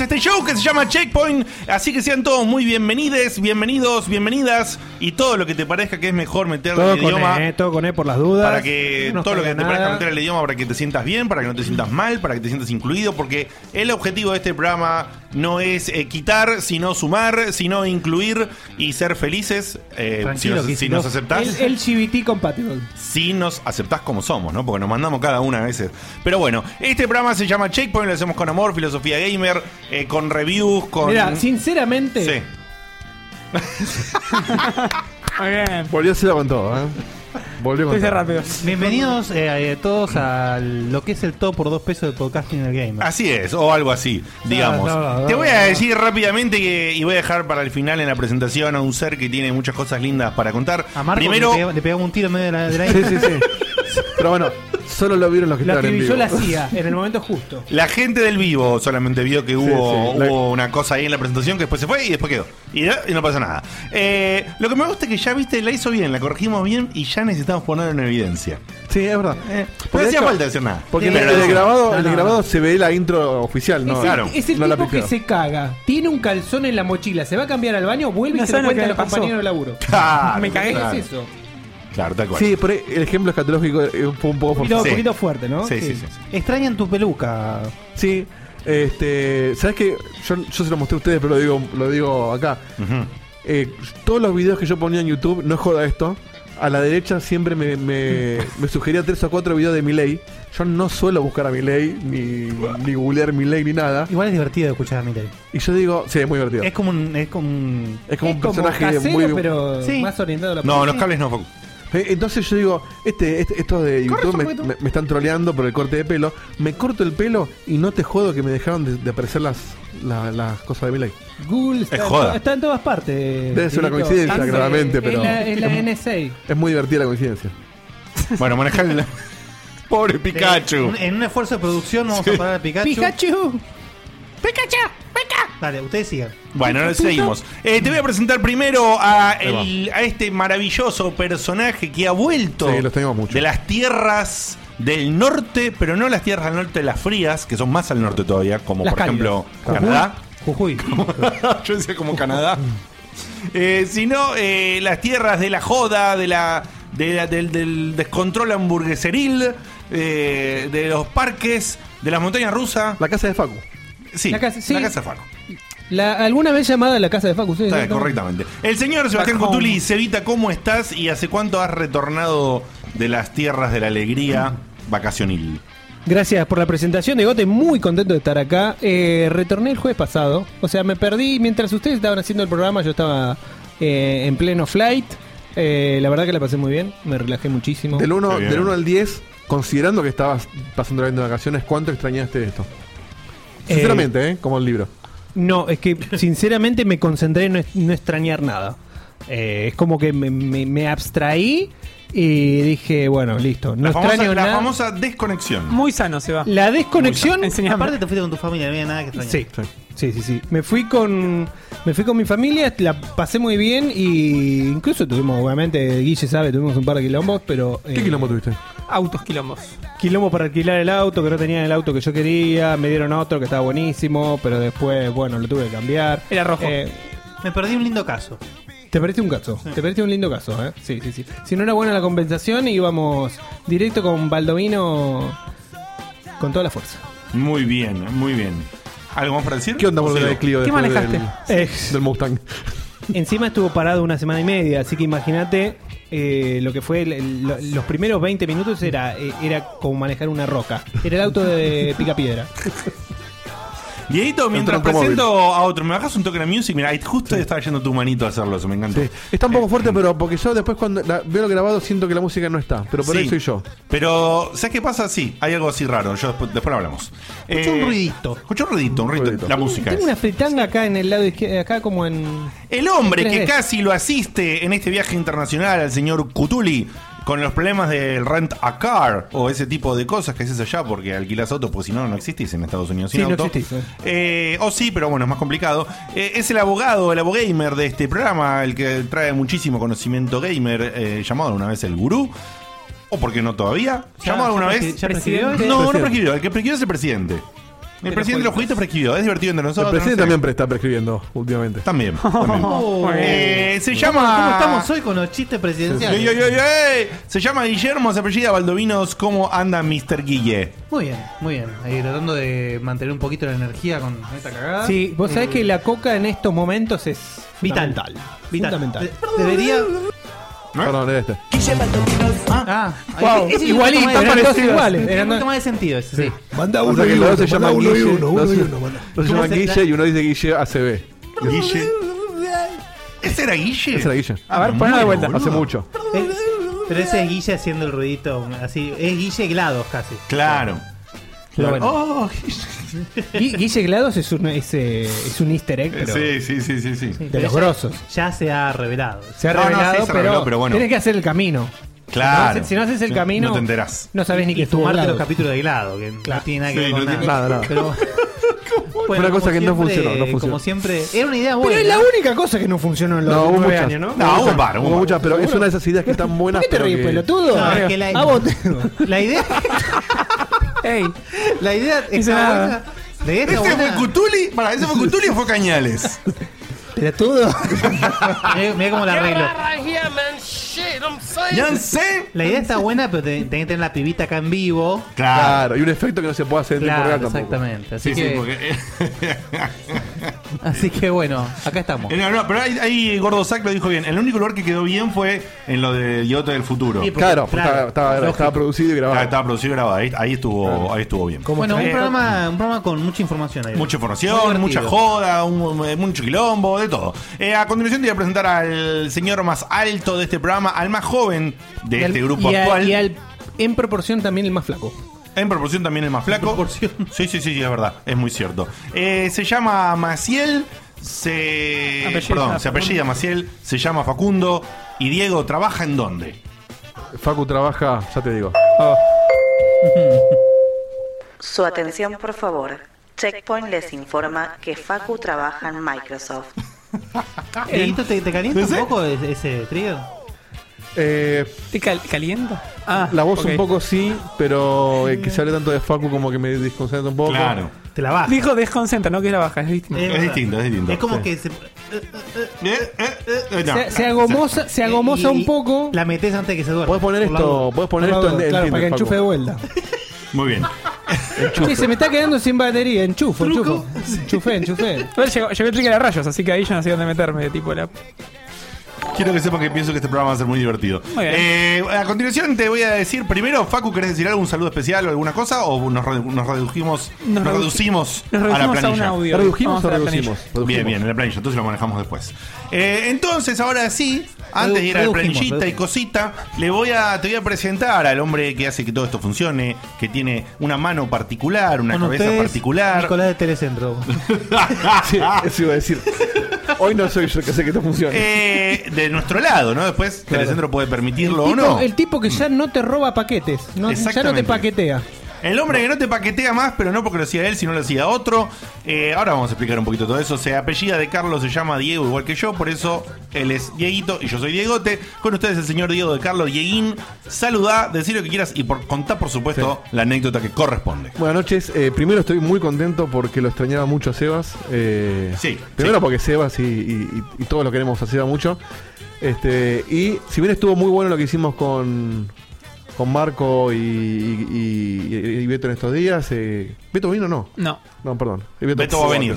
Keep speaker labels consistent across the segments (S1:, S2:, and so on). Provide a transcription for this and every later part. S1: este show que se llama Checkpoint. Así que sean todos muy bienvenides, bienvenidos, bienvenidas y todo lo que te parezca que es mejor meterle
S2: todo
S1: el idioma.
S2: E, todo con E por las dudas.
S1: Para que no todo lo que nada. te parezca meterle el idioma para que te sientas bien, para que no te sientas mal, para que te sientas incluido, porque el objetivo de este programa no es eh, quitar, sino sumar, sino incluir y ser felices. Eh, si, nos, si nos, aceptás.
S2: El, el GBT compatible.
S1: Si nos aceptás como somos, ¿no? Porque nos mandamos cada una a veces. Pero bueno, este programa se llama Checkpoint, lo hacemos con amor, filosofía gamer, eh, con reviews, con.
S2: Mira, sinceramente.
S1: Sí.
S3: Volvió a hacerlo con todo, ¿eh?
S2: Volvemos. Estoy rápido.
S4: Bienvenidos eh, a todos a lo que es el todo por dos pesos de podcasting del game.
S1: Así es, o algo así, digamos. No, no, Te voy a decir rápidamente que, y voy a dejar para el final en la presentación a un ser que tiene muchas cosas lindas para contar.
S4: A Marco
S1: Primero,
S4: le, pegó, le pegó un tiro en medio de la, de la
S3: Sí, sí, sí. Pero bueno, solo lo vieron los que
S2: lo
S3: estaban en vivo.
S2: la hacía en el momento justo.
S1: La gente del vivo solamente vio que hubo, sí, sí. hubo una cosa ahí en la presentación que después se fue y después quedó. Y no, y no pasó nada. Eh, lo que me gusta es que ya viste, la hizo bien, la corregimos bien y ya necesitamos ponerlo en evidencia.
S3: Sí, es verdad.
S1: Eh, no hacía falta decir nada.
S3: Porque
S1: Sí,
S3: en el,
S1: pero
S3: en el
S1: no.
S3: grabado,
S2: No,
S3: en el
S2: no,
S3: grabado
S2: no.
S3: se ve la intro oficial, ¿no?
S2: es,
S1: claro,
S2: el, es el
S3: no la
S2: tipo que
S3: pifió.
S2: se caga, tiene un calzón en la mochila, se va a cambiar al baño, vuelve
S5: No
S2: y se lo
S5: sabe lo
S2: cuenta
S5: que
S2: a
S5: le
S2: los
S5: pasó.
S2: compañeros de laburo.
S1: Claro,
S5: Me cagué.
S2: ¿Qué
S1: Claro,
S2: es eso?
S1: Claro, tal cual.
S3: Sí, por ahí el ejemplo escatológico eh, fue un poco
S2: Un poquito,
S3: forzado.
S1: Sí.
S2: un poquito fuerte, ¿no?
S1: Sí, sí, sí, sí.
S4: Extrañan tu peluca.
S3: Sí, este, sabes que yo, yo se lo mostré a ustedes, pero lo digo, lo digo acá.
S1: Ujú.
S3: Eh, todos los videos que yo ponía en YouTube, no es joda esto. A la derecha siempre me, me, me sugería tres o cuatro videos de Miley. Yo no suelo buscar a Miley, ni, ni googlear Miley, ni nada.
S4: Igual es divertido escuchar a Miley.
S3: Y yo digo, sí, es muy divertido.
S4: Es
S3: Es,
S4: como un. Es como un-
S3: como un
S2: es como
S3: personaje
S2: casero,
S3: muy.
S2: pero
S4: Sí.
S2: más orientado a la
S1: No, los
S2: publicidad.
S1: cables no. Facu.
S3: Eh, Entonces yo digo, este, este- estos de YouTube me,
S2: Facundo.
S3: me- me están troleando por el corte de pelo. Me corto el pelo y no te jodo que me dejaron de, de aparecer las, la- las cosas de Miley.
S2: Google está,
S1: joda.
S2: está en todas partes.
S3: Debe ser una
S2: Dieguito.
S3: coincidencia,
S2: Tanto
S3: claramente,
S2: en
S3: pero-
S2: la- En la NSA.
S3: Es muy divertida la coincidencia.
S1: Bueno, manejar el. Pobre Pikachu.
S4: En, en un esfuerzo de producción vamos a parar a Pikachu.
S2: ¡Pikachu!
S4: Dale, ustedes sigan.
S1: Bueno, ahora seguimos. Eh, te voy a presentar primero a, el- a este maravilloso personaje que ha vuelto
S3: Sí, los tenemos mucho.
S1: de las tierras del norte, pero no las tierras del norte, las frías, que son más al norte todavía, como
S2: Las
S1: por ejemplo
S2: cálidas.
S1: Canadá.
S4: Jujuy.
S1: Yo decía como Canadá. Eh, sino eh, las tierras de la joda, de la, de la- del, del descontrol hamburgueseril, eh, de los parques, de las montañas rusas.
S3: La casa de Facu.
S1: sí, la
S2: La
S1: casa,
S2: casa- sí.
S1: de Facu.
S2: La, alguna vez llamada la casa de Facu, sí,
S1: Está bien,
S2: exactamente.
S1: correctamente. El señor Sebastián
S5: Back home.
S1: Cutuli, Cevita, ¿cómo estás y hace cuánto has retornado de las tierras de la alegría vacacionil?
S2: Gracias por la presentación de Gote, muy contento de estar acá. Eh, retorné el jueves pasado, o sea, me perdí mientras ustedes estaban haciendo el programa, yo estaba eh, en pleno flight. Eh, la verdad que la pasé muy bien, me relajé muchísimo.
S3: Del 1
S1: Qué bien.
S3: del uno al 10, considerando que estabas pasando la vida de vacaciones, ¿cuánto extrañaste esto? Sinceramente, ¿eh? Como el libro.
S2: No, es que sinceramente me concentré en no, es- no extrañar nada. Eh, es como que me, me- me abstraí y dije, bueno, listo, no
S1: La, famosa,
S2: extraño
S1: la
S2: nada.
S1: famosa desconexión.
S5: Muy sano se va.
S2: La desconexión,
S5: Enseñame.
S4: Aparte te fuiste con tu familia, no había nada que extrañar.
S2: sí,
S3: Sí.
S2: Sí, sí, sí. Me fui con me fui con mi familia, la pasé muy bien y incluso tuvimos, obviamente, Guille sabe, tuvimos un par de quilombos, pero...
S3: ¿Qué
S2: eh,
S3: quilombo tuviste?
S5: Autos quilombos.
S2: Quilombo para alquilar el auto, que no tenían el auto que yo quería, me dieron otro que estaba buenísimo, pero después, bueno, lo tuve que cambiar.
S5: Era rojo.
S2: Eh,
S4: Me perdí un lindo caso.
S2: te perdiste un caso, te perdiste un lindo caso, ¿eh? Sí, sí, sí. Si no era buena la compensación, íbamos directo con Baldovino con toda la fuerza.
S1: Muy bien, muy bien. ¿Algo más para decir?
S3: ¿Qué onda
S1: ¿O
S3: volver
S1: sigo?
S3: de Clio
S5: ¿Qué
S3: después
S5: manejaste?
S2: Eh,
S3: Del, del Mustang.
S2: Encima estuvo parado una semana y media, así que imagínate eh, lo que fue el- el- lo- los primeros 20 minutos era, eh, era como manejar una roca. Era el auto de pica piedra.
S1: Dieguito, mientras
S3: tronco móvil.
S1: presento a otro, ¿me bajas un token a music? Mira, ahí justo estaba yendo tu manito a hacerlo, eso me encanta. Eh, mm.
S3: Sí. Está un poco fuerte, pero porque yo después cuando la- veo lo grabado siento que la música no está. Pero por
S1: Sí.
S3: ahí soy yo.
S1: Pero, ¿sabes qué pasa? Sí, hay algo así raro. Yo después, después lo hablamos. Eh,
S4: Escuché un ruidito.
S1: Escuchó un ruidito, un ruidito.
S3: ruidito.
S1: La música.
S2: Tengo
S1: es.
S2: una fritanga acá en el lado izquierdo, acá como en...
S1: El hombre que
S2: 3D.
S1: casi lo asiste en este viaje internacional al señor Cutuli con los problemas del rent a car o ese tipo de cosas que haces allá porque alquilas autos, porque si no, no existís en Estados Unidos sin
S2: Sí, no
S1: auto.
S2: existís, eh.
S1: Eh, o sí, pero bueno, es más complicado. Eh, es el abogado, el abogamer de este programa, el que trae muchísimo conocimiento gamer, eh, llamado alguna vez el gurú. ¿O por qué no todavía?
S4: Ya-
S1: ¿Llamado alguna
S4: ya
S1: vez?
S4: prescri- ya prescribió este.
S1: No, no
S3: Presidente.
S1: prescribió. El que prescribió es el presidente. El presidente de los jueguitos prescribió. Es divertido entre
S3: El
S1: nosotros.
S3: presidente
S1: no sé.
S3: también pre- está prescribiendo últimamente.
S1: También. también.
S2: Oh,
S1: Eh, se llama.
S4: ¿Cómo estamos hoy con los chistes presidenciales?
S1: Ey, ey, ey, ey. Se llama Guillermo, se apellida Baldovinos. ¿Cómo anda Mr. Guille?
S4: Muy bien, muy bien. Ahí tratando de mantener un poquito la energía con esta cagada.
S2: Sí, vos sabés que la coca en estos momentos es
S4: Vital.
S2: fundamental.
S4: Vital.
S2: Fundamental.
S4: De- debería.
S3: Perdón, era este.
S4: Ah, ahí-
S2: Wow,
S4: ese-
S2: igualito,
S4: ese-
S2: eran
S4: ese-
S2: todos
S4: ese-
S2: iguales,
S4: ese-
S2: eran-
S4: un poquito más de sentido, ese, sí.
S6: Manda
S3: O
S6: uno
S3: sea que
S6: y
S3: los dos
S6: uno,
S3: se
S6: manda
S3: llaman
S6: uno y
S3: Guille.
S6: uno,
S3: los
S6: uno y
S3: dos-
S6: uno, manda.
S3: Los
S4: ¿Cómo
S3: llaman
S4: se-
S3: Guille y uno dice Guille ACB.
S1: Guille. ¿Ese era Guille?
S3: Ese era Guille.
S1: A ver,
S6: ponelo de vuelta.
S3: Hace mucho.
S4: Eh, Pero ese es Guille haciendo el ruidito así. Es Guille Glados casi.
S1: Claro.
S2: Pero bueno,
S1: Oh,
S2: Gui- Guille Glados es un, es, eh, es un easter egg, pero
S1: sí, sí, sí, sí, sí.
S2: de los grosos.
S4: Ya se ha revelado.
S2: Se ha
S1: No, no, sí,
S2: revelado,
S1: se
S2: pero,
S1: reveló, pero bueno.
S2: tenés que hacer el camino.
S1: Claro.
S2: Si no haces el
S1: Sí,
S2: camino,
S1: No te enterás.
S2: no sabés ni que
S4: y
S2: estuvo
S4: sumarte
S2: Glados.
S4: los capítulos de Glado, que no tiene nada que
S1: Sí,
S4: ver
S1: no
S4: con
S1: tiene-
S3: Nada,
S4: nada.
S3: nada.
S4: Pero, Bueno,
S3: Una cosa
S4: como
S3: que no
S4: siempre,
S3: funcionó, no funcionó.
S4: Como siempre, era una idea buena.
S2: Pero es la única cosa que no funcionó en los
S3: No, hubo
S2: nueve
S3: muchas.
S2: años, ¿no?
S1: No, hubo un par, hubo un
S3: Hubo
S1: par.
S3: muchas, pero es una de esas ideas que están buenas.
S2: ¿Qué te
S3: pero
S2: ríes,
S3: que-
S2: pelotudo?
S4: No, es que
S1: Ah,
S4: la-
S2: A vos te-
S4: La idea.
S6: Ey,
S4: La idea está
S6: nada.
S4: buena. La idea está
S1: ¿Ese fue
S4: buena.
S1: Cutuli? Para, ¿ese fue Cutuli o fue Cañales?
S2: Pelotudo.
S4: Mirá- Mirá cómo la arreglo.
S1: ¡Ya sé!
S4: La idea está buena, pero te- tenés que tener la pibita acá en vivo.
S1: Claro.
S3: Claro, y un efecto que no se puede hacer en tiempo
S4: Claro,
S3: real tampoco.
S4: exactamente. Así,
S1: Sí,
S4: que,
S1: sí, porque.
S4: así que bueno, acá estamos.
S1: Eh, No, no, pero ahí, ahí Gordo Sack lo dijo bien. El único lugar que quedó bien fue en lo de Idiota del Futuro.
S4: Sí, porque-
S3: Claro, pues, estaba- estaba,
S4: lógico.
S3: estaba producido y
S1: Ah,
S3: grabado.
S1: estaba producido y grabado. Ahí, ahí estuvo, ahí estuvo bien.
S4: Bueno, un
S2: extraño.
S4: programa, un programa con mucha información ahí.
S1: Mucha
S4: Muy
S1: información, mucha
S4: divertido.
S1: joda, un- eh, mucho quilombo, de todo. Eh, a continuación te voy a presentar al señor más alto de este programa, al más joven de
S2: Y al-
S1: este grupo
S2: y al-
S1: actual.
S2: y al- en proporción también el más flaco.
S1: En proporción también el más flaco. Sí, sí, sí, sí, es verdad, es muy cierto. Eh, se llama Maciel, se. eh,
S5: Apellida
S1: perdón, se
S5: Facundo.
S1: apellida Maciel, se llama Facundo. Y Diego, ¿trabaja en dónde?
S3: Facu trabaja, ya te digo.
S7: Su atención, por favor. Checkpoint les informa que Facu trabaja en Microsoft.
S4: Dieguito, ¿Te, te calienta
S1: ¿Sí?
S4: un poco ese, ese trigger?
S3: Eh,
S6: ¿te cal- calienta? Ah,
S3: la voz
S6: ok.
S3: un poco sí, pero eh, que se hable tanto de Facu como que me desconcentra un poco.
S1: Claro.
S4: Te la baja.
S6: Dijo desconcentra, no que la baja, es distinto.
S1: Es
S4: verdad.
S1: distinto, es distinto.
S4: Es como
S1: Sí.
S4: que se,
S1: Eh, eh, eh, no.
S2: se, se agomosa, se agomosa
S4: Eh, y-
S2: un poco.
S4: La metes antes de que se duerma.
S3: Puedes poner
S4: Por la
S3: esto,
S4: duda.
S3: puedes poner esto en el
S2: claro,
S3: Tinder,
S2: para que
S3: Facu.
S2: enchufe de vuelta.
S1: Muy bien.
S2: Sí, se me está quedando sin batería. Enchufo, enchufo. Enchufé, enchufé.
S6: Igual llegó, llegó el trigger a rayos, así que ahí yo no sé dónde meterme, de tipo la...
S1: Quiero que sepan que pienso que este programa va a ser muy divertido.
S6: Muy bien.
S1: Eh, a continuación te voy a decir, primero, Facu, ¿querés decir algún saludo especial o alguna cosa? ¿O nos, redu- nos redujimos, nos
S6: Nos redu-
S1: reducimos
S6: Nos
S1: a la
S6: reducimos a, un
S1: planilla?
S6: audio.
S3: ¿Redujimos
S6: Vamos
S3: o
S6: a la
S3: reducimos?
S6: planilla.
S1: Bien,
S3: Redujimos.
S1: bien, en la planilla, entonces lo manejamos después. Eh, entonces, ahora sí, antes de ir a la
S4: Redujimos,
S1: planillita y
S4: redujimos.
S1: cosita, le voy a, te voy a presentar al hombre que hace que todo esto funcione, que tiene una mano particular, una
S4: Con
S1: cabeza
S4: ustedes,
S1: particular.
S4: Nicolás de Telecentro.
S3: Sí, eso iba a decir. Hoy no soy yo el que sé que esto funciona.
S1: Eh, de nuestro lado, ¿no? Después, Telecentro puede permitirlo o
S2: Tipo-
S1: no.
S2: El tipo que ya no te roba paquetes. No, ya no te
S1: Exactamente.
S2: paquetea.
S1: El hombre que no te paquetea más, pero no porque lo hacía él, sino lo hacía otro. Eh, ahora vamos a explicar un poquito todo eso. Se apellida de Carlos, se llama Diego igual que yo, por eso él es Dieguito y yo soy Diegote. Con ustedes el señor Diego de Carlos Dieguín. Saludá, decir lo que quieras y por, contá, por supuesto, la anécdota que corresponde.
S3: Buenas noches. Eh, primero estoy muy contento porque lo extrañaba mucho a Sebas. eh,
S1: Sí,
S3: Primero
S1: sí.
S3: porque Sebas y, y- y- y todos lo queremos a Sebas mucho. Este, y si bien estuvo muy bueno lo que hicimos con, con Marco y, y- y- y Beto en estos días. eh, ¿Beto vino o no?
S6: No,
S3: No, perdón.
S1: Beto va a venir.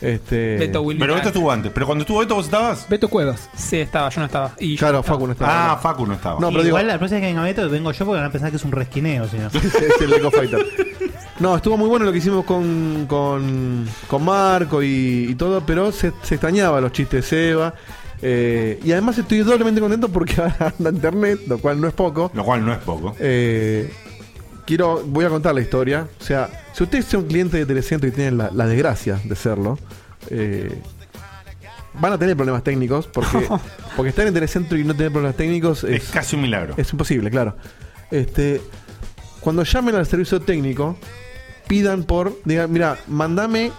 S3: Este,
S6: Eh, Beto Willy.
S1: Pero esto
S6: Brandt.
S1: estuvo antes. Pero cuando estuvo esto, ¿vos estabas?
S2: Beto Cuevas.
S6: Sí, estaba, yo no estaba. Y yo
S3: Claro,
S6: estaba.
S3: Facu no estaba.
S1: Ah, Facu no estaba.
S3: No, pero digo-
S4: Igual la próxima vez que venga Beto vengo yo porque van a pensar que es un resquineo, si no.
S3: es el Eco Fighter. No, estuvo muy bueno lo que hicimos con, con, con Marco y, y todo, pero se, se extrañaba los chistes de Seba. Eh, y además estoy doblemente contento porque ahora anda internet, lo cual no es poco.
S1: Lo cual no es poco.
S3: Eh, quiero, voy a contar la historia. O sea, si ustedes son cliente de Telecentro y tienen la, la desgracia de serlo, eh, van a tener problemas técnicos porque, porque estar en Telecentro y no tener problemas técnicos
S1: Es, casi un milagro.
S3: es imposible, claro. Este, cuando llamen al servicio técnico, pidan por, digan, mira, mandame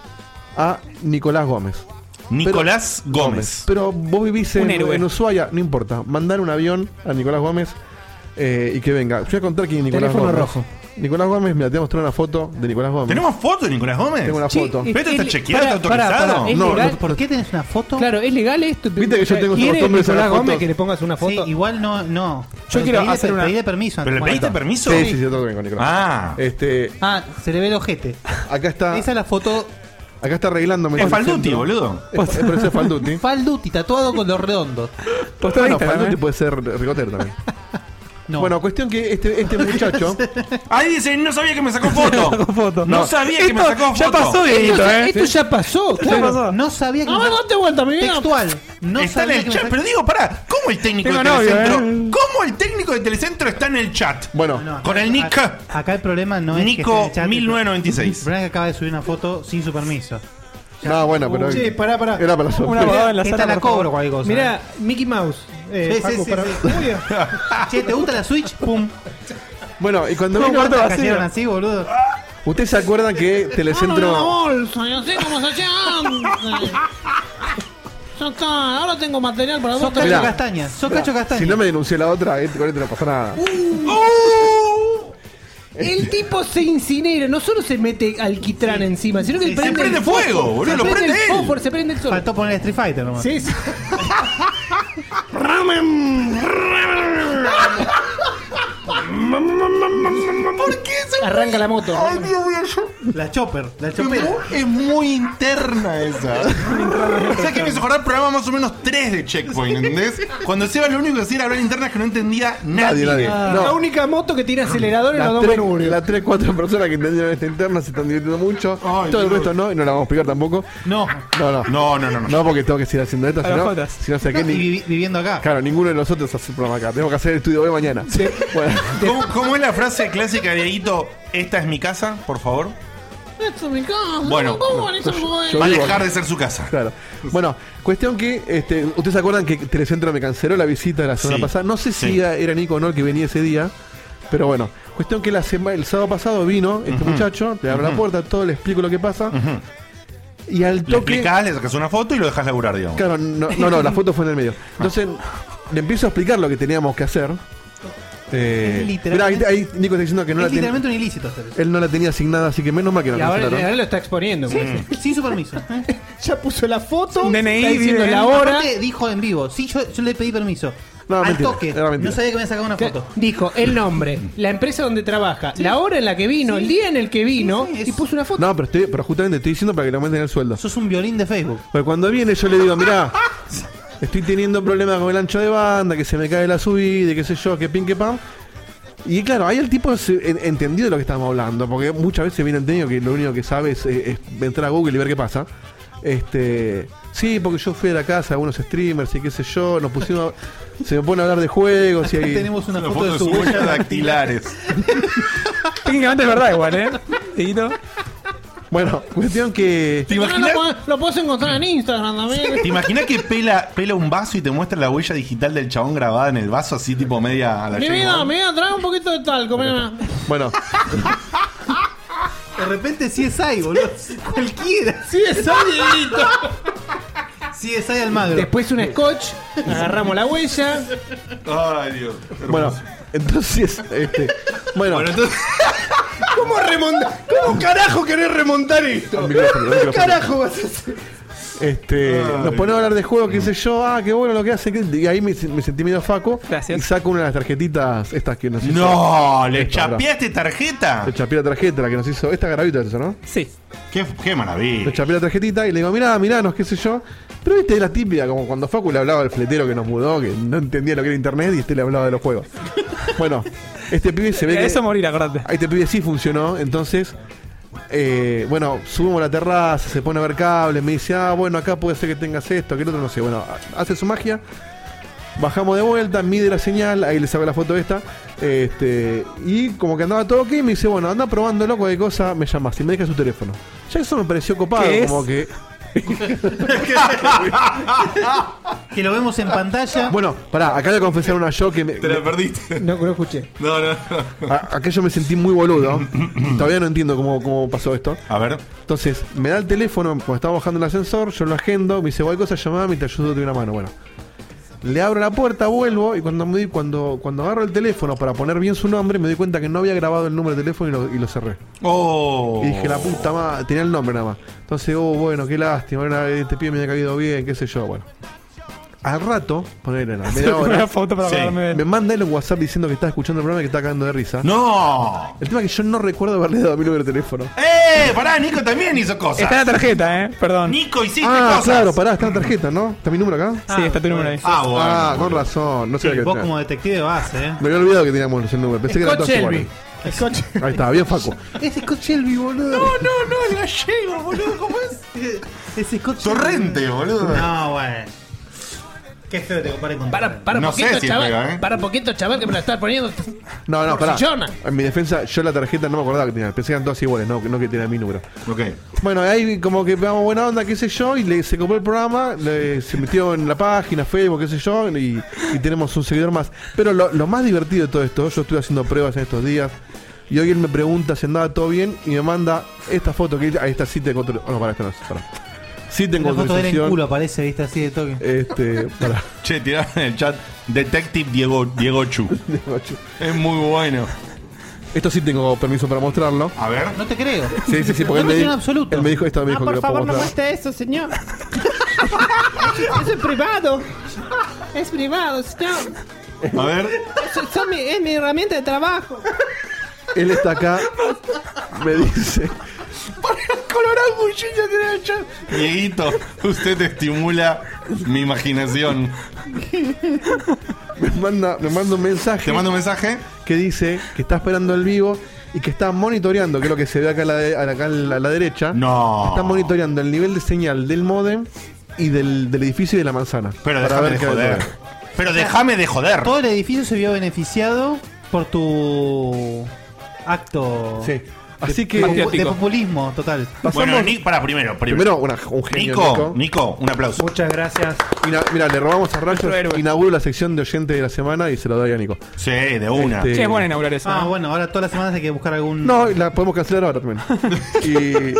S3: a Nicolás Gómez.
S1: Nicolás Gómez.
S3: Pero vos vivís en,
S6: Un héroe.
S3: en Ushuaia, no importa. Mandar un avión a Nicolás Gómez eh, y que venga. Yo voy a contar quién es Nicolás
S2: Teléfono
S3: Gómez.
S2: rojo.
S3: Nicolás Gómez, mira, te voy a mostrar una foto de Nicolás Gómez.
S1: ¿Tenemos foto de Nicolás Gómez?
S3: Tengo una
S2: Sí,
S3: foto.
S2: y-
S1: ¿Pero esto está
S2: el-
S1: chequeado, está
S2: pará, pará,
S1: autorizado?
S2: es
S3: No,
S2: legal.
S4: No, ¿Por qué tenés una foto?
S2: Claro, ¿es legal esto?
S3: Viste que yo tengo esa
S2: ¿Quiere
S3: costumbre de hacer
S2: Nicolás
S3: las
S2: Gómez
S3: fotos?
S2: que le pongas una
S4: Sí,
S2: foto?
S4: igual no, no.
S2: Yo quiero
S4: Pedile-
S2: hacer una-
S4: pedile permiso. este
S1: ¿Pero le
S4: antes.
S1: pediste
S4: Bueno.
S1: permiso?
S3: Sí, sí, sí, tengo que con Nicolás.
S1: Ah.
S3: Este,
S4: Ah, se le ve el ojete.
S3: acá está,
S4: Esa es la foto
S3: acá está arreglándome.
S1: Es
S3: el
S1: Falduti,
S3: centro.
S1: boludo.
S3: Es, es- pero ese es Falduti.
S4: Falduti tatuado con los redondos.
S6: Postó en
S3: Bueno,
S6: Instagram,
S3: Falduti
S6: ¿eh?
S3: puede ser Ricotero también.
S4: No.
S3: Bueno, cuestión que este, este muchacho.
S1: Ahí dice, no sabía que me sacó foto.
S6: foto.
S1: No sabía que me
S6: Esto
S1: sacó foto.
S6: Ya pasó, Dieguito,
S2: esto,
S6: ¿eh?
S2: esto ya pasó,
S6: Ya
S2: claro.
S6: pasó.
S4: no sabía que
S2: No, no te aguanta, mi vida.
S4: Textual. No
S1: está en
S4: sabía
S1: el
S4: que me
S1: chat,
S4: sac-
S1: pero digo, pará, ¿cómo el técnico de
S6: Tengo novio,
S1: Telecentro?
S6: eh.
S1: ¿Cómo el técnico de Telecentro está en el chat?
S3: Bueno,
S4: No, no,
S1: Con
S4: acá-
S1: el Nick.
S4: a- Acá el problema no es que
S1: Nico
S4: esté en el chat,
S1: 1996.
S4: El problema es que acaba de subir una foto sin su permiso.
S3: no, bueno, pero.
S4: Che, pará, pará.
S3: Era para
S6: Una
S3: sorpresa.
S6: abogada en la
S4: Esta la
S6: sala. por favor.
S4: cobro cualquier cosa.
S2: Mirá, Mickey Mouse. Eh,
S4: Sí, sí,
S2: Facu,
S4: sí,
S2: para-
S4: sí.
S2: Muy bien.
S4: Che, ¿te gusta la Switch? Pum. eh.
S3: Bueno, y cuando
S4: ¿Viste
S3: vino-
S4: cuántas cayeron así, boludo?
S3: ¿Ustedes se acuerdan que
S2: Ah,
S3: Telecentro.
S2: bolsa, yo sé cómo se hace Ya está, ahora tengo material para
S4: Sos
S2: vos.
S4: cacho
S3: Mirá.
S4: castaña. Sos cacho castaña.
S3: Si no me denuncié la otra, eh, con este no pasa nada.
S2: Uh,
S1: ¡Oh!
S2: El tipo se incinera, no solo se mete alquitrán encima, sino que
S4: Sí,
S2: prende,
S4: se
S1: prende
S2: el fósforo,
S1: fuego, boludo,
S2: se
S1: lo
S2: prende
S1: prende
S2: el
S1: él.
S2: fósforo, se prende el sol.
S4: Faltó poner Street Fighter nomás.
S2: Sí, sí.
S1: ¿Por qué se
S2: Arranca la moto.
S4: La Chopper. La Chopper.
S1: Es muy interna esa. o sea que me hizo acordar programa más o menos 3 de Checkpoint, ¿entendés? Cuando Seba lo único que hacía era hablar internas que no entendía nadie.
S3: Nadie, nadie.
S2: La
S3: No,
S2: única moto que tiene acelerador en los
S3: las
S2: dos
S3: tres,
S2: menús.
S3: las tres, cuatro personas que entendieron esta interna se están divirtiendo mucho.
S1: Ay,
S3: Todo el
S1: Dios.
S3: resto no, y no la vamos a explicar tampoco.
S4: No.
S3: No, no.
S1: No, no, no, no.
S3: No, porque tengo que seguir haciendo esto,
S6: A
S3: si
S6: las
S3: no,
S6: jotas.
S3: si no sé qué
S4: Y
S3: ni.
S4: vivi- viviendo acá.
S3: Claro, ninguno de nosotros hace el programa acá. Tengo que hacer el estudio hoy mañana. Bueno,
S1: ¿Cómo, cómo es la frase clásica de Dieguito? Esta es mi casa, por favor. Bueno,
S3: yo
S1: va a
S3: vivo
S1: dejar
S3: acá.
S1: de ser su casa.
S3: Claro. Bueno, cuestión que, este, ¿ustedes se acuerdan que Telecentro me canceló la visita de la semana
S1: Sí.
S3: pasada? No sé si
S1: Sí.
S3: era Nico o no el que venía ese día, pero bueno. Cuestión que la sema- el sábado pasado vino este muchacho, le abro la puerta, todo, le explico lo que pasa. Y al
S1: Le
S3: toque.
S1: explicás, le sacas una foto y lo dejas laburar, digamos.
S3: Claro, no, no, no, la foto fue en el medio.
S1: Ah.
S3: Entonces, le empiezo a explicar lo que teníamos que hacer. Eh,
S4: Es
S3: mirá, ahí,
S4: literalmente-
S3: ahí Nico está diciendo que no la
S4: es
S3: tenía.
S4: literalmente un ilícito hacer eso.
S3: Él no la tenía asignada, así que menos mal que no
S2: Y ahora,
S3: cancelaron.
S2: ahora lo está exponiendo. porque
S4: Sin su permiso. ¿eh?
S2: Ya puso la foto,
S6: Un DNI,
S2: está diciendo
S6: bien.
S2: la hora.
S4: Aparte, dijo en vivo. Sí, yo, yo le pedí permiso.
S3: No,
S4: Al
S3: mentira,
S4: toque.
S3: era mentira.
S4: No sabía que me había sacado una foto.
S2: Dijo el nombre, la empresa donde trabaja, la hora en la que vino, el día en el que vino
S4: Sí, sí, es-
S2: y puso una foto.
S3: No, pero, estoy, pero justamente estoy diciendo para que le aumenten el sueldo.
S4: Sos un violín de Facebook.
S3: Porque cuando viene yo le digo, mirá, estoy teniendo problemas con el ancho de banda, que se me cae la subida, y qué sé yo, que pin, que pam. Y claro, ahí el tipo se, en- entendido de lo que estamos hablando, porque muchas veces viene entendido que lo único que sabe es, eh, es entrar a Google y ver qué pasa. Este, sí, porque yo fui a la casa de algunos streamers y qué sé yo, nos pusimos, a- se me pone a hablar de juegos y
S4: Acá
S3: ahí-
S4: tenemos una
S1: Una
S4: foto, de su huella.
S1: huellas dactilares.
S6: Técnicamente es verdad igual, ¿eh? Dieguito.
S3: Bueno, cuestión que.
S1: ¿Te imaginas?
S2: Lo puedes encontrar en Instagram también.
S1: ¿Te imaginas que pela, pela un vaso y te muestra la huella digital del chabón grabada en el vaso así tipo media a la
S2: Mi
S1: Jane
S2: vida,
S1: Bond?
S2: mi vida, trae un poquito de talco, mira.
S3: Bueno,
S4: De repente sí es ahí, boludo. Cualquiera.
S2: Sí, es Dieguito.
S4: Sí es ahí Almagro.
S2: Después un scotch, agarramos la huella.
S1: Ay, Dios.
S3: bueno, entonces. Este, bueno,
S1: Bueno, entonces.
S5: ¿Cómo remontar? ¿Cómo carajo querés remontar esto?
S3: Al micrófono, al
S5: ¿Qué
S3: micrófono.
S5: carajo vas a hacer?
S3: este, nos ponemos a hablar de juego, qué sé yo. Ah, qué bueno lo que hace. Y ahí me, me sentí medio faco.
S6: Gracias.
S3: Y saco una de las tarjetitas, estas que nos hizo.
S1: No, ¿le
S3: Esta, pará.
S1: chapeaste tarjeta?
S3: Le chapé la tarjeta, la que nos hizo. Esta gratuita, eso, ¿no?
S6: Sí.
S1: Qué, qué
S3: Le
S1: maravilla.
S3: chapé la tarjetita y le digo, mirá, miranos, qué sé yo. Pero viste, es la típica, como cuando Facu le hablaba al fletero que nos mudó, que no entendía lo que era internet y este le hablaba de los juegos. bueno, este pibe se ve que.
S6: Eso morir, acordate.
S3: Ahí te pide sí funcionó, entonces. eh, bueno, subimos a la terraza, se pone a ver cables, me dice, ah, bueno, acá puede ser que tengas esto, que el otro, no sé. Bueno, hace su magia, bajamos de vuelta, mide la señal, ahí le saco la foto esta, este, y como que andaba todo ok, me dice, bueno, anda probándolo, cualquier cosa, me llamas y me deja su teléfono. Ya eso me pareció copado,
S6: ¿Qué es?
S3: como que.
S4: Que lo vemos en pantalla.
S3: Ah, Bueno, pará, acá le confesar una yo que me,
S1: perdiste.
S2: No, no escuché.
S1: No, no.
S3: a- acá yo me sentí muy boludo. Todavía no entiendo cómo, cómo pasó esto.
S1: A ver.
S3: Entonces, me da el teléfono cuando estaba bajando el ascensor, yo lo agendo, me dice, voy cosa, llamame y te ayudo, te doy una mano. Bueno, le abro la puerta, vuelvo y cuando, me di- cuando, cuando agarro el teléfono para poner bien su nombre, me doy cuenta que no había grabado el número de teléfono y lo, y lo cerré.
S1: Oh.
S3: Y dije, la puta madre, tenía el nombre nada más. Entonces, oh, bueno, qué lástima, era- este pibe me había caído bien, qué sé yo, bueno. Al rato, ponerle la media
S6: Una
S3: hora,
S6: foto para
S1: Sí.
S6: acordarme de él.
S3: me manda él un WhatsApp diciendo que está escuchando el programa y que está cagando de risa.
S1: No.
S3: El tema es que yo no recuerdo haberle dado mi número de teléfono.
S1: ¡Eh! Pará, Nico también hizo cosas.
S6: Está en la tarjeta, eh. Perdón. Sí,
S1: Nico hiciste
S3: Ah,
S1: cosas.
S3: claro, pará, está la tarjeta, ¿no? ¿Está mi número acá?
S6: está tu número ahí.
S1: Ah, bueno.
S3: Ah, con razón. No
S4: Sí,
S3: sé qué
S4: vos como detective vas, eh.
S3: Me había olvidado que teníamos el número. Pensé que era
S2: Scott
S3: todos iguales.
S2: Scotch.
S3: Ahí está, bien Facu.
S4: Ese Scott Shelby, boludo. No, no.
S1: no, el gallego, boludo. ¿Cómo es?
S4: Ese Scott Shelby.
S1: Torrente, boludo.
S4: No, bueno. Qué feo te compare con
S2: Para, para
S1: No sé
S2: poquito,
S1: si
S2: chaval.
S1: pega, ¿eh?
S2: Para poquito, chaval, que me la estás poniendo.
S3: No, no, pará.
S2: Chillona.
S3: En mi defensa, yo la tarjeta no me acordaba que tenía. Pensé que eran todas iguales, no, no que tenía mi número.
S1: Ok.
S3: Bueno, ahí como que pegamos buena onda, qué sé yo, y le, se compró el programa, le- se metió en la página, Facebook, qué sé yo, y, y tenemos un seguidor más. Pero lo, lo más divertido de todo esto, yo estuve haciendo pruebas en estos días, y hoy él me pregunta si andaba todo bien, y me manda esta foto que ahí está, sí te encontré. Oh, no, pará, esta no es, pará. Sí te
S4: La
S3: encontré.
S4: foto de él en culo aparece, viste, así de toque.
S3: Este,
S2: Ah,
S3: pará.
S1: Che, tiraron en el chat Detective Diego, Diego Chu. Es muy bueno.
S3: Esto sí tengo permiso para mostrarlo.
S1: A ver.
S4: No te creo.
S3: Sí, sí, sí, porque
S4: No
S3: él me,
S4: me
S3: di-
S4: tiene absoluto. Ah,
S3: él me dijo esto, me dijo que lo puedo mostrar.
S2: muestre eso, señor. eso es privado. Es privado, señor.
S1: A ver.
S2: Eso- eso es mi- es mi herramienta de trabajo.
S3: Él está acá, me dice.
S1: Dieguito, usted estimula mi imaginación.
S3: me manda, me manda un mensaje
S1: Te mando un mensaje.
S3: que dice que está esperando el vivo y que está monitoreando, que es lo que se ve acá a la, de- acá a la, a la derecha.
S1: No.
S3: Está monitoreando el nivel de señal del modem y del, del edificio y de la manzana.
S1: Pero déjame de
S3: qué va a
S1: joder.
S3: tener.
S1: Pero déjame de joder.
S4: Todo el edificio se vio beneficiado por tu acto
S3: Sí. Así que
S4: de,
S6: Patriótico.
S4: de populismo total.
S1: Bueno, Nico, para primero, primero.
S3: primero una- un genio
S1: Nico, Nico, un aplauso.
S5: Muchas gracias.
S3: Ina- Mira, le robamos a
S6: Nuestro
S3: Rayos,
S6: héroe.
S3: inauguro la sección de oyente de la semana y se lo doy a Nico.
S1: Sí, de una.
S3: Este,
S6: Che, es bueno inaugurar eso.
S4: Ah,
S6: ¿no?
S4: bueno, ahora todas las semanas hay que buscar algún.
S3: No, la podemos cancelar ahora también. Y-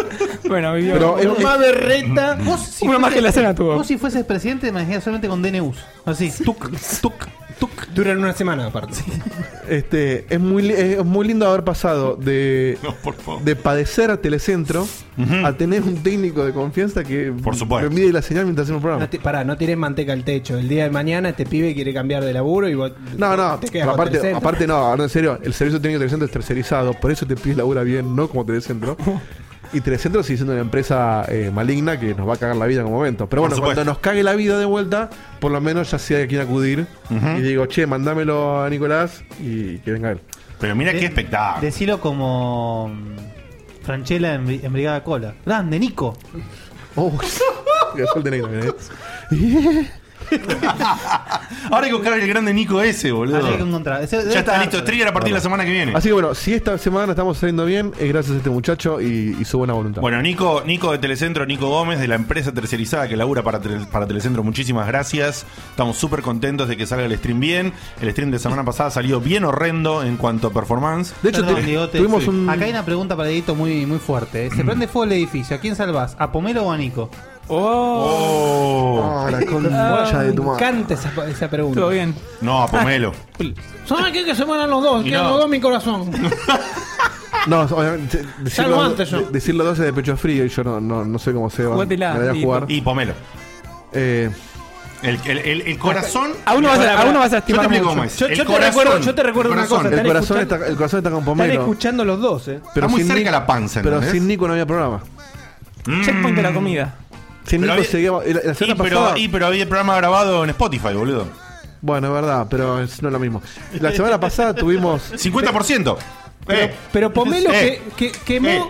S6: Bueno, vivió.
S3: pero es- es-
S4: berreta. Vos, si
S6: Una más que la cena tuvo.
S4: Vos, si fueses presidente, manejarías solamente con DNUs. Así, tuc, tuc, tuc.
S2: Ah, Duran una semana aparte.
S3: este, es, muy, li- es muy lindo haber pasado de,
S1: No, por favor.
S3: de padecer a Telecentro
S1: Ujú.
S3: a tener un técnico de confianza que
S1: Por supuesto.
S3: me mide la señal mientras hacemos un programa.
S2: No te, pará, no tires manteca al techo. El día de mañana este pibe quiere cambiar de laburo y vos.
S3: No, no,
S2: te quedas con
S3: aparte,
S2: Telecentro.
S3: aparte no, ahora en serio, el servicio técnico de Telecentro es tercerizado, por eso te pides labura bien, no como Telecentro. Y Telecentro sigue siendo una empresa eh, maligna que nos va a cagar la vida en un momento. Pero
S1: Por
S3: bueno,
S1: supuesto.
S3: cuando nos cague la vida de vuelta, por lo menos ya sé a quién acudir. Y digo, che, mandámelo a Nicolás y que venga él.
S1: Pero mira
S2: Eh,
S1: qué espectáculo.
S4: Decilo como. mm, Franchella en, Bri- en Brigada Cola. Grande, Nico.
S3: Oh, girasol de negro, mirá.
S1: Ahora hay que buscar el grande Nico ese, boludo.
S3: Hay que
S1: Ya está listo, Trigger a partir de la semana que viene.
S3: Así que bueno, si esta semana la estamos saliendo bien, es gracias a este muchacho y, y su buena voluntad.
S1: Bueno, Nico, Nico de Telecentro, Nico Gómez, de la empresa tercerizada que labura para, Tele- para Telecentro, muchísimas gracias. Estamos súper contentos de que salga el stream bien. El stream de semana pasada salió bien horrendo en cuanto a performance.
S4: Perdón, Diegote, sí. Acá hay una pregunta para Edito muy, muy fuerte.
S3: Mm.
S4: ¿eh? Se prende fuego el edificio. ¿A quién salvás? ¿A Pomelo o a Nico?
S6: ¡Oh!
S3: Ah, la concha de tu madre.
S2: Canta esa, esa pregunta.
S6: Todo bien.
S1: No, a Pomelo.
S2: ¿Saben qué? Que se mueran los dos.
S1: Y
S2: Quedan
S1: no.
S2: los dos en mi corazón.
S3: No, obviamente, de-
S2: Salgo
S3: decirlo,
S2: antes yo.
S3: de- decirlo 12 de pecho frío y yo no, no, no sé cómo se va.
S6: Jugátela,
S3: Me la voy a
S6: y-
S3: jugar.
S1: Y Pomelo.
S3: Eh,
S1: El, el- el- el corazón.
S3: Ah,
S6: A uno vas a- a uno vas a estimar
S1: Yo te explico
S6: mucho.
S1: cómo es.
S2: Yo-
S1: El
S2: yo te
S1: corazón,
S2: recuerdo- yo te recuerdo
S1: el
S2: una
S1: corazón.
S2: cosa,
S3: el,
S2: Están
S3: corazón
S2: escuchando-
S3: está, el corazón está con
S2: Están
S3: Pomelo.
S2: escuchando los dos, eh.
S3: Pero
S1: Está muy
S3: sin
S1: cerca
S3: Nico-
S1: la panza,
S3: Pero
S1: ¿entendés? Mm. Eh.
S3: sin Nico no había programa.
S6: Checkpoint de la comida.
S3: Sin Nico
S1: Pero había-
S3: seguíamos. La, la
S1: Y
S3: semana
S1: pero,
S3: pasada.
S1: y pero había el programa grabado en Spotify, boludo.
S3: Bueno, es verdad, pero es, no es lo mismo. La semana pasada tuvimos.
S1: 50%. Eh.
S2: Pero Pomelo
S1: Eh.
S2: que, que- quemó,
S1: Eh.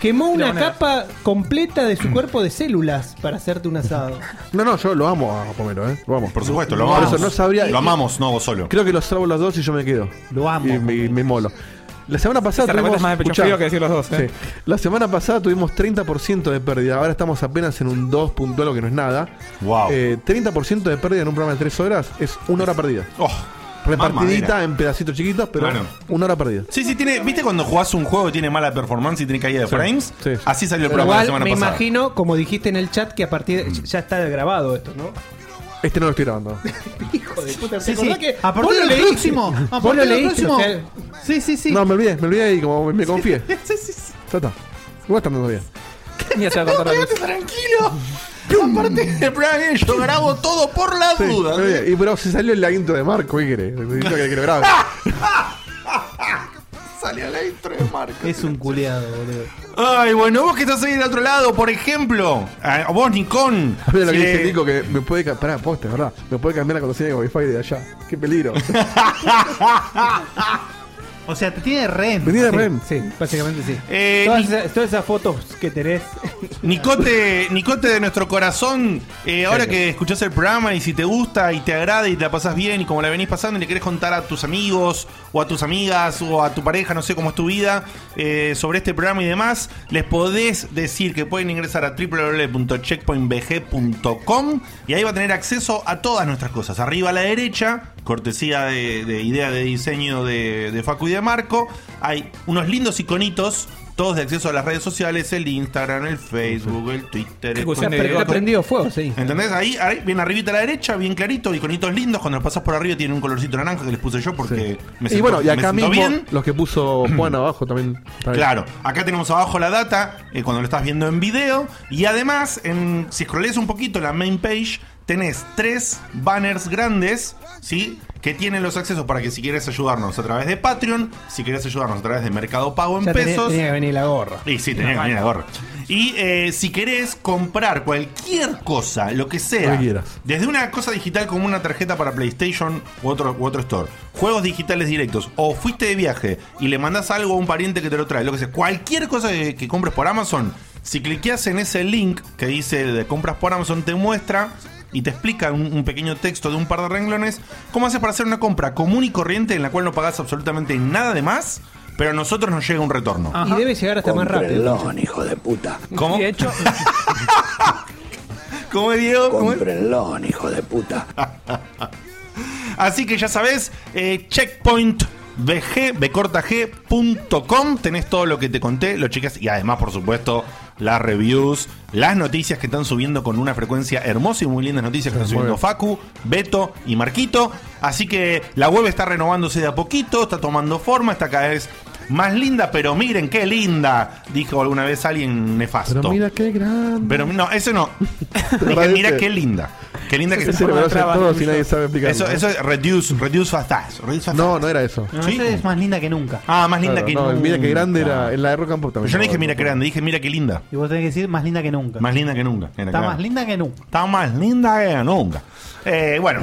S2: quemó una
S6: moneda.
S2: capa completa de su cuerpo de células para hacerte un asado.
S3: No, no, yo lo amo a Pomelo, ¿eh? Lo amo.
S1: Por supuesto, lo
S3: Por
S1: amamos.
S3: eso no sabría-
S1: Lo amamos, no vos solo.
S3: Creo que los salvo los dos y yo me quedo.
S4: Lo amo.
S3: Y me, me molo. La semana pasada
S6: Esa respuesta es más de pecho
S3: escuchá,
S6: frío que decir los dos.
S3: sí.
S6: ¿eh?
S3: La semana pasada tuvimos 30% de pérdida. Ahora estamos apenas en un 2 puntual, que no es nada.
S1: Wow.
S3: Eh, 30% de pérdida en un programa de 3 horas es una hora perdida.
S1: Oh, mamadera.
S3: Repartidita en pedacitos chiquitos, pero
S1: Claro.
S3: una hora perdida.
S1: Sí, sí, tiene. ¿Viste cuando jugás un juego que tiene mala performance y tiene caída de frames?
S3: sí, sí.
S1: Así salió el
S2: Pero
S1: programa
S2: igual
S1: la semana
S2: me
S1: pasada. Mm.
S2: imagino, como dijiste en el chat, que a partir de, ya está grabado esto, ¿no?
S3: Este no lo estoy grabando.
S2: Hijo de puta, ¿te
S4: Sí, sí.
S2: acordás que
S4: A
S2: vos
S4: partir
S2: lo
S4: del
S2: leíste?
S4: próximo. A
S2: Vos lo
S4: partir del
S2: leíste,
S4: próximo.
S2: o sea,
S4: Sí, sí, sí.
S3: No, me olvidé, me olvidé y como me, me confié.
S4: Sí, sí, sí.
S3: Ya está. Igual está andando bien.
S6: Mira, se va a cortar la luz.
S1: tranquilo. Aparte de Brian, yo grabo todo por la
S3: Sí,
S1: duda.
S3: muy
S2: ¿eh?
S3: bien.
S4: ¿eh?
S3: Y pero se salió la intro de Marco, ¿qué querés? Necesito que, que lo grabe.
S1: Salió la intro de Marco.
S4: Es un culeado, boludo.
S1: Ay, bueno, vos que estás ahí del otro lado, por ejemplo.
S3: Ah,
S1: A Eh, vos, Nikon.
S3: Mira lo que
S1: si
S3: dice
S1: le-
S3: Nico, que me puede ca- pará, posta, ¿verdad? Me puede cambiar la contraseña de Wi-Fi de allá. Qué peligro.
S4: O sea, te tiene rehén.
S3: Venía de Rem.
S2: Sí, básicamente sí.
S1: Eh,
S2: todas,
S1: Nic-
S2: esas, todas esas fotos que tenés.
S1: Nicote, Nicote de nuestro corazón, eh, ahora que escuchás el programa y si te gusta y te agrada y te la pasás bien y como la venís pasando y le querés contar a tus amigos o a tus amigas o a tu pareja, no sé cómo es tu vida, eh, sobre este programa y demás, les podés decir que pueden ingresar a www.checkpointbg.com y ahí va a tener acceso a todas nuestras cosas. Arriba a la derecha, cortesía de, de idea de diseño de, de Facu y de Marco, hay unos lindos iconitos todos de acceso a las redes sociales, el Instagram, el Facebook, el Twitter,
S6: Qué
S1: el
S6: cosa,
S1: Twitter.
S6: pero-
S2: Está prendido fuego, sí.
S1: ¿Entendés? Ahí, ahí, bien arribita a la derecha, bien clarito, iconitos lindos. Cuando los pasás por arriba tiene un colorcito naranja que les puse yo porque me
S3: Y
S1: sentó-
S3: bueno, y
S1: me
S3: acá
S1: sentó
S3: mismo,
S1: bien.
S3: los que puso Juan abajo también. está bien.
S1: Claro, acá tenemos abajo la data eh, cuando lo estás viendo en video. Y además, en, si scrolleas un poquito la main page, tenés tres banners grandes, ¿sí? Que tienen los accesos para que si quieres ayudarnos a través de Patreon, si quieres ayudarnos a través de Mercado Pago en
S2: Ya tenía,
S1: pesos.
S2: tenía que venir la gorra.
S1: Y sí, tenía que venir la gorra. Y eh, si querés comprar cualquier cosa, lo que sea,
S3: Lo que quieras.
S1: desde una cosa digital como una tarjeta para PlayStation u otro, u otro store, juegos digitales directos, o fuiste de viaje y le mandás algo a un pariente que te lo trae, lo que sea, cualquier cosa que, que compres por Amazon, si cliqueas en ese link que dice de compras por Amazon, te muestra y te explica un, un pequeño texto de un par de renglones cómo haces para hacer una compra común y corriente en la cual no pagas absolutamente nada de más, pero a nosotros nos llega un retorno.
S2: Y debe llegar hasta más rápido.
S8: Comprenlón, hijo de puta.
S1: ¿Cómo?
S6: Y de hecho,
S1: ¿Cómo es, Diego? ¿Cómo es?
S8: Comprenlón, hijo de puta.
S1: Así que ya sabes, eh, checkpointbg.com. Tenés todo lo que te conté, lo chicas. Y además, por supuesto, las reviews, las noticias que están subiendo con una frecuencia hermosa y muy lindas noticias que están subiendo Facu, Beto y Marquito. Así que la web está renovándose de a poquito, está tomando forma, está cada vez más linda. Pero miren qué linda, dijo alguna vez alguien nefasto.
S3: Pero mira qué grande.
S1: Pero no, eso no. Dije, mira qué linda. Qué linda que
S3: Ese lo conoce todo si nadie sabe explicarlo.
S1: eso, eso es reduce, reduce fast fast, reduce fast
S3: No,
S1: fast.
S3: no era eso.
S4: No,
S1: Sí.
S4: esa es más linda que nunca.
S1: Ah, más linda
S3: Claro,
S1: que
S3: no, el Mira qué
S1: nunca.
S3: grande era. En la de Rock and Pop
S1: Pero
S3: también.
S1: yo no dije mira qué grande, dije mira qué linda.
S4: Y vos tenés que decir más linda que nunca.
S1: Más linda que nunca. Era
S4: Está
S1: claro.
S4: más linda que nunca.
S1: Está más linda que nunca. Eh, bueno,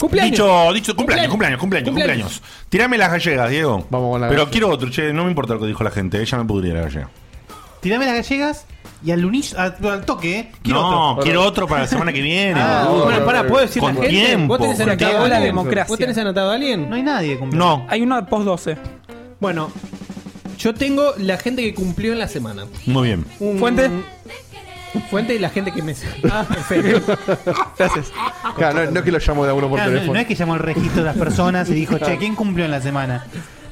S2: Cumpleaños.
S1: dicho, dicho cumpleaños,
S2: Cumpleaños.
S1: cumpleaños, cumpleaños,
S2: Cumpleaños.
S1: cumpleaños. Tirame las gallegas, Diego.
S3: Vamos con la
S1: Pero
S3: gallega.
S1: quiero otro, che, no me importa lo que dijo la gente, ella me pudría la gallega.
S4: Tirame las gallegas Y al unis, al, al toque, ¿eh? Quiero
S1: no,
S4: otro.
S1: quiero otro para la semana que viene.
S4: Ah,
S1: boludo.
S4: bueno, pará, ¿puedo decir
S1: Con
S4: la gente?
S1: tiempo.
S2: ¿Vos tenés
S1: con
S2: anotado
S1: tiempo.
S2: a
S6: la
S2: alguien?
S6: democracia.
S2: ¿Vos tenés anotado a alguien?
S4: No hay nadie cumple.
S1: No.
S6: Hay uno de post 12.
S2: Bueno, yo tengo la gente que cumplió en la semana.
S1: Muy bien.
S2: Un-
S6: ¿Fuente?
S2: Fuente y la gente que me. Ah, en Facebook.
S6: Gracias.
S3: Claro, no, no es que lo llamo de a uno por
S4: Claro, no-
S3: teléfono.
S4: no es que llamó el registro de las personas y dijo, che, ¿quién cumplió en la semana?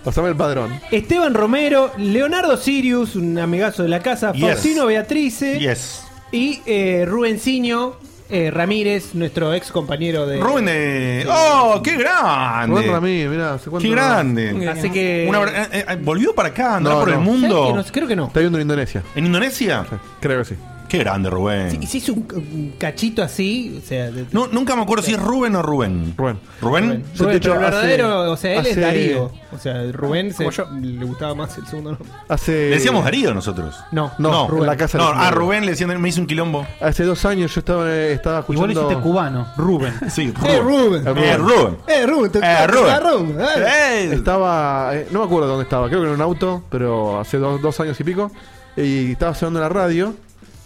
S3: Pasame el padrón.
S2: Esteban Romero, Leonardo Sirius, un amigazo de la casa,
S1: Yes.
S2: Faustino Beatrice
S1: Yes.
S2: y eh, Rubencinho eh, Ramírez, nuestro ex compañero de.
S1: Rubén de. ¡Oh, qué grande!
S3: Rubén Ramírez, mirá, hace cuánto
S1: ¡Qué
S3: no-
S1: grande!
S2: Así que.
S1: Una abra- eh, eh, ¿Volvió para acá? ¿Andará
S3: No,
S1: por el
S3: no.
S2: ¿sabes que
S1: mundo?
S2: no? Creo que no.
S3: Está viendo en Indonesia.
S1: ¿En Indonesia?
S3: Creo que sí.
S1: ¡Qué grande, Rubén!
S2: Si, si es un, un cachito así, o sea. de-
S1: No, nunca me acuerdo si es Rubén o Rubén.
S3: Rubén.
S1: ¿Rubén?
S2: Rubén,
S3: Yo te he dicho,
S2: pero el
S3: hace-
S2: verdadero, o sea, él es
S3: hace-
S2: Darío. O sea, Rubén se-
S6: Como yo.
S2: le gustaba más el segundo nombre.
S3: Hace.
S1: Le decíamos Darío nosotros.
S2: No,
S3: No,
S1: No,
S3: en la casa
S1: No,
S3: de
S4: ah,
S3: los
S1: a
S3: amigos.
S1: Rubén le decían, me hizo un quilombo.
S3: Hace dos años yo estaba, eh, estaba
S4: Igual
S3: escuchando.
S4: lo hiciste cubano, Rubén.
S1: Sí,
S2: Eh, Rubén.
S3: Rubén.
S1: Eh, Rubén.
S2: Eh, Rubén, te
S1: Eh,
S2: te-
S1: Rubén.
S2: Rubén, eh.
S1: Eh.
S3: Estaba, eh, no me acuerdo dónde estaba, creo que en un auto, pero hace dos, dos años y pico. Y estaba sonando la radio.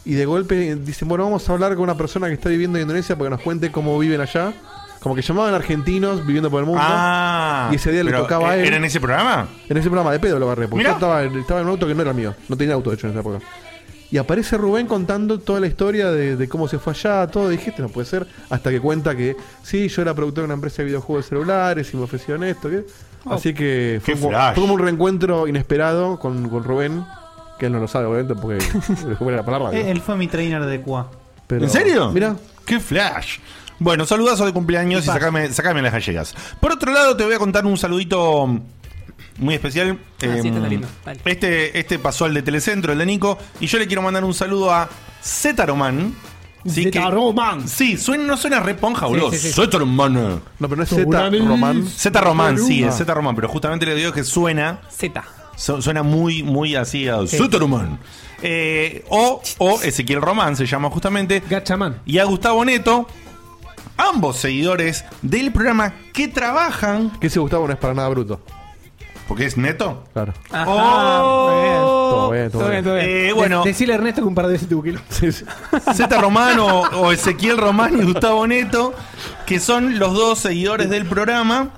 S3: Y de golpe dicen, bueno, vamos a hablar con una persona que está viviendo en Indonesia para que nos cuente cómo viven allá. Como que llamaban argentinos viviendo por el mundo.
S1: Ah.
S3: Y ese día le
S1: pero,
S3: tocaba a
S1: eh,
S3: él.
S1: ¿Era en ese programa?
S3: En ese programa de pedo lo agarré, porque
S1: Mirá.
S3: yo estaba, estaba en un auto que no era mío. No tenía auto, de hecho, en esa época. Y aparece Rubén contando toda la historia de, de cómo se fue allá, todo. Y dije, "Este no puede ser. Hasta que cuenta que, sí, yo era productor de una empresa de videojuegos de celulares y me ofrecieron esto. ¿qué?". Así que fue
S1: Oh. Qué
S3: como,
S1: flash.
S3: fue como un reencuentro inesperado con, con Rubén, que él no lo sabe, obviamente, porque le fue la palabra.
S4: Eh, Él fue mi trainer de Cuba.
S1: ¿En serio?
S3: Mira,
S1: ¡Qué flash! Bueno, saludazo de cumpleaños y, sacame, sacame las gallegas. Por otro lado, te voy a contar un saludito mm, muy especial. Em,
S6: Ah, sí, este está lindo. Dale.
S1: este, este pasó al de Telecentro, el de Nico. Y yo le quiero mandar un saludo a Zetaroman. Sí, que-
S2: Zetaroman.
S1: Sí, suena, no suena reponja, boludo.
S2: sí, sí.
S1: Zetaroman.
S3: no, pero no es Z,
S2: Sobre-
S3: Román.
S1: Z Román, sí, es Z Román, pero justamente le digo que suena
S6: Z.
S1: Su- suena muy, muy así a Superman. Eh, o, o Ezequiel Román se llama justamente.
S2: Gachaman.
S1: Y a Gustavo Neto, ambos seguidores del programa que trabajan.
S3: Que ese Gustavo no es para nada bruto.
S1: Porque es Neto. Oh.
S3: Claro.
S6: Ajá,
S3: Todo
S6: Todo
S3: bien, todo bien.
S6: todo
S1: Eh, bueno,
S2: De- decile a Ernesto que un par de veces tuvo que ir.
S3: Sí, sí.
S1: Z Román o, o Ezequiel Román y Gustavo Neto, que son los dos seguidores del programa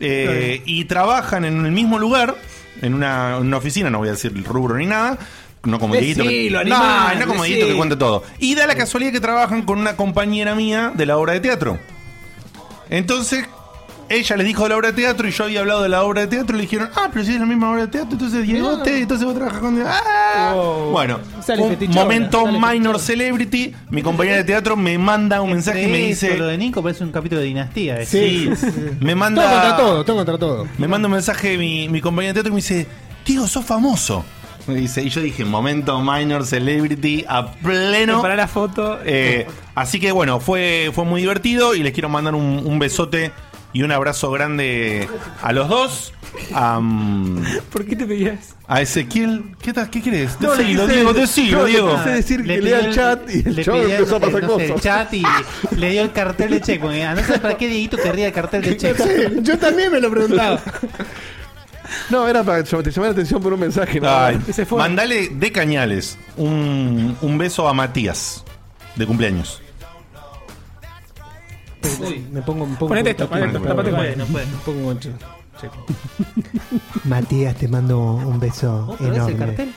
S1: eh, y trabajan en el mismo lugar, en una, en una oficina, no voy a decir el rubro ni nada. No como Dieguito. que-
S2: Decilo,
S1: No,
S2: animal,
S1: no como
S2: decí.
S1: Dieguito que cuenta todo. Y da la casualidad que trabajan con una compañera mía de la obra de teatro. Entonces, ella les dijo de la obra de teatro y yo había hablado de la obra de teatro y le dijeron, ah, pero si es la misma obra de teatro, entonces Diegote, entonces vos trabajas con... ¡Ah!
S2: Oh.
S1: Bueno,
S2: Sale
S1: un
S2: fetichona,
S1: momento
S2: sale
S1: minor
S2: fetichona.
S1: celebrity, mi compañera de teatro me manda un mensaje y me
S4: Eso, Lo
S1: dice...
S4: de Nico parece un capítulo de Dinastía. eh.
S1: Sí,
S2: Todo contra
S1: me manda...
S2: todo, todo contra todo.
S1: Me manda un mensaje mi, mi compañera de teatro y me dice, Diego, sos famoso. Me dice, y yo dije, momento minor celebrity a pleno.
S6: Para la foto.
S1: Eh, así que bueno, fue, fue muy divertido y les quiero mandar un, un besote y un abrazo grande a los dos. A, mm,
S6: ¿Por qué te pedías?
S1: a Ezequiel. ¿Qué, tal? ¿Qué querés?
S3: No, le
S1: Decilo,
S3: quise-
S1: Diego, decilo,
S3: no, le
S1: Diego.
S3: quise- sé decir que
S4: pidió
S3: lea el chat y el
S4: le
S3: chabón
S4: pidió,
S3: empezó a pasar
S4: no sé, el
S3: cosas.
S4: chat y le dio el cartel de Checkpoint. eh. No sé para qué Dieguito querría el cartel de Checkpoint.
S2: Yo también me lo preguntaba.
S3: No, era para que te llamara la atención por un mensaje. ¿no?
S1: Ay,
S6: Ese fue.
S1: mandale de cañales un, un beso a Matías de cumpleaños.
S2: Me pongo un poco.
S6: Ponete esto,
S2: tapate-
S6: ponete esto,
S1: tapate
S2: tapate-
S6: con-
S2: no puedo, no puedo con-
S9: Matías, te mando un beso
S4: ¿Otra vez Oh, el
S9: enorme.
S4: cartel?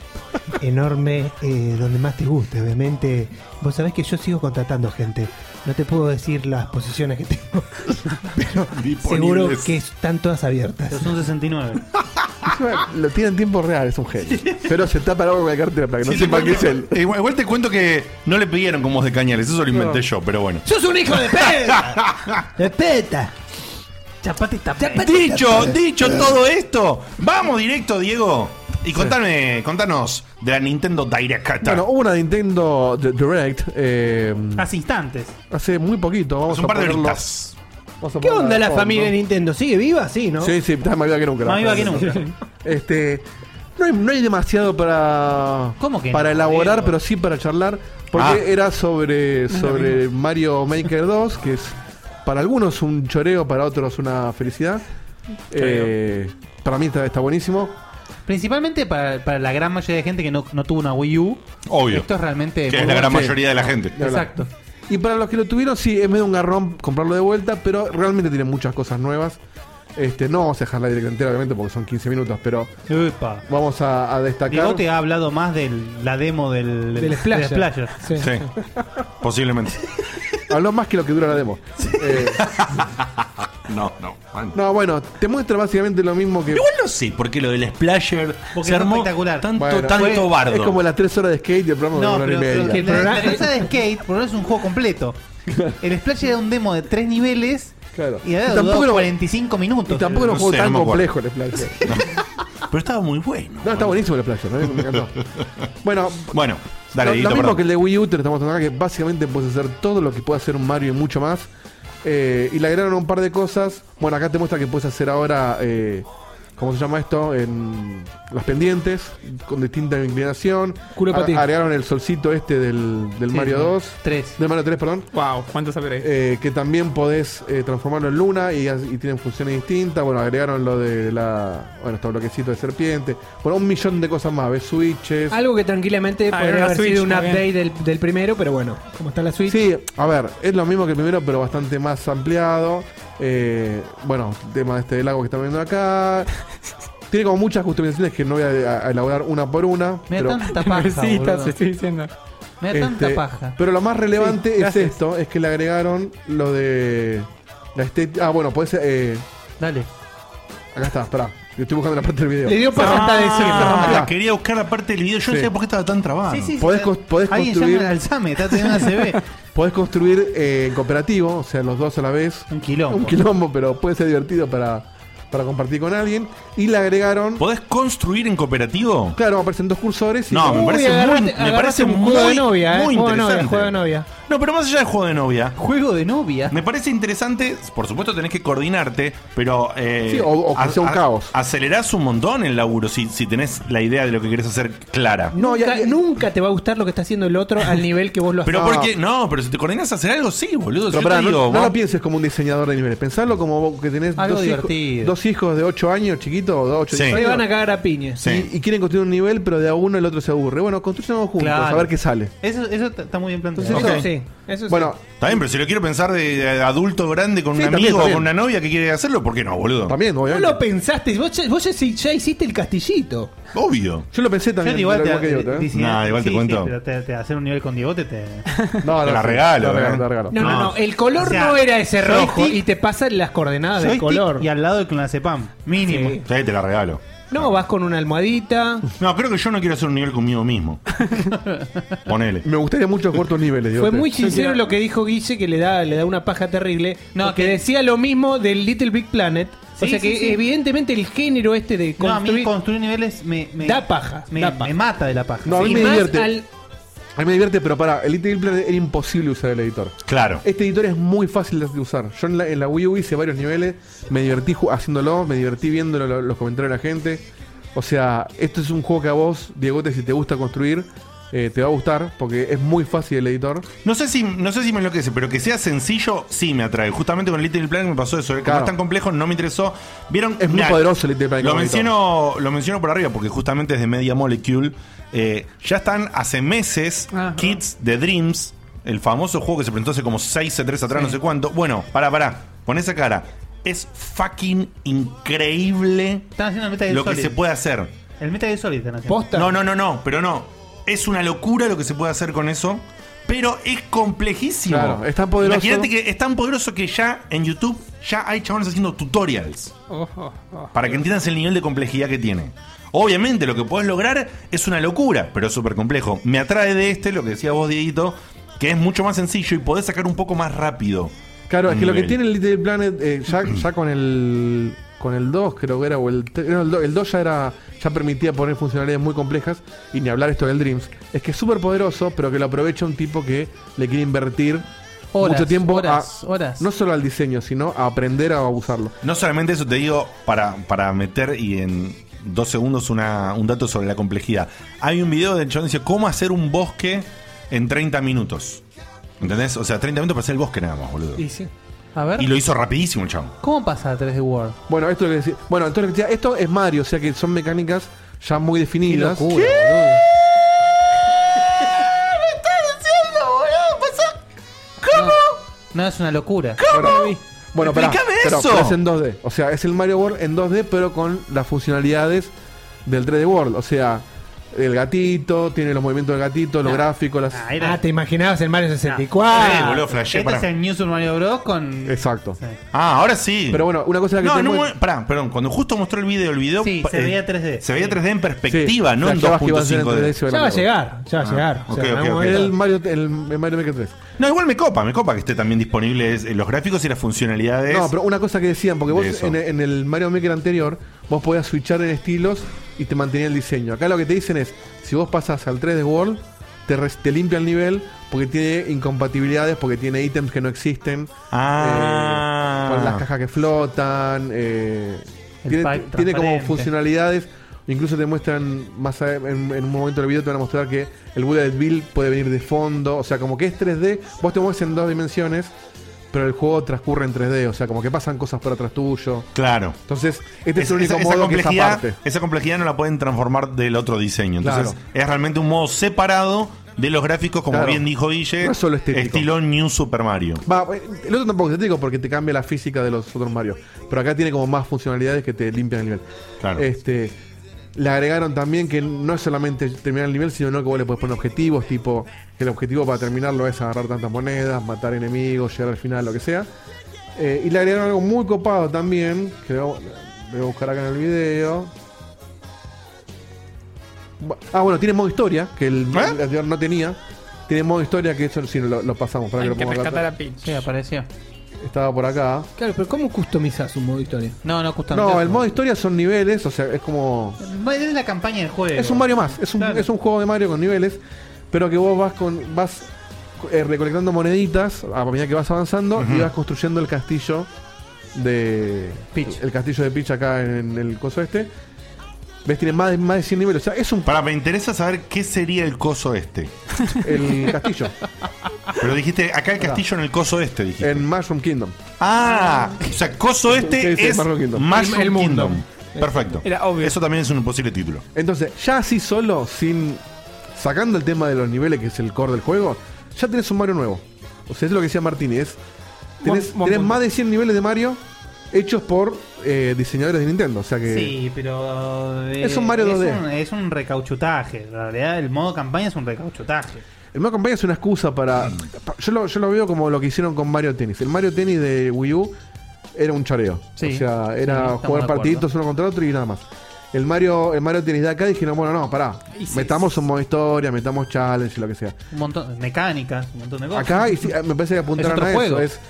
S9: Enorme, eh, donde más te guste, obviamente. Vos sabés que yo sigo contratando gente. No te puedo decir las posiciones que tengo, pero seguro
S1: Disponibles.
S9: que están todas abiertas.
S4: Pero son 69.
S3: Encima, Lo tiene en tiempo real, es un genio. Pero se tapa el agua con la cartera para que no
S1: Sí,
S3: sepa
S1: te
S3: que es
S1: cuento-
S3: él.
S1: Eh, Igual, igual te cuento que no le pidieron como de cañales, eso lo inventé yo, pero bueno.
S2: ¡Sos un hijo de perra!
S9: ¡Respeta!
S6: Chapate y tapate.
S1: Dicho, dicho todo esto, vamos directo, Diego. Y contame, contanos de la Nintendo Direct.
S3: Bueno, hubo una Nintendo D- Direct eh,
S1: Ah,
S4: Hace instantes.
S3: hace muy poquito. Vamos
S1: Hace un
S3: a
S1: par de
S3: ponerlo-
S1: horitas.
S3: vamos a
S2: ¿Qué
S3: ponerla
S2: onda
S3: de
S2: la
S3: fondo.
S2: familia de Nintendo? ¿Sigue viva? Sí, ¿no?
S3: Sí, sí, está más viva que nunca. la
S4: Más viva que
S3: familia.
S4: nunca.
S3: Este, no, hay, no hay demasiado para,
S4: ¿Cómo que
S3: para
S4: no, Eh,
S3: elaborar,
S4: Diego?
S3: pero sí para charlar. Porque
S1: Ah.
S3: era sobre, sobre Mario Maker 2, que es para algunos un Eh, choreo, para otros una felicidad. Eh, para mí está, está buenísimo.
S4: Principalmente para, para la gran mayoría de gente que no, no tuvo una Wii U.
S1: Obvio.
S4: Esto es realmente.
S1: Que es la gran mayoría de la gente.
S4: Exacto.
S3: Y para los que lo tuvieron, sí, es medio un garrón comprarlo de vuelta, pero realmente tiene muchas cosas nuevas. Este, no vamos a dejar la directa entera, obviamente, porque son 15 minutos, pero
S4: Epa.
S3: vamos a, a destacar.
S4: Diego te ha hablado más de la demo del,
S2: Del Splasher.
S4: Splasher.
S2: Sí.
S1: Sí. Posiblemente.
S3: Habló más que lo que dura la demo. Eh,
S1: No, no. Juan.
S3: no, bueno, te muestra básicamente lo mismo que.
S1: Igual no sé porque lo del splasher
S4: Porque
S1: se
S4: es
S1: armó
S4: espectacular.
S1: tanto,
S3: Bueno,
S1: tanto
S3: fue-
S1: bardo.
S3: Es como las 3 horas de skate y el programa
S4: No,
S3: de una
S4: pero,
S3: hora y
S4: pero
S3: media.
S4: que la diferencia de Skate, por lo menos es un juego completo. El Splasher era un demo de tres niveles
S3: Claro.
S4: y había
S3: Y
S4: durado
S3: tampoco era-
S4: 45
S3: Y
S4: minutos.
S3: tampoco era un
S1: No
S3: juego
S1: sé,
S3: tan
S1: no me acuerdo.
S3: complejo el Splasher.
S1: Pero estaba muy bueno.
S3: No, está buenísimo el Splasher, ¿eh? me encantó. Bueno,
S1: Bueno, dale,
S3: lo, lo
S1: Dieguito,
S3: mismo
S1: perdón.
S3: que el de Wii U, te lo estamos hablando acá, que básicamente puedes hacer todo lo que puede hacer un Mario y mucho más. Eh, y le agregaron un par de cosas. Bueno, acá te muestra que puedes hacer ahora, eh, ¿cómo se llama esto? En las pendientes, con distinta inclinación.
S2: Culo
S3: A-
S2: patín.
S3: Agregaron el solcito este del, del
S6: Sí,
S3: Mario
S6: sí.
S3: 2.
S4: Tres.
S3: Del Mario 3, perdón.
S6: Wow, ¿cuánto sabré?
S3: Eh, que también podés eh, transformarlo en luna y, as- y tienen funciones distintas. Bueno, agregaron lo de la. Bueno, estos bloquecitos de serpiente. Bueno, un millón de cosas más. Ves switches.
S2: Algo que tranquilamente
S6: Ah, era
S2: podría
S6: la
S2: haber
S6: Switch,
S2: sido un
S6: está
S2: update del, del primero, pero bueno, como está la Switch.
S3: Sí, a ver, es lo mismo que el primero, pero bastante más ampliado. Eh, bueno, tema este del agua que están viendo acá. Tiene como muchas customizaciones que no voy a, a elaborar una por una.
S4: Me
S3: pero,
S4: da tanta paja.
S6: Pobrecita,
S4: boludo.
S6: se estoy diciendo.
S4: Me da tanta
S3: este,
S4: paja.
S3: pero lo más relevante
S6: Sí,
S3: es
S6: gracias.
S3: esto, es que le agregaron lo de la estética. Ah, bueno, puede ser. eh,
S4: Dale.
S3: acá está, espera. Estoy buscando la parte del video.
S2: Le dio paja hasta decir.
S1: Ah,
S3: Ah.
S1: quería buscar la parte del video. Yo no
S3: Sí.
S1: sé por qué estaba tan trabado.
S3: Ah, Podés cos- podés
S4: Alguien
S3: construir-
S4: llama al Alzame, está teniendo una CB.
S3: Podés construir eh, en cooperativo, o sea, los dos a la vez.
S4: Un quilombo.
S3: Un quilombo, pero puede ser divertido para, para compartir con alguien. Y le agregaron.
S1: ¿Podés construir en cooperativo?
S3: Claro, aparecen dos cursores. Y
S1: No, me
S2: Uy,
S1: parece
S2: agarraste-
S1: muy, me
S2: agarraste
S1: parece
S2: un
S1: muy,
S2: juego de novia, eh.
S1: muy
S2: Juego de novia,
S1: interesante.
S2: juego de novia.
S1: No, pero más allá del juego de novia,
S4: Juego de novia.
S1: me parece interesante. Por supuesto, tenés que coordinarte, pero. Eh,
S3: Sí, o- o que
S1: a-
S3: sea un
S1: a-
S3: caos.
S1: Acelerás un montón el laburo si, si tenés la idea de lo que querés hacer clara.
S3: No,
S2: nunca,
S3: ya- ya-
S2: nunca te va a gustar lo que está haciendo el otro al nivel que vos lo haces.
S1: Pero
S3: No.
S1: porque. No, pero si te coordinás a hacer algo, sí, boludo.
S3: Pero
S1: Yo te
S3: pará, no-
S1: digo,
S3: no,
S1: vos-
S3: lo pienses como un diseñador de niveles. Pensalo como vos que tenés
S4: Algo
S3: dos hijos,
S4: divertido.
S3: dos hijos de 8 años, chiquitos, o de 8
S1: Sí.
S2: Te van a cagar a piñas.
S1: Sí.
S3: y, y quieren construir un nivel, pero de a uno el otro se aburre. Bueno, construyan juntos,
S4: Claro.
S3: a ver qué sale.
S4: Eso, eso está está muy bien planteado.
S2: Eso
S1: Ok.
S2: sí, eso sí.
S3: Bueno,
S1: Está bien, pero si lo quiero pensar de, de adulto grande con
S3: Sí,
S1: un
S3: también,
S1: amigo o
S3: también.
S1: con una novia que quiere hacerlo, ¿por qué no, boludo?
S3: también,
S2: Vos
S3: obviamente.
S2: lo pensaste, vos ya, vos ya, ya hiciste el castillito.
S1: Obvio.
S3: Yo lo pensé también.
S4: Yo igual
S3: pero
S4: te,
S3: igual que idiota, ¿eh?
S4: dice-
S1: Nah, igual te cuento.
S4: pero te, te hacer un nivel con Diegote te.
S3: No, no,
S1: Te la
S3: sí,
S1: regalo,
S3: te la regalo,
S1: eh.
S3: te la regalo.
S2: No, no, no,
S1: No.
S2: el color
S4: O sea,
S2: no era ese
S4: joystick-
S2: rojo y te pasan las coordenadas del
S4: Joystick
S2: color.
S4: Y al lado el clonazepam. Mínimo.
S2: Sí.
S1: Sí, te la regalo.
S2: No, vas con una almohadita.
S1: No, creo que yo no quiero hacer un nivel conmigo mismo. Ponele.
S3: Me gustaría mucho jugar tus niveles,
S2: Fue
S3: idiote.
S2: muy sincero lo que dijo Guille, que le da, le da una paja terrible.
S4: No,
S2: que
S4: que-
S2: decía lo mismo del Little Big Planet. o
S4: Sí,
S2: sea que
S4: sí, sí.
S2: evidentemente el género este de
S4: No, a mí
S2: construir...
S4: construir niveles me. me-
S2: Da paja,
S4: Me,
S2: da paja.
S4: me mata de la paja.
S3: No, a mí
S2: y
S3: me
S2: más
S3: divierte.
S2: al-
S3: A mí me divierte, pero para, el Little Big Planet era imposible usar el editor.
S1: Claro.
S3: Este editor es muy fácil de usar. Yo en la, en la Wii U hice varios niveles, me divertí ju- haciéndolo, me divertí viendo lo- lo- los comentarios de la gente. O sea, esto es un juego que a vos, Diegote, si te gusta construir, eh, te va a gustar, porque es muy fácil el editor.
S1: No sé, si, no sé si me enloquece, pero que sea sencillo sí me atrae. Justamente con Little Big Planet me pasó eso. Como
S3: Claro.
S1: es tan complejo, no me interesó. ¿Vieron?
S3: Es muy
S1: Mirá,
S3: poderoso el Little Planet
S1: Lo
S3: como editor.
S1: menciono, lo menciono por arriba porque justamente es de Media Molecule. Eh, ya están hace meses
S6: Ajá.
S1: Kids de Dreams, el famoso juego que se presentó hace como 6 o 3 atrás, no sé cuánto. Bueno, pará, pará. Pon esa cara. Es fucking increíble
S4: Están haciendo el Metal Gear
S1: lo que
S4: Solid.
S1: se puede hacer.
S4: El Metal Gear Solid están haciendo.
S2: Posta.
S1: No, no, no, no, pero no. Es una locura lo que se puede hacer con eso. Pero es complejísimo.
S3: Claro, es tan poderoso.
S1: Imagínate que es tan poderoso que ya en YouTube ya hay chavales haciendo tutorials.
S6: Ojo, ojo.
S1: Para que entiendas el nivel de complejidad que tiene. Obviamente lo que podés lograr es una locura, pero es súper complejo. Me atrae de este, lo que decía vos, Dieguito, que es mucho más sencillo y podés sacar un poco más rápido.
S3: Claro, es que lo que
S1: Nivel.
S3: tiene el Little Big Planet, eh, ya, ya con el con el 2 creo que era, o el, tre- no, el, 2, el 2 ya era ya permitía poner funcionalidades muy complejas, y ni hablar esto del Dreams. Es que es súper poderoso, pero que lo aprovecha un tipo que le quiere invertir
S4: Horas,
S3: mucho tiempo
S4: horas,
S3: a,
S4: horas.
S3: no solo al diseño, sino a aprender a abusarlo.
S1: No solamente eso, te digo, para, para meter y en dos segundos una- un dato sobre la complejidad. Hay un video del chabón que dice cómo hacer un bosque en 30 minutos. ¿Entendés? O sea, 30 minutos para hacer el bosque nada más, boludo.
S2: Y sí.
S4: A ver.
S1: Y lo hizo rapidísimo el chabón.
S4: ¿Cómo pasa a 3D World?
S3: Bueno, esto es lo que decía- Bueno, entonces lo que decía, esto es Mario, o sea que son mecánicas ya muy definidas.
S9: locura,
S3: ¿Qué?
S4: No, es una locura.
S3: Bueno, bueno pará,
S1: Explícame
S3: pero,
S1: eso.
S3: pero es en 2D. O sea, es el Mario World en 2D, pero con las funcionalidades del 3D World. O sea, el gatito, tiene los movimientos del gatito, los gráficos, las.
S4: Ah, era-
S2: Ah, te imaginabas el Mario
S1: Eh,
S2: 64.
S1: boludo, flashé,
S4: este
S1: pará.
S4: es el New Super Mario Bros. con.
S3: Exacto.
S1: Ah, ahora sí.
S3: Pero bueno, una cosa que
S1: no,
S3: tengo
S1: no,
S3: en-
S1: pará, perdón, cuando justo mostró el video, el video
S4: Sí,
S1: pa- eh,
S4: se veía 3D.
S1: Se veía 3D en
S3: Sí,
S1: perspectiva, no en
S3: flasheabas que iba a Ah, ser en
S1: 2.5D.
S3: 3D, se
S2: ya va a
S3: la mierda.
S2: llegar, ya va a llegar. O sea,
S1: Ah,
S2: en
S1: ok, ok,
S2: algún
S1: ok.
S2: momento-
S3: Era el Mario, el, el Mario Maker 3.
S1: No, igual me copa, me copa que esté también disponible es- eh, los gráficos y las funcionalidades.
S3: No, pero una cosa que decían, porque vos
S1: De eso.
S3: en, en el Mario Maker anterior, vos podías switchar en estilos y te mantenía el diseño. Acá lo que te dicen es, si vos pasas al 3D World, te, res- te limpia el nivel porque tiene incompatibilidades, porque tiene ítems que no existen.
S1: Ah.
S3: eh, con las cajas que flotan. eh,
S4: El
S3: tiene,
S4: pipe
S3: tiene como
S4: transparente.
S3: funcionalidades. Incluso te muestran, más a- en, en un momento del video te van a mostrar que el Bullet Bill puede venir de fondo. O sea, como que es 3D. Vos te mueves en dos dimensiones, pero el juego transcurre en 3D. O sea, como que pasan cosas por atrás tuyo.
S1: Claro.
S3: Entonces, este es,
S1: Es-
S3: el único
S1: esa, esa
S3: modo que es
S1: complejidad,
S3: aparte.
S1: esa complejidad no la pueden transformar del otro diseño. Entonces,
S3: Claro.
S1: es realmente un modo separado de los gráficos, como
S3: Claro.
S1: bien dijo Guille.
S3: No es solo estético.
S1: Estilo New Super Mario.
S3: Va, eh, el otro tampoco es estético porque te cambia la física de los otros Mario. Pero acá tiene como más funcionalidades que te limpian el nivel.
S1: Claro.
S3: Este, le agregaron también que no es solamente terminar el nivel, sino que vos le puedes poner objetivos, tipo que el objetivo para terminarlo es agarrar tantas monedas, matar enemigos, llegar al final, lo que sea. Eh, y le agregaron algo muy copado también, que lo lo voy a buscar acá en el video. Bu- Ah, bueno, tiene modo historia, que el
S1: ¿Eh?
S3: el anterior no tenía. Tiene modo historia, que eso sí lo, lo pasamos. Para
S6: Hay
S3: que lo
S6: que
S3: ponga acá
S6: rescatar
S3: atrás.
S6: a Peach.
S4: Sí, apareció.
S3: Estaba por acá.
S2: Claro, pero ¿cómo customizás un modo historia?
S4: No, no, justamente.
S3: No, el modo historia son niveles, o sea, es como.
S4: Es la campaña del juego.
S3: Es un Mario más, es un,
S4: Claro.
S3: es un juego de Mario con niveles, pero que vos vas con vas eh, recolectando moneditas a medida que vas avanzando y vas construyendo el castillo de
S4: Peach.
S3: El castillo de Peach acá en, el coso este. ¿Ves? Tiene más de, más de 100 niveles, o sea, es un
S1: Para, me interesa saber qué sería el coso este.
S3: el castillo
S1: Pero dijiste, acá el castillo en el coso este, dijiste.
S3: en Mushroom Kingdom.
S1: Ah, o sea, coso este
S3: Sí, sí,
S1: es
S3: Mushroom Kingdom.
S1: Mushroom
S2: El mundo.
S1: Kingdom. Perfecto.
S6: Era obvio.
S1: Eso también es un posible título.
S3: Entonces, ya así solo, sin. sacando el tema de los niveles, que es el core del juego, ya tenés un Mario nuevo. O sea, es lo que decía Martínez. Tenés,
S6: Buen- buen
S3: tenés
S6: punto.
S3: más de 100 niveles de Mario hechos por eh, diseñadores de Nintendo. O sea que.
S4: Sí, pero. eh,
S3: Es un Mario 2D.
S4: Es un, es un recauchutaje. En realidad, el modo campaña es un recauchutaje.
S3: El Mario Campaign es una excusa para. pa- Yo lo, yo lo veo como lo que hicieron con Mario Tennis. El Mario Tennis de Wii U era un choreo.
S4: Sí.
S3: o sea,
S4: Sí,
S3: era
S4: estamos de
S3: jugar
S4: acuerdo.
S3: partiditos uno contra otro y nada más. El Mario, el Mario Tennis de acá dijeron, bueno, no, pará.
S6: Y sí,
S3: Metamos un modo historia, metamos challenge, lo que sea.
S4: Un montón. Mecánicas, un montón de cosas.
S3: Acá y sí, me parece que apuntaron
S4: Es otro
S3: a
S4: juego.
S3: eso. Es,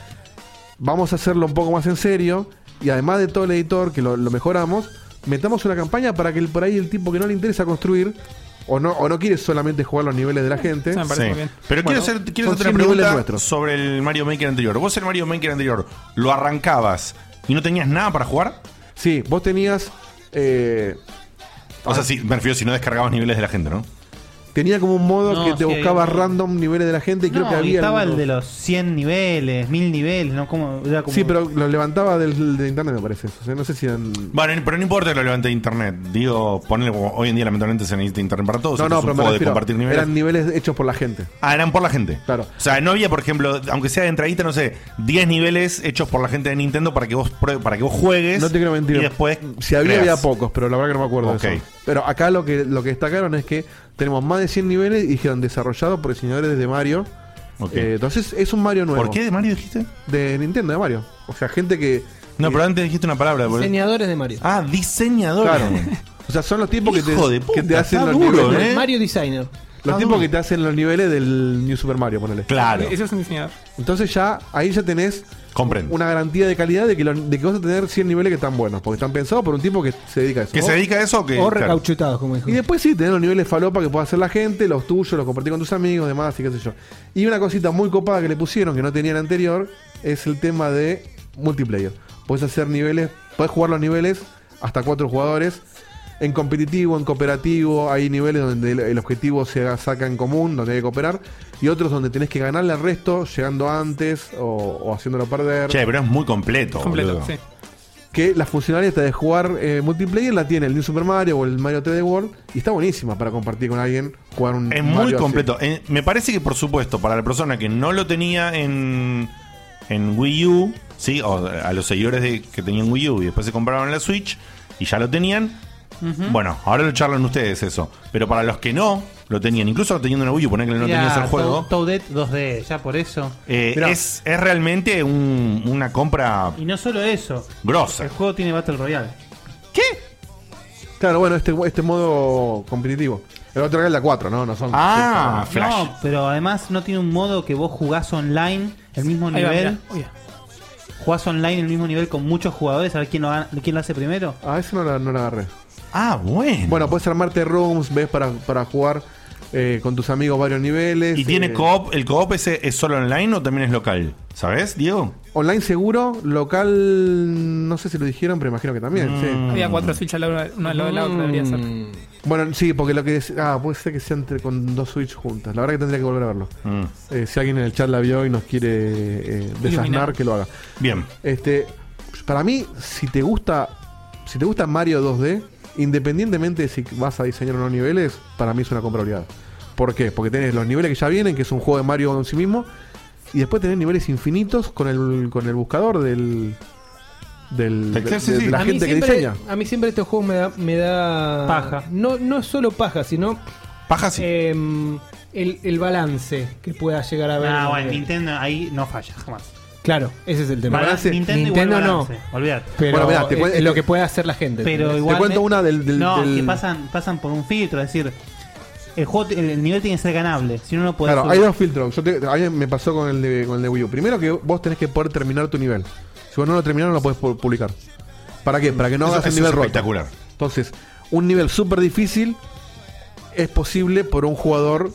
S3: vamos a hacerlo un poco más en serio. Y además de todo el editor, que lo, lo mejoramos, metamos una campaña para que el- por ahí el tipo que no le interesa construir o no, o no quiere solamente jugar los niveles de la gente.
S6: Eso me parece
S1: Sí.
S6: muy bien.
S1: Pero
S3: Bueno,
S1: quiero, hacer, quiero
S3: son
S1: hacer
S3: cien
S1: una
S3: niveles
S1: pregunta
S3: nuestros.
S1: sobre el Mario Maker anterior. Vos el Mario Maker anterior lo arrancabas y no tenías nada para jugar.
S3: Sí, vos tenías. eh,
S1: O sea, sí, me refiero si no descargabas niveles de la gente, ¿no?
S3: tenía como un modo
S4: No,
S3: que te
S4: sí,
S3: buscaba
S4: había un-
S3: random niveles de la gente y creo
S4: No,
S3: que
S4: y
S3: había.
S4: estaba el
S3: algunos-
S4: de los 100 niveles, 1000 niveles, ¿no? Como, era como-
S3: Sí, pero lo levantaba del, de internet, me parece. O sea, no sé si eran.
S1: Bueno, pero no importa que lo levante de internet. Digo, ponle como hoy en día lamentablemente se necesita internet para todos.
S3: No, no,
S1: esto es un
S3: pero me
S1: juego de
S3: refiero,
S1: compartir niveles.
S3: eran niveles hechos por la gente.
S1: Ah, eran por la gente.
S3: Claro.
S1: O sea, no había, por ejemplo, aunque sea de entradita, no sé, 10 niveles hechos por la gente de Nintendo para que vos prue- para que vos juegues.
S3: No te quiero mentir.
S1: Y después.
S3: Si había,
S1: creas.
S3: había pocos, pero la verdad que no me acuerdo
S1: Ok.
S3: de eso. Pero acá lo que, lo que destacaron es que tenemos más de 100 niveles y dijeron desarrollado por diseñadores de Mario.
S1: Ok.
S3: Eh, entonces es un Mario nuevo.
S1: ¿Por qué de Mario dijiste?
S3: De Nintendo, de Mario. O sea, gente que.
S1: No, pero antes dijiste una palabra. por-
S2: Diseñadores de Mario.
S1: Ah, diseñador.
S3: Claro. o sea, son los tipos que te,
S1: Hijo de
S3: que
S1: puta,
S3: te hacen
S1: está
S3: los
S1: duro,
S3: niveles.
S1: ¿eh?
S2: Mario Designer.
S3: Los
S1: Ah,
S3: tipos
S1: duro.
S3: que te hacen los niveles del New Super Mario, ponele.
S1: Claro.
S6: Ese es un diseñador.
S3: Entonces ya, ahí ya tenés
S1: Comprendo.
S3: una garantía de calidad de que, lo- de que vas a tener 100 niveles que están buenos. Porque están pensados por un tipo que se dedica a eso.
S1: ¿Que se dedica a eso o que.?
S2: O
S1: claro.
S2: recauchutados, como dijo.
S3: Y después sí, tener los niveles falopa que pueda hacer la gente, los tuyos, los compartir con tus amigos, demás, y qué sé yo. Y una cosita muy copada que le pusieron, que no tenía el anterior, es el tema de multiplayer. Puedes hacer niveles, puedes jugar los niveles hasta cuatro jugadores. En competitivo, en cooperativo, hay niveles donde el, el objetivo se haga- saca en común, donde hay que cooperar, y otros donde tenés que ganarle al resto, llegando antes o, o haciéndolo perder.
S1: Che, pero es muy completo.
S6: Completo,
S1: boludo.
S6: sí.
S3: que la funcionalidad de jugar eh, multiplayer la tiene el New Super Mario o el Mario 3D World y está buenísima para compartir con alguien jugar un
S1: Es
S3: Mario
S1: muy
S3: así.
S1: completo. Eh, me parece que, por supuesto, para la persona que no lo tenía en, en Wii U, ¿sí? o a los seguidores de- que tenían Wii U y después se compraron la Switch y ya lo tenían,
S3: ¿Mm?
S1: bueno, ahora lo charlan ustedes eso. Pero para los que no lo tenían, incluso teniendo una Wii U, poner que no
S4: Mirá,
S1: tenías el
S4: Toad-
S1: juego.
S4: Toadette 2D, ya por eso.
S1: eh, es, es realmente un- una compra
S4: Y no solo eso,
S1: grosa.
S4: el juego tiene Battle Royale.
S3: Claro, bueno, este, este modo competitivo. El otro era la 4, ¿no? No son.
S1: Ah, Flash.
S4: No, pero además no tiene un modo que vos jugás online el mismo
S6: Ahí va,
S4: nivel.
S6: mirá.
S2: Oh,
S6: Oye,
S4: jugás online el mismo nivel con muchos jugadores, a ver quién lo, gana- quién lo hace primero.
S3: Ah, eso no la, no la agarré.
S1: Ah, bueno.
S3: Bueno, puedes armarte rooms, ves, para, para jugar eh, con tus amigos varios niveles.
S1: ¿Y tiene
S3: eh,
S1: co-op? ¿El co-op ese es solo online o también es local? ¿Sabes, Diego?
S3: Online seguro, local. No sé si lo dijeron, pero imagino que también,
S2: Mm.
S3: sí.
S6: Mm. Había cuatro Switch al lado- una al lado Ah, de la otra, debería ser.
S3: Mm. Bueno, sí, porque lo que es. Ah, puede ser que sea entre, con dos Switch juntas. La verdad que tendría que volver a verlo.
S1: Mm.
S3: Eh, si alguien en el chat la vio y nos quiere eh, desasnar,
S6: Iluminar.
S3: que lo haga.
S1: Bien.
S3: Este, para mí, si te gusta, si te gusta Mario 2D, independientemente de si vas a diseñar unos niveles, para mí es una compra obligada. ¿Por qué? Porque tenés los niveles que ya vienen, que es un juego de Mario en sí mismo, y después tenés niveles infinitos con el con el buscador del del
S1: Del-
S3: de-
S1: sí,
S3: de-
S1: sí.
S3: de la
S2: a mí
S3: gente que
S2: siempre-
S3: diseña.
S2: A mí siempre estos juegos me da. Me da
S4: Paja.
S2: No, no solo paja, sino
S1: Paja sí.
S2: em, el, el balance que pueda llegar a ver.
S4: Ah, bueno, Nintendo ahí no falla, jamás.
S2: Claro, ese es el tema.
S3: Balance.
S4: Nintendo, igual
S2: Nintendo no.
S4: balance, Olvídate. pues, este
S2: Pero
S3: Bueno, mirá, te
S2: es-
S3: cuento-
S2: es lo que puede hacer la gente.
S4: Pero
S2: ¿entendés?
S4: igual.
S3: te cuento una del, del-
S4: no,
S3: del-
S4: que pasan, pasan por un filtro, es decir, el, juego, el, el nivel tiene que ser ganable, si no, no puedes.
S3: Claro, hay dos filtros. Yo te- a mí me pasó con el, de, con el de Wii U. Primero que vos tenés que poder terminar tu nivel. Si vos no lo terminás, no lo podés pu- publicar. ¿Para qué? Para que no
S1: Eso-
S3: hagas un
S1: eso
S3: nivel
S1: es
S3: roto.
S1: espectacular.
S3: Entonces, un nivel súper difícil es posible por un jugador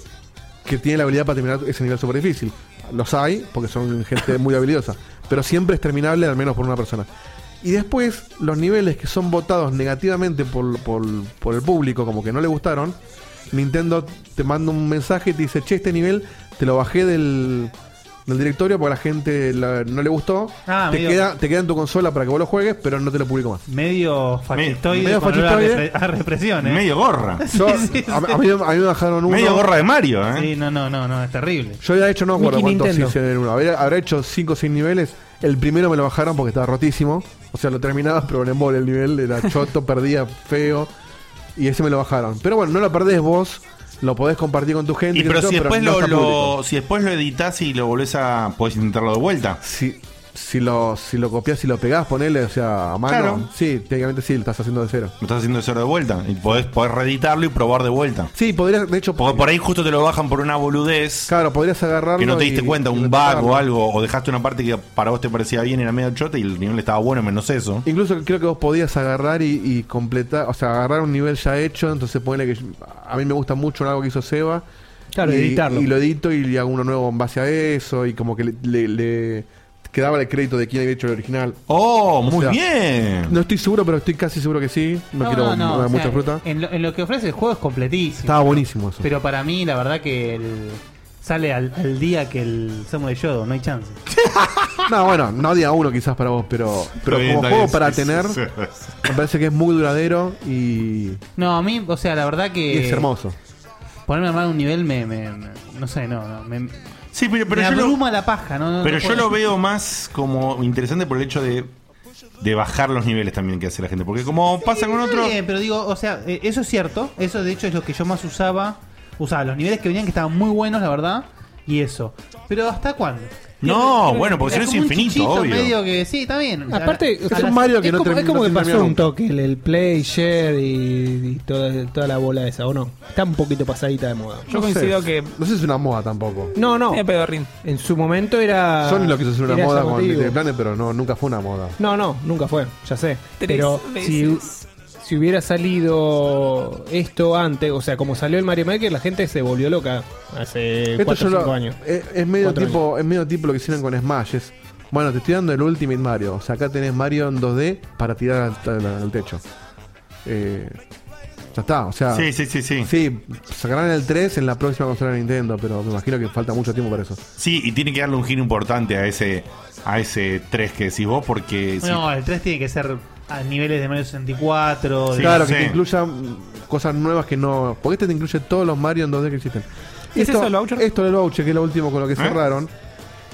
S3: que tiene la habilidad para terminar ese nivel súper difícil. Los hay, porque son gente muy habilidosa. Pero siempre es terminable, al menos por una persona. Y después, los niveles que son votados negativamente por, por- por el público, como que no le gustaron, Nintendo te manda un mensaje y te dice, che, este nivel te lo bajé del, del directorio porque a la gente la- no le gustó.
S4: Ah,
S3: te,
S4: medio-
S3: queda, te queda en tu consola para que vos lo juegues, pero no te lo publico más.
S4: Medio fascistoide.
S3: medio
S4: con olor a
S3: fascistoide.
S4: repre- A, represión, ¿eh?
S1: Medio gorra.
S3: Yo-
S4: Sí, sí,
S3: a, a
S4: sí.
S3: mí, a mí me bajaron uno.
S1: Medio gorra de Mario, ¿eh?
S4: Sí, no, no, no, no, es terrible.
S3: Yo había hecho, no me acuerdo
S2: Mickey
S3: cuántos
S2: Nintendo.
S3: hice en el uno. Habría, habrá hecho 5 o 6 niveles. El primero me lo bajaron porque estaba rotísimo. O sea, lo terminaba, pero en embole el nivel era choto, perdía feo. Y ese me lo bajaron. Pero bueno, no lo perdés vos. Lo podés compartir con tu gente.
S1: Y
S3: qué
S1: pero
S3: sé yo,
S1: si después,
S3: no
S1: lo,
S3: está público.
S1: lo- si después lo editas y lo volvés a. podés intentarlo de vuelta.
S3: Si, si lo, si lo copiás y lo pegás, ponele, o sea, a mano.
S1: Claro.
S3: Sí, técnicamente sí, lo estás haciendo de cero.
S1: Lo estás haciendo eso de vuelta. Y podés, podés reeditarlo y probar de vuelta.
S3: Sí, podrías, de hecho,
S1: Porque por ahí justo te lo bajan por una boludez
S3: claro, podrías agarrarlo.
S1: que no te diste
S3: y-
S1: cuenta,
S3: y
S1: un bug
S3: retocarlo.
S1: o algo. O dejaste una parte que para vos te parecía bien y era medio chota y el nivel estaba bueno, menos eso.
S3: Incluso creo que vos podías agarrar y, y completar, o sea, agarrar un nivel ya hecho, entonces ponele que a mí me gusta mucho algo que hizo Seba.
S2: Claro,
S3: y,
S2: editarlo.
S3: Y lo edito y le hago uno nuevo en base a eso, y como que le, le- le quedaba el crédito de quién había hecho el original.
S1: ¡Oh, muy
S3: sea,
S1: bien!
S3: No estoy seguro, pero estoy casi seguro que sí. No, eh. quiero
S4: o
S3: dar
S4: sea,
S3: mucha fruta.
S4: En lo, en lo que ofrece el juego es completísimo.
S3: Estaba buenísimo eso.
S4: Pero para mí, la verdad que el- sale al, al día que el Samurai Shodown, no hay chance.
S3: No, bueno, no día uno quizás para vos, pero, pero
S1: Está
S3: como
S1: bien, está
S3: juego
S1: bien,
S3: para
S1: sí,
S3: tener,
S1: sí, sí.
S3: me parece que es muy duradero y,
S4: No, a mí, o sea, la verdad
S3: y
S4: que.
S2: Eh,
S3: es hermoso.
S4: Ponerme a armar un nivel me. me- me- no sé, no, no. Me,
S1: Sí, pero, pero
S4: me
S1: yo lo,
S4: abruma la paja, ¿no? no
S1: pero
S4: no
S1: yo
S4: puedo.
S1: lo veo más como interesante por el hecho de, de bajar los niveles también que hace la gente. Porque como pasa con
S4: Está
S1: otros.
S4: bien, pero digo, o sea, eh, eso es cierto. Eso de hecho es lo que yo más usaba. Usaba los niveles que venían que estaban muy buenos, la verdad. Y eso. Pero ¿hasta cuándo?
S1: No, bueno, porque si no es
S4: como un
S1: infinito,
S4: chichito
S1: obvio.
S4: medio que sí, está bien.
S2: Aparte,
S4: A
S2: o sea,
S4: las-
S3: un Mario que
S2: es
S3: no
S2: como,
S3: termi-
S2: es como
S3: no
S2: que
S3: termina
S2: pasó un
S3: nunca.
S2: toque el, el play, share y, y toda, toda la bola esa, ¿o no? Está un poquito pasadita de moda.
S6: Yo coincido
S3: sé,
S6: que.
S3: No sé si es una moda tampoco.
S2: No, no.
S6: Eh, pedorrín.
S2: En su momento era.
S3: Sony lo quiso hacer una
S2: era
S3: moda
S2: ese
S3: con este
S2: motivo.
S3: Little Planet, pero no, nunca fue una moda.
S2: No, no, nunca fue, ya sé.
S6: Tres
S2: Pero si,
S6: veces.
S2: si hubiera salido esto antes, o sea, como salió el Mario Maker, la gente se volvió loca hace
S3: Esto
S2: 4
S3: yo
S2: o
S3: lo-
S2: 5 años.
S3: Es, es medio
S2: Cuatro
S3: tipo, es medio tipo lo que hicieron con Smash. Es, bueno, te estoy dando el Ultimate Mario. O sea, acá tenés Mario en 2D para tirar al, al- al techo. Eh, Ya está, o sea.
S1: Sí, sí, sí, sí.
S3: Sí, sacarán el 3 en la próxima consola de Nintendo, pero me imagino que falta mucho tiempo para eso.
S1: Sí, y tiene que darle un giro importante a ese a ese 3 que decís vos, porque si-
S4: No, el 3 tiene que ser a niveles de Mario 64. de-
S3: claro,
S1: sí.
S3: que te incluya mm, cosas nuevas que no. Porque este te incluye todos los Mario en 2D que existen.
S6: ¿Es eso el voucher?
S3: Esto del voucher, que es lo último con lo que
S1: ¿Eh?
S3: cerraron.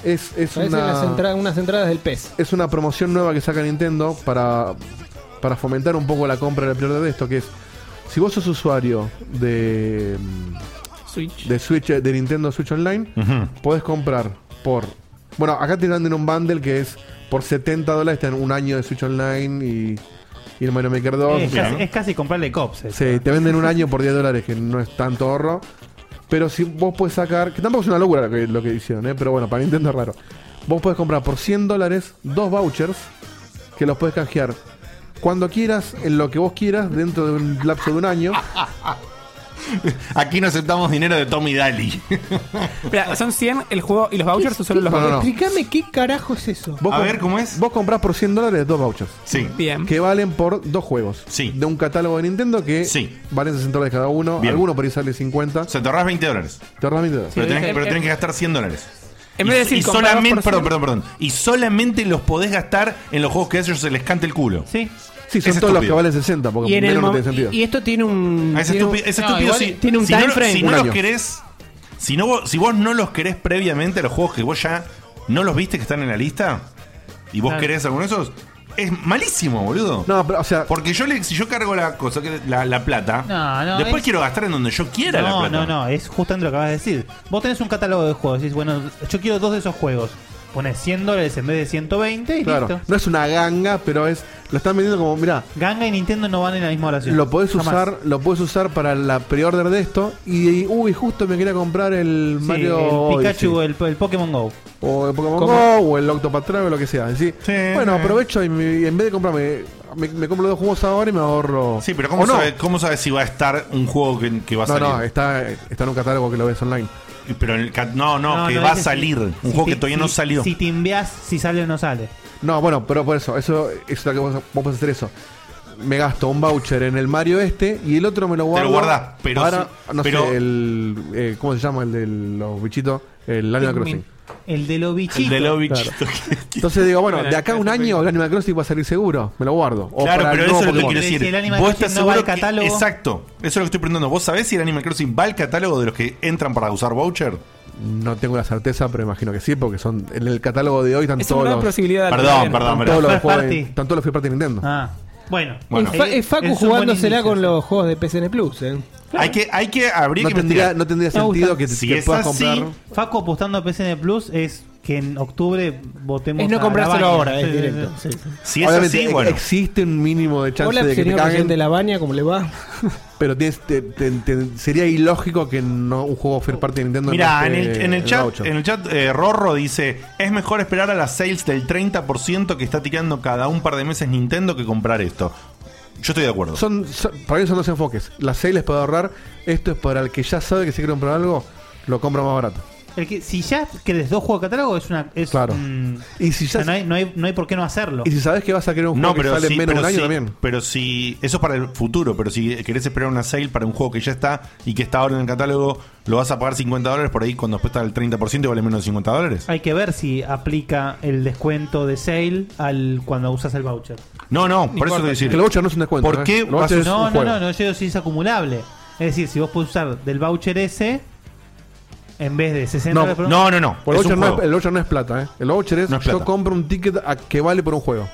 S3: Es, es
S2: Parecen las
S3: una,
S2: entra- unas entradas del pez.
S3: es una promoción nueva que saca Nintendo para, para fomentar un poco la compra del player de esto, que es. Si vos sos usuario de, mm,
S6: Switch.
S3: de Switch, eh, de Nintendo Switch Online,
S1: Ujú.
S3: podés comprar por. Bueno, acá te venden un bundle que es por 70 dólares, te dan un año de Switch Online y, y el Mario Maker 2.
S4: es, casi,
S1: Bien.
S4: es casi comprarle cops. eso.
S3: Sí, te venden un año por 10 dólares, que no es tanto ahorro. Pero si vos puedes sacar, que tampoco es una locura lo que, lo que hicieron, ¿eh? pero bueno, para Nintendo es raro. Vos podés comprar por 100 dólares dos vouchers que los puedes canjear cuando quieras, en lo que vos quieras, dentro de un lapso de un año.
S1: Aquí no aceptamos dinero de Tommy Daly.
S6: Espera, ¿son 100 el juego y los vouchers o solo los
S3: No, no,
S6: vouchers?
S3: no.
S2: Explícame qué carajo es eso.
S3: Vos
S1: A
S3: com-
S1: ver, ¿cómo es?
S3: Vos comprás por 100 dólares dos vouchers.
S1: Sí.
S6: Bien.
S3: Que valen por dos juegos.
S1: Sí.
S3: De un catálogo de Nintendo que
S1: Sí.
S3: valen 60 dólares cada uno.
S1: Bien.
S3: Alguno por ahí sale 50.
S1: O sea, te ahorras 20 dólares.
S3: Te ahorras 20 dólares.
S6: Sí.
S1: Pero, tenés, que-
S6: eh,
S1: pero
S6: eh.
S1: tenés que gastar 100 dólares.
S6: En vez de
S1: Y-
S6: decir
S1: y
S6: comprar dos
S1: solamente,
S6: por
S1: perdón,
S6: cien-
S1: perdón, perdón. Y solamente los podés gastar en los juegos que a ellos se les cante el culo.
S4: Sí.
S3: Sí, son
S1: Es
S3: todos los que
S1: estúpido.
S3: valen 60, porque
S2: Y, en el
S3: menos no
S2: mom-
S3: tiene sentido.
S2: y esto tiene un.
S1: Ah, Es
S2: tiene un-
S1: estúpido, es
S2: no,
S1: estúpido
S2: igual
S1: si,
S2: tiene un
S1: si
S2: time
S1: no, lo-
S2: frame.
S1: si no
S3: Un año.
S1: los querés, si, no, vos- si vos no los querés previamente a los juegos que vos ya no los viste que están en la lista y vos
S4: Claro.
S1: querés alguno de esos, es malísimo, boludo.
S3: No, pero, o sea,
S1: Porque yo le, si yo cargo la cosa que- la, la plata,
S4: No, no,
S1: después
S4: es-
S1: quiero gastar en donde yo quiera la
S4: No,
S1: plata.
S4: no, no, es justamente lo que acabas de decir. Vos tenés un catálogo de juegos. Decís, bueno, yo quiero dos de esos juegos. Pones 100 dólares en vez de 120 y
S3: claro,
S4: listo.
S3: no es una ganga, pero es lo están vendiendo como, mira,
S4: Ganga y Nintendo no van en la misma oración.
S3: lo podés
S4: Jamás.
S3: usar, lo podés usar para la pre-order de esto y uy, justo me quería comprar el
S4: Sí,
S3: Mario
S4: el
S3: Odyssey,
S4: Pikachu, el, el Pokémon Go.
S3: o el Pokémon
S2: ¿Cómo?
S3: Go o el Octopath Travel o lo que sea. Decís,
S1: Sí,
S3: bueno,
S1: sí.
S3: aprovecho y, me- y en vez de comprarme me, me compro los dos juegos ahora y me ahorro.
S1: Sí, pero ¿cómo,
S3: O no.
S1: sabes, ¿cómo sabes si va a estar un juego que, que va a
S3: No,
S1: salir?
S3: no, está, está en un catálogo que lo ves online.
S1: Pero el ca- no, no, que
S4: no,
S1: va a
S4: ese sí.
S1: salir. Un
S4: Si
S1: juego
S4: te-
S1: que todavía no
S4: si-
S1: salió.
S4: Si te envías, si sale o no sale.
S3: No, bueno, pero por eso, eso es lo que vos, vos podés hacer eso. Me gasto un voucher en el Mario este y el otro me lo guardo.
S1: lo guardás, pero
S3: para,
S1: si-
S3: no
S1: pero-
S3: sé, el. eh, ¿Cómo se llama? El de los bichitos. El Animal Crossing.
S6: Pikmin.
S4: El de los bichitos.
S1: El de lo bichito.
S3: Entonces digo, bueno,
S6: Bueno,
S3: de acá a un
S6: perfecto.
S3: año el Animal Crossing va a salir seguro. Me lo guardo. O
S1: Claro,
S3: para el
S1: pero eso
S3: nuevo
S1: es lo que
S3: Pokémon.
S1: quiero
S4: Si
S1: decir.
S4: el Animal
S1: Vos
S4: Crossing
S1: estás
S4: no va
S1: seguro
S4: al catálogo.
S1: que- exacto. Eso es lo que estoy preguntando. ¿Vos sabés si el Animal Crossing va al catálogo de los que entran para usar voucher?
S3: No tengo la certeza, pero imagino que sí, porque son en el catálogo de hoy están
S6: Es una
S3: todos
S6: gran
S3: los.
S6: posibilidad.
S1: Perdón,
S6: también.
S1: perdón.
S3: están
S1: pero-
S3: todos los
S4: First
S3: juegos de-
S4: party.
S3: están todos los free party de Nintendo.
S4: Ah, bueno.
S1: Bueno.
S2: Es, Fa-
S3: Eh,
S2: es Facu
S4: Es un buen
S2: jugándosela
S4: inicio,
S2: con
S4: sí.
S2: los juegos de PSN Plus. ¿eh?
S1: Hay que, hay que, habría
S3: no,
S1: que
S3: tendría,
S1: investigar.
S3: no tendría
S2: Me gusta.
S3: sentido que,
S1: Si
S3: que
S1: es
S3: puedas
S1: así,
S3: comprar.
S4: Facu apostando a PSN Plus es que en octubre votemos.
S2: Es no
S4: a
S2: comprárselo
S4: Lavagna.
S2: ahora,
S4: Sí,
S2: es
S4: sí,
S2: directo.
S4: sí.
S2: sí, sí.
S1: Si es
S3: Obviamente
S1: así,
S3: e-
S1: bueno.
S3: existe un mínimo de chance
S2: Hola,
S3: de que te
S2: señor
S3: caguen.
S2: presidente de La Baña, ¿cómo le va?
S3: Pero tienes- te- te- te- sería ilógico que no un juego first party de Nintendo.
S1: Mira,
S3: no
S1: en
S3: esté
S1: el, en el chat,
S3: este, voucher.
S1: en el chat eh, Rorro dice, es mejor esperar a las sales del 30% que está tirando cada un par de meses Nintendo que comprar esto. Yo estoy de acuerdo.
S3: Son, son- para mí son dos enfoques. Las sales para ahorrar. Esto es para el que ya sabe que si quiere comprar algo, lo compra más barato.
S4: El que- si ya querés dos juegos de catálogo, es una. Es,
S3: Claro.
S4: mm,
S3: Y si
S4: o sea,
S3: ya
S4: no, hay, no, hay, no hay por qué no hacerlo.
S3: y si sabes que vas a querer un juego
S1: No, pero
S3: que sale
S1: sí,
S3: menos de
S1: pero
S3: un año
S1: sí,
S3: también.
S1: Pero si eso es para el futuro, pero si querés esperar una sale para un juego que ya está y que está ahora en el catálogo, lo vas a pagar 50 dólares por ahí cuando después está el 30% y vale menos de 50 dólares.
S4: Hay que ver si aplica el descuento de sale al cuando usas el voucher.
S1: No, no, por eso te voy a
S3: Que
S1: decir.
S3: el voucher no es un descuento.
S1: ¿Por
S3: ¿eh?
S1: qué
S3: El voucher
S1: vas a-
S3: es un
S4: No, no,
S3: juego.
S4: no, no, yo digo si es acumulable. Es decir, si vos podés usar del voucher ese en vez de 60
S3: No,
S4: dólares por un-
S1: No, no, no.
S3: El
S1: es un
S3: voucher, no es,
S1: juego.
S3: el voucher no es plata, ¿eh? El voucher es,
S1: No es
S3: yo
S1: plata.
S3: compro un ticket a que vale por un juego.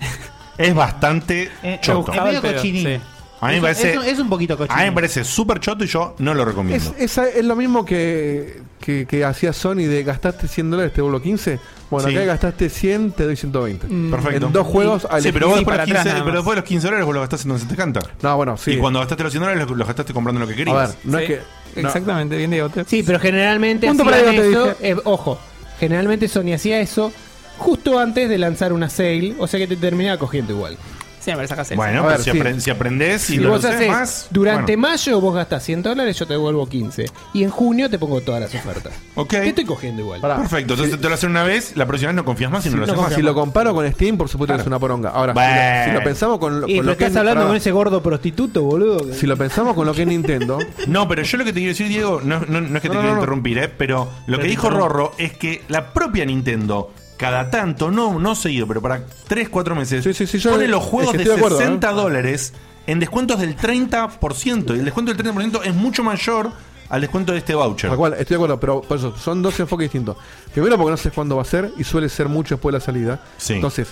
S1: Es bastante
S4: Eh,
S1: choto.
S4: es medio
S6: Pero,
S4: cochinín.
S6: sí.
S1: A mí me
S4: Es-
S1: parece-
S4: Es, un- es un poquito
S1: A
S4: cochinín.
S1: mí me parece súper choto y yo no lo
S3: Es,
S1: recomiendo.
S3: esa- es lo mismo que, que, que hacía Sony de gastaste 100 dólares, te vuelvo 15. Bueno,
S1: Sí.
S3: acá gastaste 100, te doy 120.
S4: Mm.
S1: Perfecto.
S3: En dos juegos al
S1: Sí, pero, vos
S3: elegir
S1: después
S6: mm, para
S1: los 15,
S6: atrás nada más.
S1: pero después de los 15 dólares vos lo gastaste en donde se te canta.
S3: No, bueno, sí.
S1: Y cuando gastaste los 100 dólares los, los gastaste comprando lo que
S3: a
S1: querías.
S3: ver, no es
S6: Sí.
S3: que. no.
S6: Exactamente, bien de otro.
S2: Sí, pero generalmente
S3: Punto
S2: hacían
S3: para Diego, te
S2: eso, eh, ojo, generalmente Sony hacía eso justo antes de lanzar una sale, o sea que te terminaba cogiendo igual.
S6: Siempre sacas eso.
S1: Bueno,
S3: A
S1: pero
S3: ver,
S1: si,
S3: sí.
S1: apren- si aprendés y
S2: Si
S1: lo
S2: vos
S1: usás
S2: haces
S1: más.
S2: durante
S1: bueno.
S2: mayo vos gastás 100 dólares, yo te devuelvo 15. Y en junio te pongo todas las ofertas.
S1: Ok.
S2: Te estoy cogiendo igual.
S3: Pará.
S1: Perfecto, entonces te lo hacen una vez, la próxima vez no confías más y no lo
S3: No,
S1: haces más.
S3: si lo comparo con Steam, por supuesto que es una poronga. Ahora, si lo-
S1: Bueno.
S3: si lo pensamos con, lo-
S2: Y
S3: con
S2: pero
S3: lo que
S2: estás
S3: es-
S2: hablando
S3: pará.
S2: con ese gordo prostituto, boludo. que-
S3: Si lo pensamos con lo que es Nintendo,
S1: No, pero yo lo que te quiero decir, Diego, no, no- no es que te
S3: No, no,
S1: quiero
S3: no.
S1: interrumpir, ¿eh? pero lo que dijo Rorro es que la propia Nintendo, cada tanto, no, no seguido, pero para 3, 4 meses,
S3: Sí, sí, sí, yo-
S1: pone los
S3: es
S1: juegos
S3: que
S1: de,
S3: estoy de acuerdo, ¿eh?
S1: 60 dólares en descuentos del 30%. Y el descuento del 30% es mucho mayor al descuento de este voucher.
S3: tal cual, estoy de acuerdo, pero por eso, son dos enfoques distintos. Primero, porque no sé cuándo va a ser y suele ser mucho después de la salida.
S1: Sí.
S3: Entonces,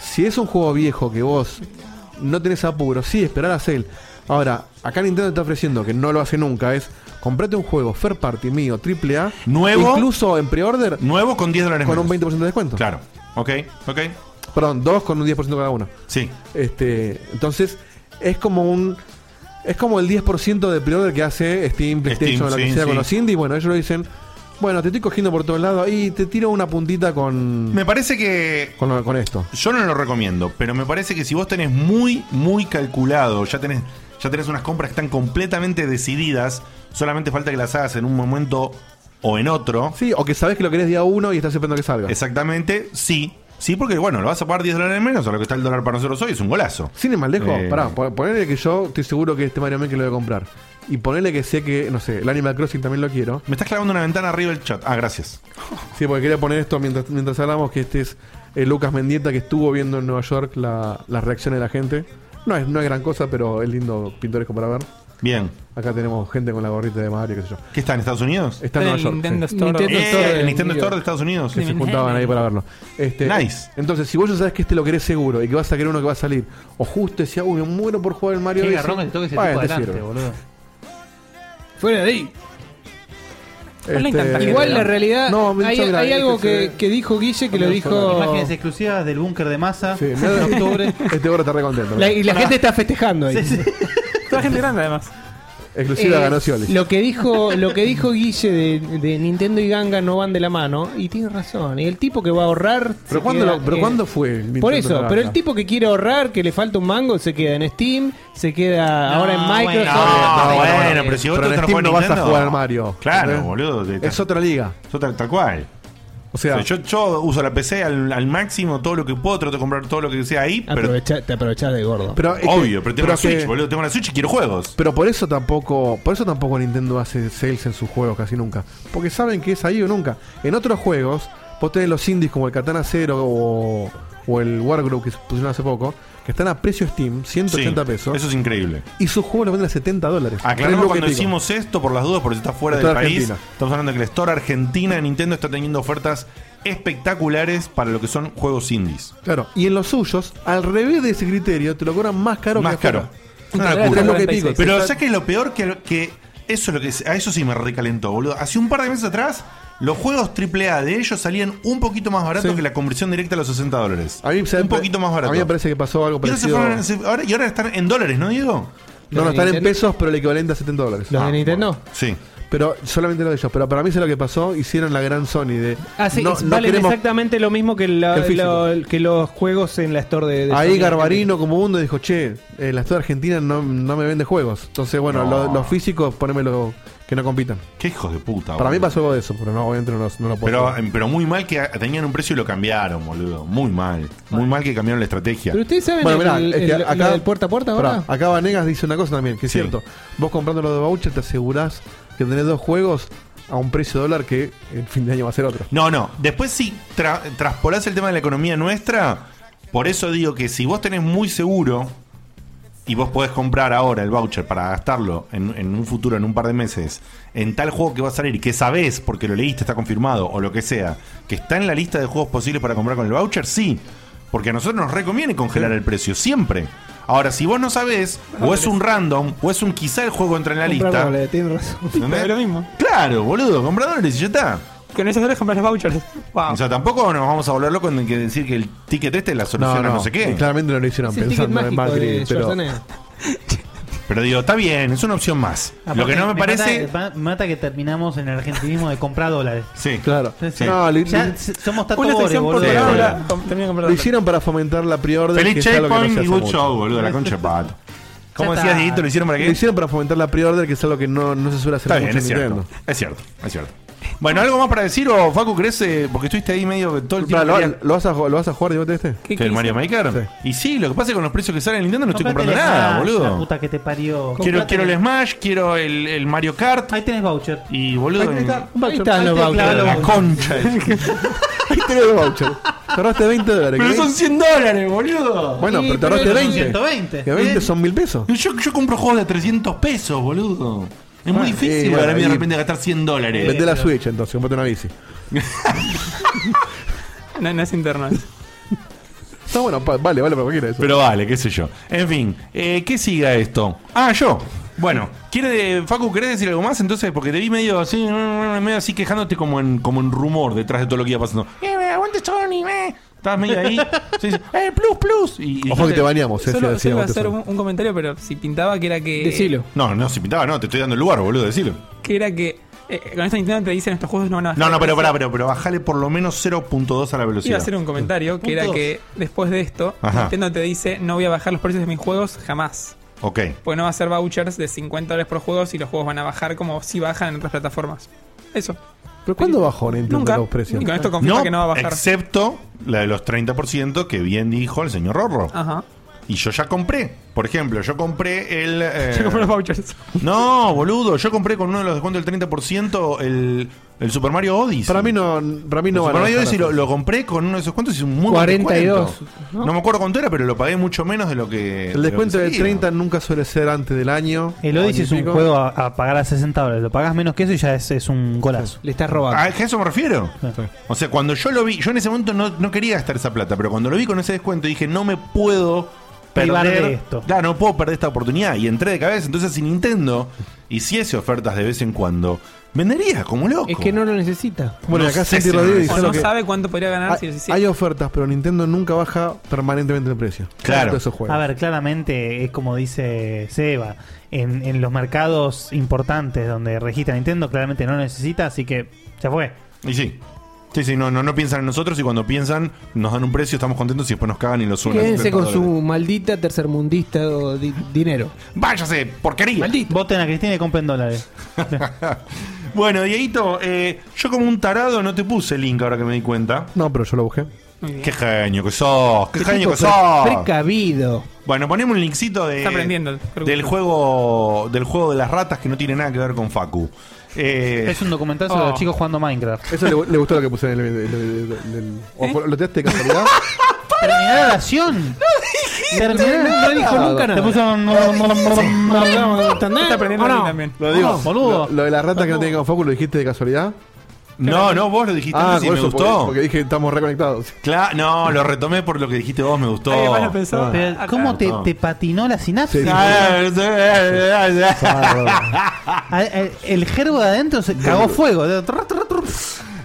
S3: si es un juego viejo que vos no tenés apuro, sí, esperar a sale. Ahora, acá Nintendo te está ofreciendo, que no lo hace nunca, es comprate un juego third party mío, triple A,
S1: Nuevo.
S3: incluso en pre-order,
S1: Nuevo con 10 dólares
S3: con un
S1: menos.
S3: 20% de descuento.
S1: Claro. Ok, ok.
S3: Perdón, dos con un 10% cada uno.
S1: Sí.
S3: Este, entonces, es como un. Es como el 10% de pre que hace Steam, PlayStation,
S1: Steam,
S3: lo que
S1: sí,
S3: sea con
S1: sí.
S3: los indies. Bueno, ellos lo dicen. Bueno, te estoy cogiendo por todos lados y te tiro una puntita con,
S1: Me parece que
S3: Mm. con, lo- con esto.
S1: Yo no lo recomiendo, pero me parece que si vos tenés muy, muy calculado, ya tenés, ya tenés unas compras que están completamente decididas, solamente falta que las hagas en un momento o en otro.
S3: Sí, o que sabes que lo querés día uno y estás esperando que salga.
S1: Exactamente, sí. Sí, porque bueno, lo vas a pagar 10 dólares menos a lo que está el dólar para nosotros hoy, es un golazo.
S3: Sin ir más lejos,
S1: Eh.
S3: pará, po- ponele que yo estoy seguro que este Mario Maker lo voy a comprar. Y ponele que sé que, no sé, el Animal Crossing también lo quiero.
S1: Me estás clavando una ventana arriba del chat. Ah, gracias.
S3: Sí, porque quería poner esto mientras, mientras hablamos, que este es eh, Lucas Mendieta que estuvo viendo en Nueva York la, las reacciones de la gente. No es, no es gran cosa, pero es lindo pintoresco para ver.
S1: Bien.
S3: Acá tenemos gente con la gorrita de Mario, qué sé yo.
S1: ¿Qué está en Estados Unidos?
S3: Está en Nueva York.
S6: Nintendo
S3: sí.
S6: Store.
S2: Nintendo
S1: Eh,
S2: Store de
S1: el Nintendo
S2: New York.
S1: Store de Estados Unidos.
S3: Que se juntaban ahí para verlo. Este,
S1: Nice.
S3: Entonces, si vos ya sabes que este lo querés seguro y que vas a querer uno que va a salir, o justo decía, uy, me muero por jugar el Mario
S4: Qué
S3: ese",
S4: garrón que te toque ese tipo
S3: bueno, te
S4: adelante,
S3: sirve.
S4: boludo.
S2: Fuera de ahí.
S6: No le encanta
S3: Este,
S6: que
S2: Igual
S6: te
S2: la
S6: dan.
S2: realidad.
S3: No, me
S2: hay,
S3: dijo, mira,
S2: hay
S3: es
S2: algo
S3: se
S2: que,
S3: ve-
S2: que dijo Guille que lo
S3: no,
S2: dijo.
S4: Imágenes exclusivas del búnker de masa
S3: Sí,
S4: en
S3: nada-
S4: octubre.
S3: Este gorro está re contento.
S2: La- y la gente está festejando ahí.
S4: Sí, sí.
S6: Toda gente grande, además.
S3: Exclusiva
S2: Eh,
S3: ganó Scioli.
S2: Lo que dijo, lo que dijo Guille de, de Nintendo y Ganga no van de la mano, y tiene razón. Y el tipo que va a ahorrar.
S3: Pero
S2: se
S3: ¿cuándo,
S2: queda,
S3: lo- pero
S2: eh,
S3: ¿cuándo fue? el
S2: Por
S3: Nintendo
S2: eso,
S3: Ganga?
S2: pero el tipo que quiere ahorrar, que le falta un mango, se queda en Steam, se queda
S4: No,
S2: ahora en
S4: bueno.
S2: Microsoft.
S1: No,
S3: Ah, No,
S1: bueno,
S3: bueno,
S1: pero si vos
S3: pero
S1: te
S3: en
S1: no
S3: Steam
S1: juegas
S3: no vas a
S1: Nintendo.
S3: jugar al Mario.
S1: Claro,
S3: ¿Entendés?
S1: boludo. te-
S3: Es otra liga.
S1: Yo tal, tal cual.
S3: O sea,
S1: O sea, yo, yo uso la PC al, al máximo, todo lo que puedo, trato de comprar todo lo que sea ahí, pero
S2: Aprovecha- te aprovechás de gordo.
S3: pero es que-
S1: Obvio, pero tengo la
S3: que-
S1: Switch, boludo. Tengo la Switch y quiero juegos.
S3: Pero por eso tampoco, por eso tampoco Nintendo hace sales en sus juegos casi nunca. Porque saben que es ahí o nunca. En otros juegos, vos tenés los indies como el Katana Zero o, o el Wargroup que pusieron hace poco, que están a precio Steam, 180
S1: Sí,
S3: pesos,
S1: Eso es increíble.
S3: y sus juegos los venden a 70 dólares. Tres
S1: Aclaramos
S3: bloques
S1: cuando
S3: y pico.
S1: hicimos esto, por las dudas, porque está fuera
S3: Store
S1: del país.
S3: Argentina.
S1: Estamos hablando de que la Store Argentina de Nintendo está teniendo ofertas espectaculares para lo que son juegos indies.
S3: Claro, y en los suyos, al revés de ese criterio, te lo cobran más caro
S1: Más
S3: que afuera.
S1: caro. Una locura.
S6: Claro,
S3: Tres bloques y
S6: 46.
S3: pico.
S1: Pero
S3: Está-
S1: ¿sabes qué es lo peor? Que, que eso es lo que a eso sí me recalentó, boludo. Hace un par de meses atrás, los juegos AAA de ellos salían un poquito más baratos
S3: Sí.
S1: que la conversión directa a los 60 dólares.
S3: a mí, se-
S1: un poquito más barato.
S3: A mí me parece que pasó algo
S1: Y ahora se
S3: parecido.
S1: fueron- se- ahora- y ahora están en dólares, ¿no, Diego?
S3: No, no, están en pesos, pero el equivalente a 70 dólares.
S2: ¿Los de Nintendo?
S1: Sí.
S3: Pero solamente lo de ellos. Pero para mí es lo que pasó. Hicieron la gran Sony de.
S2: Ah, sí,
S3: no,
S2: es-
S3: no
S2: valen
S3: queremos-
S2: exactamente lo mismo que, la-
S3: Que el físico.
S2: lo- que los juegos en la store de. de
S3: Ahí
S2: Sony.
S4: Eh,
S3: Garbarino como mundo dijo, che, eh, la ciudad argentina no, no me vende juegos. Entonces, bueno,
S1: No.
S3: lo- los físicos, ponémelo que no compitan.
S1: Qué hijos de puta,
S3: Para mí
S1: boludo.
S3: pasó algo de eso, pero no, obviamente no, lo- no lo puedo.
S1: Pero, em,
S3: hacer.
S1: pero muy mal que a- tenían un precio y lo cambiaron, boludo. Muy mal. Muy mal que cambiaron la estrategia.
S2: Pero ustedes saben
S3: bueno, mirá,
S2: el-
S3: es
S2: el-
S3: que
S2: lo
S3: acá,
S2: del puerta a puerta
S3: pará,
S2: ahora.
S3: acá Vanegas dice una cosa también, que es
S1: Sí.
S3: cierto. Vos comprando los de voucher te asegurás que tenés dos juegos a un precio de dólar que el fin de año va a ser otro.
S1: No, no. Después si tra- traspolás el tema de la economía nuestra, por eso digo que si vos tenés muy seguro y vos podés comprar ahora el voucher para gastarlo en, en un futuro, en un par de meses, en tal juego que va a salir, que sabés, porque lo leíste, está confirmado, o lo que sea, que está en la lista de juegos posibles para comprar con el voucher, sí. Porque a nosotros nos reconviene congelar el precio, siempre. Ahora, si vos Ah, no sabés, o es un random, o es un quizá el juego entra en la lista.
S2: Comprarlo, tienen razón.
S1: ¿entendés?
S6: Es lo mismo.
S1: Claro, boludo, compradores, y ya está.
S6: Con esos dólares compras los vouchers. Wow.
S1: O sea, tampoco nos vamos a volver locos en que decir que el ticket este es la solución a no sé qué.
S3: Claramente no lo hicieron
S2: Es el ticket
S3: pensando en
S2: mágico
S3: Madrid,
S2: de
S3: pero.
S2: Schwarzenegger.
S1: Pero digo, está bien, es una opción más. Lo que no me parece.
S4: Ah, Mata, mata que terminamos en el argentinismo de comprar dólares.
S1: Sí,
S3: claro.
S4: Sí.
S3: No, le-
S4: Ya
S3: le-
S4: s- somos
S6: Una
S4: tatores,
S6: sección por
S4: boludo.
S1: Sí,
S6: palabra.
S1: boludo.
S6: com- tenía que comprar
S3: lo hicieron para fomentar la pre-order.
S1: Feliz
S3: que es algo que no
S1: checkpoint
S3: se
S1: y
S3: hace
S1: good
S3: mucho.
S1: show, boludo, la concha de pato. ¿Cómo decías, Dieguito? ¿Lo hicieron para
S3: Lo
S1: qué?
S3: hicieron para fomentar la pre-order, que es algo que no, no se suele hacer
S1: Está
S3: mucho
S1: bien, es
S3: en Nintendo.
S1: cierto. Es cierto, es cierto. Bueno, ¿algo más para decir o Facu crece? Porque estuviste ahí medio que todo el tiempo.
S3: Claro, lo,
S1: querías-
S3: lo vas a, ju- ¿Lo vas a jugar, Diego, este?
S6: ¿Qué-
S1: ¿Que
S6: qué
S1: el Mario Maker? Y sí, lo que pasa es que con los precios que salen en Nintendo no estoy comprando nada,
S4: La
S1: boludo.
S4: puta que te parió.
S1: Quiero, quiero el
S4: Comprate-
S1: Smash, quiero el, el Mario Kart
S4: Ahí tenés voucher.
S1: y boludo. en-
S2: Ahí están los
S4: Ahí te clavan
S2: vouchers.
S4: los
S1: La concha. de-
S3: Ahí tenés los vouchers. Tardaste 20 dólares.
S1: Pero
S3: ¿qué?
S1: son 100 dólares, boludo.
S3: Bueno,
S2: Sí,
S3: pero
S2: pero
S3: tardaste
S2: son
S3: 20.
S4: 120.
S3: Que 20 son mil pesos.
S1: Yo, yo compro juegos de 300 pesos, boludo. Es muy difícil
S3: eh,
S1: para mí de
S3: ahí-
S1: repente gastar 100 dólares.
S3: Vendé la Switch entonces, comprate una bici.
S6: No, no es interno.
S3: Está bueno, pa- vale, vale para cualquiera eso.
S1: Pero vale, qué sé yo. En fin, eh, ¿qué siga esto? Ah, yo. Bueno, ¿quiere, Facu, ¿querés decir algo más? Entonces, porque te vi medio así, medio así quejándote como en, como en rumor detrás de todo lo que iba pasando. ¡Eh, me aguante Sony, eh! Estabas medio ahí. Sí, sí, ¡Eh, plus, plus! Y,
S2: Oh.
S1: y-
S3: Ojo que te bañamos, eh, si
S6: Solo, solo iba a
S3: decíamos
S6: hacer
S3: eso.
S6: un, un comentario, pero si pintaba que era que.
S2: Decilo.
S1: No, no, si pintaba, no, te estoy dando el lugar, boludo, decilo.
S6: Que era que. eh, con esta Nintendo te dicen estos juegos no van a bajar
S1: No, no,
S6: de
S1: pero
S6: precio".
S1: pará, pero, pero bajale por lo menos 0.2 a la
S6: Ah, Iba
S1: velocidad.
S6: a hacer un comentario que era
S4: Punto.
S6: que después de esto,
S1: Ajá.
S6: Nintendo te dice no voy a bajar los precios de mis juegos jamás.
S1: Ok.
S6: Pues no va a ser vouchers de 50 dólares por juego si los juegos van a bajar como si bajan en otras plataformas. Eso.
S3: Pero ¿cuándo bajó Nintendo
S6: Nunca.
S3: los precios?
S6: Y con esto confirma
S1: No,
S6: que no va a bajar.
S1: excepto la de los 30% que bien dijo el señor Rorro.
S6: Ajá.
S1: Y yo ya compré. Por ejemplo, yo compré el... eh,
S6: Yo compré los vouchers.
S1: No, boludo, yo compré con uno de los descuentos del 30% el, el Super Mario Odyssey.
S3: Para mí no, para mí
S1: El
S3: no van
S1: Super
S3: a bajar
S1: Mario Odyssey lo,
S3: así.
S1: lo compré con uno de esos cuentos y es un muy buen
S2: 42,
S1: descuento. ¿no? me acuerdo cuánto era, pero lo pagué mucho menos de lo que.
S3: El descuento
S1: de lo
S3: del
S1: que
S3: 30 nunca suele ser antes del año.
S4: El Odyssey es
S3: Año y
S4: un
S3: pico.
S4: juego a, a pagar a 60 dólares. Lo pagas menos que eso y ya es, es un golazo. Ah,
S2: Le estás
S1: salía.
S2: robando.
S1: ¿A qué eso me refiero? O sea, cuando yo lo vi, yo en ese momento no, no quería gastar esa plata, pero cuando lo vi con ese descuento dije, no me puedo
S4: Privar de
S1: perder
S4: esto.
S1: Claro, no puedo perder esta oportunidad. Y entré de cabeza. Entonces, si Nintendo hiciese ofertas de vez en cuando, vendería como loco.
S2: Es que no lo necesita.
S3: Bueno,
S1: No
S3: acá
S1: sé
S3: Santi
S1: si
S3: Rodríguez
S1: no
S6: O
S3: dice lo
S6: no
S3: que.
S6: sabe cuánto podría ganar si
S3: hay,
S6: lo hiciera.
S3: hay ofertas, pero Nintendo nunca baja permanentemente el precio.
S1: Claro.
S3: Todos esos juegos.
S4: A ver, claramente es como dice Seba. En, en los mercados importantes donde registra Nintendo, claramente no necesita, así que se fue.
S1: Y sí. Sí, sí, no, no, no piensan en nosotros y cuando piensan nos dan un precio, estamos contentos y después nos cagan y lo suben. a
S2: Quédense
S1: 70
S2: con
S1: dólares.
S2: su maldita tercermundista o di- dinero.
S1: ¡Váyase, porquería!
S2: Maldita.
S4: Voten a Cristina y compren dólares.
S1: Bueno, Dieguito, eh, yo como un tarado no te puse el link ahora que me di cuenta.
S3: No, pero yo lo busqué.
S6: Muy bien.
S1: ¡Qué genio que sos! ¡Qué
S2: Qué tipo
S1: genio que sos!
S2: pre- Precavido.
S1: Bueno, ponemos un linkcito de,
S6: Está aprendiendo, creo que-
S1: del, juego, del juego de las ratas que no tiene nada que ver con Facu. Eh,
S4: Es un documental sobre
S6: Oh.
S4: los chicos jugando Minecraft.
S3: Eso le, le gustó lo que puse en el. el- el- el- el- o
S6: ¿Eh?
S3: fue- ¿Lo tiraste de casualidad?
S4: Terminá la oración. Terminá.
S2: No dijo nunca nada.
S4: Te puso un-
S6: Está aprendiendo
S2: ¿O no?
S6: a mí también.
S3: Lo digo.
S4: Ah, boludo.
S3: Lo, lo de la rata que no tiene con foco lo dijiste de casualidad. Ah,
S1: no, no, vos lo dijiste antes y
S3: por
S1: me
S3: eso,
S1: gustó.
S3: Porque, porque dije estamos reconectados.
S1: Cla- no, lo retomé por lo que dijiste vos, me gustó.
S6: Alguien más lo pensó.
S4: Pero,
S6: Ah,
S4: ¿Cómo te,
S1: no.
S4: te patinó la sinapsis?
S3: Sí.
S1: eh,
S4: Ah, El, el gerbo de adentro se cagó fuego.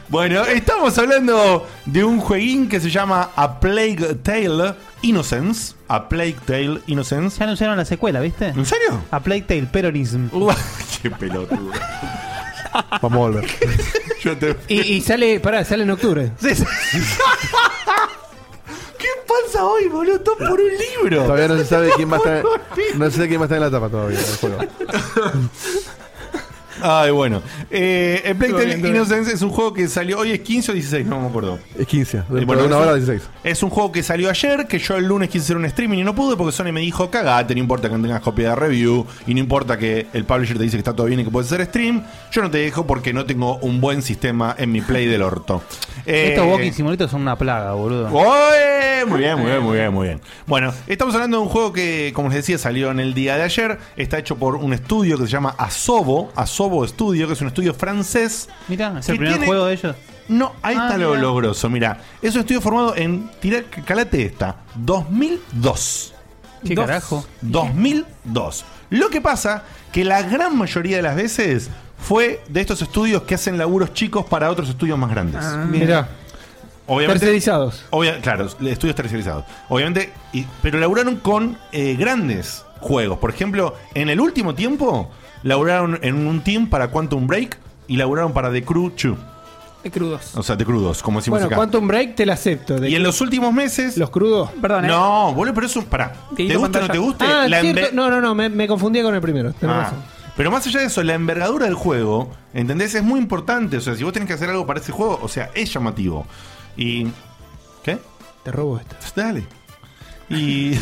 S1: Bueno, estamos hablando de un jueguín que se llama A Plague Tale Innocence. A Plague Tale Innocence.
S4: Ya anunciaron la secuela, ¿viste?
S1: ¿En serio? Uh,
S4: A Plague Tale, Peronism.
S1: Qué pelotudo.
S3: Vamos a volver.
S1: Yo te-
S2: Y, y sale, pará, sale en octubre.
S1: ¿Qué pasa hoy, boludo? Todo por un libro.
S3: Todavía no se sabe quién va a estar. No se sabe quién va a estar en la tapa todavía del juego.
S1: Ay, bueno. Eh, a Plague
S6: Todo
S1: Tale
S6: bien, todo
S1: Innocence es un juego que salió hoy, es 15 o 16, no me acuerdo.
S3: Es 15.
S1: Y
S3: Dentro
S1: Eh, bueno,
S3: de una
S1: eso-
S3: hora 16.
S1: Es un juego que salió ayer, que yo el lunes quise hacer un streaming y no pude porque Sony me dijo, cagate, no importa que no tengas copia de review y no importa que el publisher te dice que está todo bien y que puedes hacer stream, yo no te dejo porque no tengo un buen sistema en mi play del orto. Eh, Oh.
S4: Estos walking simulators son una plaga, boludo.
S1: ¡Oe! Muy bien, muy bien, muy bien, muy bien. Bueno, estamos hablando de un juego que, como les decía, salió en el día de ayer. Está hecho por un estudio que se llama Asobo, Asobo Studio, que es un estudio francés.
S4: Mirá, es
S1: que
S4: el primer
S1: tiene-
S4: juego de ellos.
S1: No, ahí
S4: Ah,
S1: está lo,
S4: mirá.
S1: lo grosso, mira. Eso estudio formado en, tira, calate esta, 2002.
S4: ¿Qué
S6: Dos.
S4: carajo?
S1: 2002. Lo que pasa que la gran mayoría de las veces fue de estos estudios que hacen laburos chicos para otros estudios más grandes.
S2: Ah. Mirá,
S1: Obviamente,
S2: tercerizados.
S1: obvia- claro, estudios tercerizados. Obviamente, y- pero laburaron con eh, grandes juegos. Por ejemplo, en el último tiempo, laburaron en un team para Quantum Break y laburaron para The Crew 2.
S6: De crudos.
S1: O sea, The Crew 2, como decimos
S2: Bueno,
S1: acá.
S2: Quantum Break te la acepto. De-
S1: Y en los últimos meses.
S2: los crudos.
S6: Perdón, ¿eh?
S1: No, boludo, pero es un. Pará. ¿Te
S6: Dieguito
S1: gusta o no
S6: pantalla.
S1: te guste?
S2: Ah,
S1: La
S2: cierto.
S1: embe-
S2: No, no, no, me, me confundía con el primero. tenés
S1: Ah,
S2: razón.
S1: Pero más allá de eso, la envergadura del juego, ¿entendés? Es muy importante. O sea, si vos tenés que hacer algo para ese juego, o sea, es llamativo. Y. ¿Qué?
S2: Te robo esto.
S1: Dale. Y.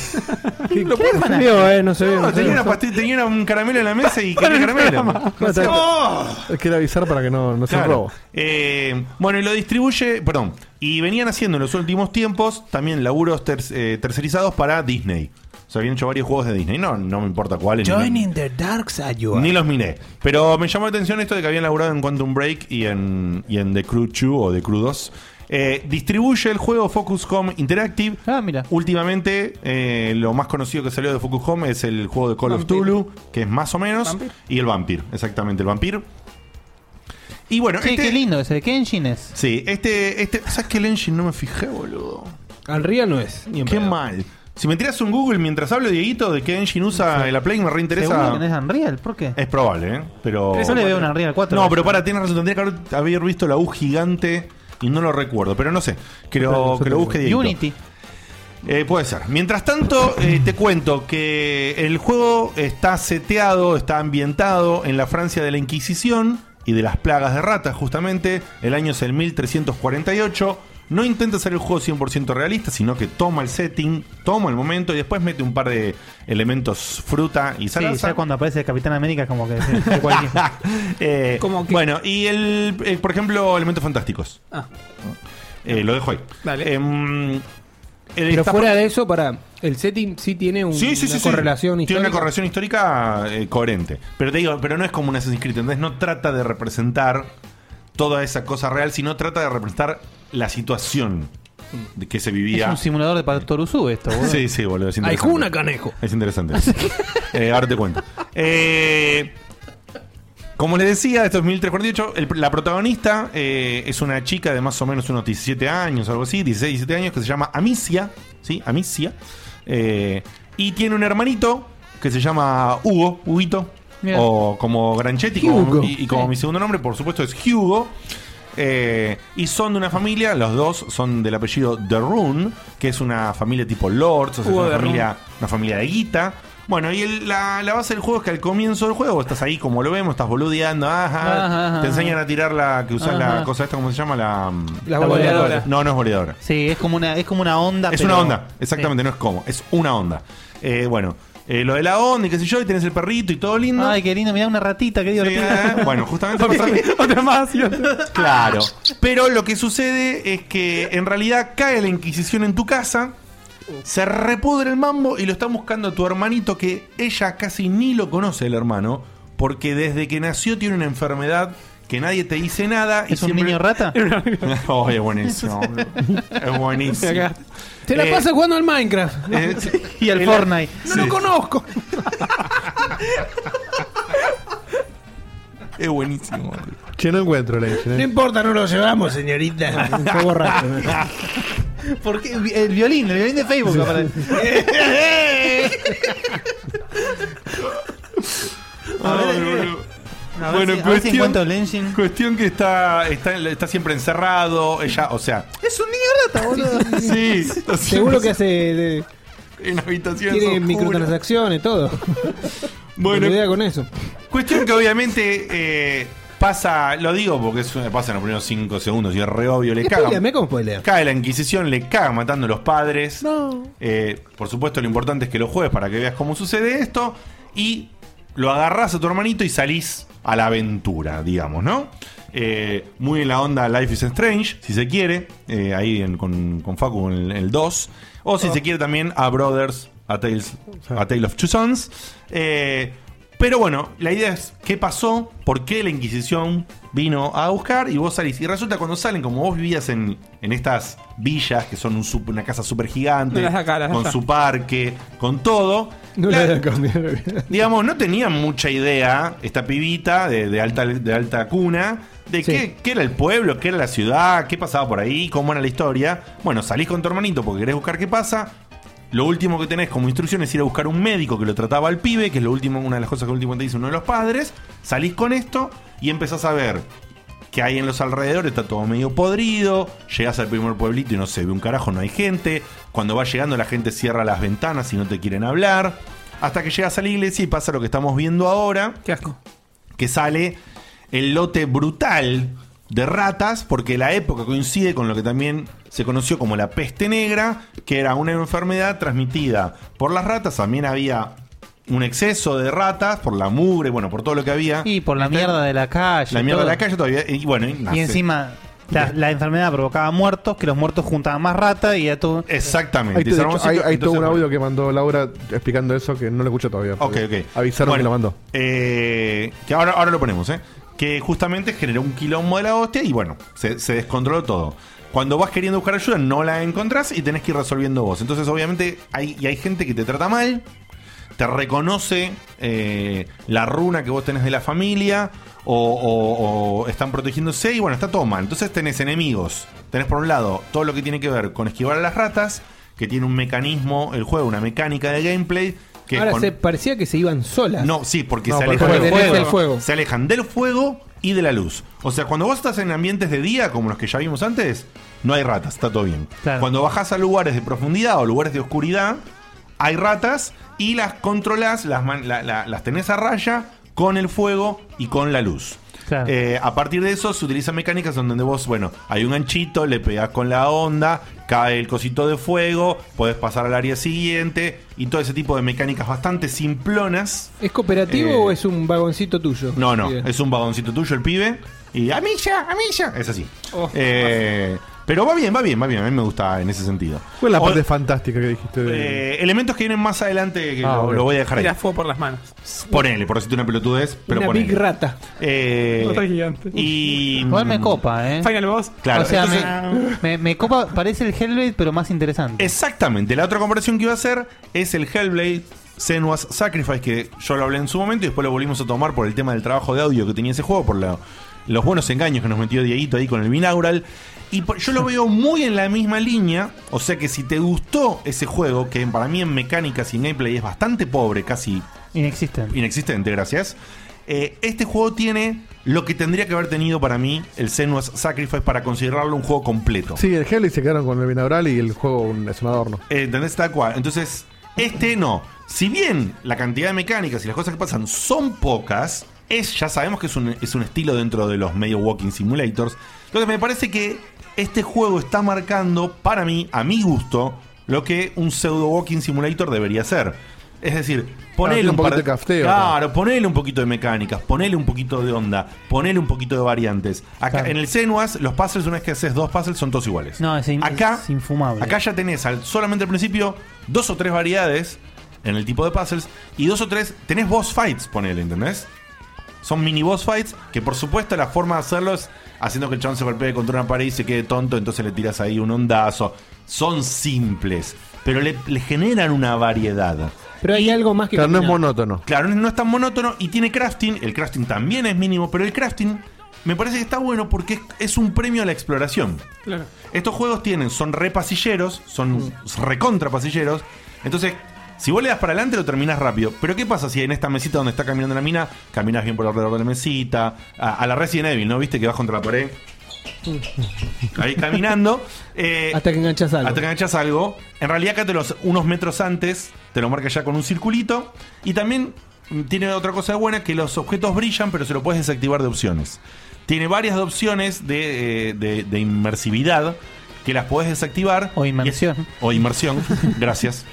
S2: No
S4: Lo
S2: se vio, eh, no se vio.
S1: No,
S2: no se
S1: tenía,
S2: vio.
S1: una pastilla- tenía un caramelo en la mesa y quería caramelo.
S3: No, está-
S1: ¡Oh!
S3: Quiero avisar para que no, no sea
S1: Claro.
S3: robo.
S1: Eh, bueno, y lo distribuye, perdón, y venían haciendo en los últimos tiempos también laburos ter- eh, tercerizados para Disney. O sea, habían hecho varios juegos de Disney. No, no me importa cuáles. ni-
S9: the dark side, you
S1: Ni los miré. Pero me llamó la atención esto de que habían laburado en Quantum Break y en, y en The Crew 2 o The Crew 2. Eh, distribuye el juego Focus Home Interactive.
S4: Ah, mira.
S1: Últimamente, eh, lo más conocido que salió de Focus Home es el juego de Call of
S6: Vampir.
S1: Tulu, que es más o menos.
S6: Vampir.
S1: Y el Vampir, exactamente, el Vampir. Y bueno,
S4: Che,
S1: este.
S4: qué lindo ese. ¿Qué engine es?
S1: Sí, este, este. ¿Sabes que el engine no me fijé, boludo?
S2: Al Ría no es. ni en
S1: Qué
S2: pedo.
S1: mal. Si me tiras un Google mientras hablo, Dieguito, de qué engine usa la Play, me
S4: ¿Seguro que
S1: reinteresa.
S4: no es Unreal? ¿Por qué?
S1: Es probable, ¿eh? Pero.
S4: Yo le veo un Unreal 4.
S1: No, pero para, tienes razón. Tendría que haber, haber visto la U gigante y no lo recuerdo. Pero no sé. Que lo, que lo busque Dieguito.
S4: Unity.
S1: Eh, puede ser. Mientras tanto, eh, te cuento que el juego está seteado, está ambientado en la Francia de la Inquisición y de las plagas de ratas, justamente. El año es el 1348. No intenta hacer el juego 100% realista, sino que toma el setting, toma el momento y después mete un par de elementos fruta y
S4: Sí,
S1: salsa.
S4: ya cuando aparece el Capitán América es como que... de cualquier-
S1: Eh,
S6: Como que-
S1: Bueno, y el, eh, por ejemplo, elementos fantásticos.
S6: Ah,
S1: Eh, lo dejo ahí.
S6: Dale.
S1: Em, el-
S2: Pero
S1: está-
S2: fuera de eso, para el setting sí tiene un-
S1: Sí, sí,
S2: una
S1: sí, sí.
S2: correlación
S1: Tiene una
S2: histórica.
S1: correlación histórica eh, coherente. Pero te digo, pero no es como un Assassin's Creed, ¿entendés? No trata de representar toda esa cosa real, sino trata de representar la situación de que se
S4: Es
S1: vivía.
S4: un simulador de Patoruzú esto, boludo.
S1: Sí, sí, boludo. Es interesante.
S2: Aijuna Canejo.
S1: Es interesante. Eh, ahora te cuento. Eh, como les decía, esto es 1348. el- la protagonista eh, es una chica de más o menos unos 17 años, algo así, 16, 17 años, que se llama Amicia. ¿Sí? Amicia. Eh, y tiene un hermanito que se llama Hugo, Huguito.
S4: Bien.
S1: O como Granchetti,
S2: Hugo.
S1: como- y, y como
S4: Sí.
S1: mi segundo nombre, por supuesto, es Hugo. Eh, y son de una familia, los dos son del apellido de Rune, que es una familia tipo Lords, o sea, es
S6: Hugo
S1: una
S6: de
S1: familia, una familia de guita. Bueno, y el- la, la base del juego es que al comienzo del juego estás ahí como lo vemos, estás boludeando, ajá,
S4: Ajá, ajá,
S1: te enseñan a tirar la, que usas la
S4: Ajá.
S1: cosa esta, ¿cómo se llama? La,
S2: La
S4: La
S2: bola de
S6: goleadora.
S2: cola.
S1: No, no es boleadora.
S4: Sí, es como una, es como una onda.
S1: Es
S4: pero-
S1: una onda, exactamente, no es como, es una onda. Eh, bueno, eh, lo de la onda y qué sé yo, y tenés el perrito y todo
S4: Sí.
S1: lindo.
S4: Ay, qué lindo, mirá una ratita, qué
S1: Sí,
S4: divertido.
S1: eh, bueno, justamente pasaron-
S6: Otra más. y otra.
S1: Claro. Pero lo que sucede es que en realidad cae la Inquisición en tu casa, se repudre el mambo y lo está buscando tu hermanito que ella casi ni lo conoce el hermano, porque desde que nació tiene una enfermedad que nadie te dice nada. y
S4: ¿Es un
S1: siempre-
S4: niño rata?
S1: Oh, es buenísimo. boludo. es buenísimo.
S2: Te la
S1: Eh,
S2: pasas jugando al Minecraft.
S1: Eh,
S4: y el
S1: el-
S4: Fortnite.
S2: No lo conozco.
S1: es buenísimo. boludo.
S3: Che, no encuentro la engine,
S2: No
S3: eh.
S2: importa, no lo llevamos, señorita. Fue borracho.
S4: Porque el violín, el violín de Facebook. aparece.
S1: Ay, boludo.
S4: A
S1: Bueno,
S4: ver si- a ver si
S1: cuestión,
S4: encuentro el engine.
S1: cuestión que está, está, está siempre encerrado. Ella, o sea,
S4: Es un niño rata, boludo.
S1: sí, está
S2: Seguro que
S1: siempre
S2: hace. de-
S1: en habitaciones
S2: tiene
S1: oscuras.
S2: microtransacciones, todo.
S1: Bueno,
S2: idea con eso.
S1: cuestión que obviamente eh, pasa, lo digo porque es, una- pasa en los primeros 5 segundos y es re obvio, le caga.
S2: Spoileame, ¿cómo spoilea?
S1: Cae la Inquisición, le caga matando a los padres. Eh, por supuesto, lo importante es que lo juegues para que veas cómo sucede esto. Y lo agarrás a tu hermanito y salís a la aventura, digamos, ¿no? Eh, muy en la onda Life is Strange, si se quiere. eh, ahí en- con, con Facu en el, en el 2. O
S2: Ah.
S1: si se quiere también a Brothers, a Tales, a Tale of Two Sons. Eh, pero bueno, la idea es qué pasó, por qué la Inquisición vino a buscar y vos salís. Y resulta cuando salen, como vos vivías en, en estas villas que son un sup- una casa súper gigante,
S6: No las da cara,
S1: con
S6: ya.
S1: su parque, con todo.
S2: No
S1: la-
S2: le voy a cambiar.
S1: digamos, no tenía mucha idea esta pibita de, de alta, de alta cuna de
S2: Sí.
S1: qué, qué era el pueblo, qué era la ciudad, qué pasaba por ahí, cómo era la historia. Bueno, salís con tu hermanito porque querés buscar qué pasa. Lo último que tenés como instrucción es ir a buscar un médico que lo trataba al pibe, que es lo último, una de las cosas que último te dice uno de los padres. Salís con esto y empezás a ver que hay en los alrededores, está todo medio podrido. Llegás al primer pueblito y no se ve un carajo, no hay gente. Cuando vas llegando, la gente cierra las ventanas y no te quieren hablar. Hasta que llegas a la iglesia y pasa lo que estamos viendo ahora.
S6: Qué asco.
S1: Que sale el lote brutal de ratas, porque la época coincide con lo que también se conoció como la peste negra, que era una enfermedad transmitida por las ratas. También había un exceso de ratas por la mugre, bueno, por todo lo que había.
S4: Y por la mierda de la calle.
S1: La mierda de
S4: todo.
S1: la calle Ah, todavía. Y bueno, y
S4: Y
S1: nace.
S4: encima la, la enfermedad provocaba muertos, que los muertos juntaban más rata y a todo.
S1: Exactamente.
S3: Ahí, te- de hecho,
S1: Desarmamos
S3: hay,
S1: esto,
S3: hay todo
S1: entonces,
S3: un
S1: bueno.
S3: audio que mandó Laura explicando eso que no lo escucho todavía.
S1: Ok,
S3: pero
S1: ok.
S3: Avisaron
S1: Bueno,
S3: que lo mandó.
S1: eh, que ahora, ahora lo ponemos, ¿eh? Que justamente generó un quilombo de la hostia y bueno, se, se descontroló todo. Cuando vas queriendo buscar ayuda, no la encontrás y tenés que ir resolviendo vos. Entonces, obviamente, hay, y hay gente que te trata mal, te reconoce eh, la runa que vos tenés de la familia o, o- o están protegiéndose y bueno, está todo mal. Entonces tenés enemigos. Tenés por un lado todo lo que tiene que ver con esquivar a las ratas, que tiene un mecanismo, el juego, una mecánica de gameplay. Que es
S2: Ahora
S1: con-
S2: se parecía que se iban solas.
S1: no, sí, porque
S3: No,
S1: se
S3: porque
S1: alejan del
S2: tenés
S1: fuego.
S2: el fuego.
S1: Se alejan del fuego y de la luz. O sea, cuando vos estás en ambientes de día, como los que ya vimos antes, no hay ratas, está todo bien.
S4: Claro.
S1: Cuando bajás a lugares de profundidad o lugares de oscuridad, hay ratas y las controlás, las, man- la- la- las tenés a raya con el fuego y con la luz.
S4: Claro.
S1: Eh, a partir de eso se utilizan mecánicas en donde vos, bueno, hay un ganchito, le pegás con la onda, cae el cosito de fuego, podés pasar al área siguiente y todo ese tipo de mecánicas bastante simplonas.
S2: ¿Es cooperativo
S1: Eh,
S2: o es un vagoncito tuyo?
S1: No, no,
S2: Bien.
S1: es un vagoncito tuyo el pibe. Y a mí ya, a mí ya. Es así.
S6: Oh.
S1: Eh, pero va bien, va bien, va bien. A mí me gusta en ese sentido.
S3: ¿Cuál es la
S1: O-
S3: parte fantástica que dijiste? De...
S1: eh, elementos que vienen más adelante que
S3: Ah,
S1: lo,
S3: bueno.
S1: lo voy a dejar ahí.
S6: Tira fuego por las manos.
S1: Ponele, por decirte una pelotudez, pero
S2: Una
S1: ponele.
S2: big rata.
S1: Eh,
S6: Otra gigante.
S1: y.
S4: Igual me copa, ¿eh?
S6: Final boss.
S1: Claro,
S4: o sea, me-
S1: entonces-
S4: me, me copa, parece el Hellblade, pero más interesante.
S1: Exactamente. La otra comparación que iba a hacer es el Hellblade Senua's Sacrifice, que yo lo hablé en su momento y después lo volvimos a tomar por el tema del trabajo de audio que tenía ese juego, por la- los buenos engaños que nos metió Dieguito ahí con el binaural. Y por- yo lo veo muy en la misma línea. O sea que si te gustó ese juego, que para mí en mecánicas y en gameplay es bastante pobre, casi
S4: Inexistente.
S1: inexistente, gracias. Eh, este juego tiene lo que tendría que haber tenido para mí el Senua's Sacrifice para considerarlo un juego completo.
S3: Sí, el Hell y se quedaron con el binaural y el juego un- es un adorno.
S1: Eh, ¿Entendés? Tal cual. Entonces, este no. Si bien la cantidad de mecánicas y las cosas que pasan son pocas, es, ya sabemos que es un, es un estilo dentro de los medio walking simulators. Entonces, me parece que este juego está marcando, para mí, a mi gusto, lo que un pseudo walking simulator debería ser. Es decir, ponele
S3: tiene
S1: un,
S3: un poquito
S1: par
S3: de cafteo,
S1: Claro, ponele un poquito de mecánicas, ponele un poquito de onda, ponele un poquito de variantes. Acá
S4: Claro.
S1: en el Senuas, los puzzles, una vez que haces dos puzzles, son todos iguales.
S4: No, es in-
S1: acá,
S4: es infumable.
S1: Acá ya tenés al- solamente al principio dos o tres variedades en el tipo de puzzles y dos o tres. Tenés boss fights, ponele, ¿entendés? Son mini boss fights que, por supuesto, la forma de hacerlo es haciendo que el chabón se golpee contra una pared y se quede tonto, entonces le tiras ahí un ondazo. Son simples, pero le, le generan una variedad.
S2: Pero hay algo más que.
S3: Claro, no es
S2: caminar.
S3: monótono.
S1: Claro, no es tan monótono y tiene crafting. El crafting también es mínimo, pero el crafting me parece que está bueno porque es- es un premio a la exploración.
S6: Claro.
S1: Estos juegos tienen, son re pasilleros, son recontra pasilleros. Entonces, si vos le das para adelante, lo terminás rápido. Pero ¿qué pasa si en esta mesita donde está caminando la mina, caminas bien por alrededor de la mesita? A, a la Resident Evil, ¿no? ¿Viste que vas contra la pared? Ahí caminando. eh,
S2: Hasta que enganchas algo.
S1: hasta que enganchas algo. En realidad, acá te los, unos metros antes, te lo marca ya con un circulito. Y también mm, tiene otra cosa buena: que los objetos brillan, pero se lo puedes desactivar de opciones. Tiene varias opciones de, eh, de- de inmersividad que las puedes desactivar.
S4: O inmersión.
S1: Y es- O inmersión, gracias.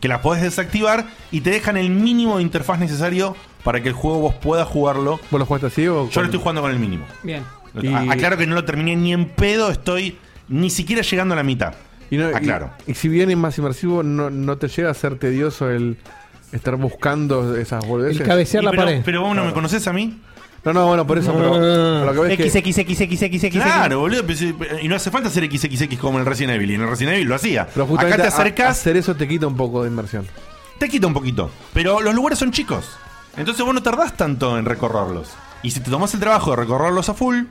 S1: Que las podés desactivar y te dejan el mínimo de interfaz necesario para que el juego vos puedas jugarlo.
S3: ¿Vos lo jugaste así o.?
S1: Yo lo estoy jugando con el mínimo.
S6: Bien.
S3: Y-
S1: A- Aclaro Ah, que no lo terminé ni en pedo, estoy ni siquiera llegando a la mitad.
S3: Y no- y-
S1: Aclaro.
S3: Y, si bien es más inmersivo, no, no te llega a ser tedioso el estar buscando esas
S2: El
S3: boludeces.
S2: cabecear
S1: Y
S2: la
S1: pero,
S2: pared.
S1: pero vos no me conoces a mí.
S3: No, no, bueno, por eso. pero-
S2: Ah.
S3: pero lo que ves es que-
S4: XXXXXX.
S1: Claro, boludo. pues, eh, Y no hace falta hacer XXX como en el Resident Evil. Y en el Resident Evil lo hacía.
S3: pero
S1: Acá
S3: justamente a-
S1: te acercas,
S3: hacer eso te quita un poco de inmersión.
S1: te quita un poquito. Pero los lugares son chicos. Entonces vos no tardás tanto en recorrerlos. Y si te tomás el trabajo de recorrerlos a full,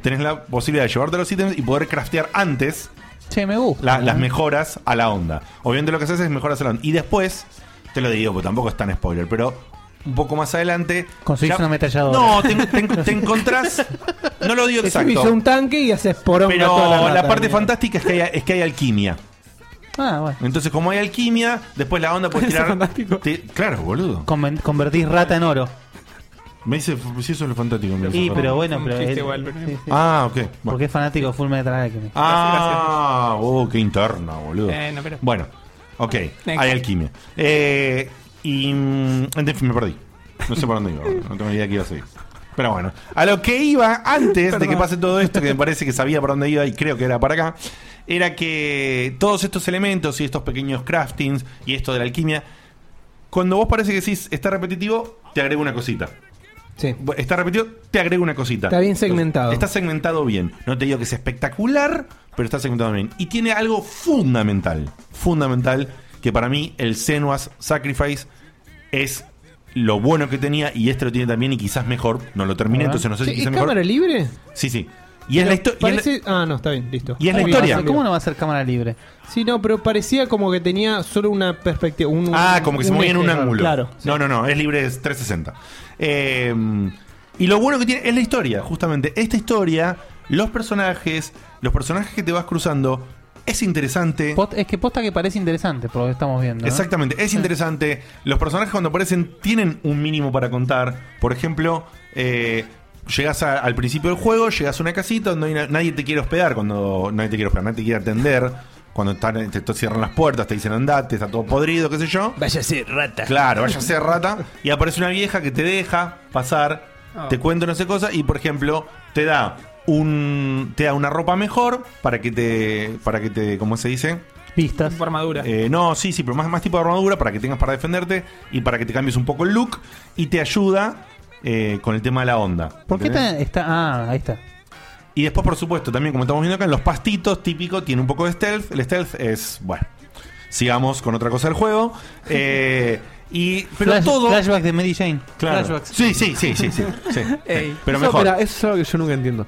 S1: tenés la posibilidad de llevarte los ítems y poder craftear antes
S4: Che, me gusta.
S1: la- las mejoras a la onda. Obviamente lo que haces es mejoras a la onda. Y después, te lo digo, porque tampoco es tan spoiler, pero un poco más adelante.
S4: Conseguís
S1: ya-
S4: una ametralladora.
S1: No, te, te- te encontrás. No lo digo exacto.
S2: Subís a un tanque y haces poronga
S1: Pero
S2: toda
S1: la,
S2: la, rata,
S1: parte
S2: mira.
S1: fantástica es que, hay, es que hay alquimia.
S4: Ah, bueno.
S1: Entonces, como hay alquimia, después la onda puede
S6: Eso es
S1: tirar.
S6: fantástico.
S1: te- claro, boludo.
S4: Conven- convertís rata en oro.
S1: Me dice, pues sí, eso es lo fantástico. me
S4: Sí,
S1: dice.
S4: pero bueno,
S6: Un
S4: pero.
S6: chiste
S4: él-
S6: igual, pero-
S4: sí, sí.
S1: Ah, ok. Bueno.
S4: Porque es fanático de Full Metal Alchemist.
S1: Ah, oh, qué interna, boludo.
S6: Eh, no, pero-
S1: Bueno, ok,
S6: Next.
S1: hay alquimia. Eh, y. mm, En fin, me perdí. No sé por dónde iba, boludo. no tengo idea que iba a seguir. Pero bueno, a lo que iba antes de que pase todo esto, que me parece que sabía por dónde iba y creo que era para acá, era que todos estos elementos y estos pequeños craftings y esto de la alquimia, cuando vos parece que decís está repetitivo, te agrego una cosita.
S2: Sí.
S1: Está repetido, te agrego una cosita.
S2: Está bien segmentado.
S1: Está segmentado bien. No te digo que es espectacular, pero está segmentado bien. Y tiene algo fundamental. Fundamental. Que para mí el Senua's Sacrifice es lo bueno que tenía. Y este lo tiene también y quizás mejor. No lo terminé,
S4: Ah.
S1: entonces no sé
S2: Che,
S1: si
S2: ¿Es
S1: quizás mejor.
S2: cámara libre?
S1: Sí, sí. Y es la
S2: Pero
S1: historia.
S2: parece- Ah, no, está bien, listo.
S1: Y es la
S2: Está bien,
S1: historia.
S2: está bien.
S4: ¿Cómo no va a ser cámara libre?
S2: Sí, no, pero parecía como que tenía solo una perspectiva. un-
S1: Ah, como que se
S2: un
S1: movía en
S2: eje,
S1: un ángulo.
S2: Claro.
S1: No, no, no, es libre es 360. Eh, y lo bueno que tiene es la historia, justamente. Esta historia, los personajes, los personajes que te vas cruzando, es interesante.
S4: Pot- es que posta que parece interesante por lo que estamos viendo. ¿no?
S1: Exactamente, es interesante. Los personajes cuando aparecen tienen un mínimo para contar. Por ejemplo, eh, llegas a- al principio del juego, llegas a una casita donde hay na- nadie te quiere hospedar, cuando nadie te quiere hospedar, nadie te quiere atender. Cuando están, te, te cierran las puertas, te dicen andate, está todo podrido, qué sé yo.
S2: Vaya a ser rata.
S1: Claro, vaya a ser rata. Y aparece una vieja que te deja pasar,
S6: Ah.
S1: te cuenta no sé cosa, y por ejemplo, te da un. te da una ropa mejor para que te. para que te. ¿cómo se dice?
S4: Pistas.
S6: Por armadura.
S1: Eh, no, sí, sí, pero más, más tipo de armadura para que tengas para defenderte y para que te cambies un poco el look y te ayuda eh, con el tema de la onda.
S4: ¿Por qué
S1: ¿entendés?
S4: está, está- Ah, ahí está.
S1: Y después, por supuesto, también como estamos viendo acá, en los pastitos típico tiene un poco de stealth. El stealth es, bueno, sigamos con otra cosa del juego. Eh, y, pero
S4: Flash-
S1: todo...
S4: Flashback de Mary Jane.
S1: Claro.
S4: Flashbacks.
S1: Sí, sí, sí, sí, sí. sí.
S6: Ey.
S1: Pero
S3: eso,
S1: mejor.
S3: espera, eso es algo que yo nunca entiendo.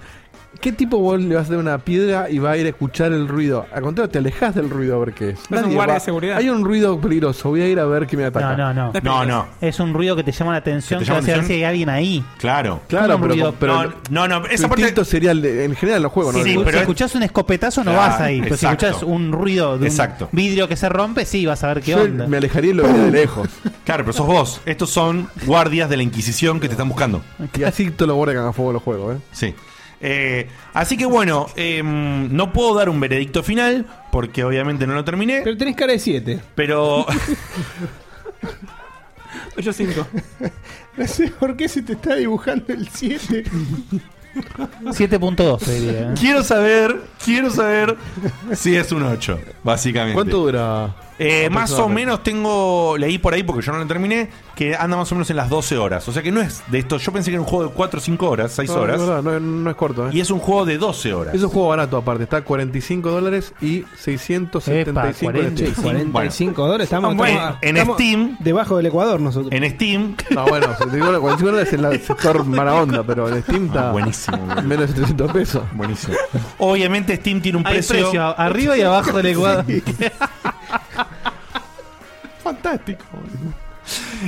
S3: ¿Qué tipo vos le vas a dar una piedra y va a ir a escuchar el ruido? Al contrario, te alejas del ruido a ver qué es.
S6: un
S3: Nadie
S6: guardia
S3: va-
S6: de seguridad.
S3: Hay un ruido peligroso, voy a ir a ver qué me ataca.
S4: No, no, no.
S1: No, no,
S4: Es un ruido que te llama la atención.
S1: ¿Que
S4: Que
S1: te llama
S4: vas a ver
S1: atención?
S4: si hay alguien ahí.
S1: claro.
S3: Claro,
S4: ¿Cómo
S3: pero,
S4: ruido?
S3: pero
S1: no, no, no,
S3: esa
S1: esa parte...
S3: sería el de- en general los juegos, ¿no?
S1: Sí,
S4: si
S1: pero
S4: si
S1: es-
S4: escuchás un escopetazo, no
S1: Claro,
S4: vas ahí. Pero si
S1: exacto.
S4: escuchás un ruido de
S1: Exacto.
S4: un vidrio que se rompe, sí, vas a ver qué
S3: Yo
S4: onda.
S3: me alejaría y lo vería de lejos.
S1: Claro, pero sos vos. Estos son guardias de la Inquisición que te están buscando.
S3: Y así te lo guardan a fuego los juegos, ¿eh?
S1: Sí. Eh, así que bueno, em, no puedo dar un veredicto final porque obviamente no lo terminé,
S2: Pero tenés cara de 7.
S1: pero
S6: 8-5.
S5: No sé por qué se te está dibujando el 7.
S4: 7.2 sería. ¿eh?
S1: quiero saber, quiero saber si es un 8, básicamente.
S3: ¿Cuánto dura?
S1: Eh, más o
S3: Aproximadamente.
S1: menos tengo, leí por ahí porque yo no lo terminé, que anda más o menos en las 12 horas. O sea que no es de esto, yo pensé que era un juego de 4 o 5 horas, 6
S3: No,
S1: horas,
S3: No, no, no es corto, ¿eh?
S1: y es un juego de 12 horas.
S3: Es un juego barato aparte, está a 45 dólares y
S4: Epa,
S3: 675 de
S4: 40.
S3: Steam.
S2: 45 dólares. Estamos,
S1: Bueno,
S2: estamos-
S1: en
S2: estamos
S1: Steam,
S5: Debajo del Ecuador nosotros.
S1: en Steam,
S3: No, bueno, si te digo, 45 dólares es la sector mala onda, pero en Steam está
S1: Ah, buenísimo, boludo.
S3: menos de 300 pesos.
S1: buenísimo. Obviamente Steam tiene un
S4: Hay
S1: precio,
S4: precio a- arriba y abajo del Ecuador.
S1: Fantástico.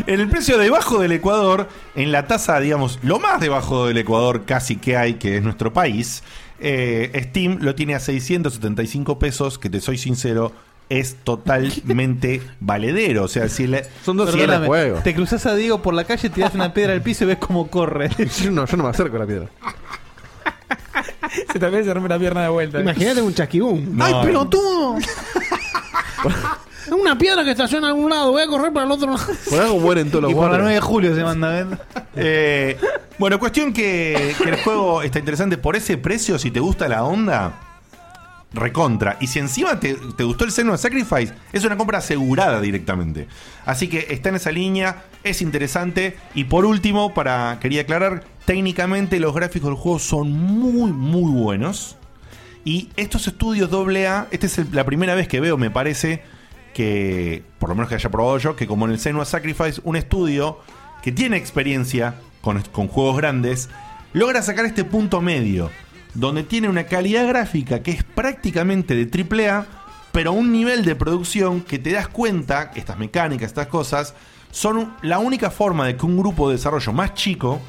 S1: En el precio debajo del Ecuador, en la tasa, digamos, lo más debajo del Ecuador casi que hay, que es nuestro país, eh, Steam lo tiene a 675 pesos, que te soy sincero, es totalmente valedero. O sea, si le...
S3: Son 12 horas de
S4: Perdóname,
S3: juego.
S4: Te cruzas a Diego por la calle, tirás una piedra al piso y ves cómo corre.
S3: Yo no, yo no me acerco a la piedra.
S6: Se también se rompe la pierna de vuelta.
S2: Imagínate un chasquibum.
S1: No,
S2: pelotudo! Es una piedra que estaciona en algún lado. Voy a correr para el otro lado.
S3: Por algo mueren todos los
S4: Y por la 9 de
S3: jugadores.
S4: julio se manda a ver.
S1: eh, bueno, cuestión que, que el juego está interesante por ese precio, si te gusta la onda, recontra. Y si encima te, te gustó el Senua Sacrifice, es una compra asegurada directamente. Así que está en esa línea, es interesante. Y por último, para quería aclarar, técnicamente los gráficos del juego son muy, muy buenos. Y estos estudios AA, esta es el- la primera vez que veo, me parece, que, por lo menos que haya probado yo, que como en el Senua Sacrifice, un estudio que tiene experiencia con, con juegos grandes, logra sacar este punto medio, donde tiene una calidad gráfica que es prácticamente de triple A, pero a un nivel de producción que te das cuenta, estas mecánicas, estas cosas, son un- la única forma de que un grupo de desarrollo más chico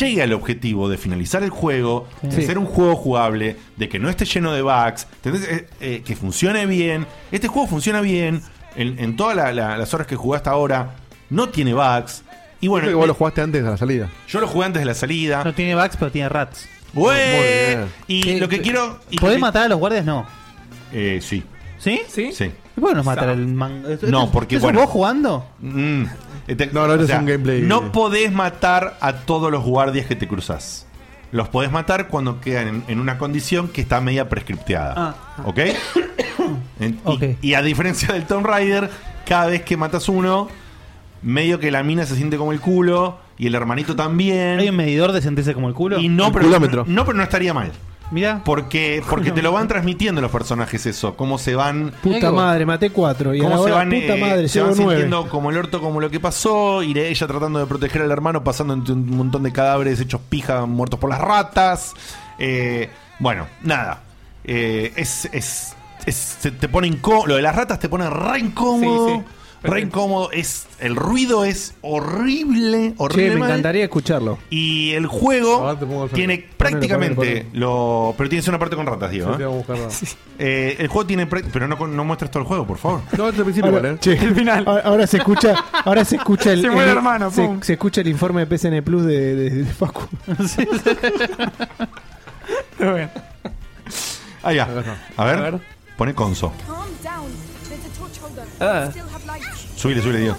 S1: llegue al objetivo de finalizar el juego, de
S2: Sí.
S1: ser un juego jugable, de que no esté lleno de bugs, ¿entendés? Eh, eh, que funcione bien. Este juego funciona bien en, en todas la- la- las horas que jugué hasta ahora, no tiene bugs. Y bueno, eh,
S3: Creo que vos lo Ah. jugaste antes de la salida.
S1: yo lo jugué antes de la salida.
S4: No tiene bugs, pero tiene rats.
S1: ¡Ué!
S3: Muy bien.
S1: Y lo que quiero. y
S4: ¿Podés
S1: que-
S4: matar a los guardias? No.
S1: Eh, sí.
S4: ¿Sí?
S6: ¿Sí?
S1: Sí.
S4: ¿Y por qué no matar al man?
S1: No, porque,
S4: ¿Eso
S1: bueno.
S4: vos jugando?
S1: Mm. Eh, te-
S3: No, no,
S1: o
S3: este es
S1: sea,
S3: un gameplay.
S1: No podés matar a todos los guardias que te cruzas. Los podés matar cuando quedan en, en una condición que está media prescripteada. ¿Ok? En- y-
S4: Ah, Ok.
S1: Y, a diferencia del Tomb Raider, cada vez que matas uno, medio que la mina se siente como el culo y el hermanito
S4: ¿Hay un
S1: también.
S4: medidor de sentirse como el culo?
S1: Y no,
S3: El
S1: pero,
S3: culómetro.
S1: no, pero no estaría mal.
S4: Mirá.
S1: Porque, porque te lo van transmitiendo los personajes eso, cómo se van
S2: Puta madre, maté cuatro. Y
S1: cómo se
S2: ahora,
S1: van,
S2: puta
S1: eh,
S2: madre,
S1: se
S2: llevo
S1: van
S2: nueve.
S1: sintiendo como el orto, como lo que pasó, y de ella tratando de proteger al hermano, pasando entre un montón de cadáveres hechos pija, muertos por las ratas. Eh, bueno, nada. Eh, es, es, es- se te pone incó- Lo de las ratas te pone re incómodo.
S6: Sí, sí.
S1: Re
S6: Perfecto.
S1: incómodo. Es, el ruido es horrible, horrible.
S2: Che, me
S1: mal.
S2: encantaría escucharlo.
S1: Y el juego
S3: Ahora te pongo el sonido.
S1: tiene
S3: Ponelo,
S1: prácticamente
S3: ponelo,
S1: lo. Pero tienes una parte con ratas, digo.
S3: Sí, te
S1: ¿eh?
S3: voy a buscar nada.
S1: Eh, el juego tiene. práct- Pero no, con- no muestres todo el juego, por favor.
S3: No, es el principio igual, ¿eh?
S2: Che,
S6: El final.
S2: Ahora, ahora se escucha, ahora se escucha el,
S6: Se muere el
S2: el-
S6: hermano,
S2: se,
S6: pum.
S2: se escucha el informe de PSN Plus de, de, de Facu.
S6: Pero bueno.
S1: Ah, ya. A ver,
S6: A ver.
S1: pone conso.
S10: Ah.
S1: Subile, subile, Ah. Diego.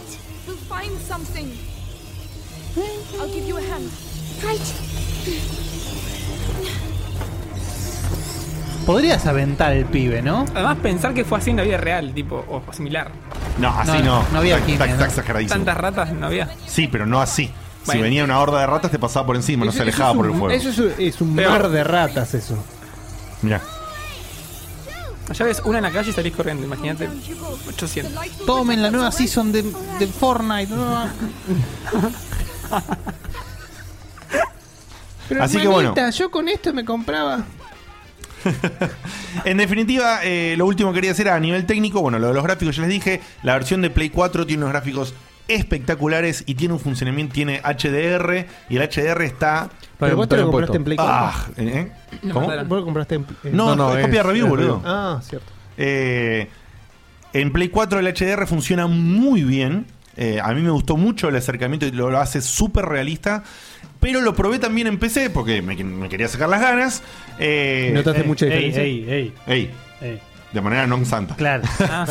S4: Podrías aventar el pibe, ¿no?
S6: Además, pensar que fue así en la vida real, tipo, o similar.
S1: No, así no.
S4: No, no había
S1: Está-
S4: química,
S1: está-
S4: ¿no?
S1: está exageradísimo.
S6: Tantas ratas no había.
S1: Sí, pero no así. Si
S6: Bueno.
S1: venía una horda de ratas, te pasaba por encima, no se alejaba por el fuego.
S2: Eso es un, es un
S6: Pero-
S2: mar de ratas, eso.
S1: Mirá.
S6: Allá ves una en la calle y salís corriendo, imagínate. 800.
S4: Tomen la nueva season de, de Fortnite. nueva-
S1: Así que bueno. hermanita,
S2: yo con esto me compraba.
S1: En definitiva, eh, lo último que quería hacer a nivel técnico, bueno, lo de los gráficos ya les dije, la versión de Play 4 tiene unos gráficos espectaculares y tiene un funcionamiento, tiene HDR y el HDR está...
S2: Pero vos te lo
S3: Preguntale un
S2: compraste
S3: poquito.
S2: en Play 4.
S1: Ah, ¿eh?
S6: No,
S1: ¿Cómo?
S6: mataron.
S2: Vos lo compraste en. en-
S1: No,
S3: No, no,
S1: es,
S3: es-
S1: copia de review,
S3: es
S1: boludo.
S2: Ah, cierto.
S1: Eh, en Play 4 el HDR funciona muy bien. Eh, a mí me gustó mucho el acercamiento y lo, lo hace súper realista. Pero lo probé también en PC porque me, me quería sacar las ganas. Eh,
S2: ¿Notaste
S4: Ey,
S2: mucha
S4: ey,
S2: diferencia?
S4: ey, ey,
S1: ey,
S4: ey.
S1: de manera non santa.
S4: Claro.
S6: Ah,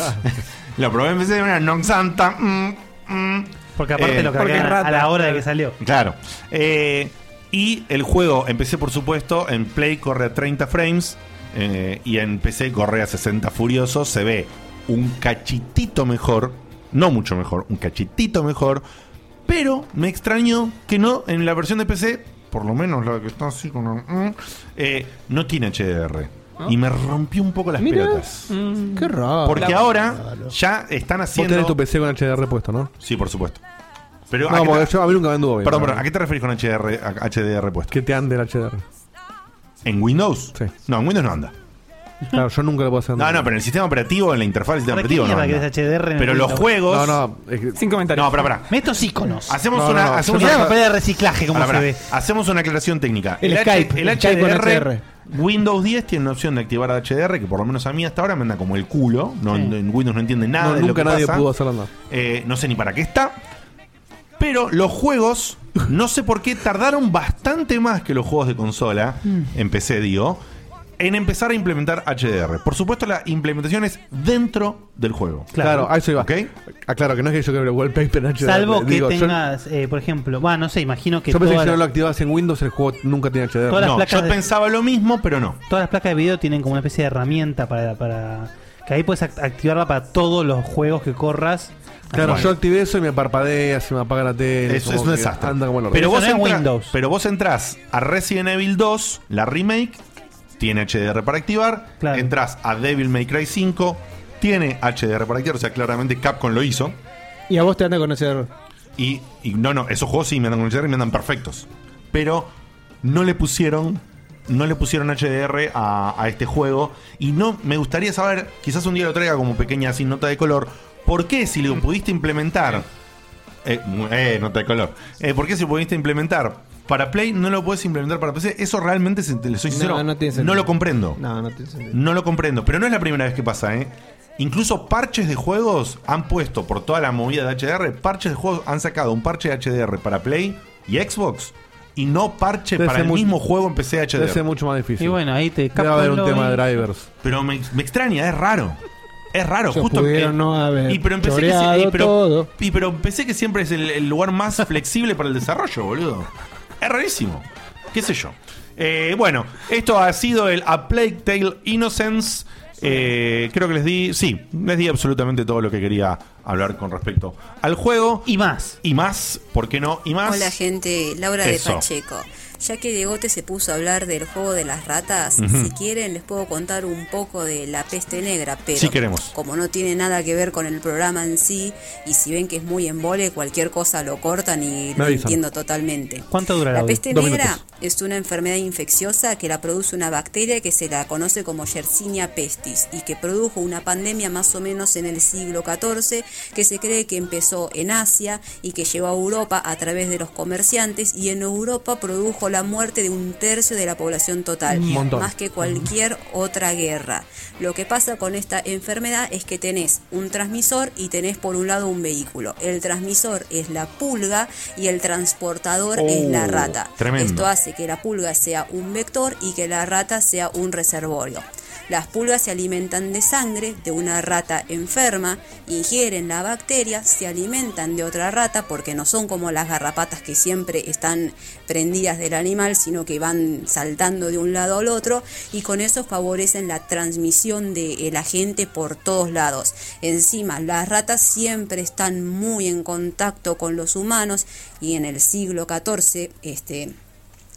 S1: Lo probé en PC de manera non santa. mm, mm.
S4: Porque aparte
S1: Eh,
S4: lo
S6: porque
S4: cargaron
S6: es rata.
S4: a la hora de que salió.
S1: Claro. Eh, y el juego empecé, por supuesto, en Play corre a 30 frames eh, y en PC corre a 60 furiosos. Se ve un cachitito mejor, no mucho mejor, un cachitito mejor. Pero me extrañó que no en la versión de PC, por lo menos la que está así con... un- mm, eh, no tiene HDR. Y me rompió un poco las
S2: Mirá.
S1: pelotas.
S2: Qué raro.
S1: Porque
S6: La-
S1: ahora ya están
S3: Vos tenés
S1: haciendo...
S3: tu PC con HDR puesto, ¿no?
S1: Sí, por supuesto. Pero ¿a
S3: No,
S1: qué
S3: porque
S1: te-
S3: yo a mí nunca me anduvo bien.
S1: Perdón,
S3: ¿no?
S1: perdón, ¿a qué te referís con HDR, a- HDR puesto?
S3: Que te ande el HDR.
S1: ¿En Windows?
S3: Sí.
S1: No, en Windows no anda.
S3: Claro, yo nunca lo puedo hacer.
S1: No, no, pero en el sistema operativo, en la interfaz del sistema
S4: ¿Para qué
S1: operativo no
S4: mierda
S1: anda.
S4: querés HDR en
S1: Pero
S4: el
S1: los
S4: Windows?
S1: juegos...
S3: No, no. es que-
S6: Sin comentarios.
S1: No, pará, pará.
S4: Mete estos iconos.
S1: Hacemos
S3: No,
S1: una...
S3: no, no,
S1: hacemos
S4: Mirá
S1: una-
S4: la papel de reciclaje cómo
S1: pará,
S4: se
S1: Ah, pará.
S4: ve.
S1: Hacemos una aclaración técnica.
S2: El
S1: H-
S2: Skype,
S1: el
S2: el Skype con HDR.
S1: Windows 10 tiene una opción de activar HDR, que por lo menos a mí hasta ahora me anda como el culo. No,
S4: Sí.
S1: en- En Windows no entiende nada
S3: no,
S1: de lo
S3: nunca
S1: que
S3: nadie
S1: pasa.
S3: pudo hacerlo nada.
S1: Eh, no sé ni para qué está. Pero los juegos, no sé por qué, tardaron bastante más que los juegos de consola,
S4: Mm.
S1: en PC digo, en empezar a implementar HDR. Por supuesto, la implementación es dentro del juego.
S3: Claro, a eso iba.
S1: ¿Ok?
S3: Aclaro que no es que yo creo que el wallpaper en HDR.
S4: Salvo que
S3: Digo, yo-
S4: tengas, eh, por ejemplo, bueno, no sé, imagino que
S3: Yo pensé que
S4: todas,
S3: si no lo
S4: las-
S3: activabas en Windows, el juego nunca tiene HDR.
S4: Todas las
S1: No,
S4: placas
S1: yo
S4: de-
S1: pensaba lo mismo, pero no.
S4: todas las placas de video tienen como una especie de herramienta para, para que ahí puedes act- activarla para todos los juegos que corras.
S3: Claro,
S1: Bueno.
S3: yo activé eso y me parpadea, se me apaga la tele.
S1: Es,
S3: como
S1: es un
S3: que
S1: desastre.
S3: Anda como el
S1: pero,
S4: Eso
S1: vos
S4: no es
S1: entrás-
S4: Windows.
S1: pero vos entrás a Resident Evil 2, la remake, tiene HDR para activar.
S4: Claro.
S1: Entrás a Devil May Cry 5, tiene HDR para activar. O sea, claramente Capcom lo hizo.
S2: Y a vos te anda a conocer.
S1: Y, y no, no, esos juegos sí me andan con el Jerry y me andan perfectos. Pero no le pusieron no le pusieron HDR a, a este juego. Y no me gustaría saber, quizás un día lo traiga como pequeña así nota de color, ¿por qué si
S2: Mm.
S1: lo pudiste implementar? Eh, eh, nota de color. Eh, ¿Por qué si lo pudiste implementar? Para Play no lo puedes implementar para PC. Eso realmente, se, te le soy sincero,
S2: no tiene
S1: no
S2: sentido.
S1: lo comprendo.
S2: No, no tiene sentido.
S1: No lo comprendo, pero no es la primera vez que pasa, ¿eh? Incluso parches de juegos han puesto por toda la movida de HDR, parches de juegos han sacado un parche de HDR para Play y Xbox y no parche
S3: Debe
S1: para
S3: ser
S1: el
S3: mu-
S1: mismo juego en PC HDR.
S3: Debe ser mucho más difícil.
S4: Y bueno, ahí te
S3: Debe haber un
S4: Capcom
S3: tema de
S4: lo-
S3: drivers.
S1: Pero me, me extraña, es raro. Es raro,
S2: Ellos
S1: justo eh,
S2: pudieron no haber
S1: y pero empecé que,
S2: choreado
S1: se- y pero-
S2: todo.
S1: y pero empecé que siempre es el, el lugar más flexible para el desarrollo, boludo. Es rarísimo. ¿Qué sé yo? Eh, bueno, esto ha sido el A Plague Tale Innocence. Eh, creo que les di. Sí, les di absolutamente todo lo que quería hablar con respecto al juego. Y,
S4: Y más.
S1: y más, ¿por qué no? Y más.
S11: Hola gente, Laura
S1: Eso.
S11: de Pacheco. Ya que Diegote se puso a hablar del juego de las ratas,
S1: Ujú.
S11: si quieren les puedo contar un poco de la peste negra, pero
S1: Sí queremos.
S11: como no tiene nada que ver con el programa en sí, y si ven que es muy embole, cualquier cosa lo cortan y
S3: Me
S11: lo
S3: avisan.
S11: entiendo totalmente.
S4: ¿Cuánto dura el
S11: La
S4: audio?
S11: peste
S3: Dos
S11: negra
S3: minutos.
S11: es una enfermedad infecciosa que la produce una bacteria que se la conoce como Yersinia pestis y que produjo una pandemia más o menos en el siglo XIV que se cree que empezó en Asia y que llegó a Europa a través de los comerciantes y en Europa produjo la muerte de un tercio de la población total,
S3: Un montón.
S11: más que cualquier otra guerra. Lo que pasa con esta enfermedad es que tenés un transmisor y tenés por un lado un vehículo. El transmisor es la pulga y el transportador es la
S1: Oh,
S11: rata.
S1: tremendo.
S11: Esto hace que la pulga sea un vector y que la rata sea un reservorio. Las pulgas se alimentan de sangre de una rata enferma, ingieren la bacteria, se alimentan de otra rata porque no son como las garrapatas que siempre están prendidas del animal, sino que van saltando de un lado al otro y con eso favorecen la transmisión del agente por todos lados. Encima, las ratas siempre están muy en contacto con los humanos y en el siglo XIV, este,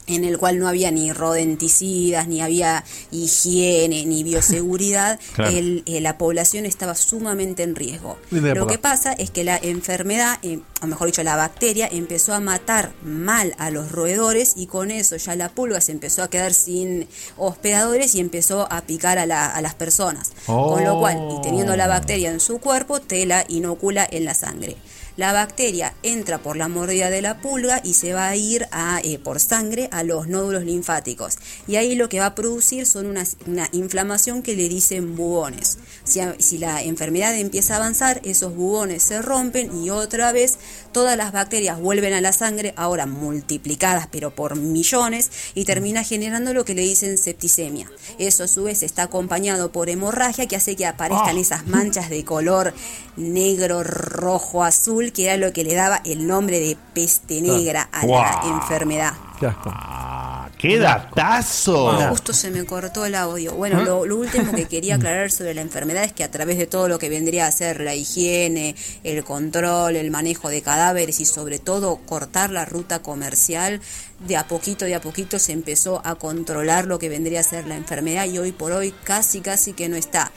S11: en el cual no había ni rodenticidas, ni había higiene, ni bioseguridad,
S1: Claro.
S11: el- eh, la población estaba sumamente en riesgo.
S3: Linda
S11: Lo
S3: época.
S11: que pasa es que la enfermedad, eh, o mejor dicho, la bacteria empezó a matar mal a los roedores y con eso ya la pulga se empezó a quedar sin hospedadores y empezó a picar a, la- a las personas. Con
S4: Oh.
S11: lo cual, y teniendo la bacteria en su cuerpo, te la inocula en la sangre. La bacteria entra por la mordida de la pulga y se va a ir a, eh, por sangre a los nódulos linfáticos. Y ahí lo que va a producir son unas- una, inflamación que le dicen bubones. Si, a- si la enfermedad empieza a avanzar, esos bubones se rompen y otra vez todas las bacterias vuelven a la sangre, ahora multiplicadas pero por millones, y termina generando lo que le dicen septicemia. Eso a su vez está acompañado por hemorragia que hace que aparezcan esas manchas de color negro, rojo, azul, que era lo que le daba el nombre de peste negra a la
S1: Guau.
S11: enfermedad.
S3: Qué asco.
S1: Ah, ¡Qué datazo!
S11: Justo se me cortó el audio. Bueno, lo, lo último que quería aclarar sobre la enfermedad es que a través de todo lo que vendría a ser la higiene, el control, el manejo de cadáveres y sobre todo cortar la ruta comercial, de a poquito, de a poquito se empezó a controlar lo que vendría a ser la enfermedad y hoy por hoy casi, casi que no está.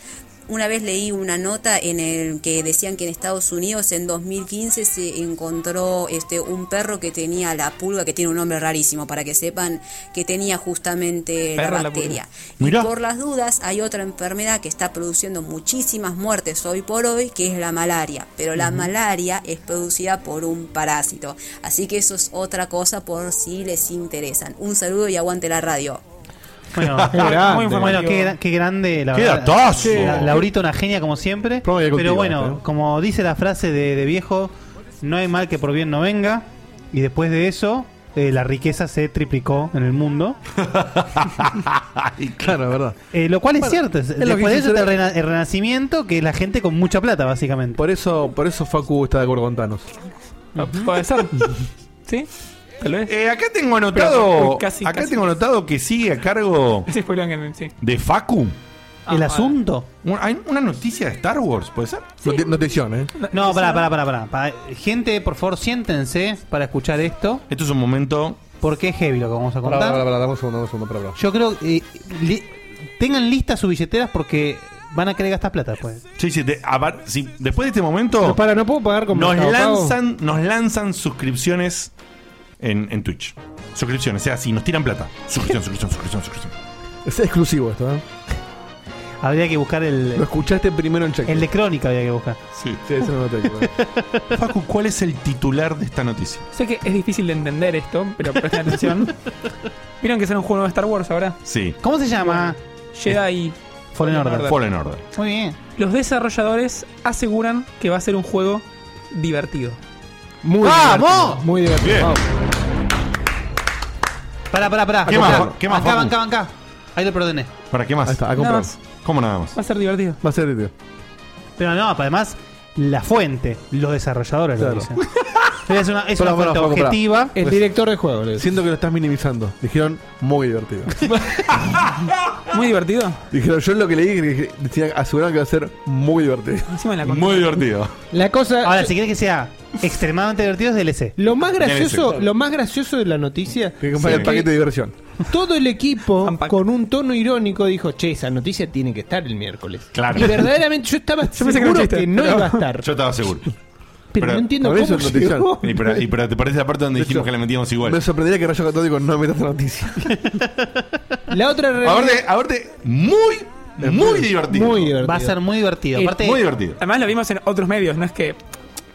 S11: Una vez leí una nota en el que decían que en Estados Unidos en 2015 se encontró este un perro que tenía la pulga, que tiene un nombre rarísimo para que sepan que tenía justamente
S6: Perro
S11: la
S6: la pulga.
S11: bacteria. y
S1: Mirá.
S11: por las dudas hay otra enfermedad que está produciendo muchísimas muertes hoy por hoy, que es la malaria. Pero la malaria es producida por un parásito. Así que eso es otra cosa por si les interesan. Un saludo y aguante la radio.
S4: Bueno,
S2: Qué grande.
S4: muy bueno qué, gra- Ah. qué grande, la
S1: ¡Qué
S4: verdad.
S1: datazo!
S4: La- Laurita, una genia como siempre.
S3: Programa que ¿eh?
S4: Pero
S3: cultiva,
S4: bueno,
S3: ¿no?
S4: como dice la frase de, de viejo, no hay mal que por bien no venga. Y después de eso, eh, la riqueza se triplicó en el mundo.
S3: Claro, verdad.
S4: Eh, lo cual es cierto. es-
S3: es lo que
S4: después de
S3: hizo
S4: eso está el,
S3: ser-
S4: rena- el renacimiento, que es la gente con mucha plata, básicamente.
S3: Por eso, por eso Facu está de acuerdo con Thanos.
S6: Puede ser. ¿Sí? Tal vez.
S1: Eh, acá tengo anotado.
S6: Uy, casi,
S1: acá
S6: casi.
S1: tengo anotado que sigue a cargo
S6: Ese spoiler que sí.
S1: de Facu.
S4: el
S6: Ah,
S4: asunto.
S1: Un- Hay una noticia de Star Wars, ¿puede ser?
S3: Noti- Notición, ¿eh?
S4: No, pará, pará, pará, pará, pará. Gente, por favor, siéntense para escuchar esto.
S1: Esto es un momento.
S4: Porque es heavy lo que vamos a
S3: Pará,
S4: contar.
S3: pará, pará, dame un segundo, dame un segundo, pará, pará.
S4: Yo creo que eh, li- tengan listas sus billeteras porque van a querer gastar plata después.
S1: Sí, sí, te- a par- sí, después de este momento
S2: No, para, no puedo pagar con
S1: nos
S2: Mercado Pago.
S1: lanzan, nos lanzan suscripciones en, en Twitch. Suscripciones, o sea, si nos tiran plata. Suscripción, suscripción, suscripción, suscripción.
S3: Es exclusivo esto, ¿eh?
S4: Habría que buscar el. Lo
S3: escuchaste primero en check.
S4: El de crónica había que buscar.
S1: Sí,
S3: eso no lo
S4: ¿eh?
S3: ¿eh?
S1: Facu, ¿cuál es el titular de esta noticia?
S6: Sé que es difícil de entender esto, pero presten atención. Vieron que será un juego nuevo de Star Wars ahora.
S1: Sí.
S4: ¿Cómo se llama?
S6: Jedi
S4: Fallen Order.
S1: Fallen Order.
S4: Muy bien.
S6: Los desarrolladores aseguran que va a ser un juego divertido.
S2: Muy
S4: ¡Vamos!
S2: divertido, Muy divertido.
S1: Bien.
S2: Vamos.
S4: Pará, pará, pará.
S1: ¿Qué más,
S4: Acá,
S1: Juan? ¿Qué más,
S4: Acá,
S1: Juan?
S4: acá, acá. Ahí lo perdoné.
S1: ¿Para qué más?
S3: Ahí está, a
S6: Nada
S3: comprar.
S6: más.
S1: ¿Cómo nada más?
S6: Va a ser divertido.
S3: Va a ser, tío.
S4: Pero no, además, la fuente, los desarrolladores
S3: Claro.
S4: lo dicen. Es una, es
S3: Pará, pará,
S4: una fuente
S3: Juan, pará. Pues
S4: objetiva.
S2: El director de juego. le-
S3: Siento que lo estás minimizando. Dijeron, muy divertido.
S6: Muy divertido.
S3: Dijeron, yo lo que leí, dije- decía, aseguraron que va a ser muy divertido.
S6: Encima de la
S1: Muy divertido.
S2: La cosa.
S4: Ahora, si quieres que sea extremadamente divertido, es DLC.
S2: Lo más gracioso,
S1: Debe
S2: lo más gracioso de la noticia
S3: Que comprar
S1: Sí.
S3: el paquete de diversión.
S2: Todo el equipo,
S6: Unpack.
S2: con un tono irónico, dijo, che, esa noticia tiene que estar el miércoles.
S1: Claro.
S2: Y verdaderamente yo estaba
S6: pensé que era un
S2: seguro que,
S6: chiste,
S2: no
S6: pero-
S2: iba a estar.
S1: Yo estaba seguro.
S2: pero,
S1: pero-
S2: no entiendo
S3: a ver,
S2: cómo
S3: eso es noticial.
S2: llegó.
S1: Y pero, y pero te parece la parte donde
S3: De
S1: dijimos
S3: hecho,
S1: que la metíamos
S3: Me
S1: igual.
S3: sorprendería que Rayo Católico no meta esta noticia.
S2: La otra realidad-
S1: Aparte, aparte, muy, muy divertido.
S2: muy divertido.
S4: Va a ser muy divertido.
S6: Eh,
S4: Aparte,
S1: Muy divertido.
S6: Además lo vimos en otros medios, no es que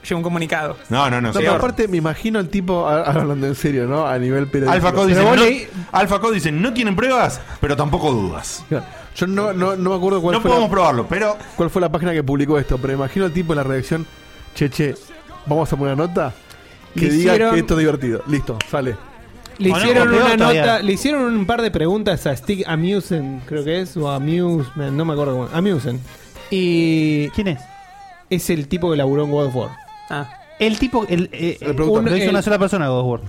S6: llegó un comunicado.
S1: No, no, no.
S3: No,
S1: sí,
S3: pero
S1: ahora-
S3: aparte, me imagino al tipo a- hablando en serio, ¿no? A nivel periodístico.
S1: Alfa Code
S3: Pero vos
S1: dice, no,
S3: leí-
S1: Alpha Code dice, no tienen pruebas, pero tampoco dudas.
S3: Yo no, no, no me acuerdo cuál,
S1: No
S3: fue
S1: podemos
S3: la,
S1: probarlo, pero
S3: cuál fue la página que publicó esto, pero me imagino al tipo en la redacción, che, che, vamos a poner una nota que
S2: Le
S3: diga
S2: hicieron-
S3: que esto es divertido. Listo, sale.
S2: le
S4: O no,
S2: hicieron
S4: o peor
S2: una
S4: todavía.
S2: nota, le hicieron un par de preguntas a Stig Amusen, creo que es, o Amusement, no me acuerdo cómo. Amusen. Y
S4: ¿quién es?
S2: es el tipo que laburó en God of War.
S6: Ah,
S4: El tipo. El, eh,
S3: El productor.
S4: un- lo hizo
S2: el-
S4: una sola persona, God of War.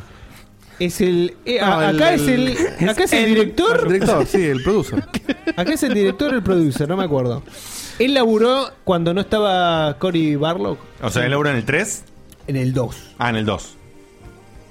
S2: Es el, eh, a-
S3: No, el-
S2: acá
S3: el-
S2: es el, acá es el
S6: el-
S2: director.
S3: El director, sí, el producer.
S2: Acá es el director o el producer, no me acuerdo. Él laburó cuando no estaba Cory Barlow
S1: o sea, él obra en el 3,
S2: en el 2.
S1: ah, en el 2.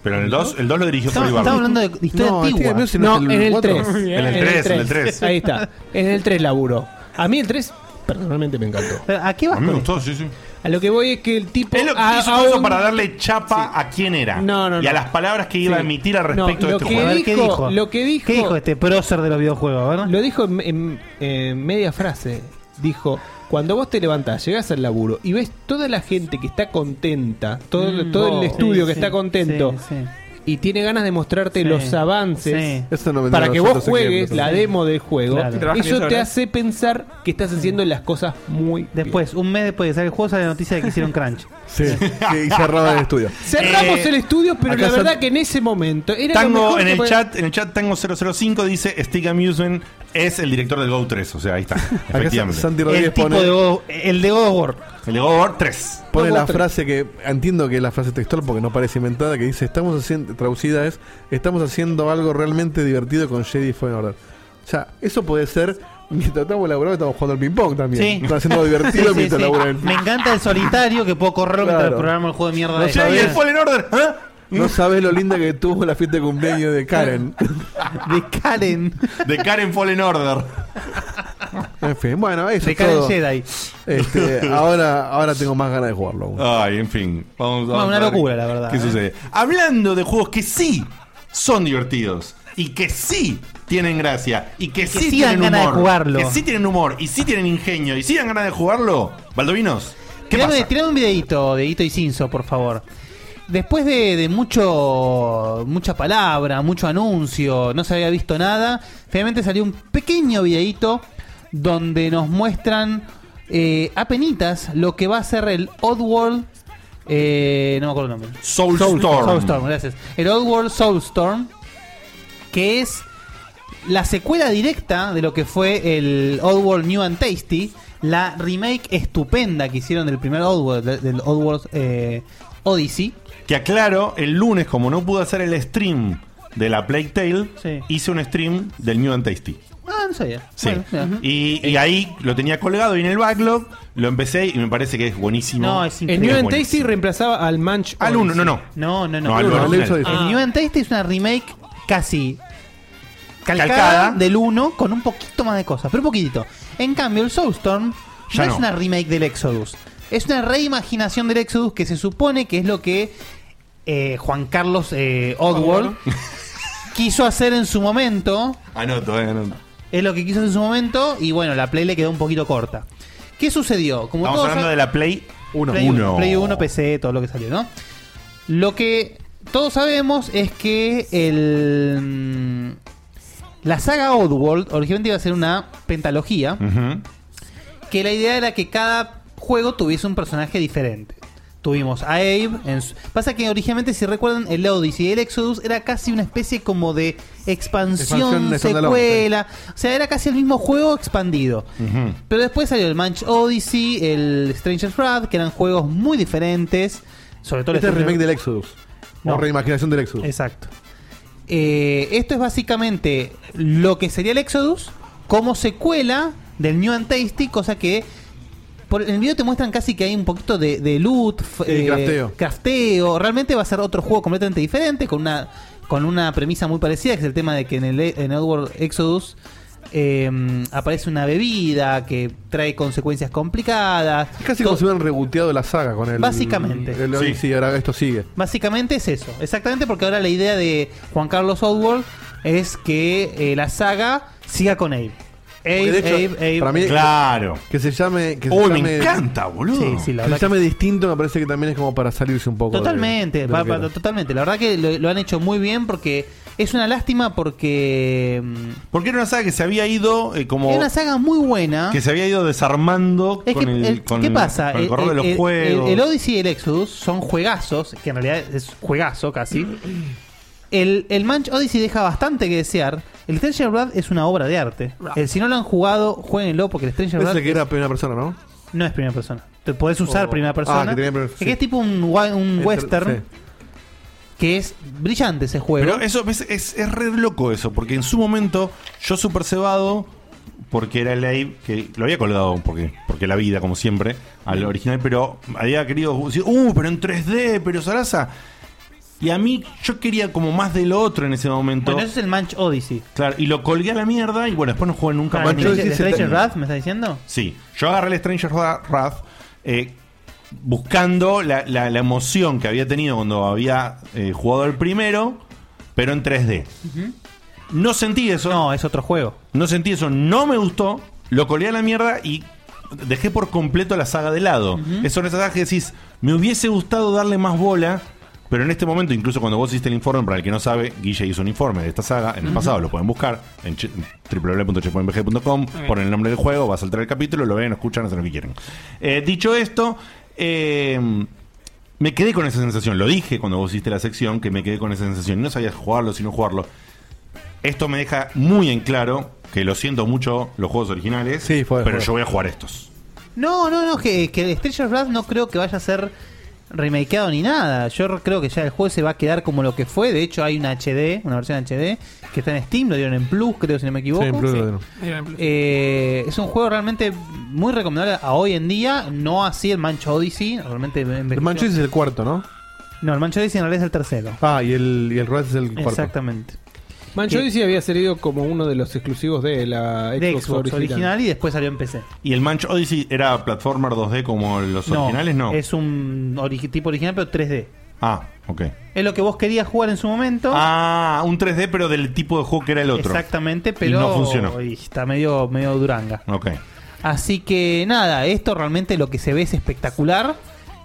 S1: Pero en el 2, el 2 lo dirigió
S4: Estamos,
S1: Cory
S4: estamos
S1: Barlow.
S4: hablando este de historia
S3: No,
S4: antigua.
S3: Steve Aoki
S2: No,
S3: es el
S2: en el
S3: cuatro.
S2: 3.
S1: En el 3, en el 3.
S2: Ahí está. En el 3 laburó. A mí el 3 personalmente me encantó.
S4: Pero, ¿A qué vas
S1: A mí me
S4: con
S1: gustó, sí, sí.
S2: A lo que voy es que el tipo
S1: Es lo que
S4: Ah,
S2: a-
S1: hizo
S2: a
S1: todo eso
S2: un-
S1: para darle chapa a quién era.
S2: No, no,
S1: Y a
S2: no.
S1: las palabras que iba a
S2: Sí.
S1: emitir al
S2: No,
S1: respecto de
S2: lo
S1: este
S2: que
S4: esto? A
S1: juego.
S4: ver, ¿qué
S2: dijo?
S4: dijo?
S2: Lo que dijo-
S4: ¿Qué dijo este prócer de los videojuegos, verdad?
S2: Lo dijo en, en- en media frase. Dijo, cuando vos te levantás, llegás al laburo y ves toda la gente que está contenta, todo,
S4: Mm,
S2: todo el estudio que está contento y tiene ganas de mostrarte
S4: Sí.
S2: los avances.
S4: Sí.
S3: Eso no me
S2: para que
S3: dieron
S2: vos
S3: nosotros
S2: juegues
S3: ejemplos,
S2: la
S3: así.
S2: demo del juego,
S4: Claro.
S6: Que trabajan
S2: eso
S6: diez
S2: te
S6: horas.
S2: hace pensar que estás haciendo las cosas muy bien.
S4: Después, un mes después de salir el juego, sale la noticia de que hicieron Crunch.
S3: Sí, que cerraba el estudio.
S2: Cerramos
S1: Eh,
S2: el estudio, pero
S3: acá
S2: la
S3: son-
S2: verdad que en ese momento era lo
S1: Tango
S2: mejor
S1: en
S2: que
S1: el
S2: podía-
S1: chat, en el chat Tango 005 dice Stick Amusement es el director del Go 3, o sea, ahí está.
S3: Acá Sa-
S1: Efectivamente.
S3: Santi
S4: El
S3: Rodríguez
S4: tipo
S3: pone,
S4: de God- el de God of War.
S1: El de Go 3.
S3: pone
S2: No,
S3: la
S2: vos-
S3: frase que entiendo que es la frase textual porque no parece inventada que dice estamos haciendo traducida es estamos haciendo algo realmente divertido con Jedi Fallen Order. O sea, eso puede ser mientras estamos laburando estamos jugando al ping pong también.
S4: Sí.
S3: Estamos haciendo
S4: Sí,
S3: divertido
S4: sí,
S3: mientras
S4: sí.
S3: laburan.
S4: Me encanta el solitario que puedo correr mientras
S3: Claro.
S4: programo el juego de mierda.
S3: No
S4: de-
S1: Che, y el Fallen Order, ¿ah?
S3: No sabes lo linda que tuvo la fiesta de cumpleaños de Karen.
S4: de Karen.
S1: De Karen Fallen Order.
S3: En fin, bueno, eso
S4: De
S3: es
S4: Karen
S3: todo.
S4: Jedi.
S3: Este, ahora, ahora tengo más ganas de jugarlo. aún.
S1: Ay, en fin. Vamos, vamos
S4: una
S1: a ver
S4: locura, la verdad,
S1: ¿Qué
S4: eh.
S1: sucede? Hablando de juegos que sí son divertidos y que sí tienen gracia y que, sí,
S4: sí dan
S1: tienen
S4: ganas de
S1: humor,
S4: jugarlo.
S1: que sí tienen humor y sí tienen ingenio y sí dan ganas de jugarlo, Baldovinos, ¿qué
S4: Tirame,
S1: pasa?
S4: tirame un videito, Deito y Cinso, por favor. Después de, de mucho mucha palabra, mucho anuncio, no se había visto nada, finalmente salió un pequeño videito donde nos muestran eh, apenitas lo que va a ser el Oddworld. Eh, no me acuerdo el nombre.
S1: Soulstorm.
S4: Soulstorm, gracias. El Oddworld Soulstorm, que es la secuela directa de lo que fue el Oddworld New and Tasty, la remake estupenda que hicieron del primer Oddworld, de- del Oddworld eh, Odyssey.
S1: Que aclaro, el lunes, como no pude hacer el stream de la Plague Tale,
S4: Sí.
S1: hice un stream del New and Tasty.
S4: Ah, no sabía.
S1: Sí.
S4: Bueno, mira.
S1: y, y ahí lo tenía colgado y en el backlog lo empecé y me parece que es buenísimo.
S4: No, es
S2: El
S4: increíble.
S2: New
S1: Es
S2: and Tasty
S1: buenísimo.
S2: reemplazaba al Manch.
S1: Al uno, no, no.
S4: No, no, no.
S1: No, al
S4: El
S3: Bueno,
S1: original.
S3: Lorenzo dice,
S2: Ah.
S4: New and Tasty es una remake casi calcada,
S1: Calcada.
S4: del 1 con un poquito más de cosas, pero un poquitito. En cambio, el Soulstorm
S1: Ya
S4: no
S1: no.
S4: es una remake del Exodus. Es una reimaginación del Exodus que se supone que es lo que eh, Juan Carlos eh, Oddworld quiso hacer en su momento.
S1: Anoto, eh, anoto.
S4: Es lo que quiso hacer en su momento. Y bueno, la Play le quedó un poquito corta. ¿Qué sucedió? Como
S1: Estamos
S4: todos
S1: hablando
S4: sab-
S1: de la Play 1.
S4: Play 1, Play 1, PC, todo lo que salió, ¿no? Lo que todos sabemos es que el mm, la saga Oddworld originalmente iba a ser una pentalogía, que la idea era que cada juego tuviese un personaje diferente. Tuvimos a Abe. en su- Pasa que originalmente, si recuerdan, el Odyssey y el Exodus era casi una especie como de expansión,
S3: Expansión standalone,
S4: secuela. O sea, era casi el mismo juego expandido. Pero después salió el Manch Odyssey, el Stranger's Wrath, que eran juegos muy diferentes. Sobre todo el
S3: Este es el remake
S4: Stranger-
S3: del Exodus.
S4: No.
S3: O reimaginación del Exodus.
S4: Exacto. Eh, esto es básicamente lo que sería el Exodus como secuela del New and Tasty, cosa que por en el video te muestran casi que hay un poquito de, de loot, f- eh,
S3: Sí, crafteo.
S4: crafteo. Realmente va a ser otro juego completamente diferente con una con una premisa muy parecida, que es el tema de que en el en Outward Exodus eh, aparece una bebida que trae consecuencias complicadas.
S3: Es casi como si hubieran reboteado la saga con el.
S4: Básicamente.
S3: El
S4: Sí.
S3: Odyssey, ahora esto sigue.
S4: Básicamente es eso, exactamente porque ahora la idea de Juan Carlos Outworld es que eh, la saga siga con Abe. Abe,
S3: Porque de hecho,
S4: Abe, Abe.
S3: para mí-
S1: Claro.
S3: Que se llame. Que
S1: Uy,
S3: se
S1: me
S3: llame-
S1: encanta, boludo. Sí, sí, la
S3: que
S1: verdad
S3: se llame distinto, me parece que también es como para salirse un poco. de-
S4: Totalmente,
S3: de lo
S4: pa-
S3: que
S4: pa-
S3: era.
S4: totalmente. La verdad que lo, lo han hecho muy bien porque es una lástima porque mm,
S1: Porque era una saga que se había ido eh, como.
S4: es una saga muy buena.
S1: que se había ido desarmando
S4: Es
S1: con,
S4: que,
S1: el,
S4: el-
S1: con
S4: ¿Qué
S1: el-
S4: pasa?
S1: con el correr de los juegos.
S4: el Odyssey y el Exodus son juegazos, que en realidad es juegazo casi. El, el Manch Odyssey deja bastante que desear. El Stranger Blood es una obra de arte. El- Eh, si no lo han jugado, jueguenlo porque el Stranger
S3: Ah. Ese es
S4: Blood
S3: el que era primera persona, ¿no?
S4: no es primera persona. Te podés usar
S3: Oh.
S4: primera persona.
S3: Ah, que tenía primera-
S4: que
S3: sí.
S4: es tipo un, wa- un
S3: Enter-
S4: western que es brillante ese juego.
S1: Pero eso es, es, es re loco eso, porque en su momento yo super cebado, porque era el live, que lo había colgado porque, porque la vida, como siempre, al original, pero había querido decir, uh, pero en 3D, pero Sarasa. Y a mí yo quería como más de lo otro en ese momento.
S4: Bueno, eso es el Manch Odyssey.
S1: Claro, y lo colgué a la mierda y bueno, después no jugué nunca
S4: Ah,
S1: más.
S4: el
S1: ni-
S4: Stranger- el Stranger Blood, ¿me estás diciendo?
S1: Sí, yo agarré el Stranger Wra- Wrath eh, buscando la, la- la emoción que había tenido cuando había eh, jugado el primero, pero en 3D. No sentí eso. No,
S4: es otro juego.
S1: No sentí eso, no me gustó, lo colé a la mierda y dejé por completo la saga de lado. Eso en esa saga que decís, me hubiese gustado darle más bola. Pero en este momento, incluso cuando vos hiciste el informe, para el que no sabe, Guille hizo un informe de esta saga en el
S12: Ujú.
S1: pasado, lo pueden buscar en che- www.checkpointbg.com,
S12: Muy bien.
S1: ponen el nombre del juego, va a saltar el capítulo, lo ven, escuchan, hacen lo que quieren. Eh, dicho esto, eh, me quedé con esa sensación. Lo dije cuando vos hiciste la sección, que me quedé con esa sensación. No sabía jugarlo, sino jugarlo. Esto me deja muy en claro que lo siento mucho los juegos originales, pero
S3: fue.
S1: yo voy a jugar estos.
S4: No, no, no, que, que el Stranger Blood no creo que vaya a ser remakeado ni nada. Yo re- creo que ya el juego se va a quedar como lo que fue. De hecho, hay una HD, una versión HD, que está en Steam, lo dieron en Plus, creo, si no me equivoco.
S3: Sí, en Plus lo dieron.
S4: Eh, es un juego realmente muy recomendable a hoy en día, no así el Mancho Odyssey. Realmente
S3: El Mancho es el cuarto, ¿no?
S4: No, el Mancho Odyssey en realidad es el tercero.
S3: Ah, y el, y el Wrath es el cuarto.
S4: Exactamente.
S2: Mancho
S4: Que-
S2: Odyssey había salido como uno de los exclusivos de la Xbox,
S4: De Xbox
S2: original.
S4: original y después salió en PC.
S1: ¿Y el Manch Odyssey era platformer 2D como los originales? No.
S4: Es un ori- tipo original, pero 3D.
S1: Ah, ok.
S4: Es lo que vos querías jugar en su momento.
S1: Ah, un 3D, pero del tipo de juego que era el otro.
S4: Exactamente, pero
S1: Y no funcionó.
S4: y está medio, medio duranga.
S1: Ok.
S4: Así que nada, esto realmente lo que se ve es espectacular.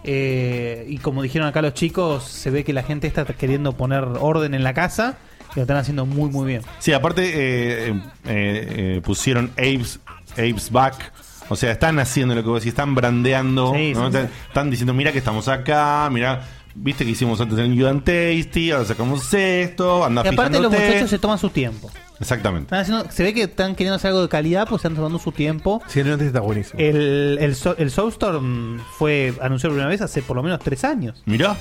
S4: Eh, y como dijeron acá los chicos, se ve que la gente está queriendo poner orden en la casa y lo están haciendo muy, muy bien.
S1: Sí, aparte eh, eh, eh, pusieron Apes, Apes Back. O sea, están haciendo lo que vos decís, están brandeando. ¿no?
S12: sí,
S1: están, están diciendo, mira que estamos acá, mira, viste que hicimos antes el New and Tasty, ahora sacamos esto, anda
S4: y aparte, los
S1: fijándote".
S4: muchachos se toman su tiempo.
S1: Exactamente.
S4: Están haciendo- se ve que están queriendo hacer algo de calidad, pues están tomando su tiempo.
S3: Sí, el antes está buenísimo.
S4: El, el, Sol- el Soulstorm fue anunciado por primera vez hace por lo menos tres años.
S1: Mirá.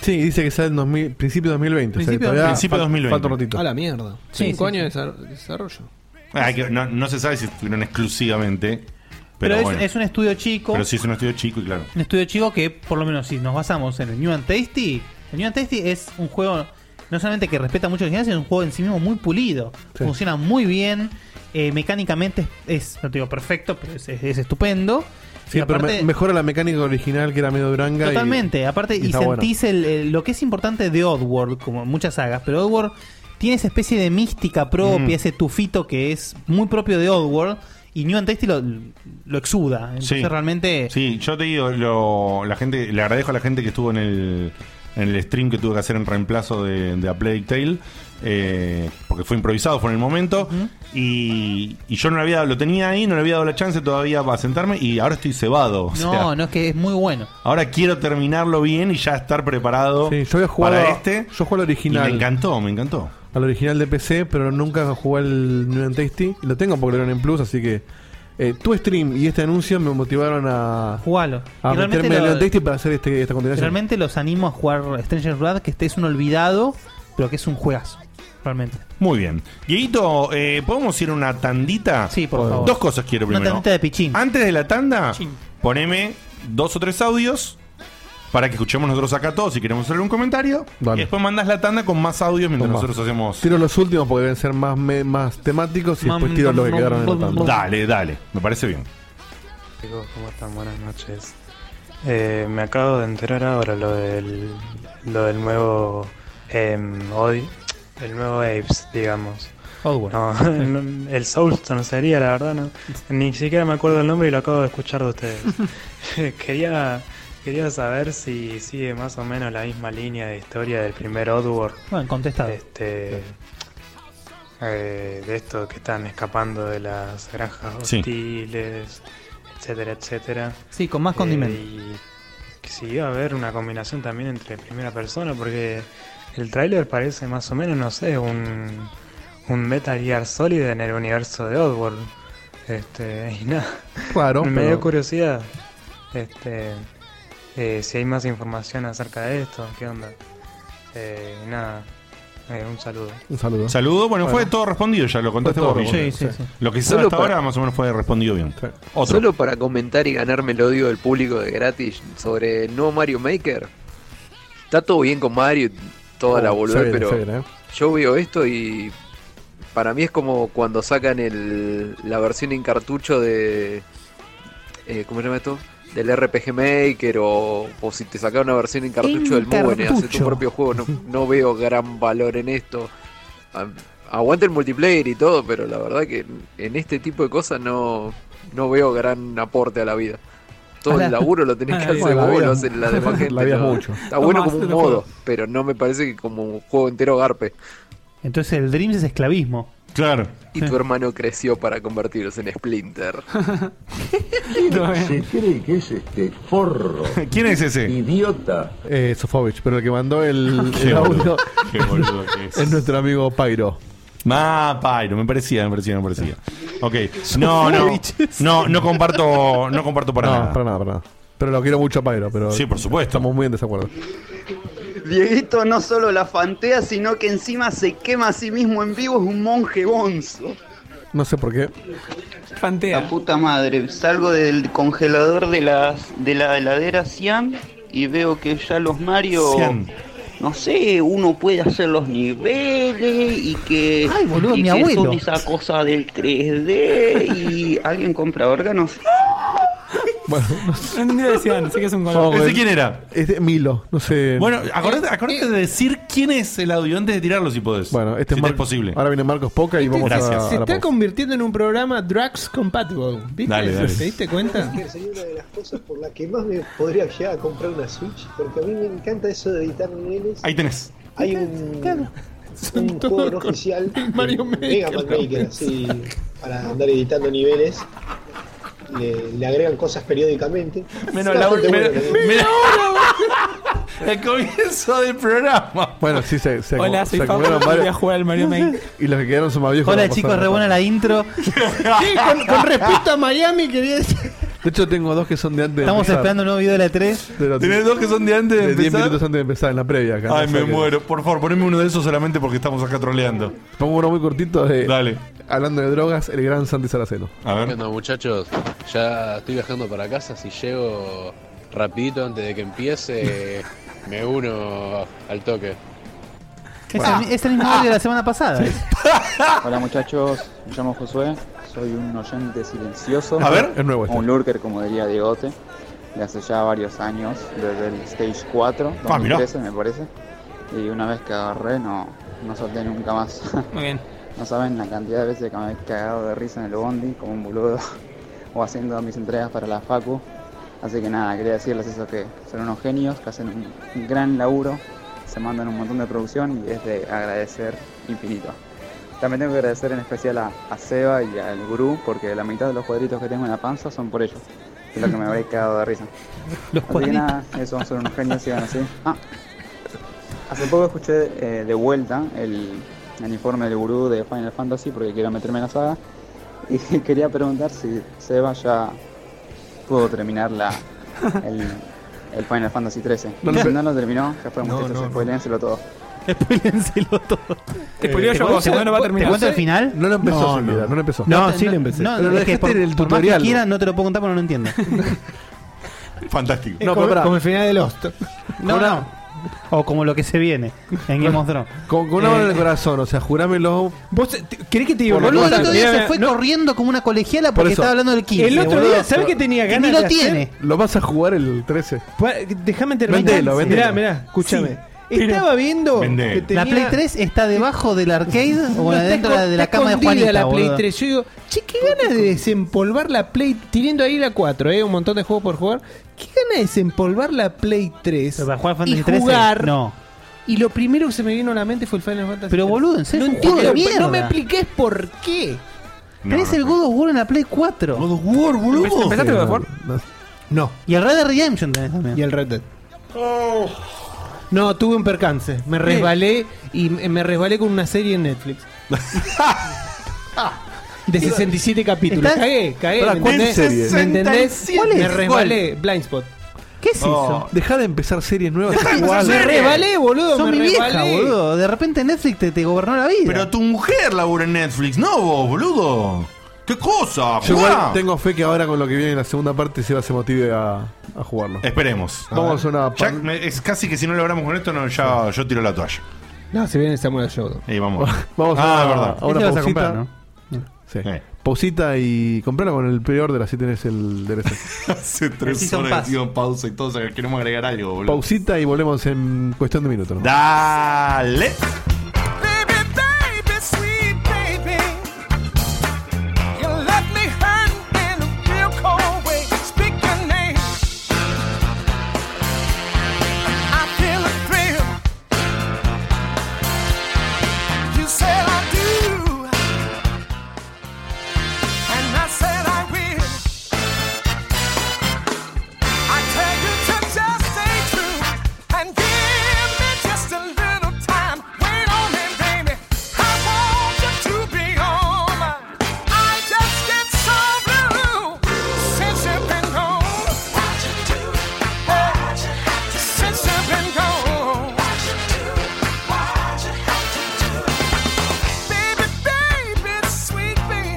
S3: Sí, dice que sale en 2000, principio de 2020. o sea,
S4: Principio-
S3: todavía
S1: principio
S3: fal-
S1: 2020.
S3: Falta un ratito.
S2: A la mierda.
S4: Sí,
S2: Cinco
S4: sí,
S2: años de desar- de desarrollo.
S1: Ah, que no, no se sabe si estuvieron exclusivamente. Pero,
S4: Pero, es,
S1: bueno.
S4: es un estudio chico.
S1: Pero sí es un estudio chico y claro.
S4: Un estudio chico que, por lo menos, si nos basamos en el New and Tasty, el New and Tasty es un juego no solamente que respeta mucho el original, sino un juego en sí mismo muy pulido.
S6: Sí.
S4: Funciona muy bien. eh, mecánicamente es, es, no te digo perfecto, pero es, es- es estupendo.
S3: Sí,
S4: Y
S3: pero
S4: aparte-
S3: me- mejora la mecánica original que era medio duranga. y-
S4: Totalmente, aparte, y
S3: está bueno.
S4: sentís el- el- lo que es importante de Oddworld, como en muchas sagas, pero Oddworld tiene esa especie de mística propia,
S1: Mm.
S4: ese tufito que es muy propio de Oddworld. Y New and Tasty lo, lo exuda. Entonces
S1: Sí.
S4: realmente.
S1: Sí, yo te digo, lo- la gente, le agradezco a la gente que estuvo en el, en el stream que tuve que hacer en reemplazo de, de A Plague Tale. eh, porque fue improvisado, fue en el momento. y, y yo no le había dado- lo tenía ahí, no le había dado la chance todavía para sentarme. Y ahora estoy cebado. o
S4: no,
S1: sea,
S4: no, es que es muy bueno.
S1: Ahora quiero terminarlo bien y ya estar preparado
S3: yo había jugado
S1: para
S3: a-
S1: este.
S3: Yo juego al original.
S1: Y me encantó, me encantó.
S3: Al original de PC, pero nunca jugué al New and Tasty. Lo tengo porque lo dieron en Plus, así que. eh, tu stream y este anuncio me motivaron a.
S4: Jugarlo.
S3: A
S4: Y realmente
S3: meterme al
S4: lo-
S3: New and Tasty para hacer este, esta continuación.
S4: Realmente los animo a jugar Stranger Blood, que este es un olvidado, pero que es un juegazo. Realmente.
S1: Muy bien. Dieguito, eh, ¿podemos ir a una tandita? Sí, por
S4: favor.
S1: Dos cosas quiero
S4: Una
S1: primero.
S4: tandita de pichín.
S1: Antes de la tanda, poneme dos o tres audios para que escuchemos nosotros acá todos si queremos hacer un comentario. Y después mandas la tanda con más audios mientras
S3: Toma.
S1: nosotros hacemos.
S3: Tiro los últimos porque deben ser más, me- más temáticos y después tiro los que quedaron en la tanda.
S1: Dale, dale. Me parece bien.
S12: Chicos, ¿cómo están? Buenas noches. Eh, me acabo de enterar ahora lo del, lo del nuevo em, Odi- el nuevo Apes, digamos. No, no, el Soulstone sería, la verdad, no. Ni siquiera me acuerdo el nombre y lo acabo de escuchar de ustedes. quería, quería saber si sigue más o menos la misma línea de historia del primer Oddworld.
S4: Bueno, contestado.
S12: Este, eh, de esto que están escapando de las granjas
S4: Sí.
S12: hostiles, etcétera, etcétera. Eh,
S4: Sí, con más condimento.
S12: y que si iba a haber una combinación también entre primera persona, porque el tráiler parece más o menos, no sé, un, un Metal Gear Solid en el universo de Oddworld. Este, y nada.
S3: Claro,
S12: Me
S3: pero-
S12: dio curiosidad. Este, eh, si hay más información acerca de esto, ¿qué onda? Eh, nada. Eh, un saludo.
S3: Un saludo.
S1: Saludo, bueno, fue
S12: Bueno.
S1: todo respondido ya, lo contaste
S12: Fue todo
S1: vos. Guille.
S12: respondido, sí, sí, sí.
S1: Lo que se sabe
S13: Solo
S1: hasta
S13: para-
S1: ahora más o menos fue respondido bien. Otro.
S13: Solo para comentar y ganarme el odio del público de gratis sobre el nuevo Mario Maker. Está todo bien con Mario, y toda
S3: Oh,
S13: la
S3: se
S13: boludez,
S3: viene,
S13: pero
S3: se viene, eh.
S13: yo veo esto y para mí es como cuando sacan el, la versión en cartucho de... eh, ¿Cómo se llama esto? Del RPG Maker o, o si te sacan una versión en cartucho
S4: En
S13: del MUBE, haces tu
S4: cartucho.
S13: propio juego. No, no veo gran valor en esto. Ah, Aguanta el multiplayer y todo, pero la verdad que en- en este tipo de cosas no, no veo gran aporte a la vida. Todo
S4: A
S13: el
S4: la-
S13: laburo lo tenés
S4: a
S13: que
S4: la
S13: hacer
S4: vida.
S13: vos, lo hacen la demás gente.
S4: La vida es
S13: ¿no?
S4: mucho.
S13: Está bueno
S4: Tomás,
S13: como un
S4: te lo juro.
S13: modo, pero no me parece que como un juego entero garpe.
S4: Entonces el Dreams es esclavismo.
S1: Claro.
S13: Y tu hermano creció para convertirse en Splinter.
S8: Se cree que es este forro.
S1: ¿Quién es ese?
S8: Idiota.
S3: Eh, Sofovich, pero el que mandó el,
S1: Qué
S3: el
S1: boludo,
S3: audio
S1: qué boludo que es.
S3: es nuestro amigo Pyro.
S1: Ah, Pyro, me parecía, me parecía, me parecía. Ok, no, no, no, no comparto, no comparto para
S3: no,
S1: nada.
S3: para nada, para nada. Pero lo quiero mucho a Pyro, pero.
S1: Sí, por supuesto.
S3: Estamos muy en desacuerdo.
S10: Dieguito no solo la fantea, sino que encima se quema a sí mismo en vivo, es un monje bonzo.
S3: No sé por qué.
S10: Fantea. La puta madre, salgo del congelador de, las, de la heladera Siam y veo que ya los Mario...
S1: Siam.
S10: No sé, uno puede hacer los niveles y que...
S4: Ay, boludo,
S10: y
S4: mi
S10: que son
S4: abuelo.
S10: esa cosa del 3D y alguien compra órganos.
S6: No entendí lo que decían, sé que es un
S3: Oh,
S6: gol.
S3: güey.
S1: quién era?
S3: Este, Milo, no sé.
S1: Bueno, Eh, acordate, acordate de decir quién es el audio antes de tirarlo si podés. Bueno,
S3: eh, este es
S1: si te
S3: Mar-
S1: es posible. Este
S3: Ahora viene Marcos Poca y vamos
S1: Gracias.
S3: a, a
S2: Se
S3: la
S2: está
S3: pausa.
S2: convirtiendo en un programa Drugs Compatible. ¿Viste?
S3: Dale, dale.
S2: ¿Te diste cuenta?
S14: Quiero sería una de las cosas por las que más me podría llegar a comprar una Switch, porque a mí me encanta eso de editar niveles.
S1: Ahí tenés.
S14: Hay un, un juego no oficial, Mario Mega Man Maker, así, para andar editando niveles. Le, le agregan cosas periódicamente.
S1: Menos
S14: Está
S1: la
S14: bastante
S1: última.
S14: bueno también.
S1: El comienzo del programa.
S3: Bueno, sí, se, se,
S6: Hola,
S3: se
S6: soy Pablo,
S3: acumularon
S6: voy a jugar al Mario Maker.
S3: Y los que quedaron son más viejos.
S4: Hola
S3: la pasaron
S4: chicos, re buena la intro.
S2: Sí, con, con respecto a Miami quería decir.
S3: De hecho, tengo dos que son de antes de
S4: Estamos
S3: empezar.
S4: esperando un nuevo video de la 3.
S3: De los-
S1: ¿Tenés dos que son de antes de
S3: diez
S1: empezar?
S3: minutos antes de empezar, en la previa. acá,
S1: Ay,
S3: no sé
S1: me
S3: qué.
S1: muero. Por favor, poneme uno de esos solamente porque estamos acá troleando.
S3: Pongo uno muy cortito de.
S1: Dale.
S3: Hablando de drogas, el gran Santi Saraceno.
S1: A ver.
S15: ¿Qué onda, muchachos? Ya estoy viajando para casa. Si llego rapidito antes de que empiece, me uno al toque.
S4: Es, el, es el mismo audio de la semana pasada.
S16: Hola muchachos, me llamo Josué, soy un oyente silencioso.
S4: A ver,
S3: es nuevo
S16: O Un lurker, como diría Diegote, de hace ya varios años, desde el Stage 4,
S1: Ah, mirá.
S16: 2013 me parece. Y una vez que agarré, no, no solté nunca más.
S10: Muy bien.
S16: No saben la cantidad de veces que me he cagado de risa en el bondi como un boludo o haciendo mis entregas para la facu. Así que nada, quería decirles eso que son unos genios, que hacen un- un gran laburo, se mandan un montón de producción y es de agradecer infinito. También tengo que agradecer en especial a, a Seba y al Gurú porque la mitad de los cuadritos que tengo en la panza son por ellos. Es lo que me habré cagado de risa. Los
S17: cuadritos.
S16: nada, esos son unos genios, sigan así. Ah, Hace poco escuché eh, de vuelta el, el informe del gurú de Final Fantasy porque quiero meterme en la saga y quería preguntar si Seba ya pudo terminar la, el, el Final Fantasy 13.
S10: No
S16: No,
S10: lo-
S16: lo terminó, ya fue
S10: No,
S16: muchachos,
S10: no, no.
S16: spoiléenselo todo.
S10: Te spoileo
S16: Eh,
S10: yo,
S16: ¿te
S10: igual no va a
S16: cuento-
S10: terminar.
S16: te cuento el
S17: final?
S3: No lo empezó,
S17: No,
S3: Silvia,
S17: no.
S3: no lo empezó.
S17: No, sí lo empecé.
S3: No, lo
S17: es que
S3: dejaste
S17: por-
S3: en el
S17: por más que
S3: tutorial.
S17: quiera, no te lo puedo contar porque no lo entiendo.
S1: Fantástico.
S4: No, como,
S17: pará.
S4: como el final de Lost.
S17: No, no. O como lo que se viene en Game of Thrones.
S3: Con,
S4: Eh,
S3: con una mano en el corazón, Eh, o sea, jurámelo.
S4: ¿Vos crees que te
S17: Boludo, el otro día se fue corriendo como una colegiala
S3: Por
S17: porque
S3: eso.
S17: estaba hablando del 15.
S3: El otro
S17: boludo.
S3: día, ¿sabés
S4: qué tenía
S17: Y
S4: ganas
S17: ni lo
S4: de hacer?
S17: tiene.
S3: Lo vas a jugar el 13.
S4: Déjame terminar.
S3: Vendelo, vendelo.
S4: Mirá, mirá, escúchame.
S17: Sí.
S4: Estaba viendo
S3: Vendelo.
S4: que tenía...
S17: La Play 3 está debajo del arcade o
S4: No, está
S17: adentro de la- de la
S4: está
S17: cama de
S4: escondida
S17: Juanita.
S4: la Play
S17: boludo.
S4: 3. Yo digo, che, qué ganas de desempolvar la Play. Teniendo ahí la 4, ¿eh? un montón de juegos por jugar. Qué ganas de desempolvar la Play 3.
S17: Pero para jugar Final
S4: y
S17: Fantasy 13,
S4: jugar.
S17: no.
S4: Y lo primero que se me vino a la mente fue el Final Fantasy.
S17: Pero, boludo, en serio,
S4: no
S17: es un juego de
S4: entiendo,
S17: mierda.
S4: No me expliques por qué.
S17: Tenés el God of War en la Play 4. God
S1: of War,
S4: boludo. ¿Empezaste el God of War?
S17: No. Y el Red Dead Redemption tenés también.
S4: Y el Red Dead. No, tuve un percance. Me resbalé y me me resbalé con una serie en Netflix. De 67 capítulos.
S17: ¿Estás-
S4: Cagué, cagué.
S17: Pará,
S4: ¿Me
S17: ¿cuál
S4: entendés?
S17: serie?
S4: ¿Me entendés?
S17: 67. ¿Cuál es?
S4: Me resbalé. Blindspot.
S17: ¿Qué es
S3: Oh,
S17: eso?
S3: Dejá de empezar series nuevas.
S17: Dejá de
S3: igual.
S17: empezar series.
S4: Resbalé, boludo.
S17: Sos
S4: me
S17: mi vieja,
S4: resbalé.
S17: boludo. De repente Netflix te, te gobernó la vida.
S1: Pero tu mujer labura en Netflix, no vos, boludo. ¿Qué cosa?
S3: Yo igual
S1: Jugá.
S3: tengo fe que ahora con lo que viene en la segunda parte Seba se motive a, a jugarlo.
S1: Esperemos.
S3: Vamos a una
S1: Ya me- es casi que si no logramos con esto, no, ya yo tiro la toalla.
S4: No, se viene Samuel Shodown.
S1: Y vamos.
S3: Vamos
S1: ah,
S3: a,
S1: es verdad.
S17: Este
S3: a una pausita. Sí. Pausita y compralo con el pre-order, así tenés el derecho.
S1: Hace tres
S3: Season
S1: horas
S3: Pass.
S1: hicieron pausa y todos queremos agregar algo, boludo.
S3: Pausita y volvemos en cuestión de minutos. ¿no?
S1: Dale.
S2: baby, sweet baby. You left me hurting in a real cold way. Speak your name. I feel a thrill. You said I do. And I said I will. I tell you to just stay true. And give me just a little time. Wait on me, baby. I want you to be on. I just get so blue since you've been gone. What you doing? What you have to Since you've been gone. What you doing? What you have to do? Baby, baby, sweet baby.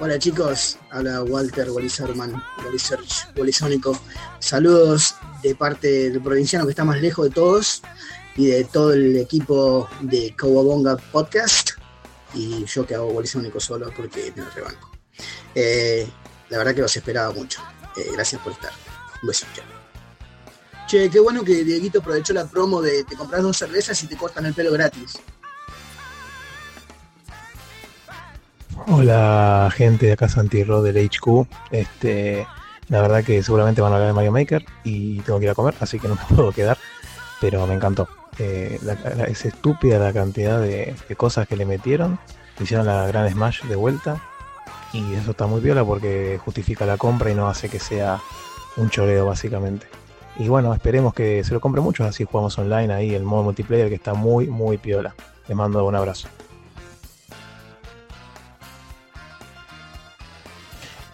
S18: Hola chicos, habla Walter Walizerman, Walizerch, Walizónico. Saludos de parte del provinciano que está más lejos de todos y de todo el equipo de Cowabonga Podcast. Y yo que hago Walizónico solo porque me lo rebanco. Eh, la verdad que los esperaba mucho. Eh, gracias por estar. Un besito. chao. Che, qué bueno que Dieguito aprovechó la promo de te compras dos cervezas y te cortan el pelo gratis.
S19: Hola gente de acá Santirro del HQ. Este, la verdad que seguramente van a hablar de Mario Maker y tengo que ir a comer, así que no me puedo quedar, pero me encantó. Eh, la- la- es estúpida la cantidad de, de cosas que le metieron. Hicieron la gran Smash de vuelta y eso está muy viola porque justifica la compra y no hace que sea un choreo básicamente. Y bueno, esperemos que se lo compre muchos, así jugamos online ahí el modo multiplayer que está muy, muy piola. Les mando un abrazo.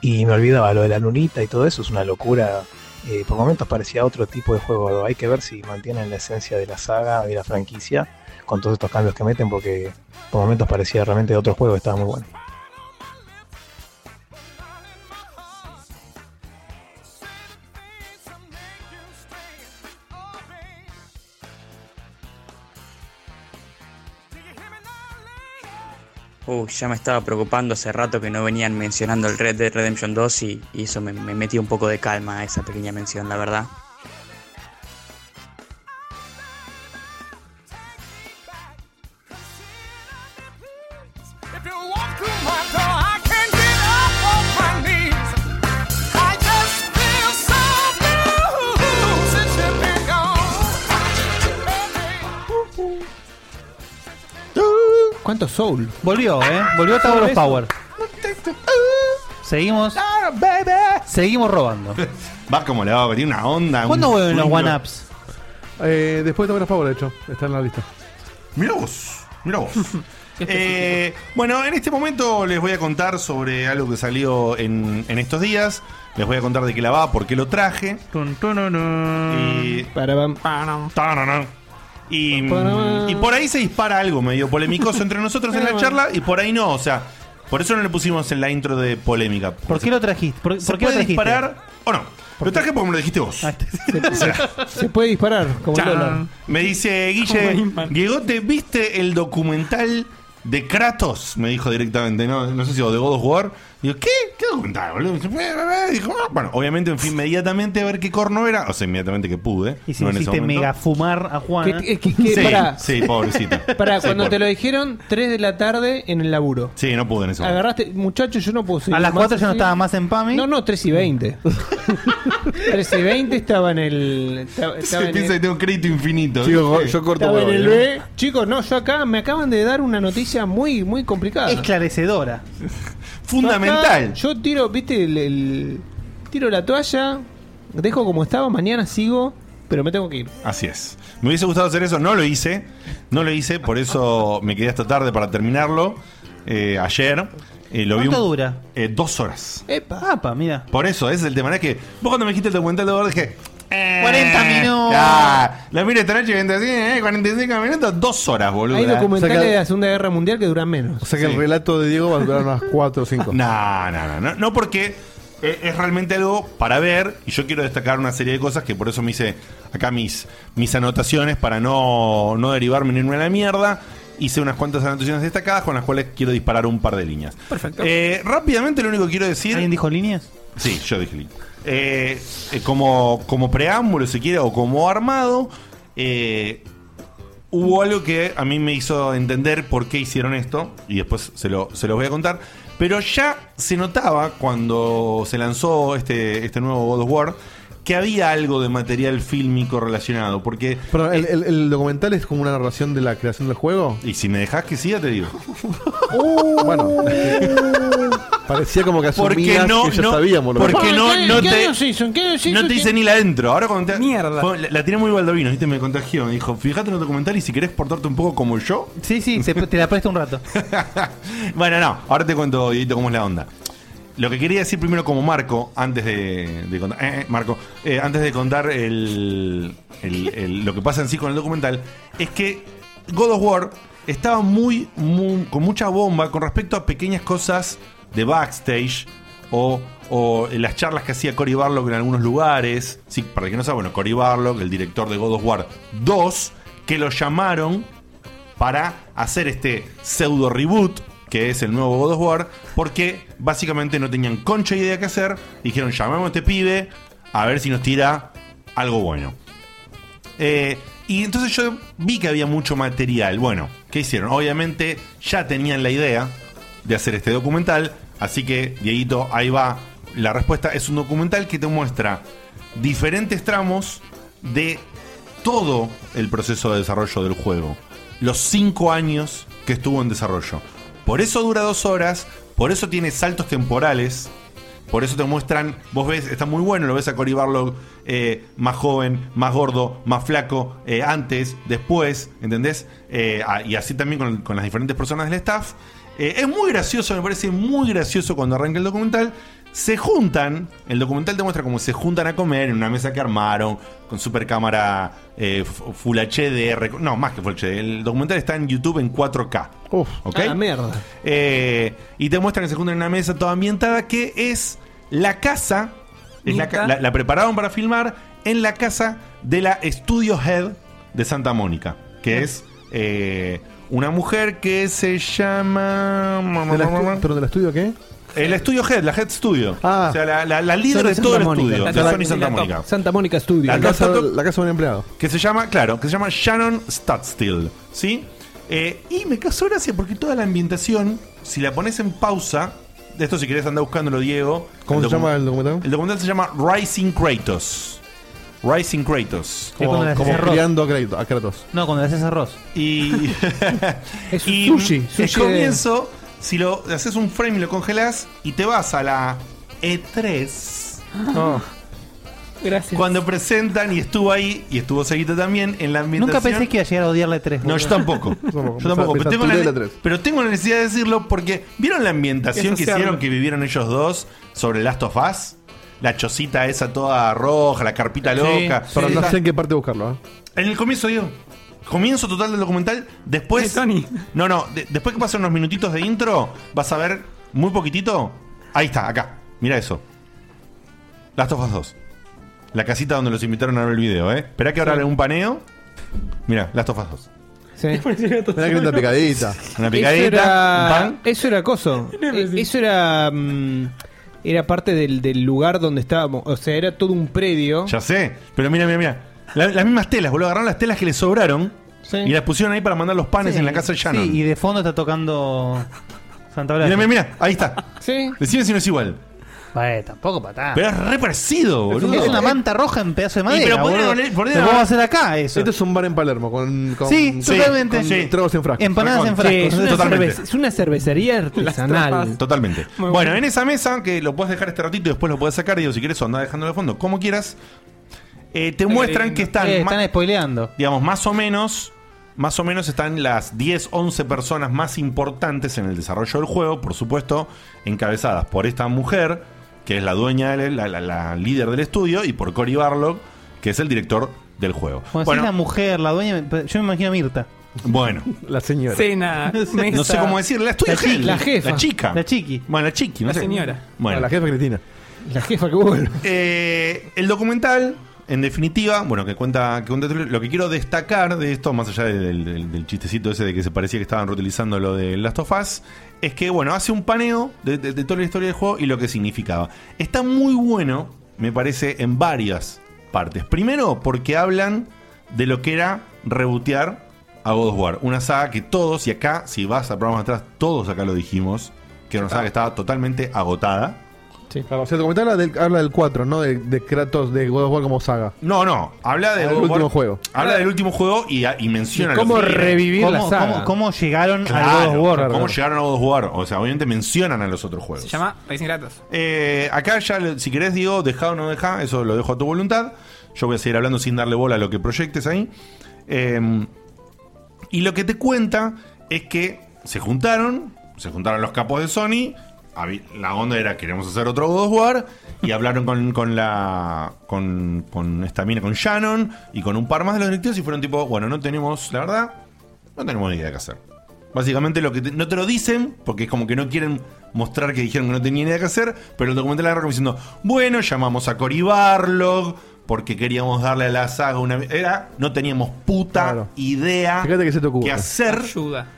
S19: Y me olvidaba lo de la lunita y todo eso, es una locura. Eh, por momentos parecía otro tipo de juego. Hay que ver si mantienen la esencia de la saga, de la franquicia, con todos estos cambios que meten, porque por momentos parecía realmente otro juego, estaba muy bueno.
S20: Uh, ya me estaba preocupando hace rato que no venían mencionando el Red Dead Redemption 2 y, y eso me, me metió un poco de calma a esa pequeña mención, la verdad.
S2: ¿Cuánto Soul?
S4: Volvió, ¿eh? Volvió Tower of Power. Seguimos. Seguimos robando.
S1: Vas como le va a venir una onda.
S4: ¿Cuándo
S1: un
S4: vuelven los
S1: swing.
S4: one-ups?
S3: Eh, después de Tower of Power, de hecho. Está en la lista.
S1: Mirá vos. Mirá vos. Eh, bueno, en este momento les voy a contar sobre algo que salió en, en estos días. Les voy a contar de qué la va, por qué lo traje. Y. Tararán. Y,
S2: Parabam.
S1: y por ahí se dispara algo medio polémicoso entre nosotros en la charla y por ahí no. O sea, por eso no le pusimos en la intro de polémica.
S4: ¿Por qué lo trajiste? ¿Por,
S1: ¿Se
S4: por qué lo
S1: puede
S4: trajiste? Ah,
S1: disparar o no? Lo traje porque me lo dijiste vos. O sea,
S2: Se puede disparar, como el
S1: Chan.
S2: dólar.
S1: Me dice Guille, Diegote, ¿viste el documental de Kratos? Me dijo directamente, no, no sé si o de God of War. Digo, ¿qué? ¿Qué documental, boludo? Me dice, "Bue, bue, bue". Dijo, "Ah". bueno, obviamente me fui inmediatamente a ver qué corno era. O sea, inmediatamente que pude.
S4: Y si
S1: no en ese
S4: hiciste
S1: momento.
S4: mega fumar a Juan. ¿eh?
S2: ¿Qué- qué- qué-
S1: Sí,
S2: pará.
S1: sí, pobrecito.
S2: Pará,
S1: Sí,
S2: cuando
S1: por-
S2: te lo dijeron, 3 de la tarde en el laburo.
S1: Sí, no pude en ese momento.
S2: Agarraste, muchacho, yo no puedo seguir.
S4: A las
S2: más
S4: 4 ya no
S2: así.
S4: estaba más en PAMI.
S2: No, no, 3 y 20. 3 y 20 estaba en el. Estaba,
S1: Se
S2: estaba en
S1: piensa
S2: el-
S1: que tengo crédito infinito.
S3: Chico,
S1: ¿viste?
S3: yo corto
S2: estaba en el
S1: ¿eh?
S2: B. Chicos, no, yo acá me acaban de dar una noticia muy, muy complicada.
S4: Esclarecedora.
S2: Fundamental. yo tiro, viste, el, el- tiro la toalla, dejo como estaba, mañana sigo, pero me tengo que ir.
S1: Así es. Me hubiese gustado hacer eso, no lo hice. No lo hice, por eso me quedé hasta tarde para terminarlo. eh, ayer. Eh, lo vi
S4: ¿Cuánto
S1: un-
S4: dura?
S1: eh, dos horas.
S2: Epa.
S4: Apa, mira.
S1: Por eso, ese es el tema. No Es que vos cuando me dijiste el documental de Gore dije.
S2: Ah,
S1: eh,
S4: 40
S2: Oh.
S4: minutos.
S1: Ah, la mira esta noche y así, eh, 45 minutos, dos horas, boludo.
S2: Hay documentales de la Segunda Guerra Mundial que duran menos.
S1: O sea que el
S3: relato de Diego va a durar unas 4 o 5.
S1: No, no, no, no, no porque eh, es realmente algo para ver y yo quiero destacar una serie de cosas que por eso me hice acá mis, mis anotaciones para no, no derivarme ni irme a la mierda. Hice unas cuantas anotaciones destacadas con las cuales quiero disparar un par de líneas. Perfecto. Eh, rápidamente lo único que quiero decir... ¿Alguien
S4: dijo líneas?
S1: Sí, yo dije líneas. Eh, eh, como, como preámbulo, si quiere, o como armado, eh, hubo algo que a mí me hizo entender por qué hicieron esto, y después se, lo, se los voy a contar. Pero ya se notaba cuando se lanzó este, este nuevo God of War que había algo de material fílmico relacionado. Porque, eh,
S3: Pero el, el- el documental es como una narración de la creación del juego.
S1: y si me dejas que siga, te digo. Uh.
S3: Bueno, parecía como que asumías
S1: Porque no,
S3: que ya
S1: no,
S3: sabíamos lo que
S1: porque no, no te, no te dice ni la adentro. Ahora cuando te,
S3: Mierda.
S1: fue- la, la tiré muy baldovino, ¿viste? me contagió. Me dijo, fíjate en el documental y si querés portarte un poco como yo.
S4: Sí, sí, te, te la presto un rato.
S2: Ah,
S1: Bueno, no, ahora te cuento, Dieguito, cómo es la onda. Lo que quería decir primero como Marco, antes de, de contar, eh, eh, Marco, eh, antes de contar el, el- el- lo que pasa en sí con el documental, es que God of War estaba muy, muy- con mucha bomba con respecto a pequeñas cosas de backstage o, o en las charlas que hacía Cory Barlock en algunos lugares. Sí, para el que no sabe, bueno, Cory Barlock, el director de God of War 2, que lo llamaron para hacer este pseudo reboot que es el nuevo God of War, porque básicamente no tenían concha idea qué hacer. Dijeron, llamemos a este pibe a ver si nos tira algo bueno. Eh, y entonces yo vi que había mucho material. Bueno, ¿qué hicieron? Obviamente ya tenían la idea de hacer este documental. Así que, Dieguito, ahí va. La respuesta es un documental que te muestra diferentes tramos de todo el proceso de desarrollo del juego. Los cinco años que estuvo en desarrollo. Por eso dura dos horas, por eso tiene saltos temporales. Por eso te muestran, vos ves, está muy bueno, lo ves a Cory Barlog eh, más joven, más gordo, más flaco, eh, antes, después, ¿entendés? Eh, ah, y así también con, con las diferentes personas del staff. Eh, es muy gracioso, me parece muy gracioso cuando arranca el documental. Se juntan, el documental te muestra cómo se juntan a comer en una mesa que armaron, con super cámara eh, f- Full HD, rec- no, más que Full HD. El documental está en YouTube en 4K.
S3: Uf,
S1: ¿ok?
S4: Ah,
S2: a la mierda.
S1: Eh, y te muestran que se juntan en una mesa toda ambientada que es la casa. es la, ca- la- la prepararon para filmar en la casa de la Studio Head de Santa Mónica. Que es eh, una mujer que se llama.
S3: Ah. ¿De la estu- ¿Pero del estudio qué?
S1: El estudio Head, la Head Studio. o sea, la, la- la líder
S3: Sony
S1: de todo
S3: Santa
S1: el
S3: Mónica.
S1: estudio.
S3: La
S1: de
S3: top.
S1: Sony Santa
S3: La top.
S1: Mónica.
S2: Santa Mónica Studio.
S1: La casa-
S3: La casa de un empleado.
S1: Que se llama, claro, que se llama Shannon Stadstill, ¿sí? Eh, y me causó gracia porque toda la ambientación, si la pones en pausa, de esto si querés andar buscándolo, Diego.
S3: ¿Cómo
S1: el
S3: se
S1: docu-
S3: llama el documental?
S1: El documental se llama Rising Kratos. Rising Kratos.
S4: Es cuando le haces arroz.
S3: criando a Kratos. a Kratos.
S4: No, cuando le haces arroz.
S1: Y.
S3: Es
S1: y
S3: sushi,
S1: El
S3: sushi de-
S1: comienzo, si lo haces un frame, lo congelas y te vas a la E E3.
S6: Gracias.
S1: Cuando presentan y estuvo ahí, y estuvo Seguita también, en la
S4: Nunca
S1: ambientación.
S4: pensé que iba a llegar a odiarle tres.
S1: No, yo tampoco. Yo tampoco. Pero tengo,
S4: la
S1: la, pero tengo la necesidad de decirlo porque ¿vieron la ambientación
S4: Es
S1: que
S4: social.
S1: hicieron que vivieron ellos dos sobre Last of Us? La chocita esa toda roja, la carpita
S3: Sí,
S1: loca.
S3: sí. Pero no sé en qué parte buscarlo. ¿eh?
S1: En el comienzo, digo. Comienzo total del documental. Después. No, no. de- después que pasan unos minutitos de intro, vas a ver muy poquitito. Ahí está, acá. Mira eso. Last of Us 2. La casita donde los invitaron a ver el video, ¿eh? Esperá que ahora
S3: Sí.
S1: le un paneo. Mira, Last of Us 2.
S3: Una creta picadita.
S1: Una picadita.
S2: Eso era,
S1: un pan.
S2: eso era coso. Eh, eso era. mm, era parte del, del lugar donde estábamos. O sea, era todo un predio.
S1: Ya sé. Pero mira, mira, mira. La- las mismas telas, boludo. Agarraron las telas que les sobraron. Y las pusieron ahí para mandar los panes
S4: Sí,
S1: en la casa de Shannon.
S4: Sí, y de fondo está tocando Santa Blanca.
S1: Mira, mira, mira. Ahí está.
S2: Sí.
S1: Decime si no es igual.
S4: tampoco patá.
S1: Pero es re parecido,
S4: Es
S1: boludo.
S4: una manta roja en pedazo de
S1: Y pero
S4: madera.
S1: podrían
S4: boludo.
S1: haber- podrían
S4: Lo vamos a
S1: haber-
S4: hacer acá, eso.
S3: Esto es un bar en Palermo con. con
S4: Sí, Sí, totalmente.
S3: con
S4: sí.
S3: Tragos en frascos.
S4: Empanadas en frascos.
S2: Sí, es, una
S1: Totalmente.
S2: cerveza- es una cervecería artesanal.
S1: Totalmente.
S2: Muy
S1: Bueno,
S2: bueno.
S1: en esa mesa, que lo puedes dejar este ratito y después lo puedes sacar, digo, si quieres, anda dejándolo de fondo, como quieras. eh, te muestran que están.
S4: Eh,
S1: ma-
S4: están spoileando.
S1: digamos, más o menos. Más o menos están las 10, 11 personas más importantes en el desarrollo del juego, por supuesto, encabezadas por esta mujer, que es la dueña, del- la, la- la líder del estudio, y por Cory Barlog, que es el director del juego.
S4: Cuando
S1: Bueno,
S4: decís la mujer, la dueña, me- yo me imagino a Mirta.
S1: bueno.
S3: La señora.
S6: Cena, mesa.
S1: No sé cómo decirla. Estoy
S4: La chiqui.
S1: la
S4: La jefa.
S1: La chica.
S4: La chiqui.
S1: Bueno, la chiqui. No
S4: La
S1: sé.
S4: señora.
S1: Bueno.
S3: La jefa Cristina.
S2: La jefa que vuelve.
S1: Eh, el documental, en definitiva, bueno, que cuenta, que cuenta lo que quiero destacar de esto, más allá del, del- del chistecito ese de que se parecía que estaban reutilizando lo de Last of Us, es que, bueno, hace un paneo de, de- de toda la historia del juego y lo que significaba. Está muy bueno, me parece, en varias partes. Primero, porque hablan de lo que era rebotear a God of War. Una saga que todos, y acá, si vas a programas atrás, todos acá lo dijimos, que era una saga que estaba totalmente agotada.
S3: Claro, o sea, el documental habla del, habla del 4, ¿no? De, de Kratos de God of War como saga.
S1: No, no. Habla del
S3: Del último juego.
S1: Habla del último juego y, y menciona los-
S4: ¿Cómo- ¿Cómo, cómo llegaron
S1: Claro,
S4: a God of War?
S1: ¿Cómo llegaron a God of War? O sea, obviamente mencionan a los otros juegos.
S6: Se llama Racing Kratos.
S1: Eh, acá ya, le- si querés, digo, deja o no deja, eso lo dejo a tu voluntad. Yo voy a seguir hablando sin darle bola a lo que proyectes ahí. Eh, y lo que te cuenta es que se juntaron, se juntaron los capos de Sony. habi- La onda era queremos hacer otro God of War y hablaron con, con la con, con esta mina, con Shannon y con un par más de los directivos y fueron tipo, bueno, no tenemos, la verdad, no tenemos ni idea qué hacer. Básicamente lo que te- no te lo dicen, porque es como que no quieren mostrar que dijeron que no tenían nada que hacer, pero el documental agarra como diciendo, bueno, llamamos a Cory Barlog, porque queríamos darle a la saga una... Era, no teníamos puta idea
S3: Fíjate que se te ocurre.
S1: qué hacer,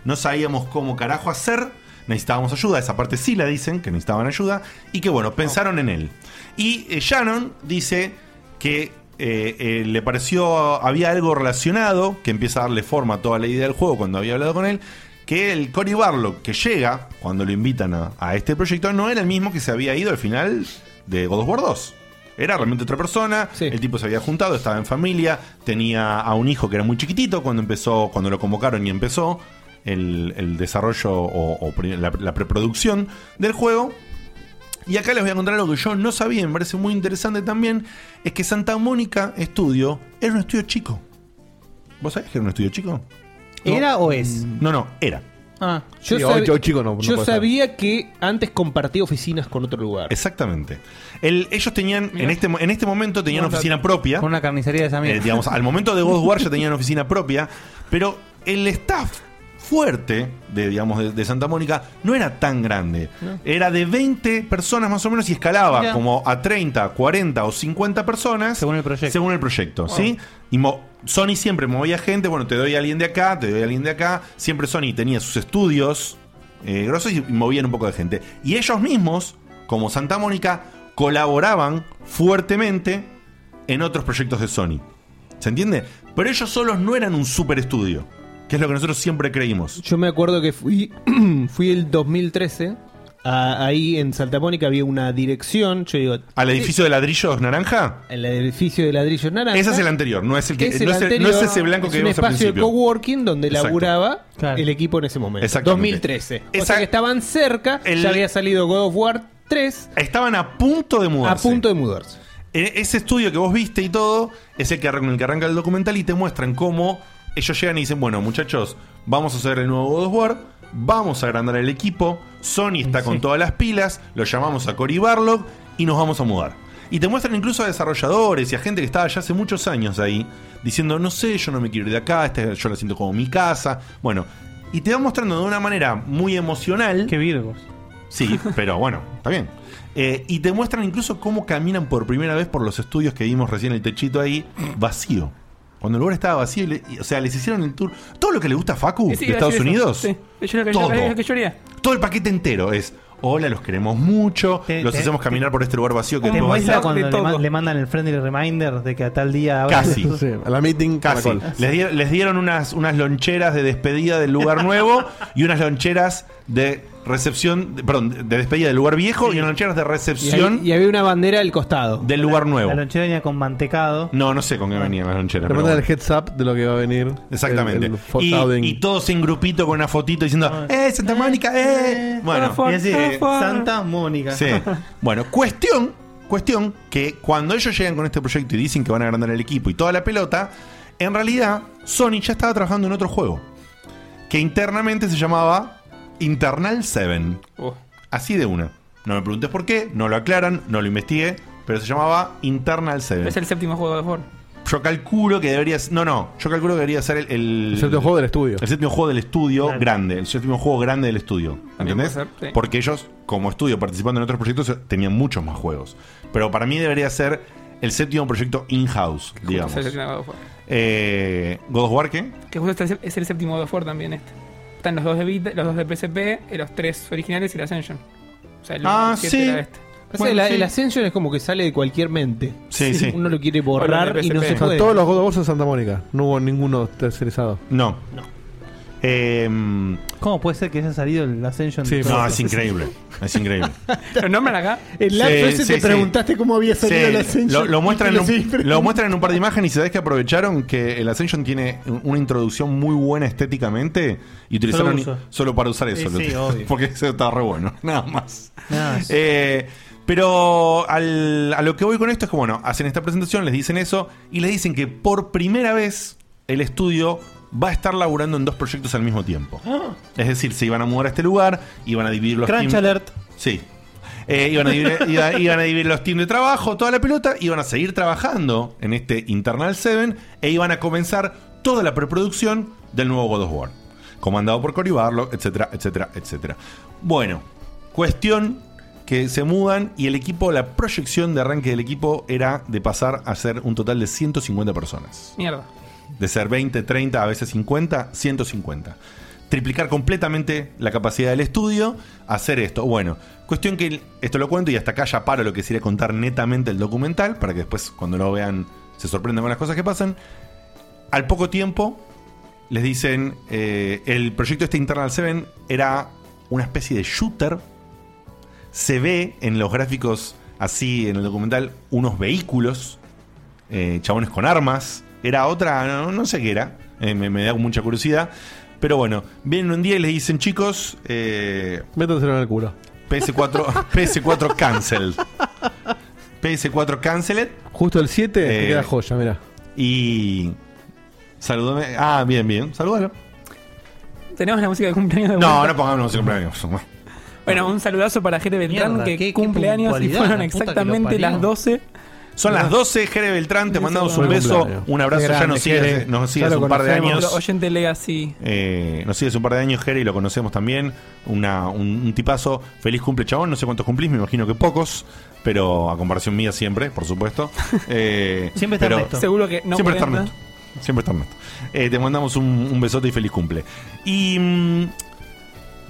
S1: no sabíamos cómo carajo hacer, necesitábamos ayuda, esa parte sí la dicen, que necesitaban ayuda, y que bueno, pensaron en él. Y eh, Shannon dice que eh, eh, le pareció, había algo relacionado, que empieza a darle forma a toda la idea del juego cuando había hablado con él, que el Cory Barlow que llega cuando lo invitan a, a este proyecto no era el mismo que se había ido al final de God of War 2. Era realmente otra persona, el tipo se había juntado, estaba en familia, tenía a un hijo que era muy chiquitito cuando empezó, cuando lo convocaron y empezó el, el desarrollo o, o pri- la- la preproducción del juego. Y acá les voy a contar algo que yo no sabía, me parece muy interesante también, es que Santa Mónica Studio era un estudio chico. ¿Vos sabés que era un estudio chico?
S4: ¿Era o es?
S1: No, no, era.
S2: Ah,
S1: Sí,
S2: sab-
S1: hoy- hoy chico no- no
S2: yo
S1: puede ser.
S2: sabía que antes compartía oficinas con otro lugar.
S1: Exactamente. El- ellos tenían, en este, mo- en este momento tenían
S2: Buen dato.
S1: oficina propia.
S4: Con una carnicería de esa mierda.
S1: Eh, digamos, al momento de God of War ya tenían oficina propia, pero el staff fuerte de, digamos, de, de Santa Mónica no era tan grande.
S2: No.
S1: Era de 20 personas más o menos y escalaba
S2: Mirá.
S1: como a 30, 40 o 50 personas. Según el proyecto. Según el proyecto, ¿sí? Y mo- Sony siempre movía gente, bueno, te doy a alguien de acá, te doy a alguien de acá. Siempre Sony tenía sus estudios eh, grosos y movían un poco de gente. Y ellos mismos, como Santa Mónica, colaboraban fuertemente en otros proyectos de Sony. ¿Se entiende? Pero ellos solos no eran un super estudio, que es lo que nosotros siempre creímos.
S2: Yo me acuerdo que fui, fui el 2013 a- ahí en Salta Mónica había una dirección. Yo digo,
S1: ¿Al edificio de ladrillos naranja?
S2: El edificio de ladrillos naranja.
S1: Ese es el anterior, no es el que
S2: Es el
S1: no, es el- no
S2: anterior,
S1: es ese blanco que
S2: es un
S1: vimos al
S2: espacio de
S1: principio.
S2: coworking donde
S1: Exacto.
S2: laburaba el equipo en ese momento.
S1: Exactamente.
S2: 2013. O sea que estaban cerca, ya había salido God of War 3.
S1: Estaban a punto de mudarse.
S2: A punto de mudarse.
S1: E- Ese estudio que vos viste y todo es el que arranca, el que arranca el documental y te muestran cómo ellos llegan y dicen, bueno muchachos, vamos a hacer el nuevo God of War, vamos a agrandar el equipo, Sony está con todas las pilas, lo llamamos a Cory Barlog y nos vamos a mudar. Y te muestran incluso a desarrolladores y a gente que estaba ya hace muchos años ahí, diciendo, no sé, yo no me quiero ir de acá, esta- yo la siento como mi casa. Bueno, y te va mostrando de una manera muy emocional. Qué
S4: virgos.
S1: Sí, pero bueno, está bien. Eh, y te muestran incluso cómo caminan por primera vez por los estudios que vimos recién el techito ahí, vacío. Cuando el lugar estaba vacío, y le- y- o sea, les hicieron el tour. Todo lo que le gusta a Facu
S6: Sí,
S1: de
S6: iba a decir
S1: Estados
S6: eso.
S1: Unidos,
S6: Sí. Es lo que-
S1: Todo.
S6: es lo que yo haría.
S1: todo el paquete entero es: Hola, los queremos mucho, los
S4: te-
S1: hacemos caminar por este lugar vacío que
S4: Te
S1: no va a
S4: muestra
S1: ser
S4: cuando le, man- le mandan el friendly reminder de que a tal día habrá-
S1: Casi.
S3: a la meeting
S1: Casi.
S3: Caracol.
S1: Les, di- les dieron unas, unas loncheras de despedida del lugar nuevo y unas loncheras de recepción, de- perdón, de despedida del lugar viejo y unas loncheras de
S2: Y, ahí-
S1: recepción
S2: y había una bandera al costado.
S1: del lugar nuevo.
S4: La lonchera venía con mantecado.
S1: No, no sé con qué venían las loncheras.
S3: Le
S1: pero
S3: mandan
S1: bueno.
S3: el heads up de lo que va a venir.
S1: Exactamente.
S3: El- el
S1: Y-
S3: fotouding.
S1: y, todos en grupito con una fotito diciendo, ¡Eh, Santa Mónica! ¡Eh! Bueno,
S4: y así,
S1: eh,
S4: Santa Mónica.
S1: Sí. Bueno, cuestión, cuestión que cuando ellos llegan con este proyecto y dicen que van a agrandar el equipo y toda la pelota, en realidad Sony ya estaba trabajando en otro juego que internamente se llamaba Internal 7.
S6: Uh.
S1: Así de una. No me preguntes por qué, no lo aclaran, no lo investigué, pero se llamaba Internal 7.
S6: Es el séptimo juego de God of War.
S1: Yo calculo que debería ser- No, no. Yo calculo que debería ser el. El,
S3: El séptimo juego del estudio.
S1: El séptimo juego del estudio
S3: Claro.
S1: grande. El séptimo juego grande del estudio.
S3: También
S1: ¿Entendés?
S3: puede ser, sí.
S1: Porque ellos, como estudio, participando en otros proyectos, tenían muchos más juegos. Pero para mí debería ser el séptimo proyecto in-house, digamos.
S6: Es el séptimo God of War.
S1: Eh, ¿God of War qué?
S6: Que justo este es el séptimo God of War también este. Están los dos de Vita, los dos de PSP, eh, los tres originales y el Ascension. O sea, el
S2: Ah,
S6: 7
S2: sí.
S6: era este.
S2: O sea, la- El Ascension es como que sale de cualquier mente.
S1: Sí, sí.
S2: Uno lo quiere borrar y no se
S3: O sea,
S2: puede.
S3: Todos los God of War son Santa Mónica. No hubo ninguno tercerizado.
S1: No.
S4: ¿Cómo puede ser que haya salido el Ascension?
S3: Sí,
S1: Eh, no, es increíble. Es increíble.
S6: ¿Lo nombran acá?
S1: El lapso Sí, ese sí, te sí. preguntaste
S2: cómo había
S1: Sí, lo, lo muestran en un, lo muestran en un par de imágenes y sabés que aprovecharon que el Ascension tiene un- una introducción muy buena estéticamente y utilizaron
S4: uso.
S1: solo, para usar eso.
S4: Sí,
S1: lo
S4: sí,
S1: utilizaron,
S4: obvio.
S1: Porque eso está re bueno, nada más. Eh, pero al- a lo que voy con esto es que, bueno, hacen esta presentación, les dicen eso y les dicen que por primera vez el estudio va a estar laburando en dos proyectos al mismo tiempo. Es decir, se iban a mudar a este lugar, iban a dividir los
S4: Crunch
S1: team-
S4: alert.
S1: Sí. Eh, iban, a dividir, iba- iban a dividir los teams de trabajo, toda la pelota, iban a seguir trabajando en este Internal 7 e iban a comenzar toda la preproducción del nuevo God of War. Comandado por Cory Barlow, etcétera, etcétera, etcétera. Bueno, cuestión que se mudan y el equipo, la proyección de arranque del equipo era de pasar a ser un total de 150 personas.
S6: Mierda.
S1: De ser 20, 30, a veces 50, 150. Triplicar completamente la capacidad del estudio, hacer esto. Bueno, cuestión que esto lo cuento y hasta acá ya paro lo que sería contar netamente el documental, para que después cuando lo vean se sorprendan con las cosas que pasan. Al poco tiempo les dicen, eh, el proyecto este Internal 7 era una especie de shooter. Se ve en los gráficos así en el documental unos vehículos eh, chabones con armas. Era otra, no, no sé qué era. Eh, me, me da mucha curiosidad. Pero bueno, vienen un día y les dicen, chicos. Eh,
S3: Métanselo en el culo.
S1: PS4, PS4 cancel. PS4 canceled.
S3: Justo el 7 te
S1: Eh,
S3: queda joya, mirá.
S1: Y. Saludame. Ah, bien, bien. Salúdalo.
S6: Tenemos la música de cumpleaños de
S1: No,
S6: vuelta.
S1: no pongamos música de cumpleaños.
S6: Bueno, un saludazo para Jere Beltrán
S1: Mierda,
S6: que
S1: qué- qué
S6: cumpleaños y
S1: puntualidad,
S6: fueron
S1: la puta que lo
S6: exactamente
S1: parió.
S6: las 12.
S1: Son las 12, Jere Beltrán, te mandamos un beso, un abrazo, ya nos sigues, nos sigues un par de años.
S6: Oyente Legacy.
S1: Eh, nos sigue hace un par de años, Jerry, lo conocemos también. Una- un, un tipazo. Feliz cumple, chabón. No sé cuántos cumplís, me imagino que pocos. Pero a comparación mía siempre, por supuesto. Eh,
S6: Siempre está
S1: pero-
S6: Ernesto. Seguro que no
S1: Siempre está
S6: 40.
S1: Ernesto. Siempre está Ernesto. Eh, te mandamos un, un besote y feliz cumple. Y mm,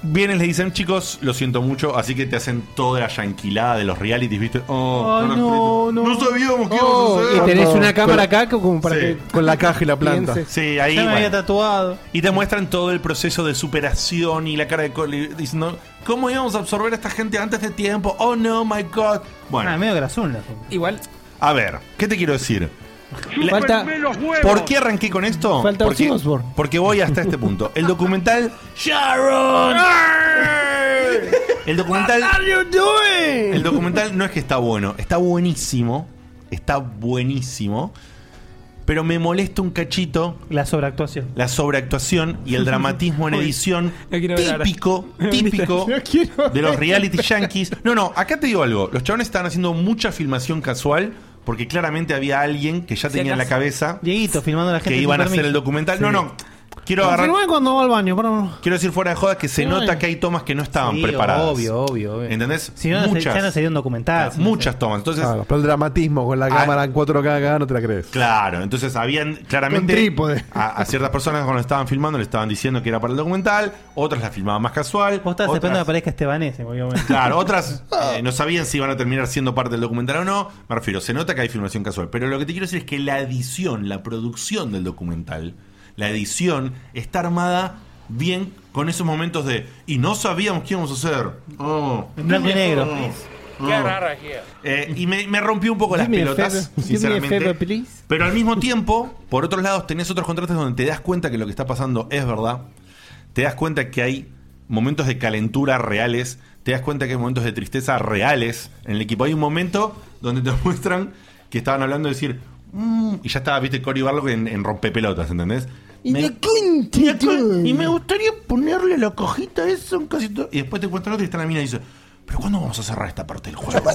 S1: vienen, les dicen, chicos, lo siento mucho. Así que te hacen toda la yanquilada de los realities, ¿viste? Oh,
S5: Ay,
S1: no,
S5: no,
S1: no. No sabíamos
S5: qué
S2: Oh,
S1: íbamos a
S2: y
S1: hacer.
S2: tenés una
S1: Con-
S2: cámara acá como para que.
S3: Con la caja y la planta.
S1: Sí, ahí.
S2: Ya me había
S1: tatuado. Y te muestran todo el proceso de superación y la cara de Cole diciendo, ¿Cómo íbamos a absorber a esta gente antes de tiempo? Oh no, my god. Bueno.
S4: Ah, medio grasón
S6: Igual.
S1: A ver, ¿qué te quiero decir? La- ¿Por qué arranqué con esto?
S2: Falta
S1: porque,
S2: Ozzy Osbourne.
S1: porque voy hasta este punto. El documental Sharon. El documental El documental no es que está bueno, está buenísimo, está buenísimo. Pero me molesta un cachito
S4: la sobreactuación.
S1: La sobreactuación y el dramatismo en
S6: Uy,
S1: edición
S6: quiero ver ahora.
S1: típico, típico
S6: No quiero
S1: de los
S6: ver.
S1: reality yankees. No, no, acá te digo algo. Los chabones están haciendo mucha filmación casual porque claramente había alguien que ya
S4: Si
S1: tenía en la
S4: acaso.
S1: cabeza
S4: Dieguito filmando a la gente.
S1: que
S4: sin
S1: iban a hacer
S4: permiso.
S1: el documental. No,
S4: Sí.
S1: no. Quiero agarrar,
S4: Confirmá cuando va al baño, perdón.
S1: quiero decir fuera de joda que se
S4: Sí,
S1: nota
S4: bueno.
S1: que hay tomas que no estaban
S4: Sí,
S1: preparadas.
S4: obvio, obvio, obvio.
S1: ¿Entendés?
S4: Si no, no se- ya no sería un documental. si no
S1: muchas tomas. Entonces,
S3: Claro, pero el dramatismo con la
S1: Ah.
S3: cámara en 4K acá no te la crees.
S1: Claro, entonces habían claramente
S3: Con trípode.
S1: A, a ciertas personas cuando estaban filmando le estaban diciendo que era para el documental, otras la filmaban más casual.
S4: Estás esperando que
S1: otras,
S4: aparezca Estebanés en cualquier momento.
S1: claro, otras eh, no sabían si iban a terminar siendo parte del documental o no. Me refiero, se nota que hay filmación casual, pero lo que te quiero decir es que la edición, la producción del documental, la edición está armada bien con esos momentos de y no sabíamos qué íbamos a hacer. Oh,
S4: En blanco y negro.
S1: oh, oh". Eh, y me, me rompió un poco las
S2: Give me a
S1: pelotas,
S2: favor. Give me a
S1: sinceramente.
S2: favor, please.
S1: pero al mismo tiempo, por otros lados, tenés otros contrastes donde te das cuenta que lo que está pasando es verdad. Te das cuenta que hay momentos de calentura reales. Te das cuenta que hay momentos de tristeza reales en el equipo. Hay un momento donde te muestran que estaban hablando de decir. "Mm", y ya estaba, viste, Cory Barlow en, en rompepelotas, ¿entendés?
S5: Y
S1: Me-
S5: de Quinti.
S1: y me gustaría ponerle la cojita a eso un casito. Y después te cuentan otro y está la mina y dice. ¿Pero cuándo vamos a cerrar esta parte del juego?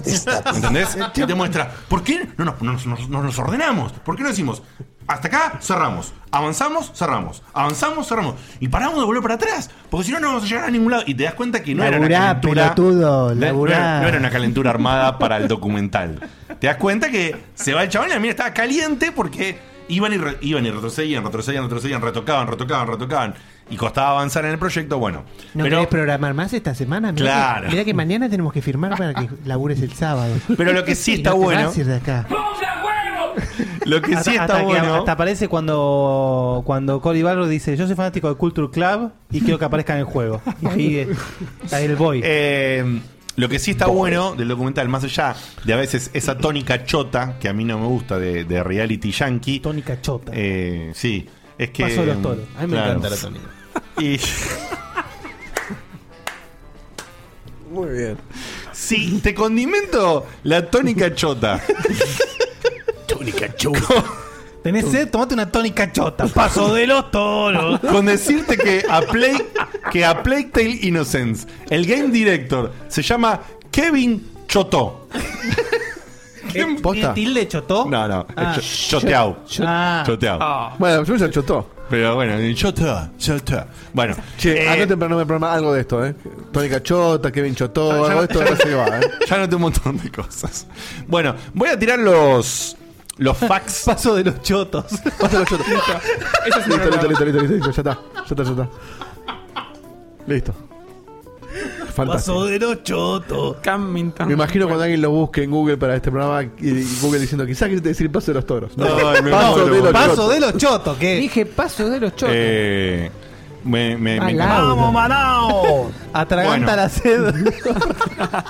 S1: ¿Entendés? Y te muestra. ¿Por qué no nos, no nos- no nos- no nos ordenamos? ¿Por qué no decimos? Hasta acá cerramos. Avanzamos, cerramos. Avanzamos, cerramos. Y paramos de volver para atrás. Porque si no, no vamos a llegar a ningún lado. Y te das cuenta que no era
S9: Laburá,
S1: una calentura.
S9: pelotudo,
S1: no, era- no
S9: laburá.
S1: era una calentura armada para el documental. Te das cuenta que se va el chabón y la mina estaba caliente porque iban y, re- iban y retrocedían, retrocedían, retrocedían, retocaban, retocaban, retocaban. Y costaba avanzar en el proyecto. Bueno,
S9: ¿No
S1: pero
S9: querés programar más esta semana? Mirá
S1: Claro.
S9: Que, mirá que mañana tenemos que firmar para que labures el sábado.
S1: Pero lo que sí
S9: Y
S1: está
S9: no te
S1: bueno-
S9: vas a ir de acá.
S1: lo que
S4: Hasta-
S1: sí está
S4: hasta que-
S1: bueno.
S4: hasta aparece cuando cuando Cory Barlow dice yo soy fanático de Culture Club y quiero que aparezca en el juego. Y ahí eh, ahí el boy.
S1: Eh, lo que sí está bueno del documental, más allá de a veces esa tónica chota, que a mí no me gusta, de, de reality yankee. eh,
S4: Tónica chota.
S1: sí, es que.
S4: Paso de los toros. A mí me encanta la
S1: tónica. Y. Muy bien. Sí, te condimento la tónica chota. tónica chota.
S4: Tenés sed, tomate una tónica chota. Paso de los toros.
S1: Con decirte que a Plague, que a Plague Tale Innocence, el game director se llama Kevin Chotó.
S4: ¿Posta? ¿Tilde chotó?
S1: No, no,
S4: Ah.
S1: cho- choteau.
S4: Cho- Ah.
S1: Choteau.
S4: Ah.
S1: Bueno, yo ya chotó. Pero bueno, chotó, chotó. Bueno, eh,
S3: Che, acá temprano me programa algo de esto, ¿eh? Tónica Chota, Kevin Chotó,
S1: Ya-
S3: algo de esto
S1: ya-
S3: ya se va, ¿eh?
S1: Ya noté un montón de cosas. Bueno, voy a tirar los los facts.
S4: Paso de los chotos.
S3: Paso de los chotos. Listo, listo, listo, listo, listo, listo, ya está, ya está, ya está. Listo. Fantástico.
S4: de los chotos.
S3: Me imagino cuando alguien lo busque en Google para este programa y y Google diciendo, quizás quisiste decir paso de los toros.
S1: No, me muero. Paso de los chotos, ¿qué?
S2: Dije paso de los chotos.
S1: Eh, me, me, me encanta.
S2: ¡Vamos,
S4: Manao! Atraganta
S1: Bueno.
S4: la sed.
S3: Ahora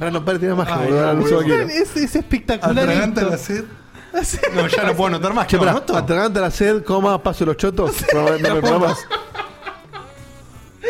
S3: Ah, no pare, tiene magia,
S1: Ay,
S3: boludo, ahora no se
S1: boludo.
S3: lo quiero.
S4: es, es espectacular.
S1: Atraganta
S4: esto.
S1: la sed. No, ya no puedo anotar más.
S3: Che,
S1: ¿qué
S3: pará,
S1: anoto?
S3: atraganta la sed, coma, paso de los chotos. No, no, no, no, no.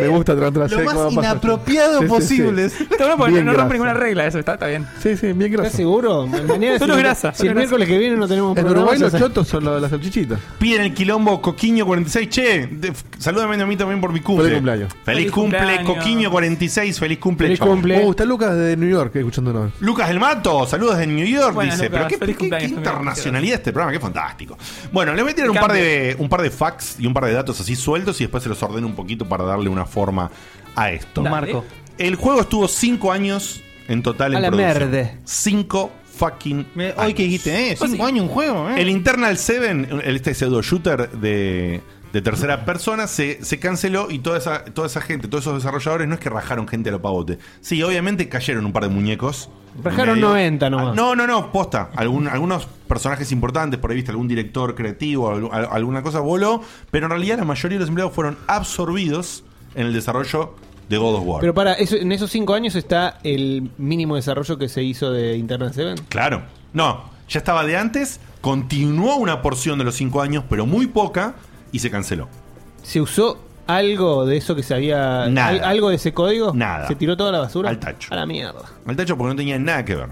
S3: Me gusta atraganta la
S6: Lo
S3: sed,
S6: más
S3: coma, paso de los chotos. Sí,
S6: inapropiado
S3: sí, sí.
S6: posible. Está bueno porque
S3: Bien
S6: no rompe
S3: grasa.
S6: ninguna regla, eso está, está bien.
S3: Sí, sí, bien graso.
S2: ¿Estás seguro? Mañana
S6: Solo
S2: si-
S6: grasa,
S2: Si
S6: solo
S2: el
S6: grasa.
S2: miércoles que viene no tenemos
S3: En
S2: programa,
S3: Uruguay
S2: ya
S3: los
S2: sabes.
S3: chotos son los de las salchichitas.
S1: Piden el quilombo Coquiño 46. Che, de- salúdame a mí también por mi cumple.
S3: Feliz cumpleaños.
S1: Feliz
S3: Feliz
S1: cumple,
S3: cumpleaños.
S1: Coquiño 46. Feliz cumple,
S3: Feliz
S1: chon.
S3: cumple. Uh, está Lucas de New York escuchándonos.
S1: Lucas del Mato, saludos de New York,
S3: Bueno,
S1: dice.
S3: Lucas,
S1: Pero qué,
S3: feliz
S1: qué- qué
S3: cumpleaños también,
S1: internacionalidad este programa, qué fantástico. Bueno, le voy a tirar un par, de, un par de facts y un par de datos así sueltos y después se los ordeno un poquito para darle una forma a esto.
S4: Dale. Marco.
S1: El juego estuvo 5 años en total en
S4: A la
S1: producción.
S4: merde.
S1: 5 fucking
S4: Me- Hoy que dijiste, eh, cinco años un
S2: Mm.
S4: juego, eh.
S1: el Internal 7, el- este pseudo shooter de, de tercera persona, se, se canceló y toda esa, toda esa gente, todos esos desarrolladores no es que rajaron gente a lo pavote. Sí, obviamente cayeron un par de muñecos.
S2: Rajaron
S1: En medio.
S2: 90 nomás.
S1: Ah, No, no, no, posta. Algún- algunos personajes importantes, por ahí viste, algún director creativo, al- al- alguna cosa voló, pero en realidad la mayoría de los empleados fueron absorbidos en el desarrollo de God of War.
S4: Pero para, eso, en esos cinco años está el mínimo desarrollo que se hizo de Internet 7.
S1: Claro. No, ya estaba de antes, continuó una porción de los cinco años, pero muy poca, y se canceló.
S4: ¿Se usó algo de eso que se había.
S1: Nada.
S4: al- ¿Algo de ese código?
S1: Nada.
S4: ¿Se tiró toda la basura?
S1: Al tacho.
S4: A la mierda.
S1: Al tacho porque no tenía nada que ver.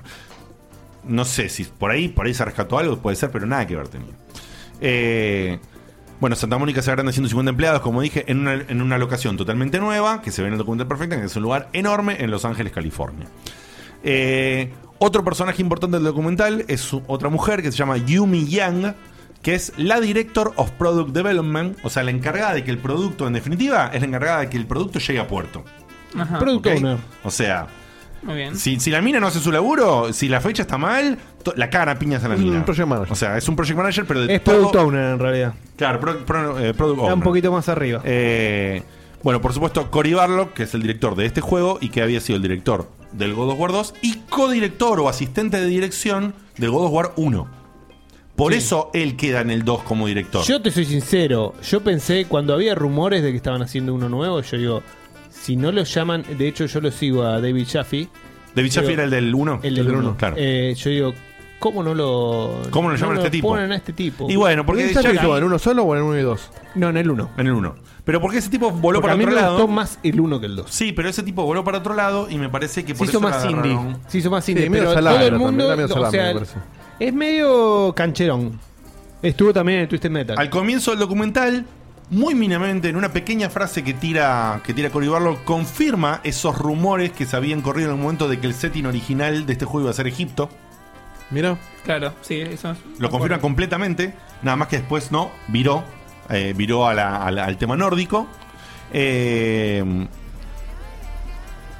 S1: No sé si por ahí, por ahí se rescató algo, puede ser, pero nada que ver tenía. Eh, bueno, Santa Mónica se agranda a 150 empleados, como dije, en una, en una locación totalmente nueva, que se ve en el documental perfecta, que es un lugar enorme en Los Ángeles, California. Eh, otro personaje importante del documental es su- otra mujer que se llama Yumi Yang, que es la Director of Product Development, o sea, la encargada de que el producto, en definitiva, es la encargada de que el producto llegue a puerto.
S6: Ajá.
S1: ¿ok? O sea,
S6: Muy bien.
S1: si, si la mina no hace su laburo, si la fecha está mal, to- la cara piñas a la mina.
S3: un project
S1: O sea, es un project manager, pero de
S4: Es
S1: todo-
S4: product owner en realidad.
S1: Claro, pro- pro- eh, product
S4: Está un
S1: owner.
S4: poquito más arriba.
S1: Eh, bueno, por supuesto, Cory Barlock, que es el director de este juego y que había sido el director del God of War 2 y codirector o asistente de dirección del God of War 1. Por eso él queda en el 2 como director.
S4: Yo te soy sincero, yo pensé, cuando había rumores de que estaban haciendo uno nuevo, yo digo, si no lo llaman, de hecho yo lo sigo a David Chaffee.
S1: David Chaffee era el del uno,
S4: El del
S1: el del
S4: uno.
S1: uno, claro.
S4: Eh, yo digo, ¿cómo no lo,
S1: ¿Cómo lo
S4: no
S1: llaman a este tipo?
S4: ponen a este tipo?
S1: Y bueno, porque
S4: David Chaffee
S1: Chaffee-
S4: jugó en uno.
S1: solo o en el 1 y 2?
S4: No, en el 1.
S1: En el 1. Pero porque ese tipo voló para
S4: Porque a mí
S1: otro
S4: me
S1: lado.
S4: gustó más el 1 que el 2.
S1: Sí, pero ese tipo voló para otro lado y me parece que
S4: Se
S1: por
S4: hizo
S1: eso
S4: más
S1: la
S4: indie.
S1: agarraron.
S4: Se hizo más indie.
S1: Sí, medio
S4: pero
S1: salame
S4: todo el
S1: era también,
S4: mundo.
S1: era medio
S4: o
S1: salame,
S4: sea,
S1: me parece.
S4: es medio cancherón. Estuvo también en Twisted Metal.
S1: Al comienzo del documental, muy mínimamente, en una pequeña frase que tira, que tira Cory Barlow, confirma esos rumores que se habían corrido en el momento de que el setting original de este juego iba a ser Egipto. Mira.
S6: Claro, sí, eso es-
S1: Lo confirma completamente, nada más que después no, viró, eh, viró a la- a la- al tema nórdico. Eh,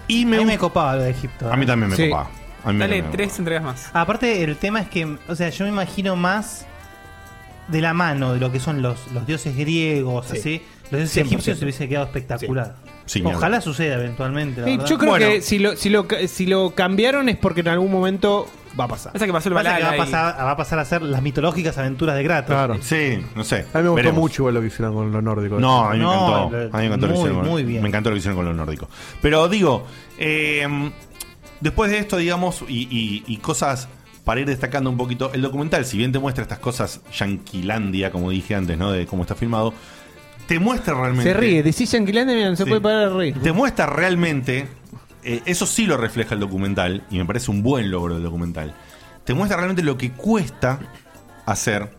S1: y
S2: me, a mí me copaba lo de Egipto.
S1: a mí también me
S2: Sí.
S1: copaba. A mí
S2: Dale
S1: me-
S6: tres entregas más.
S2: Aparte, el tema es que, o sea, yo me imagino más de la mano de lo que son los, los dioses griegos,
S4: Sí.
S2: así. Los dioses
S4: 100%.
S2: egipcios se hubiese quedado espectacular.
S1: Sí. Sí,
S2: Ojalá suceda eventualmente. la
S4: Sí,
S2: verdad.
S4: yo creo que si lo, si, lo, ca- si lo cambiaron es porque en algún momento va a pasar.
S2: Pasa que
S4: Pasa que
S2: va, a pasar, va a pasar a ser las mitológicas aventuras de Kratos.
S3: Claro.
S1: Sí, no sé.
S3: A mí me gustó
S1: Veremos.
S3: mucho igual lo que hicieron con lo nórdico.
S1: No, a mí me encantó.
S3: lo-
S1: A mí me encantó lo que
S3: muy,
S1: hicieron con-
S3: muy bien.
S1: Me encantó lo que hicieron con los nórdicos. Pero digo, eh, después de esto, digamos, y, y- y cosas para ir destacando un poquito, el documental, si bien te muestra estas cosas yanquilandia, como dije antes, ¿no? De cómo está filmado, te muestra realmente.
S4: Se ríe, decís Yanquilandia, mira, no se
S1: Sí.
S4: puede parar de reír.
S1: Te muestra realmente, eh, eso sí lo refleja el documental, y me parece un buen logro del documental. Te muestra realmente lo que cuesta hacer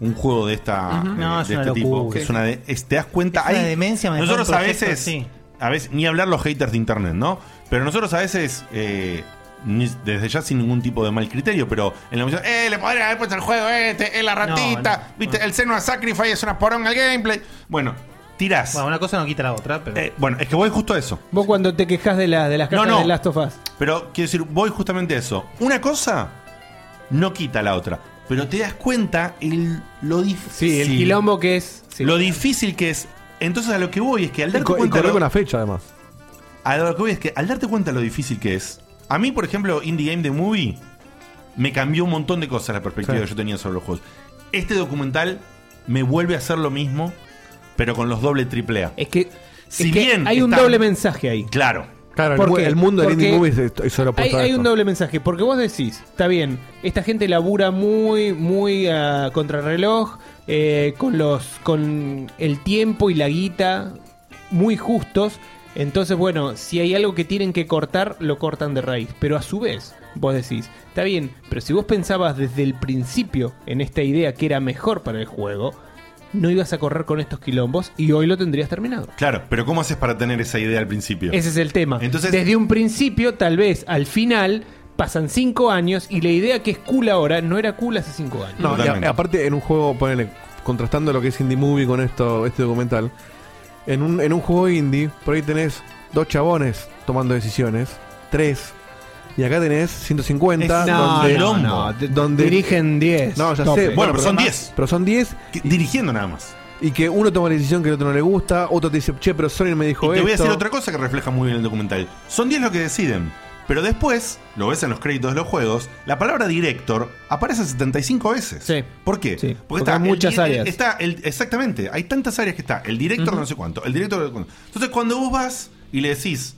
S1: un juego de esta
S2: Ujú.
S1: eh,
S2: No,
S1: de
S2: es
S1: este
S2: una
S1: tipo.
S2: locura.
S1: Que es una de- es- te das cuenta.
S2: Es una
S1: hay-
S2: demencia manejar
S1: nosotros
S2: un
S1: a
S2: proyecto
S1: veces,
S2: así.
S1: a veces, ni hablar los haters de internet, ¿no? Pero nosotros a veces, eh, ni- desde ya sin ningún tipo de mal criterio, pero en la mayoría, eh, le podrían haber puesto el juego este, es la ratita, viste, el Senua Sacrifice es una poronga al gameplay. Bueno, tirás.
S2: Bueno, una cosa no quita la otra, pero.
S1: Eh, bueno, es que voy justo a eso.
S4: Vos cuando te quejas de, la, de las cartas
S1: No, no.
S4: de Last of Us.
S1: Pero quiero decir, voy justamente a eso. Una cosa no quita la otra. Pero te das cuenta el, lo difícil.
S4: Sí, el quilombo que es.
S1: Lo difícil que es. Entonces a lo que voy es que al
S3: Y
S1: darte
S3: co- y
S1: cuenta.
S3: correr
S1: lo-
S3: con la fecha, además.
S1: a lo que voy es que al darte cuenta lo difícil que es. A mí, por ejemplo, Indie Game de Movie me cambió un montón de cosas la perspectiva
S3: Sí.
S1: que yo tenía sobre los juegos. Este documental me vuelve a hacer lo mismo, pero con los doble triple A.
S4: Es que,
S1: si
S4: es que
S1: bien
S4: hay un
S1: está-
S4: doble mensaje ahí.
S1: Claro.
S3: Claro, el,
S4: ¿Por
S3: mu-
S4: qué?
S3: el mundo del
S4: Porque
S3: indie movies es, es solo
S4: Hay,
S3: apuesta a
S4: hay
S3: esto.
S4: un doble mensaje, porque vos decís, está bien, esta gente labura muy, muy a contrarreloj, eh, con los, con el tiempo y la guita muy justos. Entonces, bueno, si hay algo que tienen que cortar, lo cortan de raíz. Pero a su vez, vos decís, está bien, pero si vos pensabas desde el principio en esta idea que era mejor para el juego, no ibas a correr con estos quilombos y hoy lo tendrías terminado.
S1: Claro, pero ¿cómo haces para tener esa idea al principio?
S4: Ese es el tema. Desde un principio, tal vez al final, pasan cinco años y la idea que es cool ahora no era cool hace cinco años.
S3: No, y a- aparte en un juego, ponele, contrastando lo que es indie movie con esto, este documental, en un, en un juego indie, por ahí tenés dos chabones tomando decisiones, tres, y acá tenés 150,
S4: Es- no,
S3: donde,
S4: no, no, d- dirigen 10,
S3: No, ya
S4: tope.
S1: eh.
S3: sé.
S4: Bueno, pero son
S3: más-
S4: 10.
S3: Pero son 10.
S1: Dirigiendo nada más.
S3: Y que uno toma la decisión que el otro no le gusta, otro te dice, che, pero Sony me dijo
S1: Y te voy a
S3: esto".
S1: decir otra cosa que refleja muy bien el documental. Son 10 los que deciden. Pero después, lo ves en los créditos de los juegos, la palabra director aparece 75 veces. ¿Por qué?
S4: porque hay muchas
S1: el- el-
S4: áreas.
S1: Está el- exactamente, hay tantas áreas que está. El director no sé cuánto, el director no sé cuánto. Entonces cuando vos vas y le decís,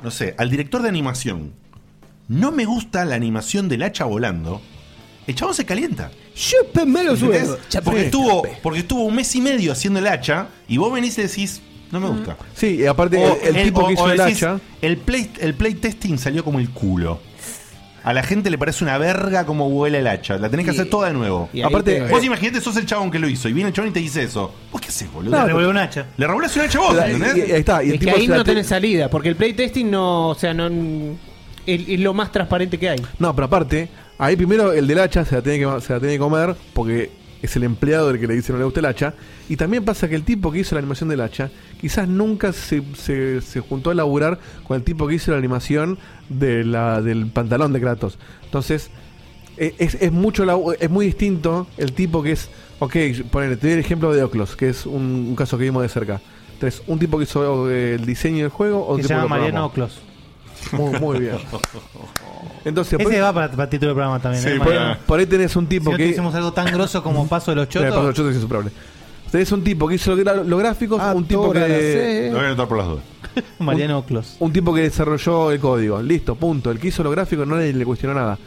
S1: no sé, al director de animación, no me gusta la animación del hacha volando, el chavo se calienta.
S2: los
S1: ¿Entendés?
S2: huevos.
S1: Porque
S2: Chapé.
S1: estuvo, porque estuvo un mes y medio haciendo el hacha y vos venís y decís, no me gusta.
S3: Sí, y aparte
S1: O
S3: el, el tipo
S1: o-
S3: que hizo
S1: o
S3: el
S1: decís,
S3: hacha.
S1: El, play, el playtesting salió como el culo. A la gente le parece una verga como huele el hacha. La tenés que hacer toda de nuevo.
S3: y ahí
S1: Aparte,
S3: te-
S1: vos imaginate, sos el chabón que lo hizo. Y viene el chabón y te dice eso. ¿Vos qué haces, boludo?
S2: No, Le revolvió un hacha.
S1: Le revolvés un hacha vos,
S3: Pero,
S1: ¿entendés?
S3: y- y ahí está, y
S2: es
S3: el
S2: que
S3: tipo
S2: ahí
S3: se la
S2: no
S3: te-
S2: tenés salida, porque el playtesting no, o sea, no es es lo más transparente que hay.
S3: No, pero aparte, ahí primero el del hacha se la tiene que, se la tiene que comer porque es el empleado el que le dice no le gusta el hacha. Y también pasa que el tipo que hizo la animación del hacha, quizás nunca se, se- se juntó a laburar con el tipo que hizo la animación de la, del pantalón de Kratos. Entonces, eh, es, es mucho labu- es muy distinto el tipo que es. Ok, ponele, te doy el ejemplo de Oclos, que es un, un caso que vimos de cerca. Entonces, un tipo que hizo eh, el diseño del juego o un
S4: Que se
S3: tipo
S4: llama
S3: que lo
S4: Mariano
S3: programó.
S4: Oclos.
S3: Muy, muy bien. Entonces,
S4: Ese
S3: pues-
S4: va para, para título de programa también.
S3: Sí,
S4: ¿eh?
S3: por,
S4: Mariano.
S3: por ahí tenés un
S4: Si
S3: tipo
S4: no
S3: que.
S4: tuviésemos algo tan grosso como Paso de los Chotos.
S3: Eh, Paso de los Chotos es insuperable. Tenés un tipo que hizo gra- los gráficos, un tipo
S4: tócala,
S3: que.
S2: eh.
S4: sí. Ah, Lo voy a anotar
S1: por las dudas.
S4: Mariano
S3: Oclos. Un tipo que desarrolló el código. Listo, punto. El que hizo los gráficos no le, le cuestionó nada.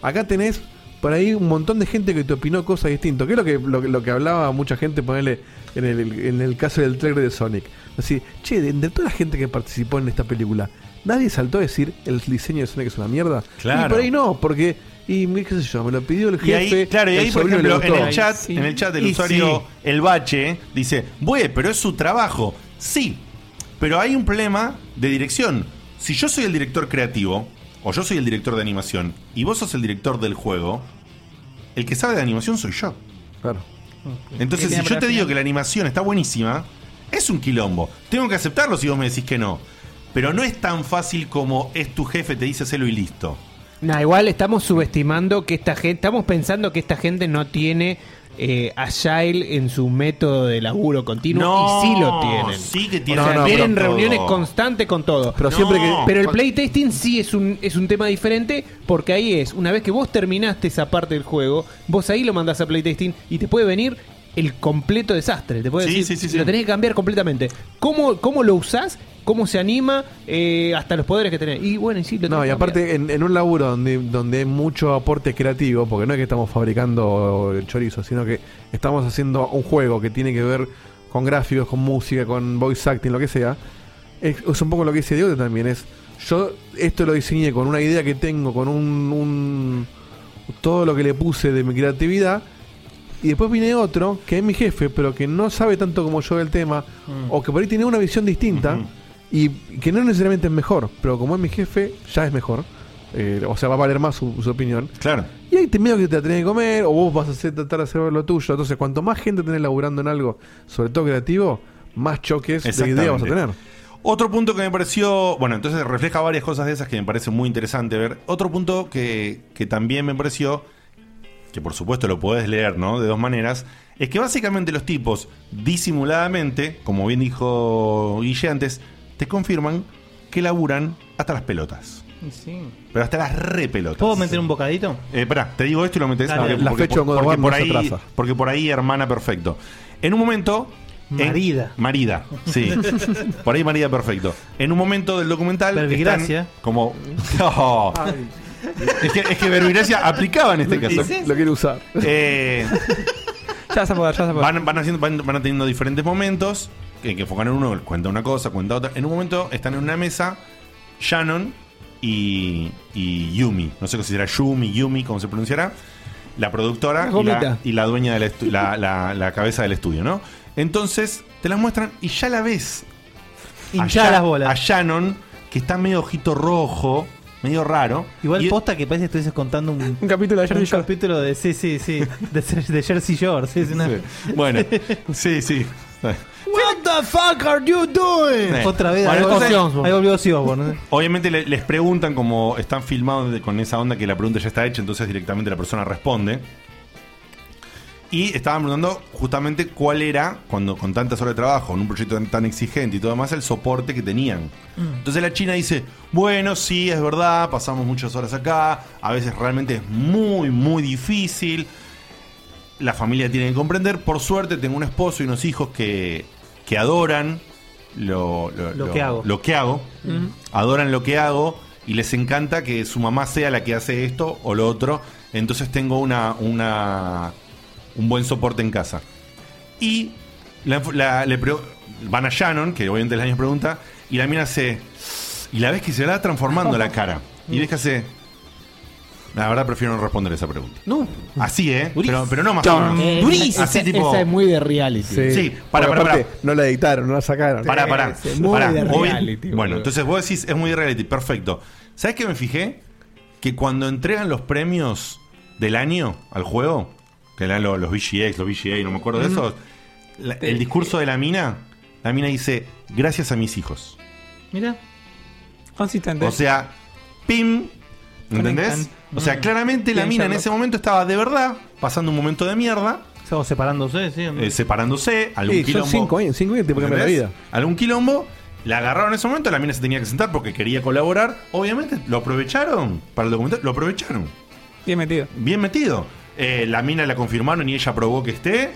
S3: Acá tenés por ahí un montón de gente que te opinó cosas distintas. Que es lo que, lo, que- lo que hablaba mucha gente, ponerle en el, en el caso del trailer de Sonic. Así, che, de, de toda la gente que participó en esta película, nadie saltó a decir el diseño de Sonic es una mierda.
S1: Claro.
S3: Y por ahí no, porque. Y qué sé yo, me lo pidió el
S1: Y ahí,
S3: jefe,
S1: claro, y
S3: el
S1: ahí, por
S3: sobrino le
S1: ejemplo, en
S3: gustó.
S1: el chat, en el chat del usuario El Bache dice, güey, pero es su trabajo. Sí, pero hay un problema de dirección. Si yo soy el director creativo, o yo soy el director de animación, y vos sos el director del juego, el que sabe de animación soy yo.
S3: Claro.
S1: Entonces, si yo te digo que la animación está buenísima, es un quilombo. Tengo que aceptarlo si vos me decís que no. Pero no es tan fácil como es tu jefe, te dice hacerlo y listo.
S2: Nah, igual estamos subestimando que esta gente, estamos pensando que esta gente no tiene eh, Agile en su método de laburo continuo
S1: No,
S2: y sí lo tienen.
S1: sí que tienen.
S2: O sea,
S1: No, no,
S2: tienen
S1: pero
S2: reuniones
S1: todo.
S2: constantes con todo.
S1: Pero siempre que-
S2: pero el playtesting sí es un es un tema diferente porque ahí es, una vez que vos terminaste esa parte del juego, vos ahí lo mandás a playtesting y te puede venir el completo desastre, te puede
S1: Sí,
S2: decir,
S1: sí, sí, sí.
S2: lo tenés que cambiar completamente. ¿Cómo, cómo lo usás? ¿Cómo se anima? Eh, hasta los poderes que tenés. Y bueno, y sí, lo tenés
S3: No, y
S2: que cambiar.
S3: aparte en, en un laburo donde, donde hay mucho aporte creativo, porque no es que estamos fabricando el chorizo, sino que estamos haciendo un juego que tiene que ver con gráficos, con música, con voice acting, lo que sea, es, es un poco lo que dice Diego también, es yo esto lo diseñé con una idea que tengo, con un, un- todo lo que le puse de mi creatividad, y después viene otro que es mi jefe, pero que no sabe tanto como yo del tema,
S1: Mm.
S3: o que por ahí tiene una visión distinta, y que no necesariamente es mejor, pero como es mi jefe, ya es mejor. Eh, o sea, va a valer más su, su opinión.
S1: Claro.
S3: Y ahí te miedo que te la tenés que comer, o vos vas a hacer, tratar de hacer lo tuyo. Entonces, cuanto más gente tenés laburando en algo, sobre todo creativo, más choques de
S1: Exactamente.
S3: ideas vas a tener.
S1: Otro punto que me pareció, bueno, entonces refleja varias cosas de esas que me parece muy interesante ver. Otro punto que, que también me pareció, que por supuesto lo podés leer, ¿no? De dos maneras, es que básicamente los tipos disimuladamente, como bien dijo Guille antes, te confirman que laburan hasta las pelotas.
S4: Sí.
S1: Pero hasta las re pelotas.
S4: ¿Puedo meter un bocadito?
S1: Eh, pará, te digo esto y lo metes
S4: Dale.
S1: porque,
S4: La
S1: porque-
S4: fecha de
S1: porque
S4: Godward
S1: por
S4: no se
S1: ahí,
S4: atrasa.
S1: porque por ahí hermana perfecto. En un momento en-
S4: Marida.
S1: marida, sí. por ahí marida perfecto. En un momento del documental están
S4: Verbigracia.
S1: como No. es que es que Verbigracia aplicaba en este
S3: Lo-
S1: caso.
S3: Lo quiero usar.
S1: Eh, Van, van haciendo, van, van teniendo diferentes momentos que, que enfocan en uno, cuenta una cosa, cuenta otra. En un momento están en una mesa Shannon y, y Yumi. No sé si será Yumi, Yumi, cómo se pronunciará. La productora
S2: La
S1: y la,
S2: gomita.
S1: y la dueña de la, la cabeza del estudio, ¿no? Entonces te las muestran y ya la ves
S4: Hinchada
S1: a-
S4: las bolas.
S1: A Shannon, que está medio ojito rojo, medio raro.
S4: Igual
S1: Y- e-
S4: posta que parece que estuvieses contando un,
S3: capítulo
S4: de Jersey Shore. Un capítulo de, sí, sí, sí. De, Jer- de Jersey Shore. Sí, es una-
S1: Bueno, sí, sí.
S4: What the fuck are you doing?
S1: Sí.
S4: Otra vez.
S1: Bueno,
S4: ahí, volvió-
S1: entonces-
S4: ahí volvió Ozzy Osbourne, ¿eh?
S1: Obviamente le- les preguntan como están filmados de- con esa onda que la pregunta ya está hecha, entonces directamente la persona responde. Y estaban preguntando justamente cuál era, cuando con tantas horas de trabajo, en un proyecto tan, tan exigente y todo demás, el soporte que tenían.
S2: Mm.
S1: Entonces la China dice, bueno, sí, es verdad, pasamos muchas horas acá, a veces realmente es muy, muy difícil. La familia tiene que comprender, por suerte tengo un esposo y unos hijos que, que adoran lo,
S2: Lo que hago.
S1: lo que hago,
S2: Mm.
S1: adoran lo que hago y les encanta que su mamá sea la que hace esto o lo otro. Entonces tengo una, una un buen soporte en casa. Y la- la- le pre- van a Shannon, que obviamente les años pregunta, y la mina se. Y la ves que se la va transformando la cara. Y ves que hace. La verdad prefiero no responder esa pregunta.
S2: No.
S1: Así, ¿eh? Pero, pero no más. o menos.
S2: Eh,
S1: Así
S2: esa,
S1: tipo.
S2: esa es muy de reality.
S1: Sí. para,
S3: Porque
S1: para, para.
S3: aparte No la editaron, no la sacaron.
S1: Pará, pará. Pará. Obvio- bueno,
S3: boludo.
S1: entonces vos decís, es muy reality, perfecto. ¿Sabes qué me fijé? Que cuando entregan los premios del año al juego, que eran lo- los, VGX, los VGA, no me acuerdo de
S2: Mm.
S1: esos, la- el discurso de la mina, la mina dice, gracias a mis hijos.
S6: Mira. Consistente.
S1: O sea, pim, ¿entendés?
S6: Conectan.
S1: O sea,
S6: Mm.
S1: claramente la
S6: Bien,
S1: mina en
S6: Sherlock.
S1: ese momento estaba de verdad pasando un momento de mierda.
S4: O separándose, sí.
S1: Eh, separándose, algún
S3: Sí, son
S1: quilombo.
S3: cinco años, cinco años te puede cambiar la
S1: ¿Entendés? Algún quilombo, la agarraron en ese momento, la mina se tenía que sentar porque quería colaborar. Obviamente, lo aprovecharon para el documental, lo aprovecharon.
S6: Bien metido.
S1: Bien metido. Eh, la mina la confirmaron y ella probó que esté.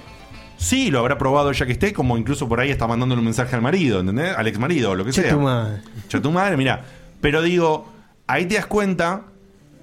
S1: Sí, lo habrá probado ella que esté, como incluso por ahí está mandándole un mensaje al marido, ¿entendés? Al ex marido, o lo que
S2: Che,
S1: sea.
S2: tu madre.
S1: Yo tu madre, mira. Pero digo, ahí te das cuenta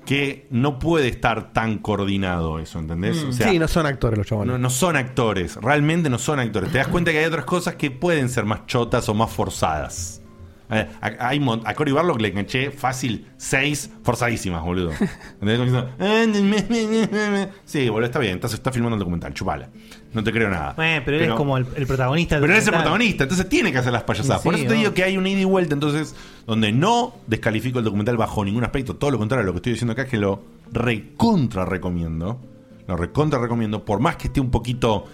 S1: que no puede estar tan coordinado eso, ¿entendés?
S6: Mm.
S4: Mm.
S1: O sea,
S3: sí, no son actores los chavales.
S1: no, no son actores, realmente no son actores. Te das cuenta que hay otras cosas que pueden ser más chotas o más forzadas. A, a- hay mon- a Cory Barlock le enganché fácil seis forzadísimas, boludo. ¿Entendés? Como diciendo, "Eh, me, me, me, me, me". Sí, boludo, está bien. Estás, está filmando el documental, chupala. No te creo nada.
S4: Eh, pero él es como el, el protagonista. del
S1: Pero él es el
S4: documental.
S1: protagonista, entonces tiene que hacer las payasadas.
S4: Sí,
S1: Por eso te
S4: ¿no?
S1: digo que hay un ida y vuelta, entonces, donde no descalifico el documental bajo ningún aspecto, todo lo contrario a lo que estoy diciendo acá es que lo recontra recomiendo. Lo recontra recomiendo, por más que esté un poquito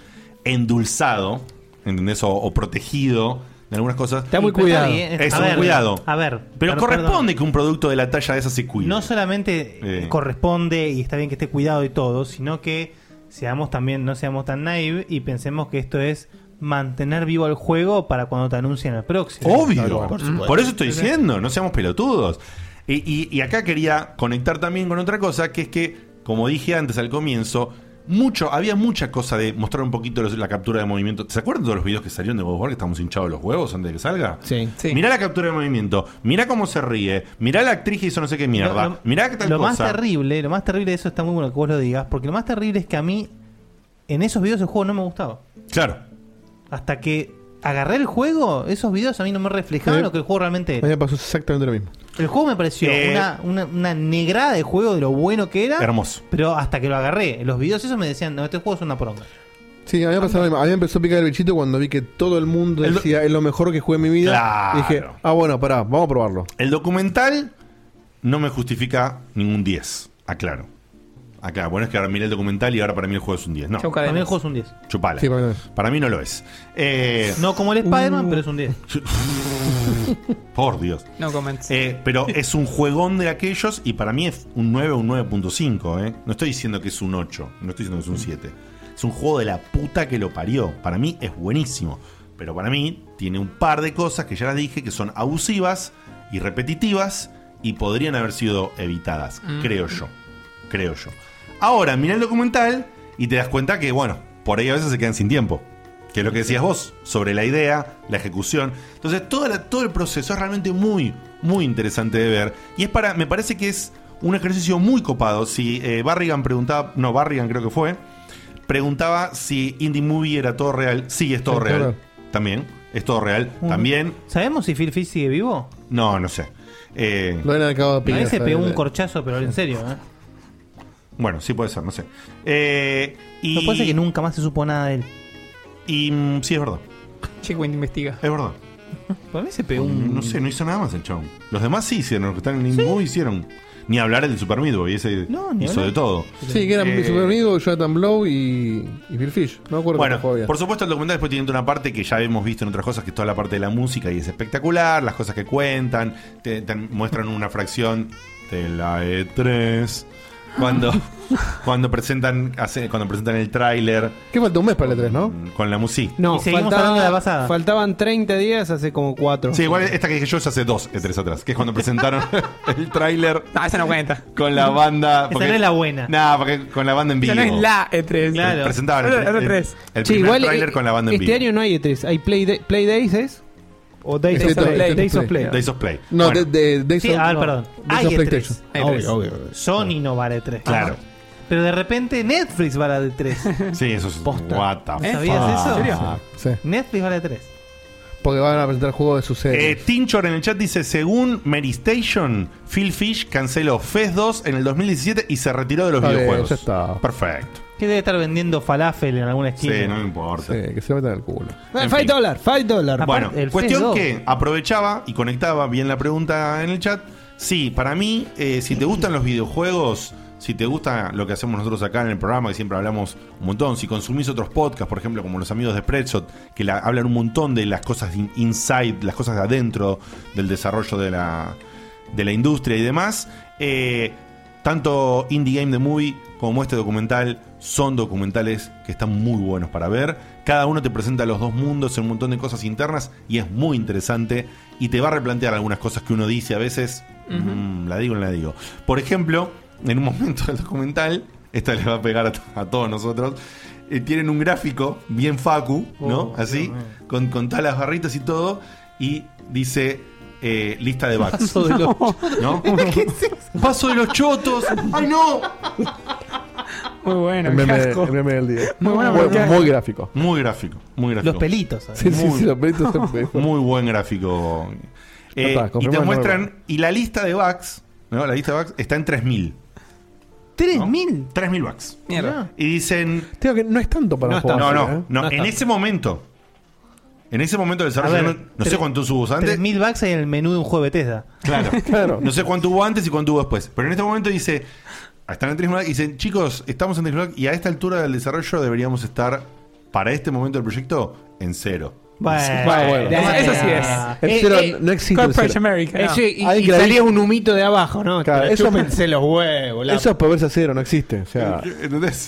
S1: endulzado, ¿entendés? O, o protegido de algunas cosas.
S4: Está muy Pero está cuidado. bien,
S1: Es
S4: a
S1: un
S4: ver,
S1: cuidado.
S4: a ver,
S1: Pero
S4: per-
S1: corresponde que un producto de la talla de esa se cuide.
S4: No solamente
S1: Eh.
S4: corresponde y está bien que esté cuidado y todo, sino que seamos también, no seamos tan naive y pensemos que esto es mantener vivo el juego para cuando te anuncian el próximo.
S1: Obvio.
S4: Por
S1: Por,
S4: supuesto.
S1: eso estoy diciendo, no seamos pelotudos. Y, y- y acá quería conectar también con otra cosa, que es que, como dije antes al comienzo, mucho, había mucha cosa de mostrar un poquito los- la captura de movimiento. ¿Se acuerdan de todos los videos que salieron de Bob War que estamos hinchados los huevos antes de que salga? Sí. Mirá la captura de movimiento, mirá cómo se ríe, mirá la actriz que hizo no sé qué mierda,
S4: Lo- lo-
S1: mirá que tal
S4: lo más
S1: cosa.
S4: terrible, lo más terrible de eso está muy bueno que vos lo digas, porque lo más terrible es que a mí en esos videos el juego no me gustaba.
S1: Claro.
S4: Hasta que agarré el juego, esos videos a mí no me reflejaban
S3: Sí.
S4: lo que el juego
S1: eh,
S4: realmente
S3: A mí
S4: era.
S3: me pasó exactamente lo mismo.
S4: El juego me pareció
S3: Eh.
S4: una, una, una negrada de juego de lo bueno que era.
S3: Hermoso.
S4: Pero hasta que lo agarré, los videos esos me decían, no, este juego es una poronga.
S3: Sí, a mí me pasaba lo mismo. A mí me empezó a picar el bichito cuando vi que todo el mundo decía es lo mejor que jugué en mi vida.
S1: Claro.
S3: Y dije, ah, bueno, pará, vamos a probarlo.
S1: El documental no me justifica ningún 10, aclaro. Aclaro, bueno, es que ahora miré el documental y ahora para mí el juego es un 10. No,
S4: Para mí el juego es un 10.
S1: chupala.
S4: Sí,
S3: para, mí.
S1: no lo es. Eh,
S4: No como el
S6: Uh.
S4: Spider-Man, pero es un 10.
S1: Por Dios.
S6: No comments.
S1: Eh, pero es un juegón de aquellos y para mí es un 9 o un 9.5. eh. No estoy diciendo que es un 8, no estoy diciendo que es un 7. Es un juego de la puta que lo parió. Para mí es buenísimo. Pero para mí tiene un par de cosas que ya las dije que son abusivas y repetitivas y podrían haber sido evitadas,
S2: Mm.
S1: creo yo. Creo yo. Ahora, mira el documental y te das cuenta que, bueno, por ahí a veces se quedan sin tiempo. Que es lo que decías vos, sobre la idea, la ejecución. Entonces, toda la- todo el proceso es realmente muy, muy interesante de ver. Y es para, me parece que es un ejercicio muy copado. Si eh, Barrigan preguntaba, no, Barrigan creo que fue, preguntaba si Indie Movie era todo real. Sí, es todo
S4: Es todo
S1: real.
S4: real.
S1: También, es todo real. También.
S4: ¿Sabemos si Phil Fish sigue vivo?
S1: No, no sé. Eh,
S3: Lo han acabado de
S4: A
S3: picar.
S4: mí se pegó un corchazo, pero en serio. ¿eh?
S1: bueno, sí puede ser, no sé. Eh, y,
S4: Lo que pasa es que nunca más se supo nada de él.
S1: Y mm, sí, es verdad.
S6: Che, investiga.
S1: Es verdad.
S4: Para mí se pegó un.
S1: No sé, no hizo nada más el chabón. Los demás sí hicieron, los que están en Indie Movie hicieron. Ni hablar del Super Meat Boy, ese
S3: ni
S1: hizo
S3: hablar.
S1: de todo.
S3: Sí, que eran
S1: Eh,
S3: mi super amigo, Jonathan Blow y, y Bill Fish. No me acuerdo
S1: Bueno,
S3: qué juego había.
S1: por supuesto el documental después tiene una parte que ya hemos visto en otras cosas, que es toda la parte de la música y es espectacular, las cosas que cuentan, te, te muestran una fracción de la E3. Cuando, cuando presentan hace- cuando presentan el tráiler
S3: ¿Qué falta un mes para el 3, no?
S1: con la música.
S2: No, faltaban,
S1: la
S2: faltaban 30 días hace como 4.
S1: Sí, igual esta que dije yo es hace dos E3 atrás, que es cuando presentaron el tráiler.
S6: No, esa no cuenta.
S1: Con la banda.
S6: Esa no es la buena.
S1: No, porque con la banda en vivo.
S6: Esa no es la
S4: E
S6: E E3.
S1: Claro. Presentaban el-
S6: E Ahora- ahora
S1: el-
S6: E3.
S1: el primer tráiler con la banda en
S2: eh, este
S1: vivo.
S2: año no hay E3, hay Play, Day- Play Days, ¿es? O Days, of, Play. Days of Play.
S1: Days of Play.
S3: No,
S1: Bueno.
S3: de, de- Days
S4: Sí,
S3: of-
S4: ah,
S3: no,
S4: perdón.
S3: Days
S4: Hay Ah,
S3: of
S4: E3.
S3: PlayStation.
S4: Hay E3. Sony no va a la E3.
S1: Claro.
S4: Pero de repente Netflix va a la E3.
S1: Sí, eso es. What the
S4: ¿No Ah. ¿Eh? sabías
S1: fuck?
S4: eso?
S1: Ah. ¿En serio?
S3: Sí.
S4: Netflix va a la E3.
S3: Porque van a presentar juegos de su serie.
S1: Eh, Tinchor en el chat dice: Según Meristation, Phil Fish canceló FES 2 en el 2017 y se retiró de los
S3: Está bien,
S1: videojuegos.
S3: ya está.
S1: Perfecto.
S4: Que debe estar vendiendo falafel en alguna esquina.
S1: Sí, no me importa.
S3: que se metan el culo.
S1: En
S2: 5 dólares, 5 dólares.
S4: Ah,
S1: Bueno, cuestión que aprovechaba y conectaba bien la pregunta en el chat. Sí, para mí, eh, si te gustan los videojuegos, si te gusta lo que hacemos nosotros acá en el programa, que siempre hablamos un montón, si consumís otros podcasts, por ejemplo, como los amigos de Spreadshot, que la- hablan un montón de las cosas in- inside, las cosas de adentro del desarrollo de la, de la industria y demás, eh, tanto Indie Game The Movie como este documental son documentales que están muy buenos para ver. Cada uno te presenta los dos mundos, un montón de cosas internas y es muy interesante y te va a replantear algunas cosas que uno dice a veces, "Mm, la digo o no la digo. Por ejemplo, en un momento del documental, esta les va a pegar a, to- a todos nosotros, eh, tienen un gráfico bien facu, ¿no?
S19: Oh,
S1: Así,
S19: Dios mío.
S1: con, con todas las barritas y todo, y dice eh, lista de bugs.
S19: Paso de los-
S1: ¿No? Paso de los chotos. ¡Ay, no!
S6: Muy bueno,
S3: el, meme,
S6: qué asco.
S3: el meme del día.
S6: Muy bueno,
S3: muy,
S6: pero qué
S3: muy
S6: asco.
S3: gráfico.
S1: Muy gráfico, muy gráfico.
S4: Los pelitos, ¿sabes?
S3: Sí, sí, sí, los pelitos son
S1: Muy buen gráfico. Eh,
S3: está,
S1: y
S3: confirmo
S1: te
S3: de
S1: muestran, y la lista de bugs, ¿no? La lista de bugs está en 3000.
S4: ¿3000?
S1: 3000 bugs.
S3: Mierda.
S1: Y dicen.
S3: Tengo que no es tanto para
S1: No,
S3: un juego
S1: no,
S3: así,
S1: no,
S3: ¿eh?
S1: no, en ese momento. En ese momento del desarrollo,
S4: A ver,
S1: no, no sé
S4: tre-
S1: cuántos hubo antes.
S4: 3000 bucks en el menú de un juego de Bethesda.
S1: Claro. No sé cuánto hubo antes y cuánto hubo después. Pero en este momento dice. Están en Trismulac y dicen, chicos, estamos en Trismulac y a esta altura del desarrollo deberíamos estar, para este momento del proyecto, en cero.
S4: Bueno, Eh,
S1: Bueno,
S6: Eso-
S1: bueno.
S6: eso sí es.
S1: El cero no existe el
S6: Corporate
S1: cero.
S6: America. no.
S2: Eso, Eh, y,
S3: Hay
S2: y
S3: que la
S2: salía
S3: vi-
S2: un humito de abajo, ¿no?
S3: Claro,
S2: Te
S3: eso-
S2: chúpense los huevos. la-
S3: Eso es pobreza cero, no existe. O sea,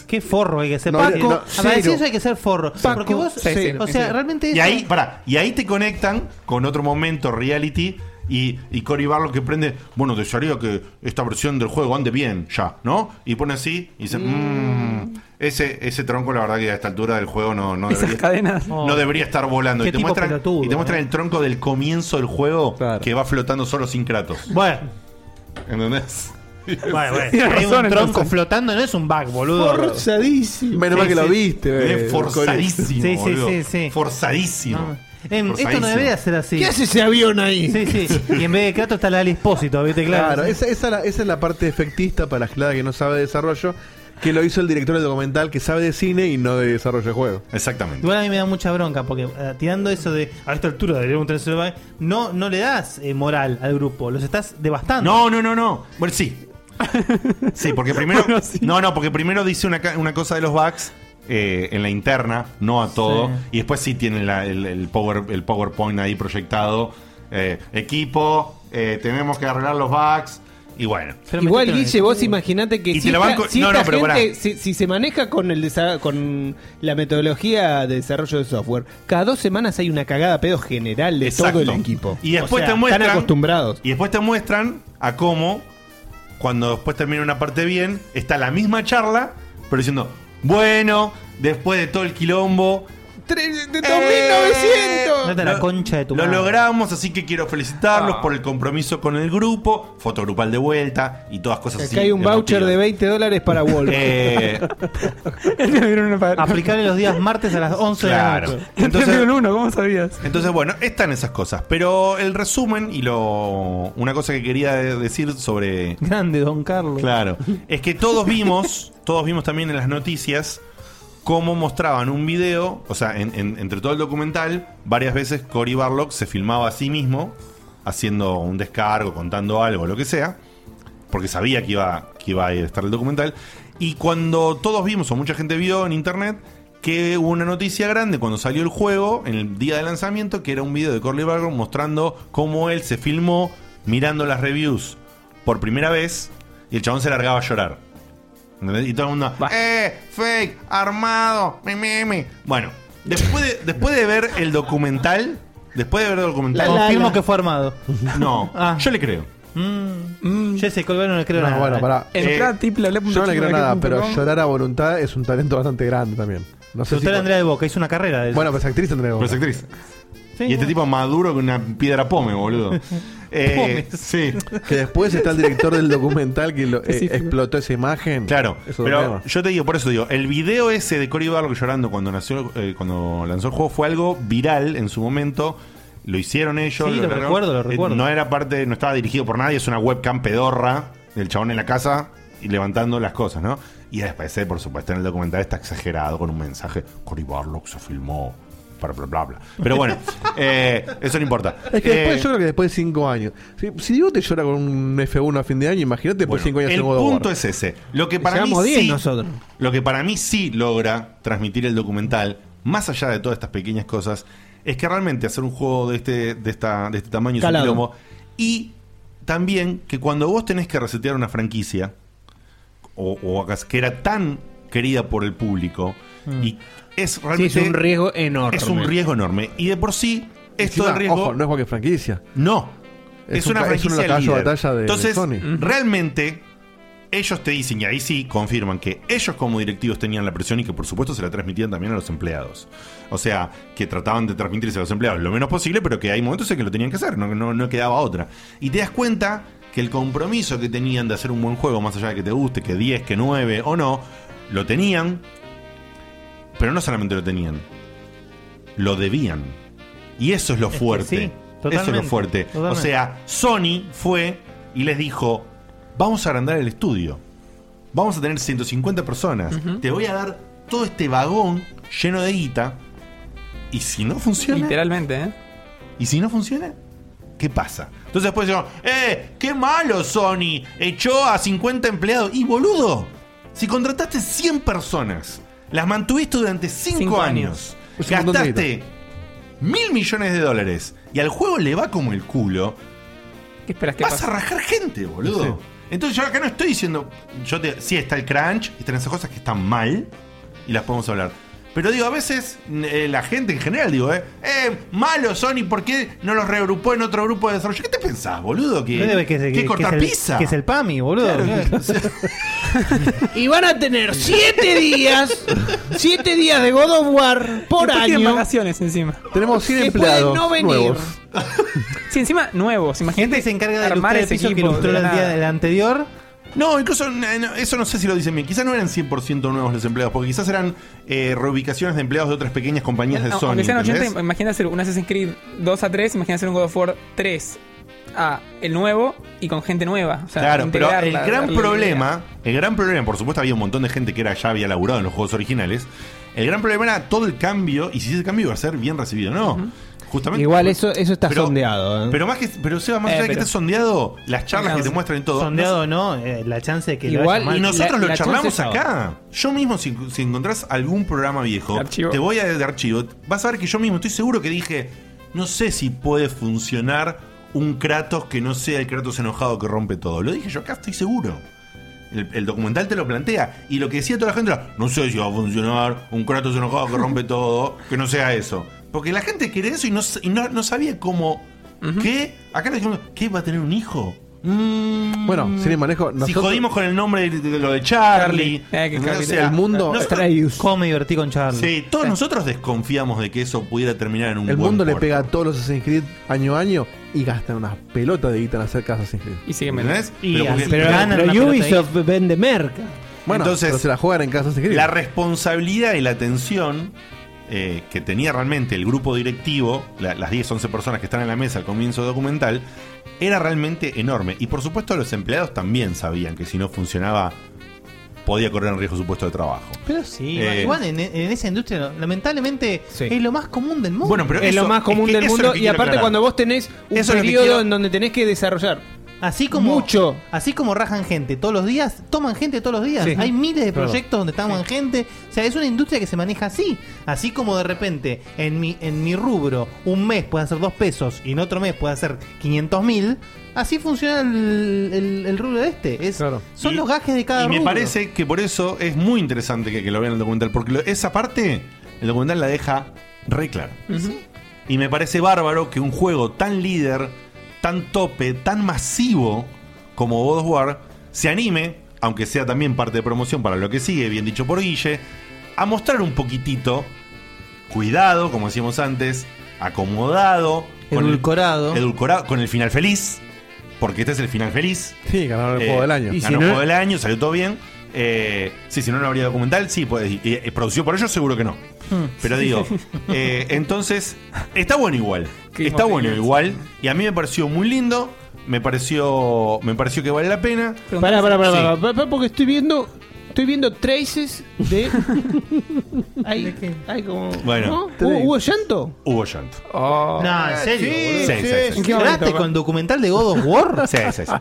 S4: Qué forro
S2: eh.
S4: hay que ser.
S3: No,
S4: Paco,
S3: no,
S4: a ver,
S3: cero.
S4: eso hay que ser forro. porque vos, o sea, realmente
S1: Y
S4: eso-
S1: ahí, pará, y ahí te conectan con otro momento reality y, y Cory Barlow que prende, bueno, desearía que esta versión del juego ande bien ya, ¿no? Y pone así y dice, "Mm, ese, ese tronco la verdad que a esta altura del juego no, no,
S6: Esas
S1: debería,
S6: cadenas.
S1: no debería estar volando.
S6: Qué
S1: Y te,
S6: tipo
S1: muestran,
S6: pelotudo,
S1: y te muestran el tronco del comienzo del juego que va flotando solo sin Kratos.
S4: Bueno.
S1: ¿Entendés?
S4: Bueno, bueno. Hay un tronco flotando, no es un bug, boludo.
S3: Forzadísimo. Menos mal que lo viste, eh,
S1: Es forzadísimo.
S4: Sí, sí,
S1: boludo.
S4: sí, sí.
S1: Forzadísimo.
S4: Em, esto no
S1: Forzadísimo.
S4: debería ser así.
S1: ¿Qué hace
S2: ese avión ahí?
S4: Sí, sí. Y en vez de Kratos está la Ali Espósito, ¿viste? Claro.
S3: Claro, esa, esa es la, esa es la parte efectista para la gilada que no sabe de desarrollo, que lo hizo el director del documental que sabe de cine y no de desarrollo de juego.
S1: Exactamente.
S4: Igual a mí me da mucha bronca porque eh, tirando eso de a esta altura deberíamos tener celular, no, no le das eh, moral al grupo, los estás devastando.
S1: No, no, no, no. Bueno, sí. Sí, porque primero. No, no, porque primero dice una, ca- una cosa de los backs en la interna, no a todo.
S19: Sí.
S1: Y después sí tiene la- el, el power, el PowerPoint ahí proyectado. Eh, equipo, eh, tenemos que arreglar los backs Y bueno.
S2: Igual, Guille, vos imaginate que
S1: Y
S2: si,
S1: te la
S2: esta-
S1: banco-
S2: si
S1: no,
S2: esta
S1: no, pero
S2: gente-
S1: pará.
S2: si, si se maneja con el desa- con la metodología de desarrollo de software, cada dos semanas hay una cagada pedo general de
S1: Exacto.
S2: todo el equipo.
S1: Y después
S2: O sea,
S1: te muestran.
S2: Están acostumbrados.
S1: Y después te muestran a cómo, cuando después termina una parte bien, está la misma charla, pero diciendo, bueno, después de todo el quilombo.
S2: ¡De
S1: 2900!
S4: Vete a la concha de tu
S1: Lo
S4: madre. Ah.
S1: logramos, así que quiero felicitarlos por el compromiso con el grupo, foto grupal de vuelta y todas cosas así.
S2: Acá hay un voucher de 20 dólares para Wolf.
S1: Eh,
S4: Aplicable los días martes a las 11 de la
S1: Claro.
S4: noche.
S1: Entonces-
S6: ¿Cómo sabías?
S1: Entonces, bueno, están esas cosas. Pero el resumen y lo. Una cosa que quería de- decir sobre.
S4: Grande, don Carlos.
S1: Claro. Es que todos vimos, todos vimos también en las noticias cómo mostraban un video, o sea, en- en- entre todo el documental, varias veces Cory Barlock se filmaba a sí mismo, haciendo un descargo, contando algo, lo que sea, porque sabía que iba, que iba a estar el documental. Y cuando todos vimos, o mucha gente vio en internet, que hubo una noticia grande cuando salió el juego, en el día de lanzamiento, que era un video de Cory Barlock mostrando cómo él se filmó mirando las reviews por primera vez y el chabón se largaba a llorar. ¿Entendés? Y todo el mundo, ¡eh! ¡Fake! ¡Armado! ¡Mi, mi, mi! Bueno, después de, después de ver el documental, después de ver el documental.
S4: Confirmo que fue armado.
S1: No,
S4: Ah.
S1: yo le creo.
S2: Mm.
S4: Yo sé, Colbert no le creo
S3: No,
S4: nada.
S3: bueno, pará.
S1: Entrá
S3: Eh, yo no le creo nada, pero
S4: yo
S3: llorar a voluntad es un talento bastante grande también. No sé si-
S4: Andrea de Boca hizo una carrera de
S3: Bueno, pues actriz Andrea de Boca.
S1: actriz. y este tipo maduro que una piedra pome, boludo. Eh,
S3: Pomes.
S1: sí.
S3: Que después está el director del documental que lo, eh, explotó esa imagen.
S1: Claro,
S3: Es otro
S1: pero
S3: tema.
S1: yo te digo, por eso digo, el video ese de Cory Barlog llorando cuando nació, eh, cuando lanzó el juego fue algo viral en su momento. Lo hicieron ellos.
S4: Sí, lo
S1: largaron.
S4: recuerdo, lo
S1: Eh,
S4: recuerdo.
S1: no era parte, no estaba dirigido por nadie, es una webcam pedorra del chabón en la casa y levantando las cosas, ¿no? Y después, eh, por supuesto, en el documental está exagerado con un mensaje. Cory Barlog se filmó. Bla, bla, bla, bla. Pero bueno, eh, eso no importa.
S3: Es que
S1: Eh,
S3: después yo creo que después de 5 años. Si, si Diego te llora con un F1 a fin de año, imagínate después
S1: Bueno,
S3: de 5 años
S1: el
S3: en God of War.
S1: punto es ese. Lo que para mí
S3: Llevamos diez
S1: sí,
S3: nosotros.
S1: lo que para mí sí logra transmitir el documental, más allá de todas estas pequeñas cosas, es que realmente hacer un juego de este, de esta, de este tamaño es un
S2: Calado.
S1: quilombo. Y también que cuando vos tenés que resetear una franquicia, o, o acá- que era tan querida por el público, y es realmente.
S2: Mm. es un riesgo enorme.
S1: Es un riesgo enorme. Y de por sí, es todo el
S3: Encima,
S1: riesgo.
S3: ojo, no es cualquier franquicia.
S1: No. Es,
S3: un
S1: una
S3: ca-
S1: franquicia
S3: es un caballo de
S1: líder.
S3: batalla de
S1: Entonces,
S3: Sony.
S1: realmente, ellos te dicen, y ahí sí confirman que ellos como directivos tenían la presión y que por supuesto se la transmitían también a los empleados. O sea, que trataban de transmitirse a los empleados lo menos posible, pero que hay momentos en que lo tenían que hacer, no, no, no quedaba otra. Y te das cuenta que el compromiso que tenían de hacer un buen juego, más allá de que te guste, que 10, que 9 o no, lo tenían, pero no solamente lo tenían, lo debían. Y eso es lo
S2: que
S1: fuerte.
S2: sí,
S1: eso es lo
S2: totalmente,
S1: fuerte. O
S2: totalmente.
S1: sea, Sony fue y les dijo, vamos a agrandar el estudio. Vamos a tener 150 personas.
S2: Ujú.
S1: Te voy a dar todo este vagón lleno de guita. Y si no funciona...
S6: Literalmente, ¿eh?
S1: Y si no funciona, ¿qué pasa? Entonces después dijeron, ¡eh! ¡Qué malo Sony! Echó a 50 empleados. Y boludo, si contrataste 100 personas, las mantuviste durante 5
S2: Cinco
S1: años,
S2: años. Es un montón de
S1: gastaste mil millones de dólares y al juego le va como el culo,
S6: ¿Qué esperas que
S1: vas
S6: pase?
S1: a rajar gente, boludo.
S6: Sí.
S1: Entonces yo acá no estoy diciendo, yo te, sí está el crunch, están esas cosas que están mal y las podemos hablar. Pero digo, a veces eh, la gente en general, digo, eh, eh, malo Sony, ¿por qué no los reagrupó en otro grupo de desarrollo? ¿Qué te pensás, boludo? ¿Que,
S4: No debe que-
S1: que
S4: que-
S1: cortar
S4: que es el-
S1: pizza?
S4: que es el PAMI, boludo.
S1: Claro.
S2: Y van a tener 7 días, 7 días de God of War por
S6: Después tienen
S2: año.
S6: vacaciones encima.
S4: Oh,
S3: Tenemos 100
S2: Que pueden
S6: empleados
S2: empleados no venir. nuevos.
S6: Sí, encima nuevos. Imagínate
S4: se encarga de
S6: armar
S4: lustrar el
S6: ese
S4: piso que
S6: equipo.
S4: lustró
S6: de la
S4: el día
S6: nada.
S4: del anterior.
S1: No, incluso eh, no, eso no sé si lo dicen bien. Quizás no eran 100% nuevos los empleados, porque quizás eran eh, reubicaciones de empleados de otras pequeñas compañías de
S6: No,
S1: Sony.
S6: aunque sean 80,
S1: ¿entendés?
S6: imagínate hacer un Assassin's Creed 2 a 3, imagina hacer un God of War 3 a el nuevo y con gente nueva. O sea,
S1: Claro, pero el
S6: integrarla,
S1: gran
S6: darle
S1: problema, el gran problema, por supuesto había un montón de gente que era, ya había laburado en los juegos originales, el gran problema era todo el cambio y si ese cambio iba a ser bien recibido, ¿no? Justamente.
S2: Igual eso, eso está
S1: Pero-
S2: sondeado. ¿eh?
S1: Pero más que, pero Seba, más
S2: Eh,
S1: allá de que
S2: pero-
S1: estés sondeado, las charlas que te muestran y todo.
S4: Sondeado o no, eh, la chance de que lo
S1: Igual,
S4: haya mal-
S1: y nosotros
S4: la-
S1: lo
S4: la
S1: charlamos
S4: chance es ahora.
S1: acá. Yo mismo, si, si encontrás algún programa viejo, te voy a de archivo. Vas a ver que yo mismo estoy seguro que dije: No sé si puede funcionar un Kratos que no sea el Kratos enojado que rompe todo. Lo dije yo acá, estoy seguro. El, el documental te lo plantea. Y lo que decía toda la gente era: No sé si va a funcionar un Kratos enojado que rompe todo, que no sea eso. Porque la gente quería eso y no, s- y no, no sabía cómo. ¿Qué? Acá le dijimos: ¿Qué va a tener un hijo? Mm.
S3: Bueno, sin el manejo.
S1: Si
S3: nosotros-
S1: jodimos con el nombre de, de lo de Charlie,
S3: Charlie. Eh, que
S1: o
S3: Charlie-
S1: sea,
S3: el mundo-
S1: nosotros-
S4: ¿Cómo me divertí con Charlie?
S1: sí, todos nosotros desconfiamos de que eso pudiera terminar en un
S3: El
S1: buen
S3: mundo le
S1: puerto.
S3: pega a todos los Assassin's Creed año a año y gastan unas pelotas de guita en hacer casas Assassin's Creed.
S6: Y sigue
S1: ¿Entendés?
S2: Pero,
S1: porque-
S2: pero Ubisoft vende merca.
S3: Bueno, pero se la juegan en casas Creed.
S1: La responsabilidad y la atención eh, que tenía realmente el grupo directivo, la- las 10, 11 personas que están en la mesa al comienzo del documental, era realmente enorme. Y por supuesto, los empleados también sabían que si no funcionaba, podía correr en riesgo su puesto de trabajo.
S4: Pero sí,
S1: Eh,
S4: igual en, en esa industria, lamentablemente, es lo más común del mundo.
S1: Bueno, pero
S2: es lo más común del mundo. y aparte, cuando vos tenés un
S4: Eso es lo que
S2: periodo
S4: quiero-
S2: en donde tenés que desarrollar
S4: así como
S2: mucho.
S4: Así como rajan gente todos los días, toman gente todos los días.
S2: Sí.
S4: Hay miles de
S2: Claro.
S4: proyectos donde toman gente. O sea, es una industria que se maneja así. Así como de repente en mi, en mi rubro un mes puede hacer dos pesos y en otro mes puede hacer 500 mil. Así funciona el, el- el rubro de este. Es, Son
S1: Y-
S4: los gajes de cada
S1: Y me
S4: rubro.
S1: parece que por eso es muy interesante que, que lo vean en el documental, porque lo- esa parte el documental la deja re clara.
S4: Mm.
S1: Y me parece bárbaro que un juego tan líder, tan tope, tan masivo como God of War se anime, aunque sea también parte de promoción para lo que sigue, bien dicho por Guille, a mostrar un poquitito, cuidado, como decíamos antes, acomodado, con el-
S4: Edulcorado.
S1: edulcorado, con el final feliz, porque este es el final feliz.
S3: Sí, ganó el juego del año.
S1: Y ganó el juego del año, salió todo bien. Eh, sí, si no, no habría documental. Sí, pues, y- y- y producido por ellos, seguro que no. Pero digo, eh, entonces, está bueno igual.
S6: Qué
S1: está bueno
S6: emocionante.
S1: igual. Y a mí me pareció muy lindo. Me pareció, me pareció que vale la pena.
S2: Pará, pará, pará,
S1: Sí.
S2: pará, pará, pará, porque estoy viendo. Estoy viendo traces de. hay, hay como.
S1: Bueno.
S2: ¿no? ¿Hubo, hubo llanto?
S1: Hubo llanto.
S4: No, en serio.
S1: Sí, sí, sí, sí.
S4: ¿Lloraste con documental de God of War?
S1: Sí, sí, sí.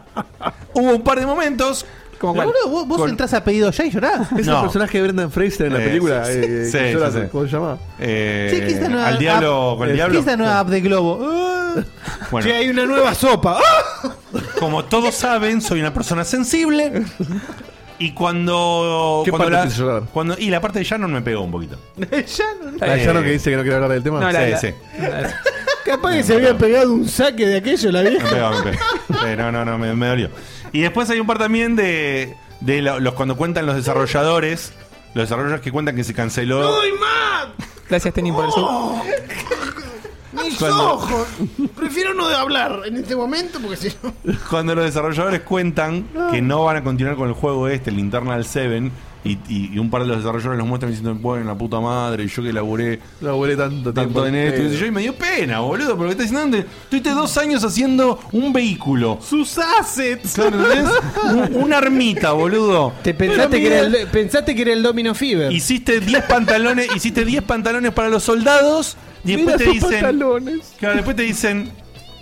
S1: Hubo un par de momentos.
S4: Como
S1: cuál?
S4: vos, vos
S1: Con-
S4: entrás a pedido ya y llorás.
S3: Es el personaje de Brendan Fraser en la
S1: Eh,
S3: película.
S1: sí, sí,
S3: eh,
S1: sí,
S3: que llora,
S1: sí, sí.
S3: ¿Cómo se llama?
S1: Eh,
S4: Sí, que esta nueva
S1: al diablo,
S4: app-
S1: con el
S4: ¿Qué
S1: diablo.
S4: es la nueva app de Globo? Ah.
S1: Bueno.
S4: Che, hay una nueva sopa.
S1: Como todos saben, soy una persona sensible. Y cuando.
S3: ¿Qué
S1: cuando,
S3: parte te hizo
S1: cuando- Y la parte de Shannon me pegó un poquito. Ah,
S3: La Yano que dice que no quiere hablar del tema.
S1: No, la- Sí, la- sí.
S2: Capaz que se había pegado un saque de aquello la
S1: Me
S2: vieja.
S1: pegó, me pegó. Sí, no, no, no, me, me dolió. Y después hay un par también de. de lo- los cuando cuentan los desarrolladores. Los desarrolladores que cuentan que se canceló.
S6: Gracias, Tenin, por el sub.
S1: Mis Cuando-
S2: ojos! Prefiero no hablar en este momento porque si no.
S1: Cuando los desarrolladores cuentan que no van a continuar con el juego este, el Internal 7, y, y- y un par de los desarrolladores los muestran diciendo, bueno, la puta madre, y yo que laburé,
S3: laburé tanto,
S1: tanto en esto, y,
S3: pedo.
S1: qué sé yo, y me dio pena, boludo, porque estás diciendo, "Ande, estuviste dos años haciendo un vehículo.
S4: Sus assets.
S1: Claro, ¿entendés? Un- una armita, boludo. Te
S2: Pensaste que, era el, pensaste que era el Domino Fever.
S1: Hiciste 10 pantalones, hiciste 10 pantalones para los soldados y
S2: Mira
S1: después te
S2: sus
S1: dicen,
S2: pantalones.
S1: Claro, después te dicen,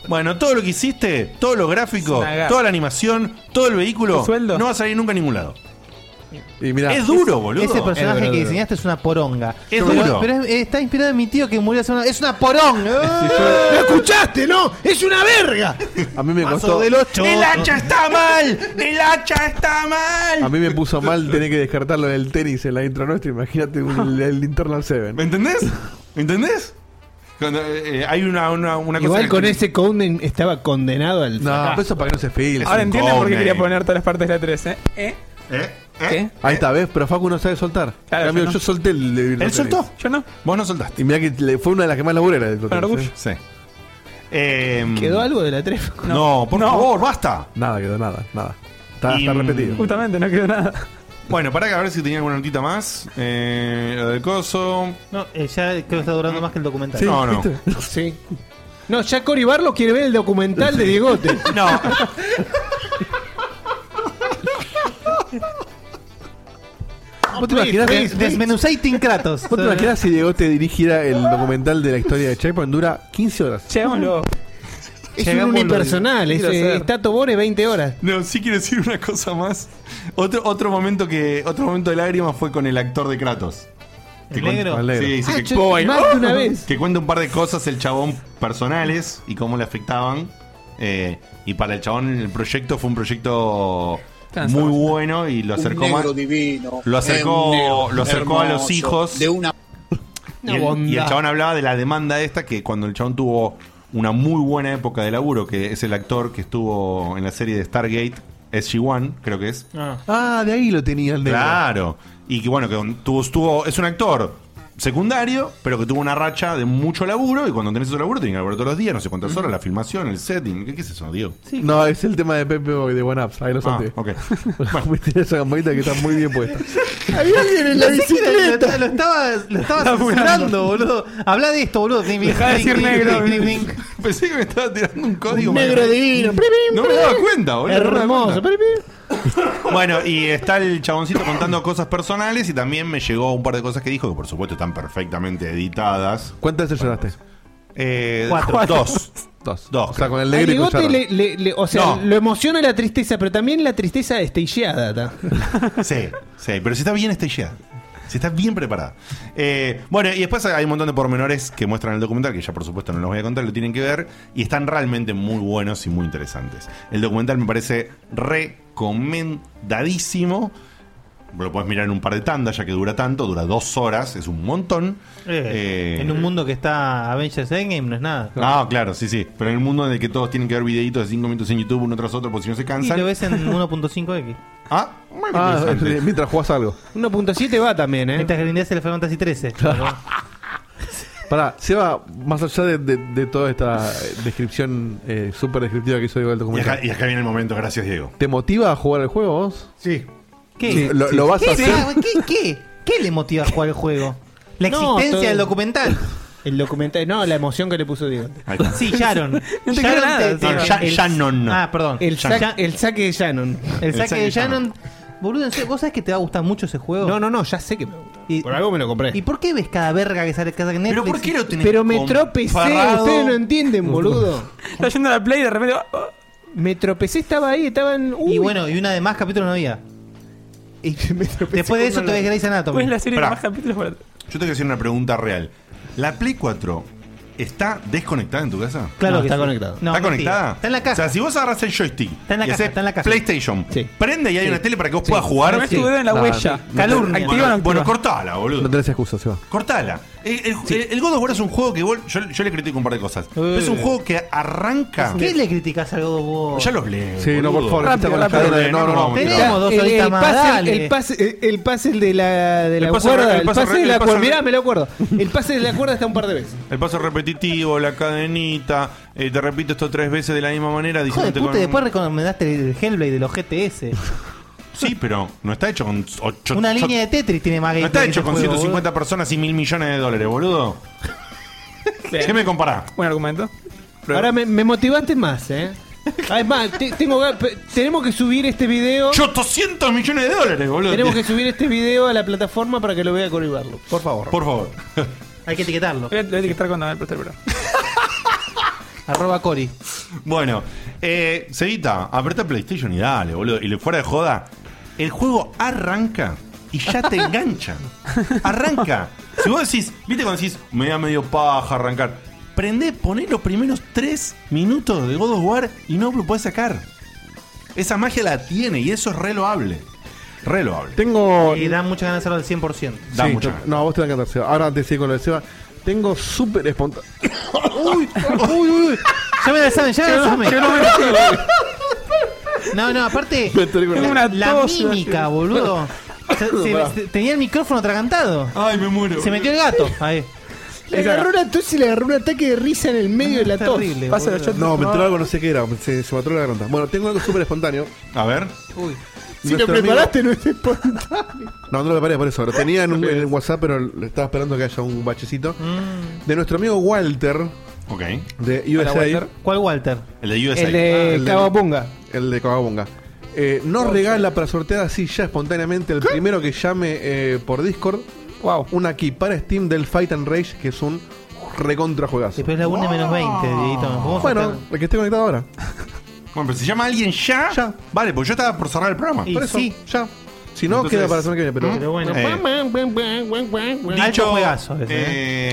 S1: bueno, todo lo que hiciste, todos los gráficos,
S3: Es una gafa.
S1: toda la animación, todo el vehículo,
S3: ¿Tu sueldo?
S1: no va a salir nunca a ningún lado.
S3: Y mirá,
S1: es duro, boludo.
S4: Ese
S1: Es
S4: personaje
S1: duro,
S4: que
S1: duro.
S4: diseñaste es una poronga.
S1: Es
S4: Pero-
S1: duro.
S4: Pero es- está inspirado en mi tío que murió hace una. ¡Es una poronga! ¡Ah!
S2: ¿Lo escuchaste, no? ¡Es una verga!
S3: A mí me
S4: Paso
S3: costó.
S4: del ocho.
S1: ¡El hacha está mal! ¡El hacha está
S3: A
S1: mal!
S3: mí me puso mal tener que descartarlo del tenis en la intro nuestra. Imagínate un- el Internal 7. ¿Me
S1: entendés? ¿Me entendés? Cuando, eh, eh, hay una, una, una cosa
S2: Igual
S1: que-
S2: con ese Conden estaba condenado al.
S3: No, pero eso para que no se filtre.
S6: Ahora entienden por qué quería poner todas las partes de la 3, ¿eh? ¿Eh? ¿Qué?
S3: Ahí está, ¿ves? Pero Facu no sabe soltar.
S6: Claro,
S3: En cambio,
S6: yo
S3: yo,
S6: no.
S3: solté el. el- el
S1: Él soltó.
S6: Yo no.
S1: Vos no soltaste.
S3: Y mirá que le- fue una de las que más laburé la del
S1: Con orgullo. Sí. Em,
S2: ¿Quedó algo de la 3?
S1: No, por favor, basta.
S3: Nada, quedó nada, nada. Está,
S1: Y-
S3: está repetido.
S6: Justamente, no quedó nada.
S1: Bueno, pará que a ver si tenía alguna notita más. Eh, lo del coso.
S4: No, eh, ya creo que está durando más que el documental.
S1: Sí, No, no.
S2: Sí. No, ya Cory Barlow quiere ver el documental de Diegote.
S1: No.
S3: ¿Vos te imaginás?
S4: Des- Desmenuzating Kratos.
S3: ¿Vos te imaginas si Diego te dirigiera el documental de la historia de Checkpoint? Dura 15 horas.
S6: Llevémoslo.
S2: Es un unipersonal, es, eh, es Tato Bore 20 horas.
S1: No, sí quiero decir una cosa más. Otro, otro momento que otro momento de lágrimas fue con el actor de Kratos.
S4: ¿El
S1: cuenta-
S4: negro?
S1: Sí, sí,
S4: Ah,
S1: que,
S4: yo- más de una vez.
S1: que cuenta un par de cosas el chabón personales y cómo le afectaban. Eh, y para el chabón el proyecto fue un proyecto muy bueno y lo acercó
S21: un
S1: más.
S21: negro divino.
S1: Lo acercó-
S21: Es un negro
S1: lo acercó a los
S21: Em, hermoso,
S1: hijos.
S21: De una.
S1: Y el, y el
S21: bondad.
S1: chabón hablaba de la demanda esta que cuando el chabón tuvo una muy buena época de laburo, que es el actor que estuvo en la serie de Stargate, SG-1, creo que es.
S3: Ah, de ahí lo tenía el negro.
S1: Claro. Y que bueno, que un- tuvo, estuvo- es un actor secundario, pero que tuvo una racha de mucho laburo. Y cuando tenés ese laburo, tenés que laburar todos los días, no sé cuántas horas, la filmación, el setting. ¿Qué, qué es eso, Diego?
S3: No, es el tema de Pepe de One Ups. Ahí lo
S1: Ah,
S3: solté.
S1: ok.
S3: Me tiré esa gambaita que está muy bien puesta.
S4: Había alguien
S3: en la
S4: Lo, lo estaba, lo estaba censurando, boludo. Habla de esto, boludo.
S1: Dejá de decir negro.
S4: Pensé
S1: que me estaba tirando un código.
S2: Negro divino.
S1: No me daba cuenta, boludo. no me daba
S2: Hermoso.
S1: cuenta. Bueno, y está el chaboncito contando cosas personales y también me llegó un par de cosas que dijo que por supuesto están perfectamente editadas.
S3: ¿Cuántas veces lloraste?
S1: Eh,
S3: Cuatro.
S1: Dos.
S3: Dos.
S1: Dos.
S3: O sea, con el
S2: A
S3: negro y con
S2: Diegote
S3: Sharon.
S2: le, le- le- o sea,
S1: No.
S2: lo emociona la tristeza, pero también la tristeza destilleada. ta.
S1: Sí, sí, pero si está bien estrellada. Si está bien preparada. Eh, bueno, y después hay un montón de pormenores que muestran el documental, que ya por supuesto no los voy a contar, lo tienen que ver, y están realmente muy buenos y muy interesantes. El documental me parece recomendadísimo. Lo puedes mirar en un par de tandas, ya que dura tanto, dura dos horas, es un montón. Eh,
S4: en un mundo que está Avengers Endgame no es nada.
S1: Ah, claro, sí, sí. Pero en el mundo en el que todos tienen que ver videitos de 5 minutos en YouTube uno tras otro, porque si no se
S4: Y
S1: cansan.
S4: lo ves en 1.5x.
S1: Ah,
S3: Ah,
S1: interesante.
S3: mientras jugás algo.
S2: 1.7 va también, ¿eh?
S4: Mientras grindeas el Final Fantasy 13.
S3: Pará, Seba, más allá de, de- de toda esta eh, descripción eh, súper descriptiva que hizo Diego del
S1: Y
S3: documental.
S1: acá, y acá viene el momento, gracias Diego.
S3: ¿Te motiva a jugar el juego vos?
S1: Sí.
S4: ¿Qué?
S3: Sí, lo- lo vas
S4: ¿Qué
S3: a
S4: te
S3: hacer.
S4: da- ¿Qué, qué, qué le motiva a jugar el juego? La
S2: No,
S4: existencia
S2: todo-
S4: del documental.
S2: El documental, no, la emoción que le puso Diego.
S4: Sí, Sharon.
S2: No te creo
S4: Sharon
S2: nada. No, Ya-
S4: el-
S2: Shannon.
S4: Ah, perdón.
S2: El,
S4: Shannon.
S2: sa- el saque de Shannon.
S4: El saque de Shannon. Boludo, en serio, ¿vos sabés que te va a gustar mucho ese juego? No,
S2: no, no, ya sé que me gusta. Por algo me lo compré.
S4: ¿Y por qué ves cada verga que sale cada Netflix?
S2: por qué lo tenés Pero me comparado? tropecé, ustedes no entienden, boludo.
S4: Está yendo a la play y de repente. oh,
S2: Me tropecé, estaba ahí, estaban.
S4: Y bueno, y una de más capítulos no había. Después de eso te ves Grey's Anatomy.
S1: Pará,
S4: Pará.
S1: Yo te quiero hacer una pregunta real. ¿La Play 4 está desconectada en tu casa?
S4: Claro No, que está sí. conectada. No,
S1: ¿Está
S4: mentira.
S1: conectada?
S4: Está en la caja.
S1: O sea, si vos agarras el joystick
S4: Está en la
S1: y
S4: caja,
S1: haces
S4: está en la caja.
S1: PlayStation, prende y hay
S4: Sí.
S1: una tele para que vos
S4: Sí.
S1: puedas jugar.
S4: No es tu dedo en la
S1: No,
S4: huella.
S1: no te-
S4: Calurnia.
S1: Activa,
S4: Activa o no
S1: Bueno,
S4: activa.
S1: cortala, Ah, boludo.
S3: No tenés excusa, Seba.
S1: Cortala. El, el- el God of War es un juego que vos- yo, yo le critico un par de cosas.
S3: Eh.
S4: Eh.
S1: Pero es un juego que arranca.
S4: ¿Qué le criticas al God of War?
S1: Ya los leo.
S3: Sí, no, por favor,
S1: Rápido,
S3: empieza con la
S1: rápido,
S3: cadena de- no, no, no,
S1: Tenemos
S3: mentira.
S1: dos
S2: el,
S1: horitas
S2: el
S1: más,
S2: puzzle,
S1: dale.
S2: el puzzle- el puzzle de la, de la
S1: El puzzle-
S2: cuerda.
S1: el
S2: El
S1: puzzle-
S2: puzzle de
S1: el
S2: la
S1: puzzle-
S2: cuerda. Mirá, me lo acuerdo. El puzzle de la cuerda está un par de veces.
S1: El paso repetitivo, la cadenita, eh, te repito esto tres veces de la misma manera.
S4: Hijo de
S1: diciéndote
S4: puta,
S1: con-
S4: y después recomendaste el Hellblade de los GTS.
S1: Sí, pero no está hecho con ocho-
S4: Una
S1: ocho-
S4: línea de Tetris tiene más
S1: No
S4: gameplay
S1: está
S4: que
S1: hecho
S4: ese
S1: con
S4: juego,
S1: 150 personas y mil millones de dólares, boludo. ¿Qué me comparás?
S6: Buen argumento.
S2: Ahora me, me motivaste más, ¿eh? Ah, es más, te- tengo, ga- pe- tenemos que subir este video.
S1: ¡Yo 200 millones de dólares, boludo!
S2: Tenemos que subir este video a la plataforma para que lo vea Cory Barlow. Por favor.
S1: Por favor.
S4: Hay que etiquetarlo.
S6: Lo voy a etiquetar cuando me preste el programa.
S4: Arroba Cori.
S1: Bueno, eh, Seguita, aprieta PlayStation y dale, boludo. Y le- fuera de joda, el juego arranca y ya te engancha. Arranca. Si vos decís, viste cuando decís, me da medio paja arrancar. Prende, poné los primeros tres minutos de God of War y no lo podés sacar. Esa magia la tiene y eso es reloable. Reloable.
S3: Tengo.
S4: Y da muchas ganas de hacerlo al 100%.
S3: Sí, no, no, a vos te va a encantar, Seba. Ahora antes de seguir con lo de Seba, tengo súper espontáneo. uy, uy, uy.
S4: Ya me la saben, ya me la saben. No, no, aparte.
S3: Me estoy con la-
S4: la, la
S3: tos,
S4: mímica,
S3: Sebastián.
S4: boludo. Se- se-
S3: Pará.
S4: se- tenía el micrófono atragantado.
S1: Ay, me muero.
S4: Se metió el gato. Ahí.
S2: Le agarró una tos y le agarró un ataque de risa en el medio de la tos.
S3: Pasa, yo- no, me entró algo, no sé qué era. Se, se me atoró la garganta. Bueno, tengo algo súper espontáneo.
S1: A ver.
S4: Uy.
S2: Si lo preparaste, no es espontáneo.
S3: No, no lo preparé por eso. Lo tenía en, un- en el WhatsApp, pero lo estaba esperando que haya un bachecito. De nuestro amigo Walter.
S1: Ok.
S3: De
S4: Mm. Hola,
S3: USA.
S4: Walter. ¿Cuál Walter?
S1: El de USA.
S3: El de
S1: Ah, el de-
S3: Cavabunga. El de Cavabunga. Eh, nos regala para sortear así ya espontáneamente el primero que llame eh, por Discord. Wow. Una key para Steam del Fight and Rage, que es un recontra juegazo.
S4: Pero es la 1 menos 20, Dieguito. Vamos a
S3: Bueno,
S4: sacar-
S3: el que esté conectado ahora.
S1: Bueno, pero si llama alguien ya. Vale, pues yo estaba por cerrar el programa.
S3: Y Por eso, sí. ya. Si no,
S1: Entonces-
S3: queda para la semana que viene. Pero,
S1: Pero
S2: ¿Mm?
S1: bueno.
S3: Alto
S1: Dicho,
S3: juegazo ese,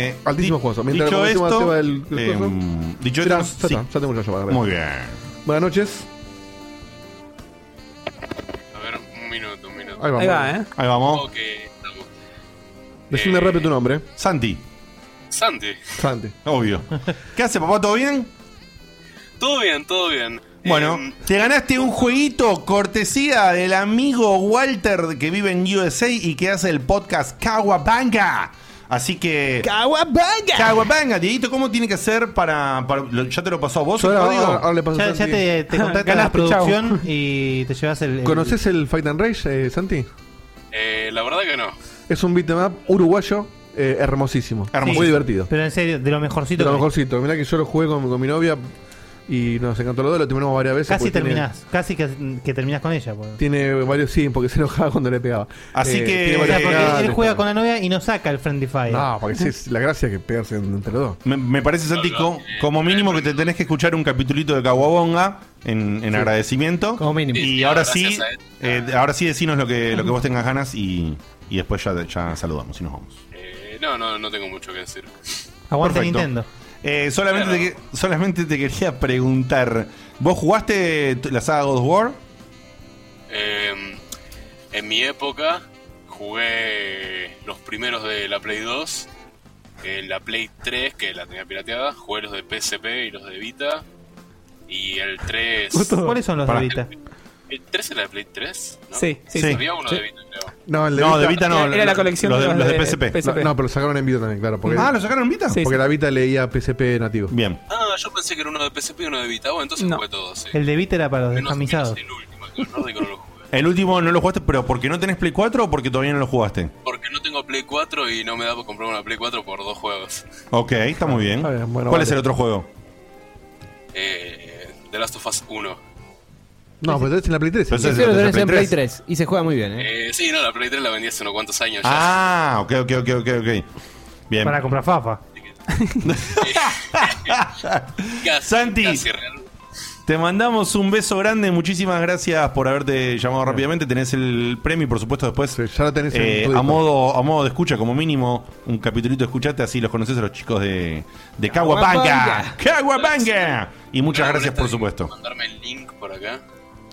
S1: eh,
S3: altísimo
S1: di-
S3: juegazo. Mientras
S1: dicho
S3: lo último
S1: esto,
S3: activa el- el
S1: eh,
S3: coso.
S1: dicho
S3: Mirá,
S1: esto,
S3: ya
S1: sí.
S3: está, ya tengo la llamada.
S1: Muy bien.
S3: Buenas noches.
S15: A ver, un minuto, un minuto.
S3: Ahí vamos. Ahí va, ¿eh? Ahí vamos.
S15: Ok, estamos.
S3: Decime rápido tu nombre.
S1: Eh, Santi.
S15: Santi,
S3: Santi.
S1: Obvio. ¿Qué hace, papá? ¿Todo bien?
S15: todo bien, todo bien.
S4: Eh,
S15: Em,
S1: Bueno, te ganaste un jueguito cortesía del amigo Walter que vive en USA y que hace el podcast Kawabanga. Así que.
S2: ¡Kawabanga!
S1: ¡Kawabanga! Dieguito, ¿cómo tiene que hacer para. para- lo- ¿Ya te lo pasó a vos? el código?
S4: ya, ya te, te contacta la producción y te llevas el. el-
S3: ¿Conoces el Fight and Rage, eh, Santi?
S15: Eh, la verdad que no.
S3: Es un beatmap uruguayo eh, hermosísimo.
S4: Hermosísimo.
S3: Muy divertido.
S4: Pero en serio, de lo mejorcito.
S3: De lo
S4: que-
S3: mejorcito. Mirá que yo lo jugué con, con mi novia y nos encantó los dos. Lo terminamos varias veces.
S4: Casi
S3: porque tiene-
S4: terminás. Casi que, que terminás con ella. porque-
S3: Tiene, varios sí, porque se enojaba cuando le pegaba.
S4: Eh,
S3: Eh,
S4: o
S3: tiene
S4: sea,
S3: varios
S4: porque
S3: finales,
S4: él juega con la novia y no saca el Friendly Fire.
S3: No, porque sí, es la gracia que pegarse en- entre los dos.
S1: Me, me parece, Santi, co- como mínimo que te tenés que escuchar un capitulito de Caguabonga en, en agradecimiento. Como mínimo. Y ahora sí,
S15: gracias a él.
S1: eh, ahora sí decinos lo que, lo que vos tengas ganas y, y después ya, ya saludamos y nos vamos.
S15: Eh, no, no, no tengo mucho que decir.
S4: Aguante
S1: Perfecto.
S4: Nintendo.
S1: Eh, solamente, te, que- solamente te quería preguntar, ¿vos jugaste t- la saga God of War?
S15: Eh, en mi época jugué los primeros de la Play 2, eh, la Play 3 que la tenía pirateada, jugué los de PSP y los de Vita y el 3...
S4: ¿Cuáles son los de Vita?
S15: ¿El 3 era de Play 3? ¿no?
S4: Sí, sí, sí.
S15: Había uno
S4: Sí.
S15: de Vita, creo.
S3: No, el
S1: No, de Vita no, Era- era la colección
S3: los
S1: de
S3: de,
S1: los
S3: los de
S1: de
S3: PSP.
S1: PSP.
S3: No, no, pero lo sacaron en Vita también, claro. Porque,
S1: Ah, ¿lo sacaron en Vita?
S3: Porque la Vita leía PSP nativo.
S1: Bien.
S15: Ah, yo pensé que era uno de PSP y uno de Vita. Bueno, entonces jugué todos. sí.
S4: El de Vita era para los descamisados.
S1: El último no lo jugaste, pero porque no tenés Play 4 o porque todavía no lo jugaste.
S15: Porque no tengo Play 4 y no me da para comprar una Play 4 por dos juegos.
S1: Ok, está muy bien. ¿Cuál
S3: vale.
S1: es el otro juego?
S15: Eh, The Last of Us 1.
S3: No, pero tenés en la Play 3.
S1: Pero
S2: Ese lo tenés en Play 3 y se juega muy bien, ¿eh?
S15: Eh, sí, no, la Play 3 la vendí hace unos cuantos años ya.
S1: Ah, ok, ok, ok, ok, ok. Bien.
S4: Para comprar fafa.
S1: Santi, te mandamos un beso grande. Muchísimas gracias por haberte llamado rápidamente. Tenés el premio y, por supuesto, después. eh,
S3: ya lo tenés en tu
S1: a,
S3: disco.
S1: modo, a modo de escucha, como mínimo, un capitulito escuchate. Así los conoces a los chicos de, de Caguapanga.
S15: Caguapanga.
S1: ¡Caguapanga! Y muchas gracias, por supuesto.
S15: Mandarme el link por acá.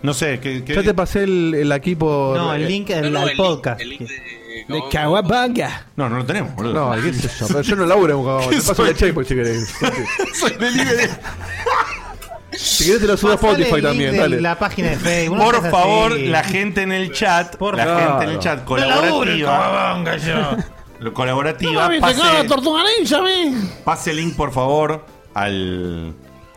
S1: No sé, ¿qué, qué-
S3: Ya te pasé el, el aquí por.
S1: No, el link
S3: en
S1: al- No, no, al el link- podcast.
S3: El
S15: link
S2: De Caguapanga.
S1: No, no lo tenemos, Ah, boludo.
S3: No, qué sé yo. Pero yo no laburo en Caguapanga.
S1: ¿Qué
S3: Te paso
S1: soy?
S3: el de Checkpoint si querés.
S1: Soy delivery.
S3: Si querés te lo subo a
S1: Pasale el
S3: Spotify
S1: link
S3: también,
S1: de
S3: dale.
S1: la
S4: página de Facebook.
S1: Por favor, la gente en el chat, la
S3: favor.
S1: gente en el chat
S3: No laburo en
S1: colaborativa,
S3: Caguapanga,
S1: Lo colaborativa, pase,
S2: tortuga ninja,
S1: pase el link por favor al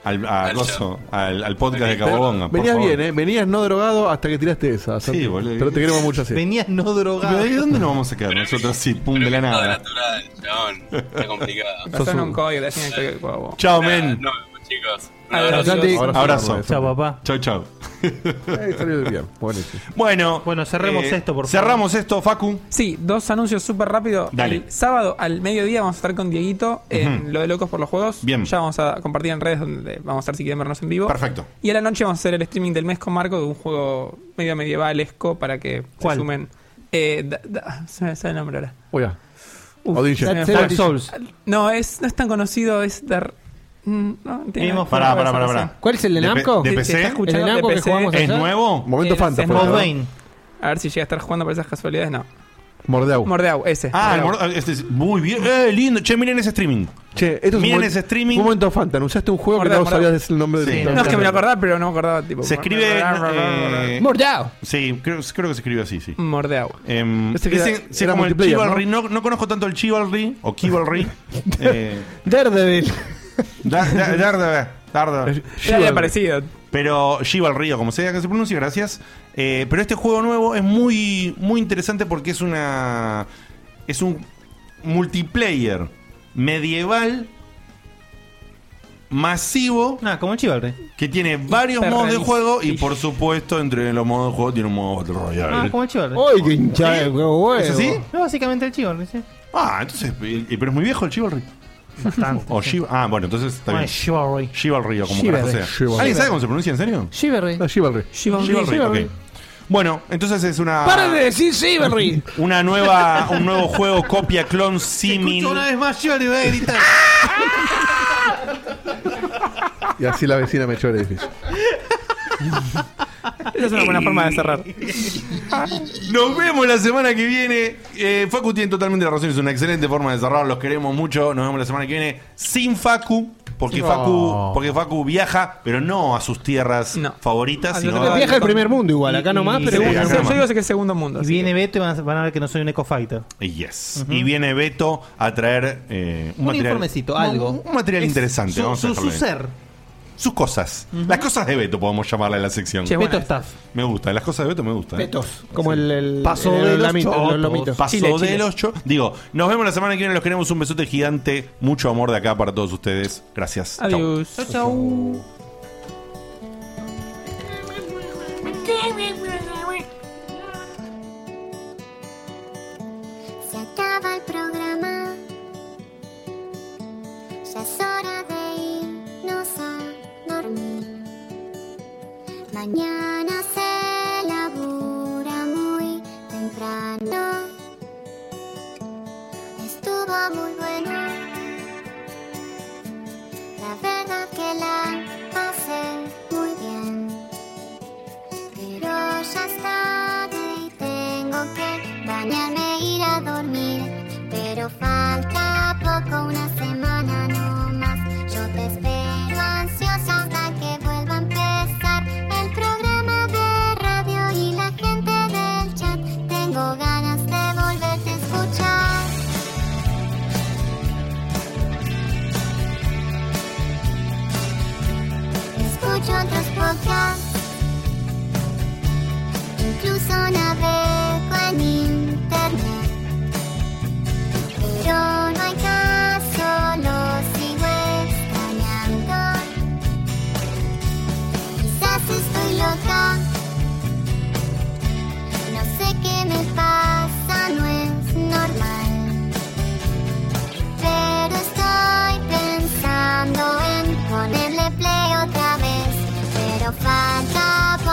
S1: al, a gozo, al, al podcast de
S3: Pero
S1: Cabobonga. por
S3: Venías
S1: favor.
S3: bien, ¿eh? Venías no drogado hasta que tiraste esa. Santi.
S1: boludo.
S3: Pero te queremos mucho así.
S4: Venías no drogado.
S1: ¿De dónde nos vamos a quedar nosotros así, pum, de la nada?
S15: Natural, chabón. Está complicado.
S1: Sos un-
S6: un código, le hacían el código de Guabo.
S1: Chao, men.
S15: No, chicos. Un
S1: Abrazo,
S15: abrazo.
S1: Santi. Abrazo.
S4: Chao, papá.
S1: Chau, chau.
S3: Eh, salió bien. Bueno,
S1: Bueno,
S4: bueno cerremos
S6: eh,
S4: esto, por favor.
S1: cerramos esto, Facu.
S6: Sí, dos anuncios súper rápido.
S1: Dale.
S6: El sábado al mediodía vamos a estar con Dieguito en
S1: Ujú.
S6: lo de Locos por los Juegos.
S1: Bien.
S6: Ya vamos a compartir en redes donde vamos a estar si quieren vernos en vivo.
S1: Perfecto.
S6: Y a la noche vamos a hacer el streaming del mes con Marco de un juego medio medievalesco para que
S4: ¿Cuál?
S6: se sumen. Eh, da- da- se me sale el nombre ahora.
S3: Voy a.
S6: Uf,
S3: Audition.
S6: se me fue.
S4: Dark Souls.
S6: No, es, no es tan conocido, es Dar. mm, No, tiene-
S4: Vimos Pará,
S1: pará, pará, pará.
S2: ¿Cuál es el de
S1: ¿De
S2: Namco?
S1: P- de PC?
S6: ¿Se está escuchando?
S2: ¿El de Namco
S6: ¿De
S2: que
S6: PC?
S2: jugamos
S1: ¿Es
S2: allá?
S1: nuevos?
S3: Momento
S6: Era-
S3: Fanta,
S6: es
S3: por
S6: Mouse
S3: favor.
S6: Bane. A ver si llega a estar jugando por esas casualidades, no.
S3: Mordeau.
S6: Mordeau, ese.
S1: Ah, el
S6: Mordeau.
S1: mor- este es- muy bien. Eh, lindo. Che, miren ese streaming.
S3: Che, esto es un
S1: miren
S3: momen-
S1: ese streaming.
S3: Un momento Fanta. Anunciaste un juego que
S1: Mordeau,
S3: no
S1: Mordeau.
S3: sabías el nombre
S1: Sí.
S3: del
S6: No, es que me lo acordaba, pero no me acordaba. Tipo,
S1: Se escribe. eh,
S2: Mordeau.
S1: Sí, creo, creo que se escribe así, sí.
S6: Mordeau.
S1: Em,
S3: Ese Este que era-
S1: dicen- sí,
S3: era
S1: como el
S3: multiplayer, ¿no?
S1: Chivalry. ¿no? no conozco tanto el Chivalry o Kivalry. eh,
S2: Daredevil.
S1: da- da- Daredevil. Daredevil.
S6: Era parecido.
S1: Pero Chivalry, o como sea que se pronuncie, gracias. Eh, pero este juego nuevo es muy, muy interesante porque es una. Es un multiplayer medieval masivo.
S4: Ah, como el Chivalry.
S1: Que tiene varios
S4: Hiper
S1: modos de
S4: realista.
S1: juego y por supuesto entre los modos de juego tiene un modo Battle Royale.
S4: Ah, como el Chivalry.
S2: ¡Ay, qué hinchada de huevo!
S1: ¿Es así?
S4: No, básicamente el Chivalry, sí.
S1: Ah, entonces, eh, eh, pero es muy viejo el Chivalry.
S4: Bastante,
S1: O Chiv- ah, bueno, entonces está
S4: Bueno,
S1: bien.
S4: Chivalry.
S1: Chivalry o como
S4: Chivalry.
S1: carajo sea.
S4: Chivalry.
S1: ¿Alguien sabe cómo se pronuncia en serio?
S2: Chivalry.
S3: No, Ah, Chivalry.
S1: Chivalry,
S2: Chivalry.
S1: ok. Bueno, entonces es
S3: Ah.
S1: una.
S2: ¡Para de decir Chivalry!
S1: Una nueva, un nuevo juego copia clon simil.
S4: vez más yo le voy a gritar.
S3: Y así la vecina me echó el edificio.
S6: Esa es una buena forma de cerrar.
S1: Nos vemos la semana que viene. Eh, Facu tiene totalmente la razón, es una excelente forma de cerrar, los queremos mucho. Nos vemos la semana que viene sin Facu, porque
S2: No.
S1: Facu, porque Facu viaja, pero no a sus tierras favoritas, sino a-
S2: Viaja al primer mundo igual, acá nomás, pero...
S1: Sí, acá nomás.
S6: que es segundo mundo.
S4: Y viene Beto y van a, van a ver que no soy un ecofighter.
S1: Yes. Y viene Beto a traer eh, un,
S4: Un
S1: material.
S4: informecito, algo.
S1: Un, un material
S4: Es
S1: interesante.
S4: su-
S1: vamos a
S4: su-
S1: dejarlo
S4: su
S1: ahí.
S4: ser.
S1: Sus cosas. Las cosas de Beto podemos llamarle a la sección.
S4: Che, Beto buena esa.
S1: Me gusta, las cosas de Beto me gustan. ¿eh?
S2: Petos, como el, el-
S1: Paso
S2: el-
S1: de
S2: el
S1: los
S2: lamito,
S1: chotos.
S2: los lomitos.
S1: Paso de los cho- Digo, nos vemos la semana que viene. Los queremos un besote gigante. Mucho amor de acá para todos ustedes. Gracias. Chau.
S6: Adiós.
S4: Chau, chau.
S5: Se acaba el programa. Ya es hora de irnos a dormir. Mañana se labura muy temprano. Estuvo muy bueno. La verdad que la pasé muy bien. Pero ya es tarde y tengo que bañarme e ir a dormir. Pero falta poco, una semana no más. Yo te espero ansiosa hasta que vuelva a empezar el programa de
S21: escucho otros podcasts. Incluso navego en internet. Pero no hay caso, lo sigo extrañando. Quizás estoy loca. No sé qué me pasa, no es normal. Pero estoy pensando en ponerle play otra vez. Pero falta